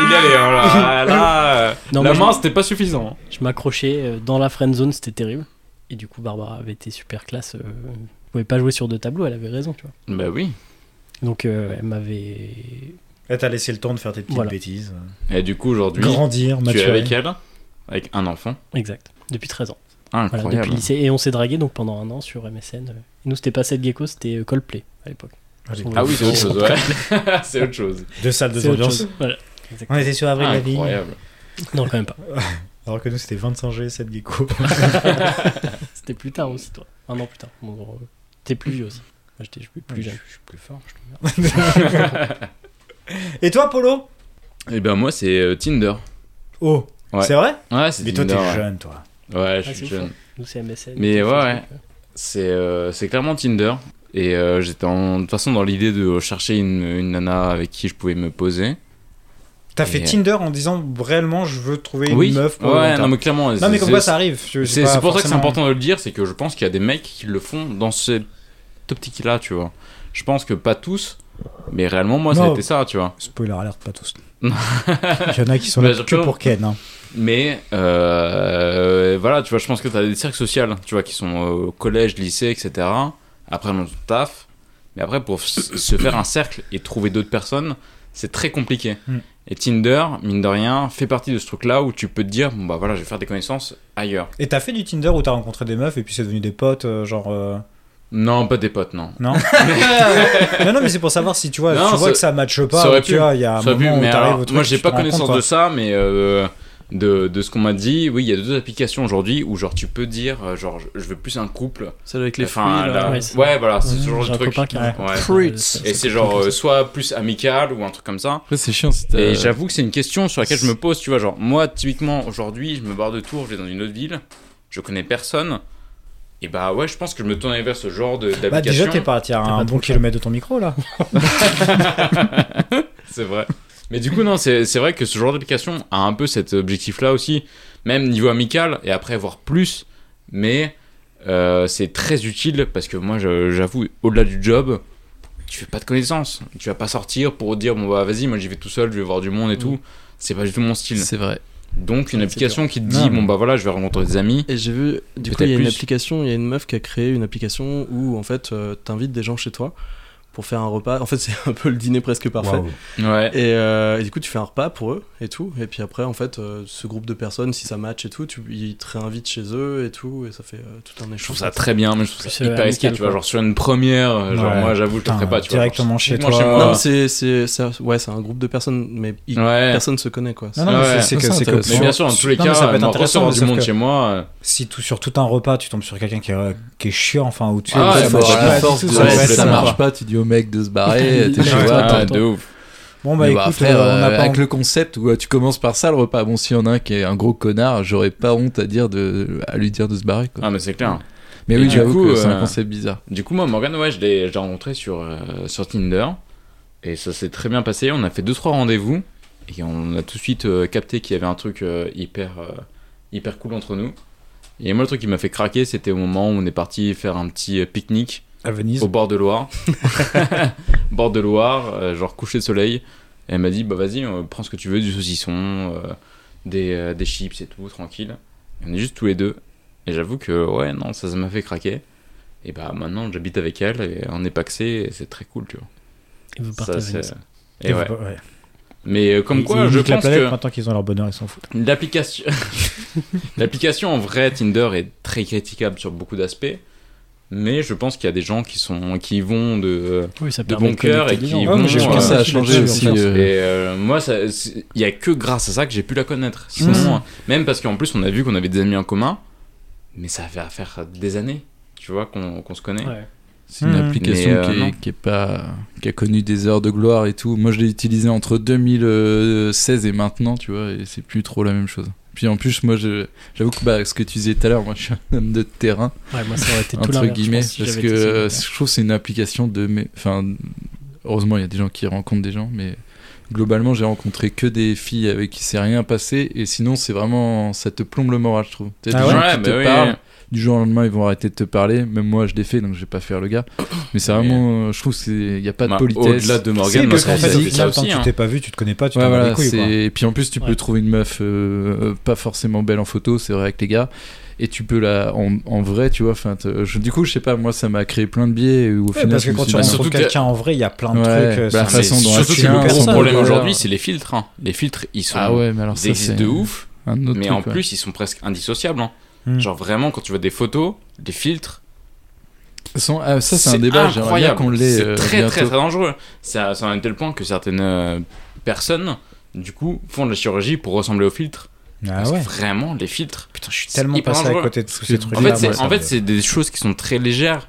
Speaker 3: Il y allait, hein, là, là, euh,
Speaker 7: Non,
Speaker 3: La
Speaker 7: moi, je-
Speaker 3: main, c'était pas suffisant. hein.
Speaker 7: Je m'accrochais euh, dans la friend zone, c'était terrible. Et du coup, Barbara avait été super classe. euh, on pouvait pas jouer sur deux tableaux, elle avait raison, tu vois.
Speaker 3: Bah oui.
Speaker 7: Donc euh, elle m'avait.
Speaker 10: Elle t'a laissé le temps de faire tes petites
Speaker 7: Voilà.
Speaker 10: bêtises. euh,
Speaker 3: Et du coup, aujourd'hui,
Speaker 10: Grandir,
Speaker 3: tu es
Speaker 10: maturer.
Speaker 3: avec elle, avec un enfant.
Speaker 7: Exact. Depuis 13 ans. Voilà,
Speaker 3: Incroyable.
Speaker 7: depuis le lycée. Et on s'est dragué donc pendant un an sur MSN. euh. Nous, c'était pas Seth Gecko, c'était euh, Coldplay à l'époque.
Speaker 10: Allez.
Speaker 3: Ah oui, c'est autre chose, ouais. c'est autre chose.
Speaker 10: Deux salles, deux
Speaker 7: C'est autre
Speaker 10: ambiances.
Speaker 7: chose. Voilà.
Speaker 10: On était sur Avril Lavigne.
Speaker 3: Incroyable.
Speaker 7: Non, quand même pas.
Speaker 10: Alors que nous, c'était 25 G, 7 gecko.
Speaker 7: C'était plus tard aussi, toi. Un an plus tard. Bon, bon, euh, T'es plus vieux aussi. Moi, j'étais je suis plus jeune.
Speaker 10: suis plus fort, je te Et toi, Polo
Speaker 3: Et ben moi, c'est euh, Tinder.
Speaker 10: Oh,
Speaker 3: Ouais.
Speaker 10: c'est vrai
Speaker 3: Ouais, c'est
Speaker 10: Mais
Speaker 3: Tinder.
Speaker 10: toi, t'es
Speaker 3: ouais.
Speaker 10: jeune, toi.
Speaker 3: Ouais,
Speaker 7: Ah,
Speaker 3: je suis
Speaker 7: c'est ouf,
Speaker 3: jeune.
Speaker 7: Nous, c'est MSN.
Speaker 3: Mais
Speaker 7: Facebook,
Speaker 3: ouais, ouais.
Speaker 7: euh.
Speaker 3: C'est euh, c'est clairement Tinder. Et euh, j'étais en- de toute façon dans l'idée de chercher une, une nana avec qui je pouvais me poser.
Speaker 10: T'as fait
Speaker 3: Et- euh,
Speaker 10: Tinder en disant réellement, je veux trouver
Speaker 3: oui,
Speaker 10: une meuf pour le long
Speaker 3: ouais, non
Speaker 10: terme.
Speaker 3: mais clairement.
Speaker 10: Non, mais comme
Speaker 3: c'est-
Speaker 10: quoi ça arrive. je-
Speaker 3: C'est
Speaker 10: pas
Speaker 3: c'est pour ça que c'est
Speaker 10: forcément-
Speaker 3: important de le dire, c'est que je pense qu'il y a des mecs qui le font dans cette optique-là, tu vois. Je pense que pas tous, mais réellement moi ça a
Speaker 10: Non.
Speaker 3: été ça, tu vois.
Speaker 10: Spoiler alerte, pas tous. Il
Speaker 3: Non.
Speaker 10: y en a qui sont
Speaker 3: Bah,
Speaker 10: là
Speaker 3: surtout-
Speaker 10: que pour Ken. hein.
Speaker 3: Mais euh, voilà, tu vois, je pense que t'as des cercles sociaux, tu vois, qui sont au collège, lycée, etc. Après mon taf, mais après pour s- se faire un cercle et trouver d'autres personnes, c'est très compliqué.
Speaker 10: Mm.
Speaker 3: Et Tinder, mine de rien, fait partie de ce truc-là où tu peux te dire, bon bah voilà, je vais faire des connaissances ailleurs.
Speaker 10: Et t'as fait du Tinder où t'as rencontré des meufs et puis c'est devenu des potes, euh, genre. euh,
Speaker 3: Non, pas des potes, non.
Speaker 10: Non Non, non, mais c'est pour savoir si tu vois,
Speaker 3: Non,
Speaker 10: tu vois
Speaker 3: ça-
Speaker 10: que ça matche
Speaker 3: ça
Speaker 10: pas.
Speaker 3: aurait
Speaker 10: ou Tu
Speaker 3: pu.
Speaker 10: vois, il y a un
Speaker 3: Ça a vu,
Speaker 10: moment où
Speaker 3: mais
Speaker 10: t'arrives
Speaker 3: alors,
Speaker 10: au truc,
Speaker 3: moi
Speaker 10: tu
Speaker 3: j'ai
Speaker 10: te
Speaker 3: pas
Speaker 10: rends compte,
Speaker 3: connaissance
Speaker 10: quoi.
Speaker 3: de ça, mais euh, de, de ce qu'on m'a dit, oui, il y a deux applications aujourd'hui où genre tu peux dire, euh, genre je- je veux plus un couple.
Speaker 9: Celle avec les
Speaker 3: Enfin,
Speaker 9: fruits, là.
Speaker 3: la-
Speaker 7: Ouais, c'est-
Speaker 3: ouais, voilà, c'est ce
Speaker 7: J'ai
Speaker 3: genre de
Speaker 7: un
Speaker 3: truc.
Speaker 7: copain qui a-
Speaker 3: Ouais.
Speaker 7: Fruits. Ça,
Speaker 3: Et
Speaker 7: ça
Speaker 3: c'est
Speaker 7: peut
Speaker 3: genre
Speaker 7: être
Speaker 3: euh, soit plus amical ou un truc comme ça.
Speaker 8: Après, c'est chiant si t'as.
Speaker 3: Et j'avoue que c'est une question sur laquelle je me pose, tu vois. Genre, moi, typiquement, aujourd'hui, je me barre de Tours, je vais dans une autre ville, je connais personne. Et bah ouais, je pense que je me tournais vers ce genre de-
Speaker 10: Bah,
Speaker 3: d'application.
Speaker 10: déjà, t'es parti à
Speaker 7: pas
Speaker 10: un
Speaker 7: trop
Speaker 10: bon
Speaker 7: le
Speaker 10: kilomètre de ton micro là.
Speaker 3: c'est vrai. Mais du coup, non, c'est c'est vrai que ce genre d'application a un peu cet objectif-là aussi, même niveau amical, et après, voire plus. Mais euh, c'est très utile parce que moi, je- j'avoue, au-delà du job, tu fais pas de connaissances. Tu vas pas sortir pour dire, bon, bah vas-y, moi j'y vais tout seul, je vais voir du monde et tout. C'est pas du tout mon style.
Speaker 8: C'est vrai.
Speaker 3: Donc, une
Speaker 7: Ouais,
Speaker 3: application qui te
Speaker 10: Non,
Speaker 3: dit,
Speaker 10: mais-
Speaker 3: bon, bah voilà, je vais rencontrer des amis.
Speaker 9: Et j'ai vu, du coup,
Speaker 3: Peut-être
Speaker 9: il y a une
Speaker 3: plus.
Speaker 9: application, il y a une meuf qui a créé une application où en fait, euh, t'invites des gens chez toi pour faire un repas. En fait, c'est un peu le dîner presque parfait.
Speaker 3: Ouais.
Speaker 9: Et, euh, et du coup, tu fais un repas pour eux et tout. Et puis après, en fait, euh, ce groupe de personnes, si ça match et tout, tu, ils te réinvitent chez eux et tout. Et ça fait euh, tout un échange.
Speaker 3: Je trouve ça très bien, mais je trouve
Speaker 7: Plus,
Speaker 3: ça
Speaker 7: euh,
Speaker 3: hyper risqué,
Speaker 7: amical,
Speaker 3: tu vois.
Speaker 7: quoi.
Speaker 3: Genre sur une première, euh, genre
Speaker 10: Ouais.
Speaker 3: moi j'avoue, je te
Speaker 10: Putain,
Speaker 3: ferais pas, tu vois.
Speaker 10: directement chez
Speaker 3: typiquement
Speaker 10: toi.
Speaker 3: chez
Speaker 9: Non,
Speaker 3: moi.
Speaker 9: mais c'est, c'est, c'est- ouais, c'est un groupe de personnes, mais ils-
Speaker 3: Ouais.
Speaker 9: personne se connaît, quoi.
Speaker 10: Non, non, mais
Speaker 3: Ouais.
Speaker 8: Ça,
Speaker 10: c'est- c'est que-
Speaker 8: ça
Speaker 10: c'est que
Speaker 8: intéresse.
Speaker 3: Mais
Speaker 10: sur-
Speaker 3: bien sûr, dans tous les
Speaker 10: Non, mais
Speaker 3: cas,
Speaker 10: ça peut être
Speaker 3: moi,
Speaker 10: intéressant,
Speaker 3: recevoir
Speaker 10: mais
Speaker 3: du
Speaker 10: sauf
Speaker 3: monde
Speaker 10: que-
Speaker 3: chez moi. euh,
Speaker 10: si tout, sur tout un repas tu tombes sur quelqu'un qui, est- qui est chiant enfin ou tu
Speaker 3: Ah ouais,
Speaker 10: ça
Speaker 3: bah,
Speaker 10: marche
Speaker 3: voilà,
Speaker 10: pas
Speaker 8: force
Speaker 10: du tout,
Speaker 8: de-
Speaker 10: ça va être
Speaker 8: ça
Speaker 10: sympa.
Speaker 8: marche pas, tu dis au mec de se barrer, t'es hein,
Speaker 7: Ouais,
Speaker 8: chez
Speaker 7: ouais,
Speaker 8: toi,
Speaker 3: ah,
Speaker 8: t'attends.
Speaker 3: de ouf.
Speaker 10: bon bah
Speaker 8: Mais
Speaker 10: écoute
Speaker 8: bon, après,
Speaker 10: euh, on
Speaker 8: euh,
Speaker 10: n'a pas
Speaker 8: avec le concept où euh, tu commences par ça le repas, bon, s'il y en a un qui est un gros connard, j'aurais pas honte à, dire de, à lui dire de se barrer. Quoi.
Speaker 3: Ah, mais c'est clair.
Speaker 8: Mais
Speaker 3: Et
Speaker 8: oui,
Speaker 3: du
Speaker 8: j'avoue
Speaker 3: coup,
Speaker 8: que c'est
Speaker 3: euh,
Speaker 8: un concept bizarre.
Speaker 3: Du coup, moi, Morgane, ouais, je l'ai je l'ai rencontré sur, euh, sur Tinder. Et ça s'est très bien passé. On a fait 2-3 rendez-vous. Et on a tout de suite euh, capté qu'il y avait un truc euh, hyper, euh, hyper cool entre nous. Et moi, le truc qui m'a fait craquer, c'était au moment où on est parti faire un petit euh, pique-nique.
Speaker 10: à Venise
Speaker 3: Au bord de Loire. bord de Loire, euh, genre coucher de soleil. Et elle m'a dit, bah vas-y, euh, prends ce que tu veux, du saucisson, euh, des, euh, des chips et tout, tranquille. Et on est juste tous les deux. Et j'avoue que, ouais, non, ça ça m'a fait craquer. Et bah maintenant, j'habite avec elle et on est paxé et c'est très cool, tu vois.
Speaker 7: Et vous
Speaker 3: Ça,
Speaker 7: partez
Speaker 3: c'est-
Speaker 7: avec
Speaker 3: Et ouais.
Speaker 10: ouais.
Speaker 3: Mais euh, comme
Speaker 10: Ils-
Speaker 3: quoi,
Speaker 10: ils
Speaker 3: je
Speaker 10: niquent la
Speaker 3: pense
Speaker 10: planète
Speaker 3: que
Speaker 10: maintenant qu'ils ont leur bonheur ils s'en foutent
Speaker 3: l'application... l'application en vrai Tinder est très critiquable sur beaucoup d'aspects. Mais je pense qu'il y a des gens qui, sont... qui y vont de...
Speaker 7: Oui, ça
Speaker 3: de
Speaker 7: permet
Speaker 3: bon cœur
Speaker 7: connecter
Speaker 3: et
Speaker 7: des
Speaker 3: qui
Speaker 7: gens.
Speaker 3: vont,
Speaker 10: Ouais, mais j'ai
Speaker 3: euh,
Speaker 10: vu
Speaker 8: Ouais, ça a
Speaker 10: qui
Speaker 8: changé
Speaker 10: l'a
Speaker 8: aussi.
Speaker 10: fait, en
Speaker 8: euh,
Speaker 3: Et euh, moi, ça- c'est- il y a que grâce à ça que j'ai pu la connaître.
Speaker 8: Mm.
Speaker 3: Sinon, même parce qu'en plus, on a vu qu'on avait des amis en commun, mais ça fait à faire des années, tu vois, qu'on qu'on se connaît.
Speaker 7: Ouais.
Speaker 8: C'est une
Speaker 7: Hmm.
Speaker 10: Mhm.
Speaker 8: application
Speaker 3: Mais, euh,
Speaker 8: qui,
Speaker 3: non.
Speaker 8: est, qui est pas qui a connu des heures de gloire et tout. Moi, je l'ai utilisée entre 2016 et maintenant, tu vois, et c'est plus trop la même chose. Puis en plus, moi, je- j'avoue que bah, ce que tu disais tout à l'heure, moi, je suis un homme de terrain
Speaker 7: Ouais, moi, ça aurait été tout
Speaker 8: entre
Speaker 7: l'inverse. je
Speaker 8: guillemets,
Speaker 7: pense, si
Speaker 8: parce
Speaker 7: j'avais
Speaker 8: que
Speaker 7: été
Speaker 8: euh,
Speaker 7: célibataire.
Speaker 8: je trouve que c'est une application de, mes- enfin, heureusement, il y a des gens qui rencontrent des gens, mais globalement, j'ai rencontré que des filles avec qui c'est rien passé, et sinon, c'est vraiment, ça te plombe le moral, je trouve. T'as des
Speaker 10: Ah
Speaker 8: gens
Speaker 10: ouais
Speaker 8: qui
Speaker 3: bah
Speaker 8: te
Speaker 3: oui.
Speaker 8: parlent, du jour au lendemain ils vont arrêter de te parler même moi je l'ai fait donc je vais pas faire le gars mais c'est vraiment euh, je trouve qu'il n'y a pas de
Speaker 3: Bah,
Speaker 8: politesse
Speaker 3: Au-delà de Morgan,
Speaker 10: Si,
Speaker 3: moi,
Speaker 10: parce
Speaker 3: ça
Speaker 10: qu'en
Speaker 3: ça
Speaker 10: fait
Speaker 3: fait
Speaker 10: il-
Speaker 3: ça aussi.
Speaker 10: tant que tu
Speaker 3: hein.
Speaker 10: t'es pas vu tu te connais pas tu
Speaker 8: Ouais,
Speaker 10: t'en bats
Speaker 8: voilà,
Speaker 10: les couilles
Speaker 8: c'est-
Speaker 10: quoi.
Speaker 8: et puis en plus tu peux
Speaker 7: Ouais.
Speaker 8: trouver une meuf euh, euh, pas forcément belle en photo c'est vrai avec les gars et tu peux la en, en vrai tu vois enfin te- je- du coup je sais pas moi ça m'a créé plein de biais où au
Speaker 10: Ouais,
Speaker 8: final
Speaker 10: parce
Speaker 8: je
Speaker 10: que
Speaker 8: me
Speaker 10: quand
Speaker 8: suis
Speaker 10: tu
Speaker 3: bah,
Speaker 8: dit,
Speaker 10: rencontres
Speaker 3: surtout que-
Speaker 10: quelqu'un en vrai il y a plein de
Speaker 8: Ouais,
Speaker 10: trucs euh,
Speaker 8: bah, la
Speaker 10: c'est-
Speaker 3: Mais
Speaker 8: façon dont
Speaker 3: surtout
Speaker 8: elle
Speaker 3: que
Speaker 8: tient,
Speaker 3: le gros
Speaker 10: personne,
Speaker 3: problème
Speaker 10: euh,
Speaker 3: aujourd'hui, c'est les filtres. hein. Les filtres, ils sont.
Speaker 8: ah ouais mais alors
Speaker 3: ils
Speaker 8: ça,
Speaker 3: existent
Speaker 8: c'est
Speaker 3: de ouf,
Speaker 8: un autre
Speaker 3: mais
Speaker 8: truc,
Speaker 3: en
Speaker 8: ouais.
Speaker 3: plus, ils sont presque indissociables. hein.
Speaker 10: Hmm.
Speaker 3: Genre vraiment, quand tu vois des photos, des filtres,
Speaker 8: Ils sont- ah, ça c'est un
Speaker 3: C'est
Speaker 8: débat j'aimerais bien
Speaker 3: incroyable.
Speaker 8: qu'on l'ait
Speaker 3: C'est
Speaker 8: euh,
Speaker 3: très,
Speaker 8: bientôt.
Speaker 3: très très dangereux. Ça, ça en est tel point que certaines euh, personnes, du coup, font de la chirurgie pour ressembler aux filtres.
Speaker 10: ah
Speaker 3: Parce que
Speaker 10: ouais
Speaker 3: vraiment, les filtres. Putain, je suis
Speaker 10: tellement passé à côté de tous ces trucs
Speaker 3: En fait, c'est en fait, c'est des choses qui sont très légères,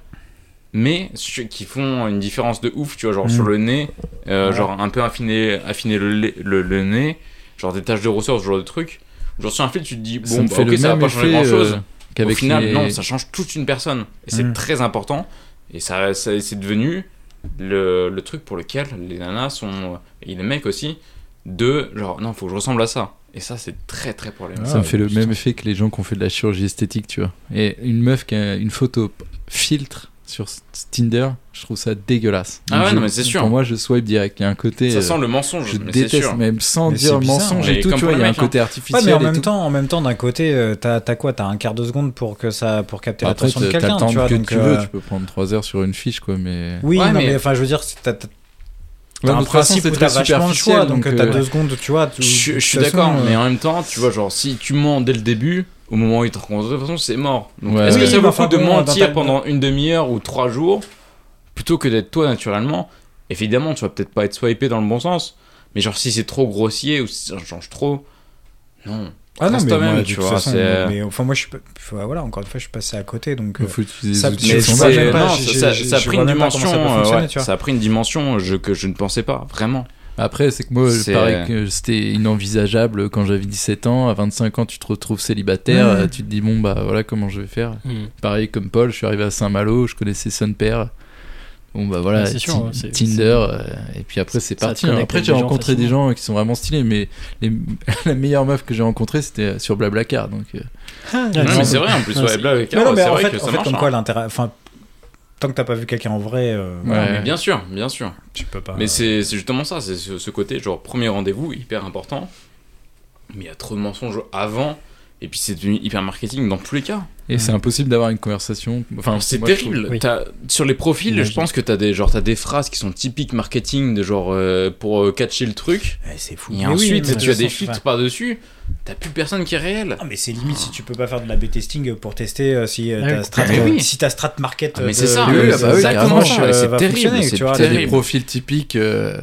Speaker 3: mais su- qui font une différence de ouf. Tu vois, genre
Speaker 10: Mm.
Speaker 3: sur le nez, euh,
Speaker 10: Ouais.
Speaker 3: genre un peu affiner, affiner le, le- le- le nez, genre des taches de rosseur, ce genre de truc. Genre sur un fil, tu te dis
Speaker 8: ça
Speaker 3: bon,
Speaker 8: me
Speaker 3: bah,
Speaker 8: fait
Speaker 3: ok,
Speaker 8: le
Speaker 3: ça va
Speaker 8: même
Speaker 3: pas changer grand
Speaker 8: effet
Speaker 3: chose.
Speaker 8: euh,
Speaker 3: Au
Speaker 8: qu'avec
Speaker 3: final,
Speaker 8: les-
Speaker 3: non, ça change toute une personne. Et c'est
Speaker 10: Mm.
Speaker 3: très important. Et ça, ça- c'est devenu le, le truc pour lequel les nanas sont, et les mecs aussi, de genre, non, faut que je ressemble à ça. Et ça, c'est très très problématique.
Speaker 8: Ça me fait le
Speaker 10: putain.
Speaker 8: même effet que les gens qui ont fait de la chirurgie esthétique, tu vois. Et une meuf qui a une photo p- filtre sur s- Tinder, je trouve ça dégueulasse.
Speaker 3: Ah ouais,
Speaker 8: je-
Speaker 3: non, mais c'est sûr.
Speaker 8: Pour moi, je swipe direct. Il y a un côté.
Speaker 3: Ça
Speaker 8: euh,
Speaker 3: sent le mensonge,
Speaker 8: je
Speaker 3: mais c'est
Speaker 8: déteste,
Speaker 3: sûr.
Speaker 8: même sans
Speaker 10: Mais
Speaker 8: dire
Speaker 10: c'est bizarre,
Speaker 8: mensonge
Speaker 3: ouais.
Speaker 8: et tout,
Speaker 3: Comme
Speaker 8: tu vois.
Speaker 3: pour hein.
Speaker 8: Il
Speaker 3: les
Speaker 8: y a un
Speaker 3: mecs,
Speaker 8: côté
Speaker 10: Ouais,
Speaker 8: artificiel.
Speaker 10: mais en
Speaker 8: et
Speaker 10: même
Speaker 8: tout.
Speaker 10: temps, en même temps, d'un côté, euh, t'as t'as quoi T'as un quart de seconde pour que ça, pour capter
Speaker 8: Après,
Speaker 10: l'attention de
Speaker 8: t'as t'as
Speaker 10: quelqu'un,
Speaker 8: le temps
Speaker 10: tu vois.
Speaker 8: que
Speaker 10: donc,
Speaker 8: tu
Speaker 10: euh,
Speaker 8: veux. Tu peux prendre 3 heures sur une fiche, quoi. Mais.
Speaker 10: Oui,
Speaker 3: Ouais,
Speaker 10: non,
Speaker 3: mais-
Speaker 10: mais enfin, je veux dire, c'est- t'as t'as-
Speaker 8: Ouais,
Speaker 10: t'as
Speaker 8: de
Speaker 10: un
Speaker 8: toute façon,
Speaker 10: principe
Speaker 8: c'est
Speaker 10: où
Speaker 8: très
Speaker 10: t'as vachement le
Speaker 8: superficiel,
Speaker 10: choix, donc
Speaker 8: donc,
Speaker 10: t'as
Speaker 8: euh,
Speaker 10: deux secondes, tu vois. tu-
Speaker 3: Je, je
Speaker 10: de
Speaker 3: suis
Speaker 10: toute façon,
Speaker 3: d'accord,
Speaker 10: euh,
Speaker 3: mais en même temps, tu vois, genre, si tu mens dès le début, au moment où ils te rencontrent, de toute façon, c'est mort. Donc,
Speaker 8: Ouais.
Speaker 3: Est-ce que
Speaker 10: Oui,
Speaker 3: ça
Speaker 10: mais
Speaker 3: vaut le
Speaker 10: enfin,
Speaker 3: coup de
Speaker 10: bon, dans
Speaker 3: mentir
Speaker 10: ta-
Speaker 3: pendant une demi-heure ou trois jours, plutôt que d'être toi naturellement Évidemment, tu vas peut-être pas être swipé dans le bon sens, mais genre, si c'est trop grossier ou si ça change trop, non.
Speaker 10: Ah non,
Speaker 3: Reste
Speaker 10: mais
Speaker 3: toi-même,
Speaker 10: moi, de
Speaker 3: tu
Speaker 10: toute
Speaker 3: vois,
Speaker 10: façon,
Speaker 3: c'est- euh,
Speaker 10: mais enfin, moi, je suis. pas- enfin, Voilà, encore une fois, je suis passé à côté, donc. euh,
Speaker 8: faut utiliser
Speaker 10: ça-
Speaker 8: des outils
Speaker 10: Mais
Speaker 8: de
Speaker 10: c'est-
Speaker 8: sondage.
Speaker 10: même pas,
Speaker 3: non,
Speaker 10: j'ai-
Speaker 3: ça,
Speaker 10: j'ai-
Speaker 3: ça a
Speaker 10: je
Speaker 3: pris
Speaker 10: vois
Speaker 3: une
Speaker 10: même pas comment ça
Speaker 3: dimension,
Speaker 10: peut
Speaker 3: euh,
Speaker 10: fonctionner,
Speaker 3: ouais,
Speaker 10: tu vois.
Speaker 3: ça a pris une dimension euh, je- que je ne pensais pas, vraiment.
Speaker 8: Après, c'est que moi,
Speaker 3: C'est- euh,
Speaker 8: pareil, que c'était inenvisageable quand j'avais 17 ans. À 25 ans, tu te retrouves célibataire.
Speaker 10: Mhm.
Speaker 8: euh, Tu te dis, bon, bah voilà comment je vais faire.
Speaker 7: Hmm.
Speaker 8: Pareil comme Paul, je suis arrivé à Saint-Malo, je connaissais son père. Bon bah voilà,
Speaker 7: Ouais, c'est sûr,
Speaker 8: Ti-
Speaker 7: hein, c'est-
Speaker 8: Tinder,
Speaker 7: c'est-
Speaker 8: euh, et puis après c'est
Speaker 7: ça te
Speaker 8: parti. hein.
Speaker 7: connecte
Speaker 8: Après
Speaker 7: avec
Speaker 8: j'ai
Speaker 7: des gens
Speaker 8: rencontré des gens qui sont vraiment stylés, mais les- la meilleure meuf que j'ai rencontrée c'était sur Blablacar. Donc, euh,
Speaker 9: Ah,
Speaker 7: Ouais,
Speaker 3: Non,
Speaker 7: c'est-
Speaker 3: mais c'est vrai, en plus,
Speaker 7: Ah, Non,
Speaker 3: ouais,
Speaker 7: c'est-
Speaker 3: Blablacar,
Speaker 10: Mais non, mais
Speaker 3: c'est
Speaker 10: en
Speaker 3: vrai
Speaker 10: fait,
Speaker 3: que
Speaker 10: en
Speaker 3: ça
Speaker 10: fait,
Speaker 3: marche.
Speaker 10: comme
Speaker 3: hein.
Speaker 10: quoi, l'intérêt. Enfin, tant que t'as pas vu quelqu'un en vrai, euh,
Speaker 8: Ouais.
Speaker 10: voilà,
Speaker 3: Mais Bien sûr, bien sûr.
Speaker 10: tu peux
Speaker 8: Euh,
Speaker 10: pas.
Speaker 3: Mais c'est c'est justement ça, c'est ce, ce côté, genre, premier rendez-vous, hyper important. Mais il y a trop de mensonges avant. Et puis c'est devenu hyper marketing dans tous les cas.
Speaker 8: Et c'est impossible d'avoir une conversation. Enfin,
Speaker 3: Ah, c'est
Speaker 8: moi, je trouve-
Speaker 3: terrible.
Speaker 7: oui.
Speaker 3: T'as- Sur les profils, je
Speaker 7: Imagine.
Speaker 3: pense que t'as des, genre, t'as des phrases qui sont typiques marketing, de genre euh, pour euh, catcher le truc.
Speaker 10: c'est fou.
Speaker 3: Et ensuite,
Speaker 10: mais
Speaker 3: tu as des
Speaker 10: filtres.
Speaker 3: filtres par-dessus. T'as plus personne qui est réel.
Speaker 10: Ah, mais c'est limite si tu peux pas faire de la B-testing pour tester euh, si euh,
Speaker 7: Ah
Speaker 10: ta
Speaker 7: oui.
Speaker 10: strat,
Speaker 3: Ah oui.
Speaker 10: si ta strat market.
Speaker 3: Ah,
Speaker 10: euh,
Speaker 3: mais c'est
Speaker 10: de-
Speaker 3: ça.
Speaker 10: de-
Speaker 8: oui,
Speaker 10: de-
Speaker 8: ah bah oui,
Speaker 10: de-
Speaker 3: ça
Speaker 10: de-
Speaker 8: carrément,
Speaker 10: branche,
Speaker 3: commence.
Speaker 8: ouais,
Speaker 10: euh,
Speaker 3: c'est
Speaker 10: va
Speaker 3: terrible.
Speaker 10: fonctionner,
Speaker 3: C'est
Speaker 10: tu vois.
Speaker 8: T'as
Speaker 3: terrible.
Speaker 8: des profils typiques. euh,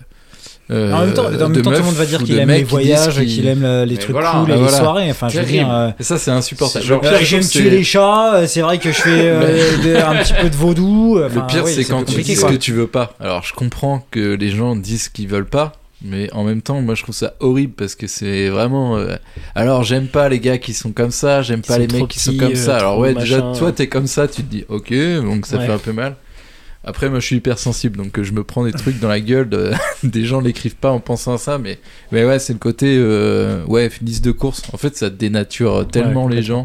Speaker 8: euh,
Speaker 10: En même temps, en même
Speaker 8: de
Speaker 10: temps, tout le
Speaker 8: meufs
Speaker 10: monde va dire
Speaker 8: ou
Speaker 10: qu'il
Speaker 8: de
Speaker 10: aime
Speaker 8: mecs
Speaker 10: les
Speaker 8: qui
Speaker 10: voyages,
Speaker 8: disent
Speaker 10: qu'il aime euh, les
Speaker 3: Mais
Speaker 10: trucs
Speaker 3: voilà,
Speaker 10: cool,
Speaker 8: bah
Speaker 10: et les
Speaker 8: voilà.
Speaker 10: soirées. Enfin, je veux
Speaker 3: Terrible.
Speaker 10: dire. euh,
Speaker 8: Et ça, c'est insupportable.
Speaker 3: C'est genre-
Speaker 8: Le
Speaker 10: euh,
Speaker 8: pire, je
Speaker 10: J'aime
Speaker 8: trouve,
Speaker 10: tuer
Speaker 8: c'est-
Speaker 10: les chats, euh, c'est vrai que je fais euh, de- un petit peu de vaudou. euh,
Speaker 8: Le
Speaker 10: enfin,
Speaker 8: pire,
Speaker 10: oui,
Speaker 8: c'est quand tu
Speaker 10: compliqué,
Speaker 8: dis ce
Speaker 10: quoi.
Speaker 8: que tu veux pas. Alors, je comprends que les gens disent qu'ils veulent pas, mais en même temps, moi, je trouve ça horrible parce que c'est vraiment. euh, Alors, j'aime pas les gars qui sont comme ça, j'aime
Speaker 7: Qui
Speaker 8: pas
Speaker 7: sont
Speaker 8: les
Speaker 7: trop
Speaker 8: mecs qui sont
Speaker 7: petits,
Speaker 8: comme
Speaker 7: euh,
Speaker 8: ça. Alors,
Speaker 7: trop
Speaker 8: ouais, déjà,
Speaker 7: machin.
Speaker 8: toi, t'es comme ça, tu te dis, ok, donc ça
Speaker 7: Ouais.
Speaker 8: fait un peu mal. Après, moi, je suis hyper sensible, donc euh, je me prends des trucs dans la gueule. de- des gens l'écrivent pas en pensant à ça, mais, mais ouais, c'est le côté, euh, ouais, liste de course. En fait, ça dénature euh, tellement les gens.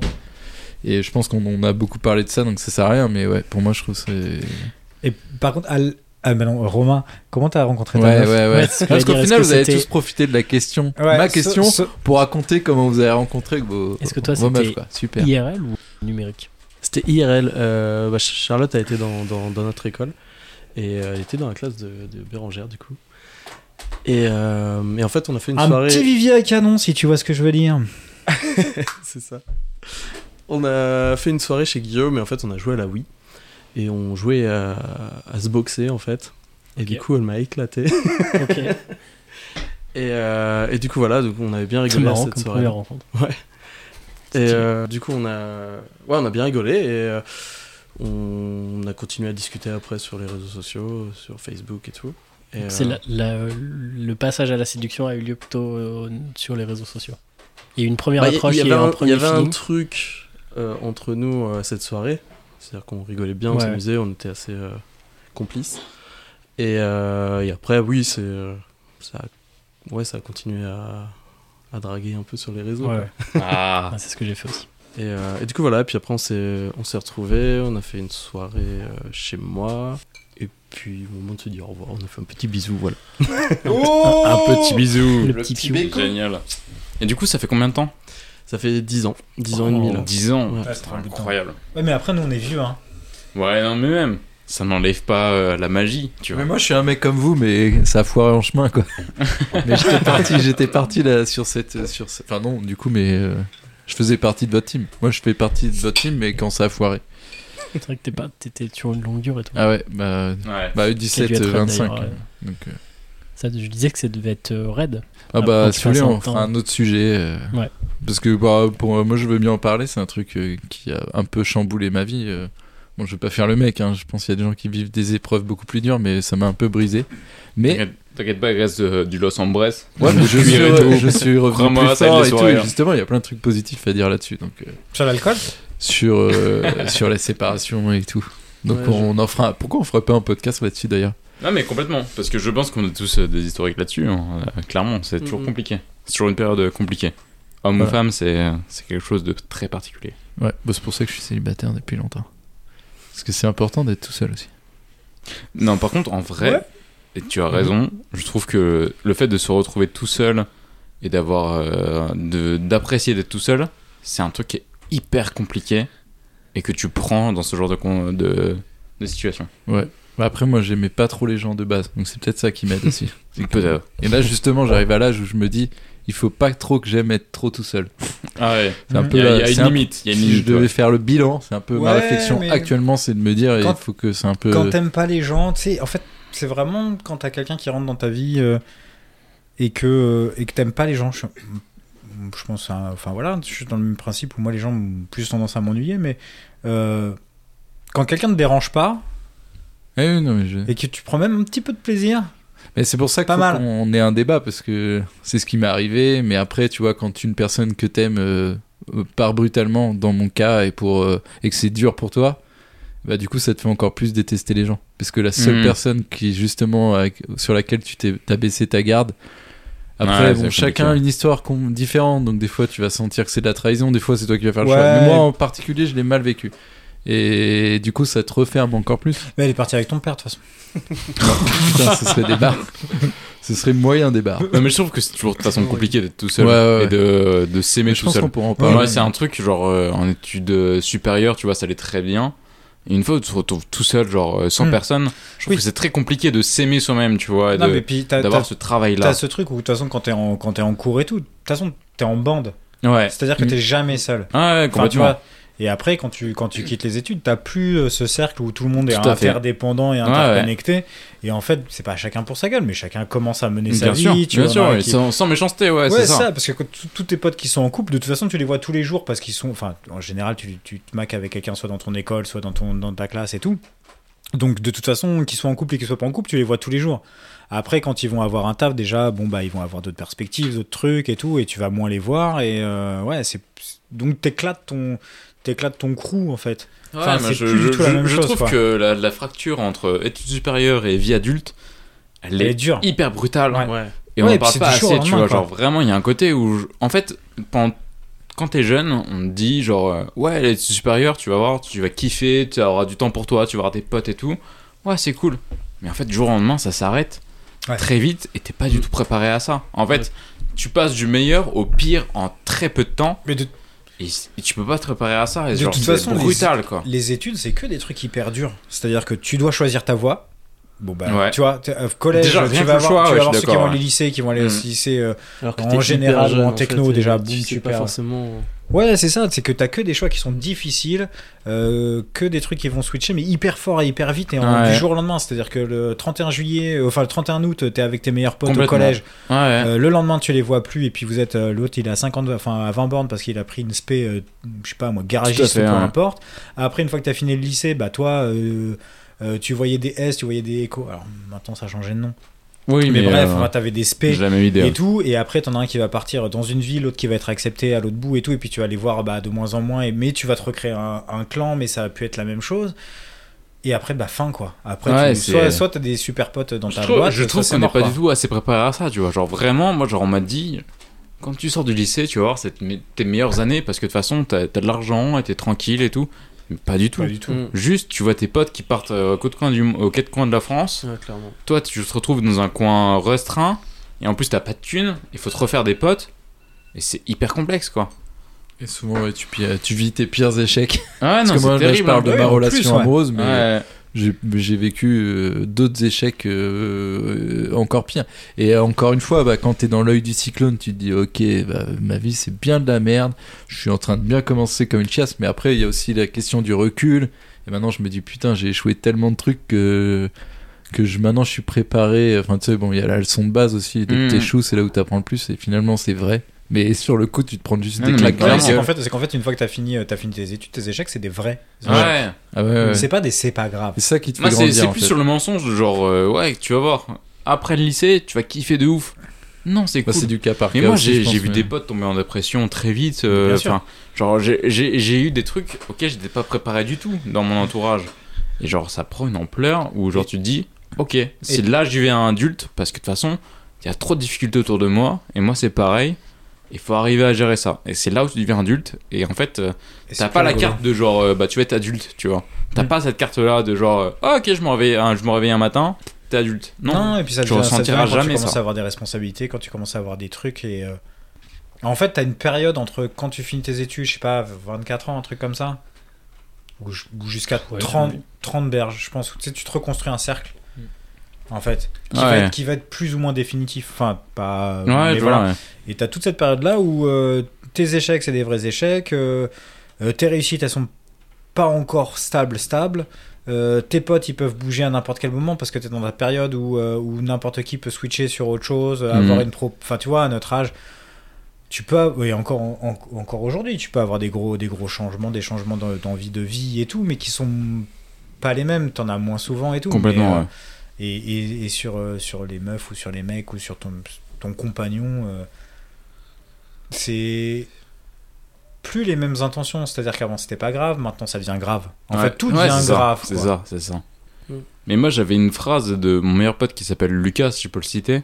Speaker 8: Et je pense qu'on on a beaucoup parlé de ça, donc ça sert à rien. Mais ouais, pour moi, je trouve que c'est.
Speaker 10: Et par contre, Al- ah, mais non, Romain, comment t'as rencontré ta
Speaker 8: Ouais,
Speaker 10: meuf
Speaker 8: ouais, ouais.
Speaker 7: Ouais, c'est ce que
Speaker 8: Parce
Speaker 7: j'allais dire,
Speaker 8: qu'au
Speaker 7: est-ce
Speaker 8: final,
Speaker 7: que
Speaker 8: vous avez
Speaker 7: c'était-
Speaker 8: tous profité de la question.
Speaker 10: Ouais,
Speaker 8: Ma
Speaker 10: ce-
Speaker 8: question
Speaker 10: ce-
Speaker 8: pour raconter comment vous avez rencontré vos,
Speaker 7: Est-ce que toi,
Speaker 8: vos
Speaker 7: c'était
Speaker 8: meufs, quoi. Super.
Speaker 7: IRL ou numérique
Speaker 9: C'était IRL. euh, bah, Ch- Charlotte a été dans, dans- dans notre école et euh, elle était dans la classe de, de Bérangère du coup. Et, euh, et en fait, on a fait une
Speaker 10: Un
Speaker 9: soirée.
Speaker 10: petit vivier à canon, si tu vois ce que je veux dire.
Speaker 9: C'est ça. On a fait une soirée chez Guillaume, mais en fait, on a joué à la Wii. Et on jouait à, à se boxer, en fait. Et du
Speaker 7: Ok.
Speaker 9: coup, elle m'a éclaté.
Speaker 7: Ok.
Speaker 9: Et, euh, et du coup, voilà, donc on avait bien
Speaker 7: C'est
Speaker 9: rigolé à
Speaker 7: marrant
Speaker 9: cette
Speaker 7: comme
Speaker 9: soirée.
Speaker 7: première rencontre.
Speaker 9: Et euh, du coup, on a, ouais, on a bien rigolé et euh, on a continué à discuter après sur les réseaux sociaux, sur Facebook et tout. Et,
Speaker 7: C'est
Speaker 9: euh,
Speaker 7: la- la- euh, le passage à la séduction a eu lieu plutôt euh, sur les réseaux sociaux. Il y a eu une première
Speaker 9: bah, il y-
Speaker 7: approche,
Speaker 9: il y,
Speaker 7: il y a eu
Speaker 9: avait
Speaker 7: un
Speaker 9: un, il y
Speaker 7: premier
Speaker 9: avait un
Speaker 7: feeling.
Speaker 9: truc euh, entre nous euh, cette soirée. C'est-à-dire qu'on rigolait bien, on
Speaker 7: Ouais.
Speaker 9: s'amusait, on était assez euh, complices. Et, euh, et après, oui, c'est, euh, ça, a- ouais, ça a continué à, à draguer un peu sur les réseaux.
Speaker 7: Ouais, ouais.
Speaker 3: Ah.
Speaker 7: Ah, c'est ce que j'ai fait aussi.
Speaker 9: Et, euh, et du coup, voilà, puis après, on s'est, on s'est retrouvés, on a fait une soirée euh, chez moi, et puis au moment de se dire au revoir, on a fait un petit bisou, voilà.
Speaker 3: un
Speaker 10: Oh
Speaker 3: petit bisou.
Speaker 7: Oh Le petit piou.
Speaker 3: Génial. Et du coup, ça fait combien de temps
Speaker 9: Ça fait 10 ans, 10 ans et demi là.
Speaker 3: 10 ans.
Speaker 9: Ouais.
Speaker 3: Putain,
Speaker 10: c'est un bout de temps.
Speaker 3: incroyable.
Speaker 10: Ouais, mais après, nous, on est vieux, hein.
Speaker 3: Ouais, non, mais même. Ça n'enlève pas euh, la magie, tu vois.
Speaker 8: Mais moi, je suis un mec comme vous, mais ça a foiré en chemin, quoi. mais j'étais parti, j'étais parti là sur cette, sur ce- Enfin non, du coup, mais euh, je faisais partie de votre team. Moi, je fais partie de votre team, mais quand ça a foiré.
Speaker 7: C'est vrai que t'es pas- t'étais sur une longue durée, toi.
Speaker 8: Ah ouais, bah,
Speaker 3: Ouais.
Speaker 8: bah
Speaker 7: Qui a dû
Speaker 8: 17,
Speaker 7: être raide,
Speaker 8: 25.
Speaker 7: d'ailleurs, ouais.
Speaker 8: donc, euh,
Speaker 7: Ça, je disais que ça devait être euh, raide.
Speaker 8: Ah
Speaker 7: Ah,
Speaker 8: bah
Speaker 7: pour
Speaker 8: si
Speaker 7: qu'il
Speaker 8: vous voulez
Speaker 7: fasse un
Speaker 8: on fera
Speaker 7: temps.
Speaker 8: un autre sujet. euh,
Speaker 7: Ouais.
Speaker 8: Parce que bah, pour moi je veux bien en parler, c'est un truc euh, qui a un peu chamboulé ma vie. euh. Bon je vais pas faire le mec, hein, je pense qu'il y a des gens qui vivent des épreuves beaucoup plus dures mais ça m'a un peu brisé. Mais,
Speaker 3: T'inquiète- T'inquiète pas, il reste euh, du Los en Bresse.
Speaker 8: ouais, mais je,
Speaker 3: Cuir
Speaker 8: suis,
Speaker 3: et tout.
Speaker 8: je suis revenu
Speaker 3: Vraiment,
Speaker 8: plus
Speaker 3: ça aide
Speaker 8: fort
Speaker 3: les
Speaker 8: et tout,
Speaker 3: soirées,
Speaker 8: et
Speaker 3: hein.
Speaker 8: justement il y a plein de trucs positifs à dire là-dessus. Donc euh,
Speaker 10: Sur l'alcool
Speaker 8: sur, euh, sur la séparation et tout. Donc
Speaker 9: Ouais, je-
Speaker 8: on en fera... un- Pourquoi on ferait pas un podcast là-dessus d'ailleurs
Speaker 3: Non, mais complètement. Parce que je pense qu'on a tous euh, des historiques là-dessus. hein. Euh, clairement, c'est toujours
Speaker 9: Mhm.
Speaker 3: compliqué. C'est toujours une période euh, compliquée. Homme ou
Speaker 8: Voilà.
Speaker 3: femme, c'est euh, c'est quelque chose de très particulier.
Speaker 8: Ouais, bah, c'est pour ça que je suis célibataire depuis longtemps. Parce que c'est important d'être tout seul aussi.
Speaker 3: Non, par contre, en vrai,
Speaker 10: Ouais.
Speaker 3: et tu as
Speaker 8: Mhm.
Speaker 3: raison, je trouve que le fait de se retrouver tout seul et d'avoir euh, de- d'apprécier d'être tout seul, c'est un truc qui est hyper compliqué et que tu prends dans ce genre de con- de, de situation.
Speaker 8: Bah, Après, moi, j'aimais pas trop les gens de base, donc c'est peut-être ça qui m'aide aussi.
Speaker 3: C'est peut
Speaker 8: Et là, justement, j'arrive à l'âge où je me dis, il faut pas trop que j'aime être trop tout seul.
Speaker 3: Ah ouais.
Speaker 8: C'est un
Speaker 10: Mhm.
Speaker 8: peu
Speaker 3: Il y a- il y a
Speaker 8: la-
Speaker 3: une
Speaker 8: c'est un-
Speaker 3: limite, il y a une
Speaker 8: si
Speaker 3: limite,
Speaker 8: je devais
Speaker 3: ouais.
Speaker 8: faire le bilan, c'est un peu ma
Speaker 10: Ouais,
Speaker 8: réflexion
Speaker 10: mais-
Speaker 8: actuellement, c'est de me dire,
Speaker 10: Quand-
Speaker 8: il faut que c'est un peu.
Speaker 10: Quand t'aimes pas les gens, tu sais, en fait, c'est vraiment quand t'as quelqu'un qui rentre dans ta vie euh, et que euh, et que t'aimes pas les gens. Je, je pense, à- enfin voilà, je suis dans le même principe où moi les gens ont plus tendance à m'ennuyer, mais euh, quand quelqu'un ne dérange pas
Speaker 8: Eh oui, non, mais je-
Speaker 10: et que tu prends même un petit peu de plaisir,
Speaker 8: Mais c'est pour ça
Speaker 10: Pas
Speaker 8: qu'on
Speaker 10: mal.
Speaker 8: on ait un débat parce que c'est ce qui m'est arrivé. Mais après, tu vois, quand une personne que t'aimes euh, euh, part brutalement, dans mon cas, et pour euh, et que c'est dur pour toi, bah du coup, ça te fait encore plus détester les gens. Parce que la seule
Speaker 3: Mhm.
Speaker 8: personne qui justement avec- sur laquelle tu t'es t'as baissé ta garde. Après,
Speaker 3: Ouais,
Speaker 8: bon,
Speaker 3: c'est
Speaker 8: chacun a
Speaker 3: compliqué.
Speaker 8: une histoire com- différente, donc des fois tu vas sentir que c'est de la trahison, des fois c'est toi qui vas faire le
Speaker 10: Ouais.
Speaker 8: choix. Mais moi en particulier, je l'ai mal vécu. Et du coup, ça te referme encore plus.
Speaker 10: mais elle est partie avec ton père de toute façon.
Speaker 8: Putain, ce serait des barres. Ce serait moyen débat.
Speaker 3: Non, mais je trouve que c'est toujours de toute façon compliqué d'être tout seul
Speaker 8: Ouais, ouais, ouais.
Speaker 3: et de, de s'aimer
Speaker 8: Mais
Speaker 3: tout
Speaker 8: je pense
Speaker 3: seul.
Speaker 8: qu'on pourra en
Speaker 3: Moi,
Speaker 8: parler.
Speaker 3: c'est un truc, genre, euh, en études euh, supérieures, tu vois, ça allait très bien. Et une fois où tu te retrouves tout seul, genre, euh, sans
Speaker 10: Mm.
Speaker 3: personne, je trouve
Speaker 10: Oui.
Speaker 3: que c'est très compliqué de s'aimer soi-même, tu vois, et
Speaker 10: Non,
Speaker 3: de-
Speaker 10: mais puis t'as
Speaker 3: d'avoir
Speaker 10: t'as-
Speaker 3: ce
Speaker 10: t'as
Speaker 3: travail-là.
Speaker 10: ce truc où, de toute façon, quand t'es en, quand t'es en cours et tout, de toute façon, t'es en bande.
Speaker 3: Ouais.
Speaker 10: C'est-à-dire que
Speaker 3: Mm.
Speaker 10: t'es jamais seul.
Speaker 3: Ah, ouais,
Speaker 10: Enfin, tu
Speaker 3: complètement.
Speaker 10: vois, Et après, quand tu, quand tu quittes les études, t'as plus euh, ce cercle où tout le monde est
Speaker 3: Tout à fait.
Speaker 10: interdépendant et
Speaker 3: ouais.
Speaker 10: interconnecté. Et en fait, c'est pas chacun pour sa gueule, mais chacun commence à mener sa
Speaker 3: bien
Speaker 10: vie.
Speaker 3: sûr,
Speaker 10: tu
Speaker 3: bien
Speaker 10: vois,
Speaker 3: sûr,
Speaker 10: il y en a
Speaker 3: ouais,
Speaker 10: qui-
Speaker 3: sans, sans méchanceté, ouais,
Speaker 10: Ouais,
Speaker 3: c'est ça.
Speaker 10: parce que quand tous- tous tes potes qui sont en couple, de toute façon, tu les vois tous les jours parce qu'ils sont. Enfin, en général, tu, tu te maques avec quelqu'un soit dans ton école, soit dans, ton, dans ta classe et tout. Donc, de toute façon, qu'ils soient en couple et qu'ils soient pas en couple, tu les vois tous les jours. Après, quand ils vont avoir un taf, déjà, bon, bah, ils vont avoir d'autres perspectives, d'autres trucs et tout, et tu vas moins les voir. Et euh, ouais, c'est. Donc, t'éclates ton. T'éclates ton crew, en fait.
Speaker 3: Ouais,
Speaker 10: Enfin,
Speaker 3: moi,
Speaker 10: c'est
Speaker 3: je,
Speaker 10: plus du
Speaker 3: je-
Speaker 10: tout la
Speaker 3: je-
Speaker 10: même
Speaker 3: je
Speaker 10: chose,
Speaker 3: trouve
Speaker 10: quoi.
Speaker 3: que la, la fracture entre euh, études supérieures et vie adulte, elle
Speaker 10: Elle est
Speaker 3: est
Speaker 10: dure.
Speaker 3: hyper brutale.
Speaker 10: Ouais.
Speaker 9: Ouais.
Speaker 3: Et on
Speaker 10: Ouais, et
Speaker 3: en
Speaker 10: puis
Speaker 3: parle
Speaker 10: c'est
Speaker 3: pas
Speaker 10: du jour au
Speaker 3: assez, tu
Speaker 10: lendemain,
Speaker 3: vois.
Speaker 10: quoi.
Speaker 3: Genre, vraiment, il y a un côté où, je- en fait, pendant- quand t'es jeune, on te dit, genre, euh, ouais, les études supérieures, tu vas voir, tu vas kiffer, tu auras du temps pour toi, tu vas avoir des potes et tout. Ouais, c'est cool. Mais en fait, du jour au lendemain, ça s'arrête
Speaker 10: Ouais. Mm.
Speaker 3: très vite et t'es pas du tout préparé à ça. En fait, tu passes du meilleur au pire en très peu de temps
Speaker 10: Mais de,
Speaker 3: et, et tu peux pas te préparer à ça. Et
Speaker 10: De
Speaker 3: genre,
Speaker 10: toute
Speaker 3: c'est
Speaker 10: façon, les-
Speaker 3: brutal, quoi.
Speaker 10: les études, c'est que des trucs hyper durs. C'est-à-dire que tu dois choisir ta voie. Bon, bah,
Speaker 3: Ouais.
Speaker 10: tu vois, t'es- euh, collège,
Speaker 3: Déjà,
Speaker 10: tu
Speaker 3: rien que
Speaker 10: vas
Speaker 3: le
Speaker 10: avoir,
Speaker 3: choix,
Speaker 10: tu
Speaker 3: ouais,
Speaker 10: vas
Speaker 3: je
Speaker 10: avoir
Speaker 3: suis
Speaker 10: ceux qui vont
Speaker 3: d'accord,
Speaker 10: aller au lycée, qui vont aller au
Speaker 3: Mhm.
Speaker 10: lycée. euh,
Speaker 9: Alors que
Speaker 10: En
Speaker 9: t'es hyper
Speaker 10: général,
Speaker 9: jeune,
Speaker 10: ou en techno,
Speaker 9: fait, et
Speaker 10: déjà,
Speaker 9: tu
Speaker 10: boum,
Speaker 9: sais
Speaker 10: super.
Speaker 9: pas forcément.
Speaker 10: Ouais, c'est ça, c'est que t'as que des choix qui sont difficiles, euh, que des trucs qui vont switcher, mais hyper fort et hyper vite, et en-
Speaker 3: Ouais.
Speaker 10: du jour au lendemain. C'est-à-dire que le 31 juillet, euh, enfin le 31 août, t'es avec tes meilleurs potes au
Speaker 3: Complètement.
Speaker 10: collège,
Speaker 3: Ouais, ouais.
Speaker 10: Euh, le lendemain, tu les vois plus, et puis vous êtes euh, l'autre, il est à 50, enfin à 20 bornes parce qu'il a pris une spé, euh, je sais pas moi, garagiste,
Speaker 3: Tout à fait,
Speaker 10: peu
Speaker 3: ouais.
Speaker 10: importe. Après, une fois que t'as fini le lycée, bah toi, euh, euh, tu voyais des S, tu voyais des échos. Alors maintenant, ça a changé de nom.
Speaker 3: oui,
Speaker 10: mais,
Speaker 3: mais,
Speaker 10: bref,
Speaker 3: euh,
Speaker 10: enfin, t'avais des spé
Speaker 3: j'ai jamais eu idée.
Speaker 10: et tout et après t'en as un qui va partir dans une ville l'autre qui va être accepté à l'autre bout et tout et puis tu vas les voir bah, de moins en moins et, mais tu vas te recréer un, un clan mais ça a pu être la même chose et après bah fin quoi après
Speaker 3: Ouais,
Speaker 10: tu,
Speaker 3: c'est-
Speaker 10: soit soit t'as des super potes dans
Speaker 3: Je
Speaker 10: ta
Speaker 3: trouve,
Speaker 10: boîte
Speaker 3: je
Speaker 10: soit
Speaker 3: trouve
Speaker 10: c'est
Speaker 3: qu'on n'est
Speaker 10: mort,
Speaker 3: pas
Speaker 10: quoi.
Speaker 3: du tout assez préparé à ça, tu vois. Genre vraiment, moi, genre on m'a dit, quand tu sors du lycée, tu vas avoir cette me- tes meilleures années parce que de toute façon, t'as as de l'argent et t'es tranquille et tout. Mais pas du tout.
Speaker 10: Pas du tout.
Speaker 9: Mm.
Speaker 3: Juste, tu vois tes potes qui partent euh, aux quatre coins, du, aux quatre coins de la France.
Speaker 9: Ouais, clairement.
Speaker 3: Toi, tu te retrouves dans un coin restreint et en plus, t'as pas de thunes. Il faut te refaire des potes. Et c'est hyper complexe, quoi.
Speaker 8: Et souvent, ouais, tu, pi- tu vis tes pires échecs.
Speaker 3: Ah
Speaker 8: Parce
Speaker 3: non,
Speaker 8: que moi,
Speaker 3: c'est
Speaker 8: là, je
Speaker 3: terrible.
Speaker 8: parle de
Speaker 10: hein.
Speaker 8: ma
Speaker 10: Oui, en
Speaker 8: relation
Speaker 10: plus, ouais.
Speaker 8: amoureuse,
Speaker 3: hein.
Speaker 8: mais
Speaker 3: Ouais.
Speaker 8: j'ai j'ai vécu euh, d'autres échecs euh, euh, encore pires. Et encore une fois, bah, quand t'es dans l'œil du cyclone, tu te dis Ok, bah, ma vie c'est bien de la merde, je suis en train de bien commencer comme une chasse, mais après il y a aussi la question du recul. Et maintenant je me dis Putain, j'ai échoué tellement de trucs que, que je, maintenant je suis préparé. Enfin, tu sais, bon, il y a la leçon de base aussi dès
Speaker 3: Mm.
Speaker 8: que t'échoues, c'est là où t'apprends le plus, et finalement c'est vrai. Mais sur le coup, tu te prends juste
Speaker 3: Non,
Speaker 8: des
Speaker 3: non, mais
Speaker 8: claques dans la
Speaker 10: Ouais, c'est
Speaker 3: Clairement.
Speaker 10: qu'en
Speaker 8: gueule.
Speaker 10: fait, c'est qu'en fait, une fois que t'as fini, euh, t'as fini tes études, tes échecs, c'est des vrais. échecs.
Speaker 3: Ouais.
Speaker 8: Ah ouais, ouais.
Speaker 10: C'est pas des c'est pas grave.
Speaker 8: C'est ça qui te fait
Speaker 3: Moi, c'est
Speaker 8: grandir.
Speaker 3: c'est
Speaker 8: en
Speaker 3: plus
Speaker 8: fait.
Speaker 3: sur le mensonge, genre, euh, ouais, tu vas voir. Après le lycée, tu vas kiffer de ouf. Non, c'est
Speaker 8: Bah,
Speaker 3: cool.
Speaker 8: c'est du cas par cas.
Speaker 3: Mais moi,
Speaker 8: aussi, je
Speaker 3: j'ai
Speaker 8: pense,
Speaker 3: j'ai vu
Speaker 8: mais-
Speaker 3: des potes tomber en dépression très vite. euh,
Speaker 10: Bien sûr.
Speaker 3: enfin, genre, j'ai- j'ai j'ai eu des trucs auxquels j'étais pas préparé du tout dans mon entourage. Et genre, ça prend une ampleur où, genre, tu te dis, ok, si là, j'y vais à un adulte, parce que de toute façon, il y a trop de difficultés autour de moi, et moi, c'est pareil. Il faut arriver à gérer ça. Et c'est là où tu deviens adulte. Et en fait, euh,
Speaker 10: Et c'est
Speaker 3: T'as pas
Speaker 10: plus
Speaker 3: la
Speaker 10: rigolo.
Speaker 3: carte de genre euh, bah tu vas être adulte, tu vois. T'as
Speaker 10: Mm.
Speaker 3: pas cette carte là de genre euh, Ah, ok je me réveille, hein, je me réveille un matin, t'es adulte. Non.
Speaker 10: Non, et puis ça
Speaker 3: Tu
Speaker 10: devient, ça
Speaker 3: ressentiras
Speaker 10: devient quand
Speaker 3: jamais
Speaker 10: tu commences
Speaker 3: ça.
Speaker 10: à avoir des responsabilités, quand tu commences à avoir des trucs et euh, en fait, t'as une période entre quand tu finis tes études, je sais pas, 24 ans, un truc comme ça, ou, j- ou jusqu'à
Speaker 7: Ouais,
Speaker 10: 30,
Speaker 7: mais-
Speaker 10: 30 berges, je pense. où, Tu sais, tu te reconstruis un cercle, en fait, qui, va,
Speaker 3: Ouais.
Speaker 10: être, qui va être plus ou moins définitif. Enfin, pas.
Speaker 3: Ouais,
Speaker 10: mais
Speaker 3: je
Speaker 10: voilà.
Speaker 3: vois, ouais.
Speaker 10: Et t'as toute cette période-là où euh, tes échecs, c'est des vrais échecs, euh, euh, tes réussites, elles sont pas encore stables, stables. Euh, tes potes, ils peuvent bouger à n'importe quel moment parce que t'es dans la période où, euh, où n'importe qui peut switcher sur autre chose, euh,
Speaker 3: Mhm.
Speaker 10: avoir une pro. Enfin, tu vois, à notre âge, tu peux. av- Et encore, en- en- encore aujourd'hui, tu peux avoir des gros, des gros changements, des changements d'en- d'envie de vie et tout, mais qui sont pas les mêmes. T'en as moins souvent et tout. mais,
Speaker 3: Complètement,
Speaker 10: euh,
Speaker 3: ouais.
Speaker 10: et, et- et sur, euh, sur les meufs ou sur les mecs ou sur ton, ton compagnon, euh, c'est plus les mêmes intentions. C'est-à-dire qu'avant c'était pas grave, maintenant ça devient grave. En
Speaker 3: Ouais.
Speaker 10: fait, tout
Speaker 3: Ouais,
Speaker 10: devient
Speaker 3: c'est ça,
Speaker 10: grave.
Speaker 3: C'est
Speaker 10: quoi.
Speaker 3: ça, c'est ça.
Speaker 9: Mm.
Speaker 3: Mais moi j'avais une phrase de mon meilleur pote qui s'appelle Lucas, si je peux le citer.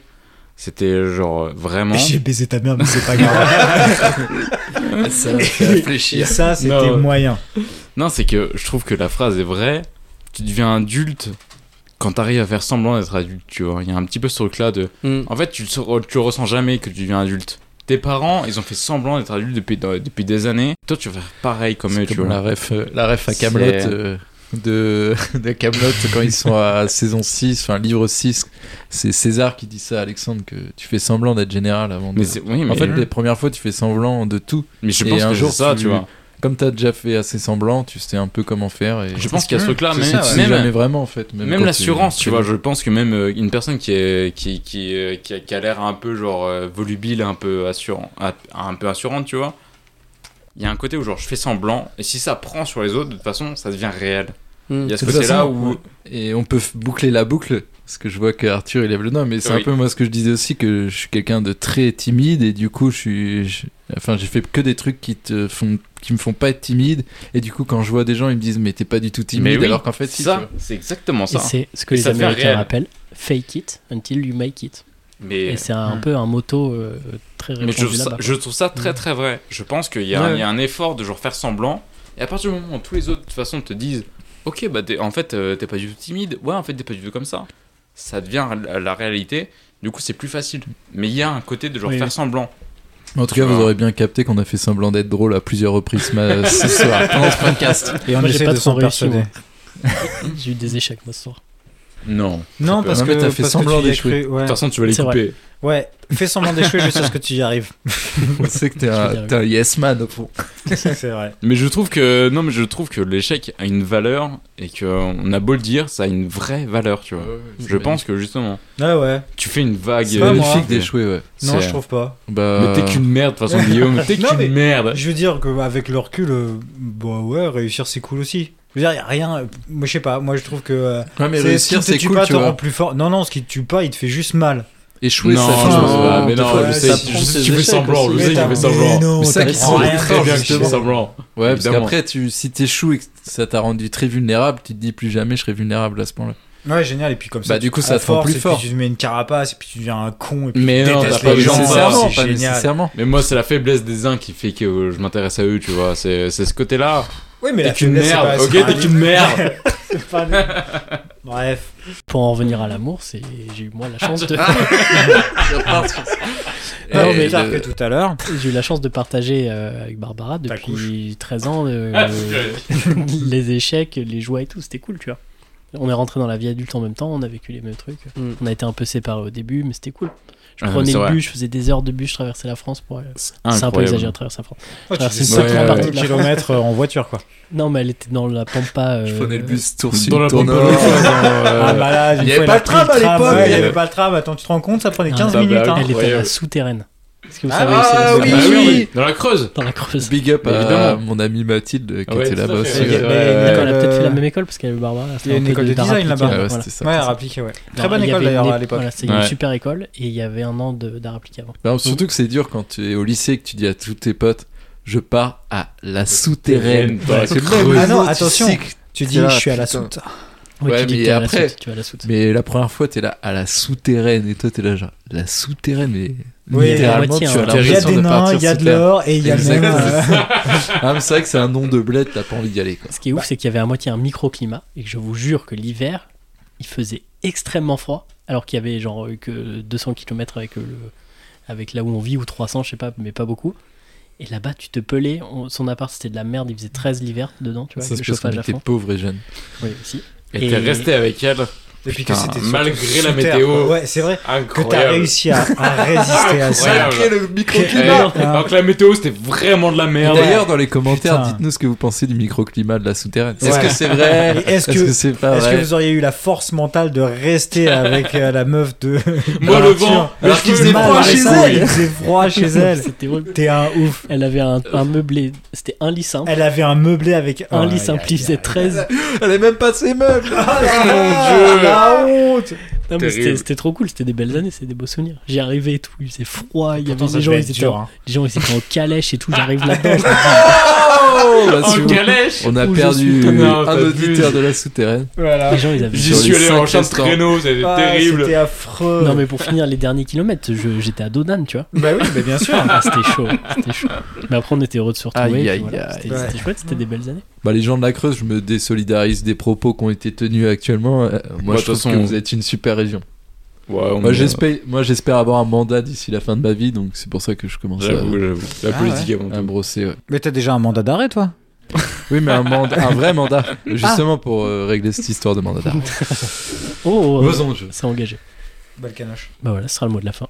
Speaker 3: C'était genre euh, vraiment.
Speaker 10: J'ai baisé ta mère, mais c'est pas grave.
Speaker 8: Ça me fait
Speaker 10: et
Speaker 8: réfléchir.
Speaker 10: ça, c'était
Speaker 3: Non.
Speaker 10: moyen.
Speaker 3: Non, c'est que je trouve que la phrase est vraie. Tu deviens adulte quand t'arrives à faire semblant d'être adulte, tu vois. Il y a un petit peu ce truc-là de.
Speaker 9: Mm.
Speaker 3: En fait, tu, le sauras- tu le ressens jamais que tu deviens adulte. Tes parents, ils ont fait semblant d'être adultes depuis, dans- depuis des années. Toi, tu vas faire pareil comme eux,
Speaker 8: C'est
Speaker 3: tu
Speaker 8: comme
Speaker 3: vois.
Speaker 8: la ref, euh, la ref à
Speaker 3: C'est-
Speaker 8: Camelot euh, de, de Camelot quand ils sont à saison 6, enfin livre 6. C'est César qui dit ça à Alexandre que tu fais semblant d'être général avant. de-
Speaker 3: Mais c'est- oui, mais,
Speaker 8: En fait, les premières fois, tu fais semblant de tout.
Speaker 3: mais je
Speaker 8: et
Speaker 3: pense
Speaker 8: un
Speaker 3: que c'est
Speaker 8: jour,
Speaker 3: ça,
Speaker 8: tu-
Speaker 3: tu vois.
Speaker 8: Comme t'as déjà fait assez semblant, tu sais un peu comment faire. Et
Speaker 3: Je pense qu'il y a ce truc-là,
Speaker 8: C'est
Speaker 3: mais
Speaker 8: ça, tu sais
Speaker 3: même,
Speaker 8: jamais vraiment en fait.
Speaker 3: Même,
Speaker 8: quand tu-
Speaker 3: l'assurance, tu
Speaker 8: c'est
Speaker 3: vois,
Speaker 8: bon.
Speaker 3: je pense que même euh, une personne qui, est, qui, qui, euh, qui a, qui a l'air un peu genre euh, volubile, un peu, assurant, un- un peu assurante, tu vois, il y a un côté où genre je fais semblant, et si ça prend sur les autres, de toute façon, ça devient réel.
Speaker 9: Mm.
Speaker 3: Il y a ce
Speaker 8: De toute
Speaker 3: côté-là
Speaker 8: façon,
Speaker 3: où...
Speaker 8: ouais. Et on peut f- boucler la boucle, parce que je vois que Arthur il lève le doigt, mais c'est
Speaker 3: Oui.
Speaker 8: un peu moi ce que je disais aussi, que je suis quelqu'un de très timide, et du coup, je suis. je- Enfin, j'ai fait que des trucs qui te font qui me font pas être timide et du coup quand je vois des gens ils me disent mais t'es pas du tout timide
Speaker 3: Mais oui,
Speaker 8: alors qu'en fait si, tu
Speaker 3: ça,
Speaker 8: vois.
Speaker 3: c'est exactement
Speaker 7: Et
Speaker 3: ça. hein.
Speaker 7: c'est ce que
Speaker 3: Et
Speaker 7: les
Speaker 3: ça devient réel.
Speaker 7: Américains appellent fake it until you make it.
Speaker 3: Mais,
Speaker 7: Et, c'est un
Speaker 10: Hmm.
Speaker 7: peu un motto euh, très
Speaker 3: mais je,
Speaker 7: répandu
Speaker 3: trouve ça,
Speaker 10: bah,
Speaker 7: là-bas.
Speaker 3: je trouve ça très très vrai. Je pense qu'il y, a un-
Speaker 9: Ouais.
Speaker 3: il y a un effort de genre faire semblant, et à partir du moment où tous les autres de toute façon te disent Ok, bah t'es- en fait euh, t'es pas du tout timide, ouais, en fait t'es pas du tout comme ça, ça devient la, la réalité, du coup c'est plus facile. Mais il y a un côté de genre
Speaker 7: Oui,
Speaker 3: faire
Speaker 7: oui.
Speaker 3: semblant.
Speaker 8: en tout cas vous aurez bien capté qu'on a fait semblant d'être drôle à plusieurs reprises ma- ce soir pendant ce podcast
Speaker 10: Et on
Speaker 7: Moi, j'ai
Speaker 10: essaie
Speaker 7: pas
Speaker 10: de
Speaker 7: trop
Speaker 10: s'en
Speaker 7: réussi,
Speaker 10: persuader.
Speaker 7: J'ai eu des échecs moi ce soir.
Speaker 3: Non.
Speaker 10: Non,
Speaker 3: peut-
Speaker 10: parce
Speaker 8: Non,
Speaker 10: que
Speaker 8: mais t'as fait
Speaker 10: parce que
Speaker 8: semblant
Speaker 10: tu y as
Speaker 8: d'échouer.
Speaker 10: cru, Ouais.
Speaker 3: De toute façon tu vas les
Speaker 7: C'est
Speaker 3: couper.
Speaker 10: ouais, fais semblant d'échouer jusqu'à ce que tu y arrives.
Speaker 8: on sait que t'es un, t'es un yes man au fond
Speaker 10: C'est vrai.
Speaker 3: Mais je trouve que non, mais je trouve que l'échec a une valeur et que euh, on a beau le dire, ça a une vraie valeur, tu vois. Je pense que justement,
Speaker 10: Ouais, ouais.
Speaker 3: tu fais une vague.
Speaker 10: bah C'est
Speaker 8: c'est
Speaker 10: pas
Speaker 3: euh,
Speaker 10: moi.
Speaker 8: magnifique d'échouer ouais
Speaker 10: Non,
Speaker 3: c'est-
Speaker 10: je trouve pas.
Speaker 8: bah
Speaker 3: Euh, Mais t'es qu'une merde, de toute façon, Guillaume. T'es
Speaker 10: Non,
Speaker 3: qu'une
Speaker 10: mais-
Speaker 3: merde.
Speaker 10: Je veux dire qu'avec le recul, euh, bah ouais, réussir c'est cool aussi. Je veux dire, y a rien. euh, Moi, je sais pas. Moi, je trouve que. euh,
Speaker 8: Ouais, mais
Speaker 10: c'est-
Speaker 8: réussir
Speaker 10: ce qui
Speaker 8: c'est
Speaker 10: te tue
Speaker 8: cool
Speaker 10: pas
Speaker 8: tu
Speaker 10: te rend
Speaker 8: vois
Speaker 10: plus fort. Non, non, ce qui te tue pas, il te fait juste mal.
Speaker 8: échouer
Speaker 3: non,
Speaker 8: ça
Speaker 3: je
Speaker 10: change.
Speaker 3: sais pas, mais non,
Speaker 10: Ouais,
Speaker 3: je sais,
Speaker 10: ça
Speaker 3: je sais
Speaker 8: prend
Speaker 3: que
Speaker 8: ses
Speaker 3: tu fais
Speaker 8: échecs
Speaker 3: semblant, je sais
Speaker 8: aussi.
Speaker 3: que tu
Speaker 10: t'as-
Speaker 3: fais semblant.
Speaker 10: non,
Speaker 8: Mais ça
Speaker 10: t'as
Speaker 8: qui se
Speaker 10: vraiment rien
Speaker 8: rend
Speaker 3: Très
Speaker 10: fait,
Speaker 3: bien que tu fais
Speaker 10: justement.
Speaker 3: semblant.
Speaker 8: Ouais, parce
Speaker 3: Évidemment.
Speaker 8: qu'après, tu, si t'échoues et que ça t'a rendu très vulnérable, tu te dis plus jamais je serai vulnérable à ce point-là.
Speaker 10: Ouais, génial. Et puis comme ça,
Speaker 8: Bah, du coup,
Speaker 10: tu
Speaker 8: ça te rend
Speaker 10: renforces,
Speaker 8: plus
Speaker 10: et
Speaker 8: fort.
Speaker 10: Puis tu te mets une carapace, et puis tu deviens un con. Et puis
Speaker 3: Mais
Speaker 10: tu
Speaker 3: non,
Speaker 10: détestes
Speaker 3: t'as pas
Speaker 10: les gens.
Speaker 8: nécessairement,
Speaker 10: C'est
Speaker 8: pas
Speaker 10: génial.
Speaker 8: nécessairement.
Speaker 3: Mais moi, c'est la faiblesse des uns qui fait que euh, je m'intéresse à eux, tu vois. C'est c'est ce côté-là.
Speaker 10: Oui, mais
Speaker 3: T'es
Speaker 10: la
Speaker 3: qu'une
Speaker 10: faiblesse, c'est pas-
Speaker 3: merde, ok
Speaker 10: c'est pas
Speaker 3: T'es
Speaker 10: un
Speaker 3: qu'une merde.
Speaker 10: C'est pas lui. Bref.
Speaker 7: Pour en revenir à l'amour, c'est j'ai eu moi la chance de
Speaker 3: Ah.
Speaker 8: Et
Speaker 10: Non, mais
Speaker 8: le-
Speaker 10: tard que tout à l'heure.
Speaker 7: j'ai eu la chance de partager euh, avec Barbara
Speaker 10: Ta
Speaker 7: depuis 13 ans euh,
Speaker 3: Ah,
Speaker 7: les échecs, les joies et tout, c'était cool, tu vois. On est rentré dans la vie adulte en même temps, on a vécu les mêmes trucs.
Speaker 9: Mm.
Speaker 7: On a été un peu séparés au début, mais c'était cool. Je
Speaker 3: Hmm. Ah, mais
Speaker 7: prenais
Speaker 3: c'est
Speaker 7: le
Speaker 3: vrai.
Speaker 7: bus, je faisais des heures de bus, je traversais la France pour. aller-
Speaker 3: C'est
Speaker 7: C'est un peu
Speaker 3: incroyable. Ah,
Speaker 7: exagéré, traverser la France.
Speaker 10: Oh, tu
Speaker 7: Alors,
Speaker 10: fais
Speaker 7: c'est
Speaker 3: une
Speaker 10: ça
Speaker 3: bonne
Speaker 10: en
Speaker 3: partie
Speaker 7: de la-
Speaker 10: km en voiture, quoi.
Speaker 7: Non, mais elle était dans la pampa. euh,
Speaker 8: Je prenais le bus tour
Speaker 3: Dans la pompe à l'eau. euh,
Speaker 10: Ah, malade.
Speaker 8: il
Speaker 10: une
Speaker 8: y avait
Speaker 10: fois,
Speaker 8: pas
Speaker 10: a
Speaker 8: le
Speaker 10: pris
Speaker 8: tram à l'époque,
Speaker 10: ouais,
Speaker 8: il
Speaker 10: Il
Speaker 8: y
Speaker 10: y avait
Speaker 8: avait-
Speaker 10: pas le tram. Attends, tu te rends compte, ça prenait
Speaker 7: Ah,
Speaker 10: 15
Speaker 3: bah,
Speaker 10: minutes.
Speaker 3: bah,
Speaker 10: hein.
Speaker 7: Elle était à la
Speaker 3: Incroyable.
Speaker 7: souterraine. Est-ce que vous
Speaker 10: Ah,
Speaker 7: savez où c'est la
Speaker 10: ah,
Speaker 3: Ah
Speaker 10: oui,
Speaker 3: bah
Speaker 7: souterraine
Speaker 3: oui, Dans la Creuse.
Speaker 7: Dans la Creuse.
Speaker 8: Big up à
Speaker 3: Évidemment. Ah
Speaker 8: mon amie Mathilde qui
Speaker 3: Ouais,
Speaker 8: était
Speaker 3: tout à
Speaker 8: là-bas
Speaker 3: fait.
Speaker 8: aussi.
Speaker 10: Il y a-
Speaker 8: ouais.
Speaker 3: Ouais,
Speaker 10: mais
Speaker 3: ouais,
Speaker 10: une
Speaker 3: ouais.
Speaker 7: École, elle a peut-être
Speaker 10: euh,
Speaker 7: fait la même école parce qu'elle est barbare.
Speaker 10: Il y a une école de design là-bas.
Speaker 8: Ouais, ouais,
Speaker 10: Voilà.
Speaker 8: c'était ça.
Speaker 10: Ouais,
Speaker 8: c'était ça.
Speaker 10: rappliqué, ouais. Très bonne
Speaker 7: il y
Speaker 10: école
Speaker 7: avait une
Speaker 10: d'ailleurs à
Speaker 7: ép-
Speaker 10: l'époque.
Speaker 7: Voilà, c'était une
Speaker 3: Ouais.
Speaker 7: super école et il y avait un an de- d'art appliqué avant.
Speaker 8: Non, surtout que c'est dur quand tu es au lycée et que tu dis à tous tes potes je pars à la souterraine.
Speaker 3: Dans la
Speaker 8: C'est
Speaker 3: Creuse.
Speaker 8: le
Speaker 10: Ah non,
Speaker 8: réseau, tu
Speaker 10: attention.
Speaker 8: sais que-
Speaker 10: Tu dis,
Speaker 8: T'es là,
Speaker 10: je suis à la
Speaker 8: putain.
Speaker 10: soute.
Speaker 7: Oui,
Speaker 8: Ouais,
Speaker 7: tu dis
Speaker 8: mais
Speaker 7: que t'es à la
Speaker 8: après-
Speaker 7: soute, tu vas à la soute.
Speaker 8: Mais la première fois, t'es là à la souterraine et toi, t'es là genre la souterraine, mais
Speaker 10: Oui,
Speaker 8: littéralement,
Speaker 7: à
Speaker 8: tu
Speaker 7: moitié,
Speaker 8: as
Speaker 7: hein.
Speaker 10: Il y a
Speaker 8: l'impression
Speaker 10: des
Speaker 8: de
Speaker 10: nains,
Speaker 8: partir
Speaker 10: il y a
Speaker 8: sur
Speaker 10: de
Speaker 8: Terre.
Speaker 10: l'or et il y a même.
Speaker 8: Exactement,
Speaker 10: euh,
Speaker 8: c'est ça. Ah, mais c'est vrai que c'est un nom de bled, t'as pas envie d'y aller quoi.
Speaker 7: Ce qui est
Speaker 10: Bah.
Speaker 7: ouf, c'est qu'il y avait à moitié un microclimat et que je vous jure que l'hiver, il faisait extrêmement froid alors qu'il y avait genre eu que 200 km avec, euh, le, avec là où on vit ou 300, je sais pas, mais pas beaucoup. Et là-bas, tu te pelais. On- son appart, c'était de la merde. Il faisait 13 l'hiver dedans, tu vois,
Speaker 8: Ça
Speaker 7: avec
Speaker 8: se
Speaker 7: le
Speaker 8: passe qu'on
Speaker 7: chauffage à
Speaker 8: était
Speaker 7: fond.
Speaker 8: pauvres et jeunes.
Speaker 7: Oui, aussi.
Speaker 3: Et t'es
Speaker 7: Et-
Speaker 3: resté avec elle.
Speaker 10: Et puis
Speaker 3: Putain,
Speaker 10: que c'était surtout
Speaker 3: malgré la
Speaker 10: sous
Speaker 3: météo.
Speaker 10: terre, quoi. Ouais, c'est vrai. Que
Speaker 3: Incroyable.
Speaker 10: t'as réussi à, à résister à ça.
Speaker 3: Incroyable.
Speaker 8: le
Speaker 3: Eh, Alors que la météo c'était vraiment de la merde.
Speaker 8: D'ailleurs, dans les commentaires,
Speaker 10: Eh Putain.
Speaker 8: dites-nous ce que vous pensez du microclimat de la souterraine.
Speaker 10: Ouais.
Speaker 8: Est-ce que c'est vrai
Speaker 10: Et est-ce
Speaker 8: Est-ce
Speaker 10: que-
Speaker 8: que c'est pas
Speaker 10: Est-ce que
Speaker 8: vrai
Speaker 10: vous auriez eu la force mentale de rester avec euh, la meuf de.
Speaker 3: Moi, le
Speaker 10: Arthur
Speaker 3: vent,
Speaker 10: Alors
Speaker 3: je
Speaker 10: qu'il
Speaker 3: peux
Speaker 10: faisait
Speaker 3: le
Speaker 10: froid
Speaker 3: voir,
Speaker 10: chez
Speaker 3: les
Speaker 10: elle.
Speaker 3: couilles.
Speaker 10: Il faisait froid chez elle.
Speaker 7: C'était horrible.
Speaker 10: T'es un ouf.
Speaker 7: Elle avait un, un meublé. C'était un lit simple.
Speaker 10: Elle avait un meublé avec
Speaker 7: Un
Speaker 10: Oh,
Speaker 7: lit
Speaker 10: aïe,
Speaker 7: simple. Il
Speaker 10: aïe, aïe.
Speaker 7: faisait 13.
Speaker 8: Elle est même pas ses meubles
Speaker 10: Ah,
Speaker 3: Mon Dieu.
Speaker 10: La honte.
Speaker 7: Non, mais c'était
Speaker 3: Terrible.
Speaker 7: c'était trop cool. C'était des belles années. C'est des beaux souvenirs. J'y arrivais et tout. Il faisait froid. Il y avait
Speaker 10: Pourtant, ça
Speaker 7: des gens.
Speaker 10: devait
Speaker 7: Ils
Speaker 10: être
Speaker 7: étaient
Speaker 10: dur, hein.
Speaker 7: Les gens ils étaient en calèche et tout, j'arrive là-dedans. je me dis,
Speaker 8: bah, si
Speaker 3: En
Speaker 8: vous-
Speaker 3: calèche
Speaker 8: On a
Speaker 7: Où je
Speaker 8: perdu
Speaker 7: suis
Speaker 3: Oh, Non,
Speaker 8: un
Speaker 3: t'as
Speaker 8: auditeur
Speaker 3: vu.
Speaker 8: de la souterraine.
Speaker 10: Voilà.
Speaker 7: Les gens, ils avaient.
Speaker 3: J'y
Speaker 8: Sur
Speaker 3: suis
Speaker 8: les
Speaker 3: allé en
Speaker 8: cinq
Speaker 3: chien de
Speaker 8: restants.
Speaker 3: traîneau, c'était
Speaker 10: Ah,
Speaker 3: terrible.
Speaker 10: C'était affreux.
Speaker 7: Non, mais pour finir les derniers kilomètres, je- j'étais à Dodan, tu vois.
Speaker 10: Bah oui, bah bien sûr.
Speaker 7: Ah, c'était chaud, c'était chaud. Mais après, on était heureux de se retrouver.
Speaker 8: Aïe,
Speaker 7: et
Speaker 8: aïe,
Speaker 7: puis voilà,
Speaker 8: aïe.
Speaker 7: C'était c'était chouette, c'était des belles années.
Speaker 8: Bah, les gens de la Creuse, je me désolidarise des propos qui ont été tenus actuellement. Euh, moi,
Speaker 3: Bah,
Speaker 8: je
Speaker 3: de
Speaker 8: trouve
Speaker 3: toute façon,
Speaker 8: que
Speaker 3: on-
Speaker 8: vous êtes une super région.
Speaker 3: Ouais, on
Speaker 8: Moi,
Speaker 3: est-
Speaker 8: j'espère, moi, j'espère avoir un mandat d'ici la fin de ma vie, donc c'est pour ça que je commence à,
Speaker 3: J'avoue, j'avoue. La
Speaker 10: Ah,
Speaker 3: politique avant
Speaker 8: à
Speaker 3: tout.
Speaker 8: brosser. ouais.
Speaker 10: Mais t'as déjà un mandat d'arrêt, toi
Speaker 8: Oui, mais un, manda- un vrai mandat,
Speaker 3: Ah.
Speaker 8: justement pour euh, régler cette histoire de mandat d'arrêt.
Speaker 7: Oh,
Speaker 8: Vos enjeux.
Speaker 7: c'est engagé.
Speaker 10: Balkanoche.
Speaker 7: Bah voilà, ce sera le mot de la fin.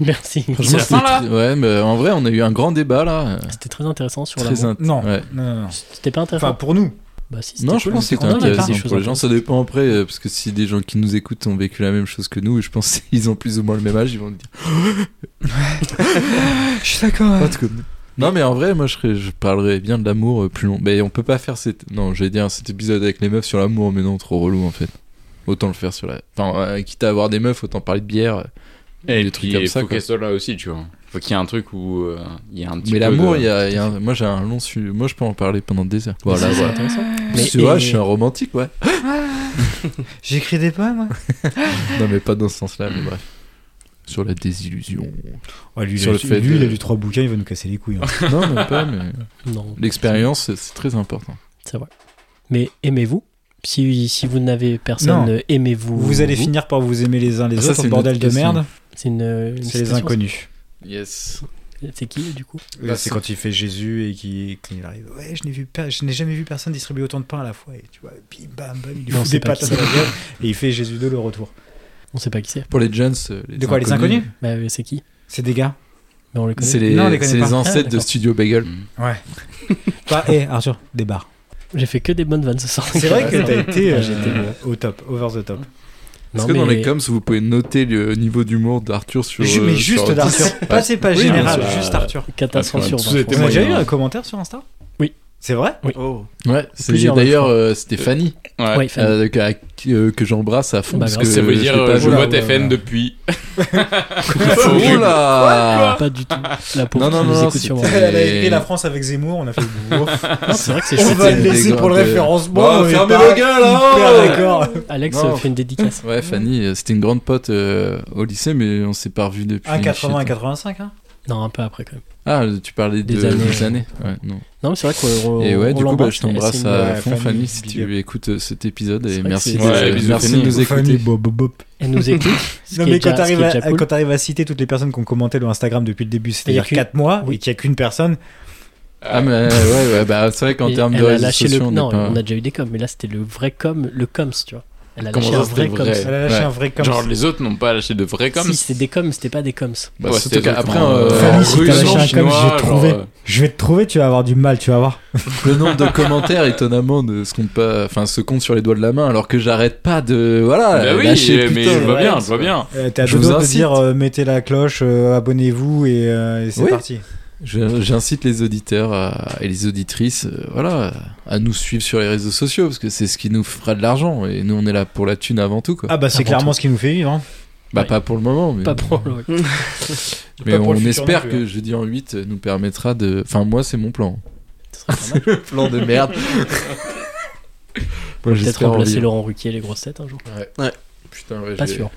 Speaker 7: Merci.
Speaker 8: Franchement,
Speaker 3: la fin,
Speaker 8: c'était- Ouais, mais en vrai, on a eu un grand débat là. euh,
Speaker 7: C'était très intéressant sur la.
Speaker 8: Très int-
Speaker 10: Non.
Speaker 8: ouais.
Speaker 10: Non, non, non.
Speaker 7: C'était pas intéressant.
Speaker 10: Enfin, pour nous.
Speaker 7: bah si, c'était
Speaker 8: Non, je
Speaker 7: cool,
Speaker 8: pense que
Speaker 7: mais
Speaker 8: c'était
Speaker 7: on a appris des
Speaker 8: intéressant
Speaker 7: choses
Speaker 8: pour les gens.
Speaker 7: intéressantes.
Speaker 8: Ça dépend après, euh, parce que si des gens qui nous écoutent ont vécu la même chose que nous, je pense qu'ils ont plus ou moins le même âge, ils vont dire.
Speaker 10: Je suis d'accord.
Speaker 8: Pas de conneries. Non mais en vrai, moi je, serais- je parlerais bien de l'amour euh, plus long. Mais on peut pas faire cet... Non, j'allais dire cet épisode avec les meufs sur l'amour, mais non, trop relou en fait. Autant le faire sur la... Enfin, euh, quitte à avoir des meufs, autant parler de bière. euh,
Speaker 3: Et
Speaker 8: des trucs comme ça,
Speaker 3: Faut
Speaker 8: quoi.
Speaker 3: qu'elle soit là aussi, tu vois. Faut qu'il y ait un truc où euh, il y a un petit
Speaker 8: Mais
Speaker 3: peu
Speaker 8: l'amour,
Speaker 3: de-
Speaker 8: il y a... il y a un- Moi j'ai un long... su- Moi je peux en parler pendant des heures. Voilà,
Speaker 7: Ça, c'est
Speaker 8: voilà.
Speaker 7: intéressant.
Speaker 8: Parce que, tu
Speaker 7: Mais-
Speaker 8: vois,
Speaker 7: et-
Speaker 8: je suis un romantique, ouais.
Speaker 10: J'écris des poèmes, moi.
Speaker 8: Non mais pas dans ce sens-là,
Speaker 3: Hmm.
Speaker 8: mais bref. Sur la désillusion.
Speaker 10: Ouais, lui, il
Speaker 8: Sur
Speaker 10: a
Speaker 8: le
Speaker 10: lu-
Speaker 8: fait
Speaker 10: lui, il
Speaker 8: de-
Speaker 10: a lu trois bouquins, il va nous casser les couilles. hein.
Speaker 8: non, même pas, mais...
Speaker 7: Non,
Speaker 8: L'expérience, c'est- c'est très important.
Speaker 7: c'est vrai. Mais aimez-vous. Si, si vous n'avez personne,
Speaker 10: Non.
Speaker 7: euh, aimez-vous.
Speaker 10: vous allez finir par vous aimer les uns les
Speaker 8: Ah, ça,
Speaker 10: autres,
Speaker 8: c'est une
Speaker 10: bordel
Speaker 8: autre
Speaker 10: de
Speaker 8: question.
Speaker 10: merde.
Speaker 7: C'est une, une
Speaker 10: C'est les
Speaker 7: citation,
Speaker 10: inconnus.
Speaker 8: Yes.
Speaker 7: ça C'est qui, du coup
Speaker 10: Là, c'est quand il fait Jésus et qu'il qu'il arrive. Ouais, je n'ai vu per- je n'ai jamais vu personne distribuer autant de pain à la fois. Et tu vois, bim bam bam, il lui
Speaker 7: Non,
Speaker 10: fout
Speaker 7: c'est
Speaker 10: des
Speaker 7: pas
Speaker 10: patates
Speaker 7: qui
Speaker 10: à la gueule et il fait Jésus 2 le retour.
Speaker 7: On sait pas qui c'est.
Speaker 8: Pour les gens, euh, les
Speaker 10: De quoi, les inconnus
Speaker 7: Bah, euh, c'est qui
Speaker 10: C'est des gars.
Speaker 7: Mais on le connaît.
Speaker 8: C'est les,
Speaker 10: Non, on les connaît
Speaker 8: c'est les
Speaker 10: pas.
Speaker 8: ancêtres
Speaker 7: Ah,
Speaker 8: de
Speaker 7: d'accord.
Speaker 8: Studio Bagel.
Speaker 3: Hmm.
Speaker 10: Pas, hé, eh, Arthur, des bars.
Speaker 7: J'ai fait que des bonnes vannes ce soir. Ah,
Speaker 10: C'est vrai que t'as été euh,
Speaker 7: J'étais-
Speaker 10: au top, over the top.
Speaker 8: Est-ce
Speaker 7: Non,
Speaker 8: que dans
Speaker 7: mais-
Speaker 8: les coms, vous pouvez noter le niveau d'humour d'Arthur sur.
Speaker 10: Ju- mais
Speaker 8: euh,
Speaker 10: juste
Speaker 8: sur-
Speaker 10: d'Arthur. Pas c'est pas
Speaker 8: Oui,
Speaker 10: général,
Speaker 8: mais ça-
Speaker 10: juste Arthur.
Speaker 3: Parce
Speaker 7: 14
Speaker 3: qu'on
Speaker 7: sur
Speaker 3: a tous
Speaker 7: 20.
Speaker 3: été
Speaker 10: On a déjà eu
Speaker 3: moyen.
Speaker 10: un commentaire sur Insta
Speaker 7: Oui.
Speaker 10: C'est vrai
Speaker 9: Oh.
Speaker 8: Ouais, c'est
Speaker 7: Plusieurs,
Speaker 8: d'ailleurs euh, c'était Fanny,
Speaker 3: Ouais.
Speaker 7: Ouais, Fanny.
Speaker 8: euh, que, à- qui- euh, que j'embrasse à fond.
Speaker 7: Bah,
Speaker 8: parce
Speaker 7: grave.
Speaker 8: que
Speaker 3: Ça veut
Speaker 8: Ah, je
Speaker 3: dire
Speaker 8: l'ai
Speaker 3: euh,
Speaker 8: pas
Speaker 3: je
Speaker 8: vu.
Speaker 3: vote FN depuis.
Speaker 8: Oh là
Speaker 7: Pas du tout. La
Speaker 8: Non,
Speaker 7: pauvre
Speaker 8: non,
Speaker 7: qui nous
Speaker 8: non,
Speaker 7: écoute
Speaker 8: c'est-
Speaker 7: sur moi.
Speaker 10: Elle a écrit la France avec Zemmour, on a fait ouf.
Speaker 7: Non, C'est vrai que c'est
Speaker 10: On
Speaker 7: chouette.
Speaker 10: va le
Speaker 8: C'était
Speaker 10: laisser pour le
Speaker 8: dégradé.
Speaker 10: référencement.
Speaker 8: Bon,
Speaker 10: on est
Speaker 8: fermez
Speaker 10: pas
Speaker 8: vos gueules, hein.
Speaker 10: hyper d'accord.
Speaker 7: Alex
Speaker 8: Non.
Speaker 7: euh, fait une dédicace.
Speaker 8: Ouais, Fanny, euh, c'était une grande pote euh, au lycée, mais on s'est pas revus depuis.
Speaker 10: 1,80 à
Speaker 8: Shit.
Speaker 10: 85, hein
Speaker 7: Non, un peu après quand même.
Speaker 8: Ah, tu parlais de-
Speaker 7: Des
Speaker 8: des années.
Speaker 7: années.
Speaker 8: Ouais, non.
Speaker 7: Non, mais c'est vrai qu'on
Speaker 8: Et ouais,
Speaker 7: on
Speaker 8: du coup, bah,
Speaker 7: l'embrasse,
Speaker 8: je t'embrasse
Speaker 7: c'est
Speaker 8: à
Speaker 10: une- ouais,
Speaker 8: fond,
Speaker 10: Fanny,
Speaker 8: Fanny, si
Speaker 10: big
Speaker 8: tu écoutes euh, cet épisode. Et
Speaker 7: C'est vrai que
Speaker 8: merci
Speaker 7: c'est-
Speaker 8: de-
Speaker 3: Ouais, bisous,
Speaker 8: merci de
Speaker 3: Fanny.
Speaker 8: nous
Speaker 10: Fanny,
Speaker 8: écouter.
Speaker 10: bop, bop, bop.
Speaker 7: une- Elle nous écoute. ce
Speaker 10: Non,
Speaker 7: qui est déjà-
Speaker 10: mais quand
Speaker 7: ce qui est
Speaker 10: t'arrives à,
Speaker 7: déjà cool.
Speaker 10: quand t'arrives à citer toutes les personnes qui ont commenté le Instagram depuis le début, c'est-à-dire
Speaker 7: qu'une-
Speaker 10: 4 mois,
Speaker 7: Oui.
Speaker 10: et qu'il n'y a qu'une personne,
Speaker 8: Ah mais ouais, ouais bah c'est vrai qu'en
Speaker 7: Et
Speaker 8: termes de
Speaker 7: elle a
Speaker 8: réseaux
Speaker 7: lâché
Speaker 8: sociaux,
Speaker 7: le...
Speaker 8: on
Speaker 7: Non,
Speaker 8: est pas...
Speaker 7: on a déjà eu des coms, mais là c'était le vrai com, le coms, tu vois. Elle a
Speaker 3: Comment
Speaker 8: Oh,
Speaker 7: lâché
Speaker 3: ça,
Speaker 7: un
Speaker 3: c'était
Speaker 7: vrai
Speaker 3: le
Speaker 7: coms.
Speaker 3: vrai
Speaker 10: elle a lâché
Speaker 8: Ouais.
Speaker 10: un vrai comme
Speaker 3: Genre, les autres n'ont pas lâché de vrais coms.
Speaker 7: Si c'était des coms, c'était pas des coms.
Speaker 8: Bah,
Speaker 3: Ouais,
Speaker 8: surtout
Speaker 3: c'était
Speaker 8: qu'après,
Speaker 3: vraiment,
Speaker 8: euh,
Speaker 3: euh,
Speaker 10: Fanny, si
Speaker 3: russe,
Speaker 10: t'as lâché un com,
Speaker 3: chinois,
Speaker 10: j'ai trouvé.
Speaker 3: genre, euh,
Speaker 10: Je vais te trouver, tu vas avoir du mal, tu vas voir.
Speaker 8: le nombre de commentaires étonnamment ne se compte pas, enfin se compte sur les doigts de la main, alors que j'arrête pas de voilà
Speaker 3: Bah oui,
Speaker 8: lâcher
Speaker 3: mais
Speaker 8: putain,
Speaker 3: je vois
Speaker 8: ouais.
Speaker 3: bien, je vois bien.
Speaker 10: Euh, T'as
Speaker 8: Je
Speaker 10: deux
Speaker 8: vous
Speaker 10: doigts de
Speaker 8: incite.
Speaker 10: dire euh, mettez la cloche, euh, abonnez-vous et, euh, et c'est
Speaker 8: Oui.
Speaker 10: parti.
Speaker 8: Je- J'incite les auditeurs à- et les auditrices, euh, voilà, à nous suivre sur les réseaux sociaux parce que c'est ce qui nous fera de l'argent et nous on est là pour la thune avant tout quoi.
Speaker 10: Ah bah c'est
Speaker 7: Avant
Speaker 10: clairement
Speaker 7: tout.
Speaker 10: ce qui nous fait vivre. hein.
Speaker 8: bah
Speaker 7: ouais.
Speaker 8: pas pour le moment, mais,
Speaker 7: Ah, Pas pour le-
Speaker 8: mais
Speaker 10: pas
Speaker 8: on
Speaker 10: pour le futur
Speaker 8: espère
Speaker 10: non plus,
Speaker 7: hein.
Speaker 8: que jeudi en 8 nous permettra de, enfin moi c'est mon plan,
Speaker 7: Ce serait pas mal.
Speaker 8: le plan de merde. Moi,
Speaker 7: Peut-être
Speaker 8: j'espère en
Speaker 7: remplacer
Speaker 8: vivre.
Speaker 7: Laurent Ruquier, les grosses têtes un jour.
Speaker 8: Putain, ouais,
Speaker 7: Pas
Speaker 8: j'ai-
Speaker 7: sûr.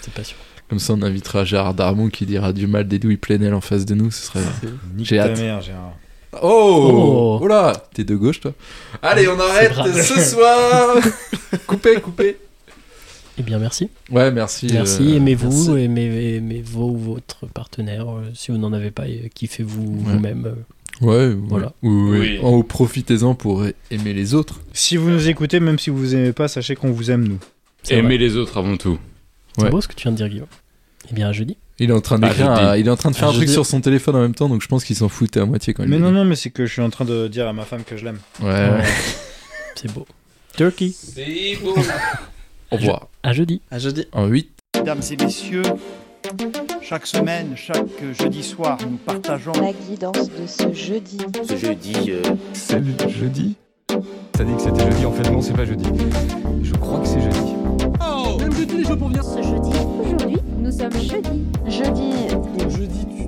Speaker 7: C'est pas sûr.
Speaker 8: Comme ça, on invitera Gérard Darmon qui dira du mal des douilles Plenel en face de nous. Ce serait.
Speaker 10: Nique
Speaker 8: J'ai
Speaker 10: ta
Speaker 8: hâte.
Speaker 10: mère, Gérard.
Speaker 8: Oh
Speaker 7: Oh.
Speaker 8: Oh là T'es de gauche, toi Allez, on
Speaker 7: arrête grave.
Speaker 8: ce soir Coupez, coupez
Speaker 7: Eh bien, merci.
Speaker 8: Ouais, merci.
Speaker 7: Merci,
Speaker 8: euh,
Speaker 7: aimez-vous,
Speaker 8: merci.
Speaker 7: aimez, aimez vos ou votre partenaire, euh, si vous n'en avez pas, et kiffez-vous
Speaker 8: Ouais.
Speaker 7: vous-même. euh.
Speaker 8: Ouais, voilà.
Speaker 7: Voilà.
Speaker 8: Oui, oui.
Speaker 3: Oui.
Speaker 8: Oh, profitez-en pour aimer les autres.
Speaker 10: Si vous nous écoutez, même si vous aimez pas, sachez qu'on vous aime, nous.
Speaker 7: C'est
Speaker 3: Aimez les autres avant tout.
Speaker 7: C'est
Speaker 8: Ouais.
Speaker 7: beau ce que tu viens de dire, Guillaume. Eh bien, à jeudi.
Speaker 8: Il est en train d'écrire.
Speaker 3: Ah, je
Speaker 8: un-
Speaker 3: dis.
Speaker 8: Il est en train de faire
Speaker 7: Ah,
Speaker 8: un
Speaker 7: je
Speaker 8: truc
Speaker 7: dis.
Speaker 8: sur son téléphone en même temps, donc je pense qu'il s'en foutait à moitié quand même.
Speaker 10: Mais non, non, mais c'est que je suis en train de dire à ma femme que je l'aime.
Speaker 8: Ouais, ouais.
Speaker 7: C'est beau. Turkey.
Speaker 8: Au revoir.
Speaker 7: À jeudi.
Speaker 9: À jeudi.
Speaker 8: En 8.
Speaker 1: Mesdames et messieurs, chaque semaine, chaque jeudi soir, nous partageons
Speaker 2: La guidance de ce jeudi.
Speaker 5: Ce jeudi,
Speaker 4: C'est le jeudi T'as dit que c'était jeudi, en fait non, c'est pas jeudi. Je crois que c'est jeudi.
Speaker 5: Oh Même jeudi, les jeux pour venir.
Speaker 6: Ce jeudi, aujourd'hui, nous sommes jeudi.
Speaker 2: Jeudi.
Speaker 5: Jeudi, tu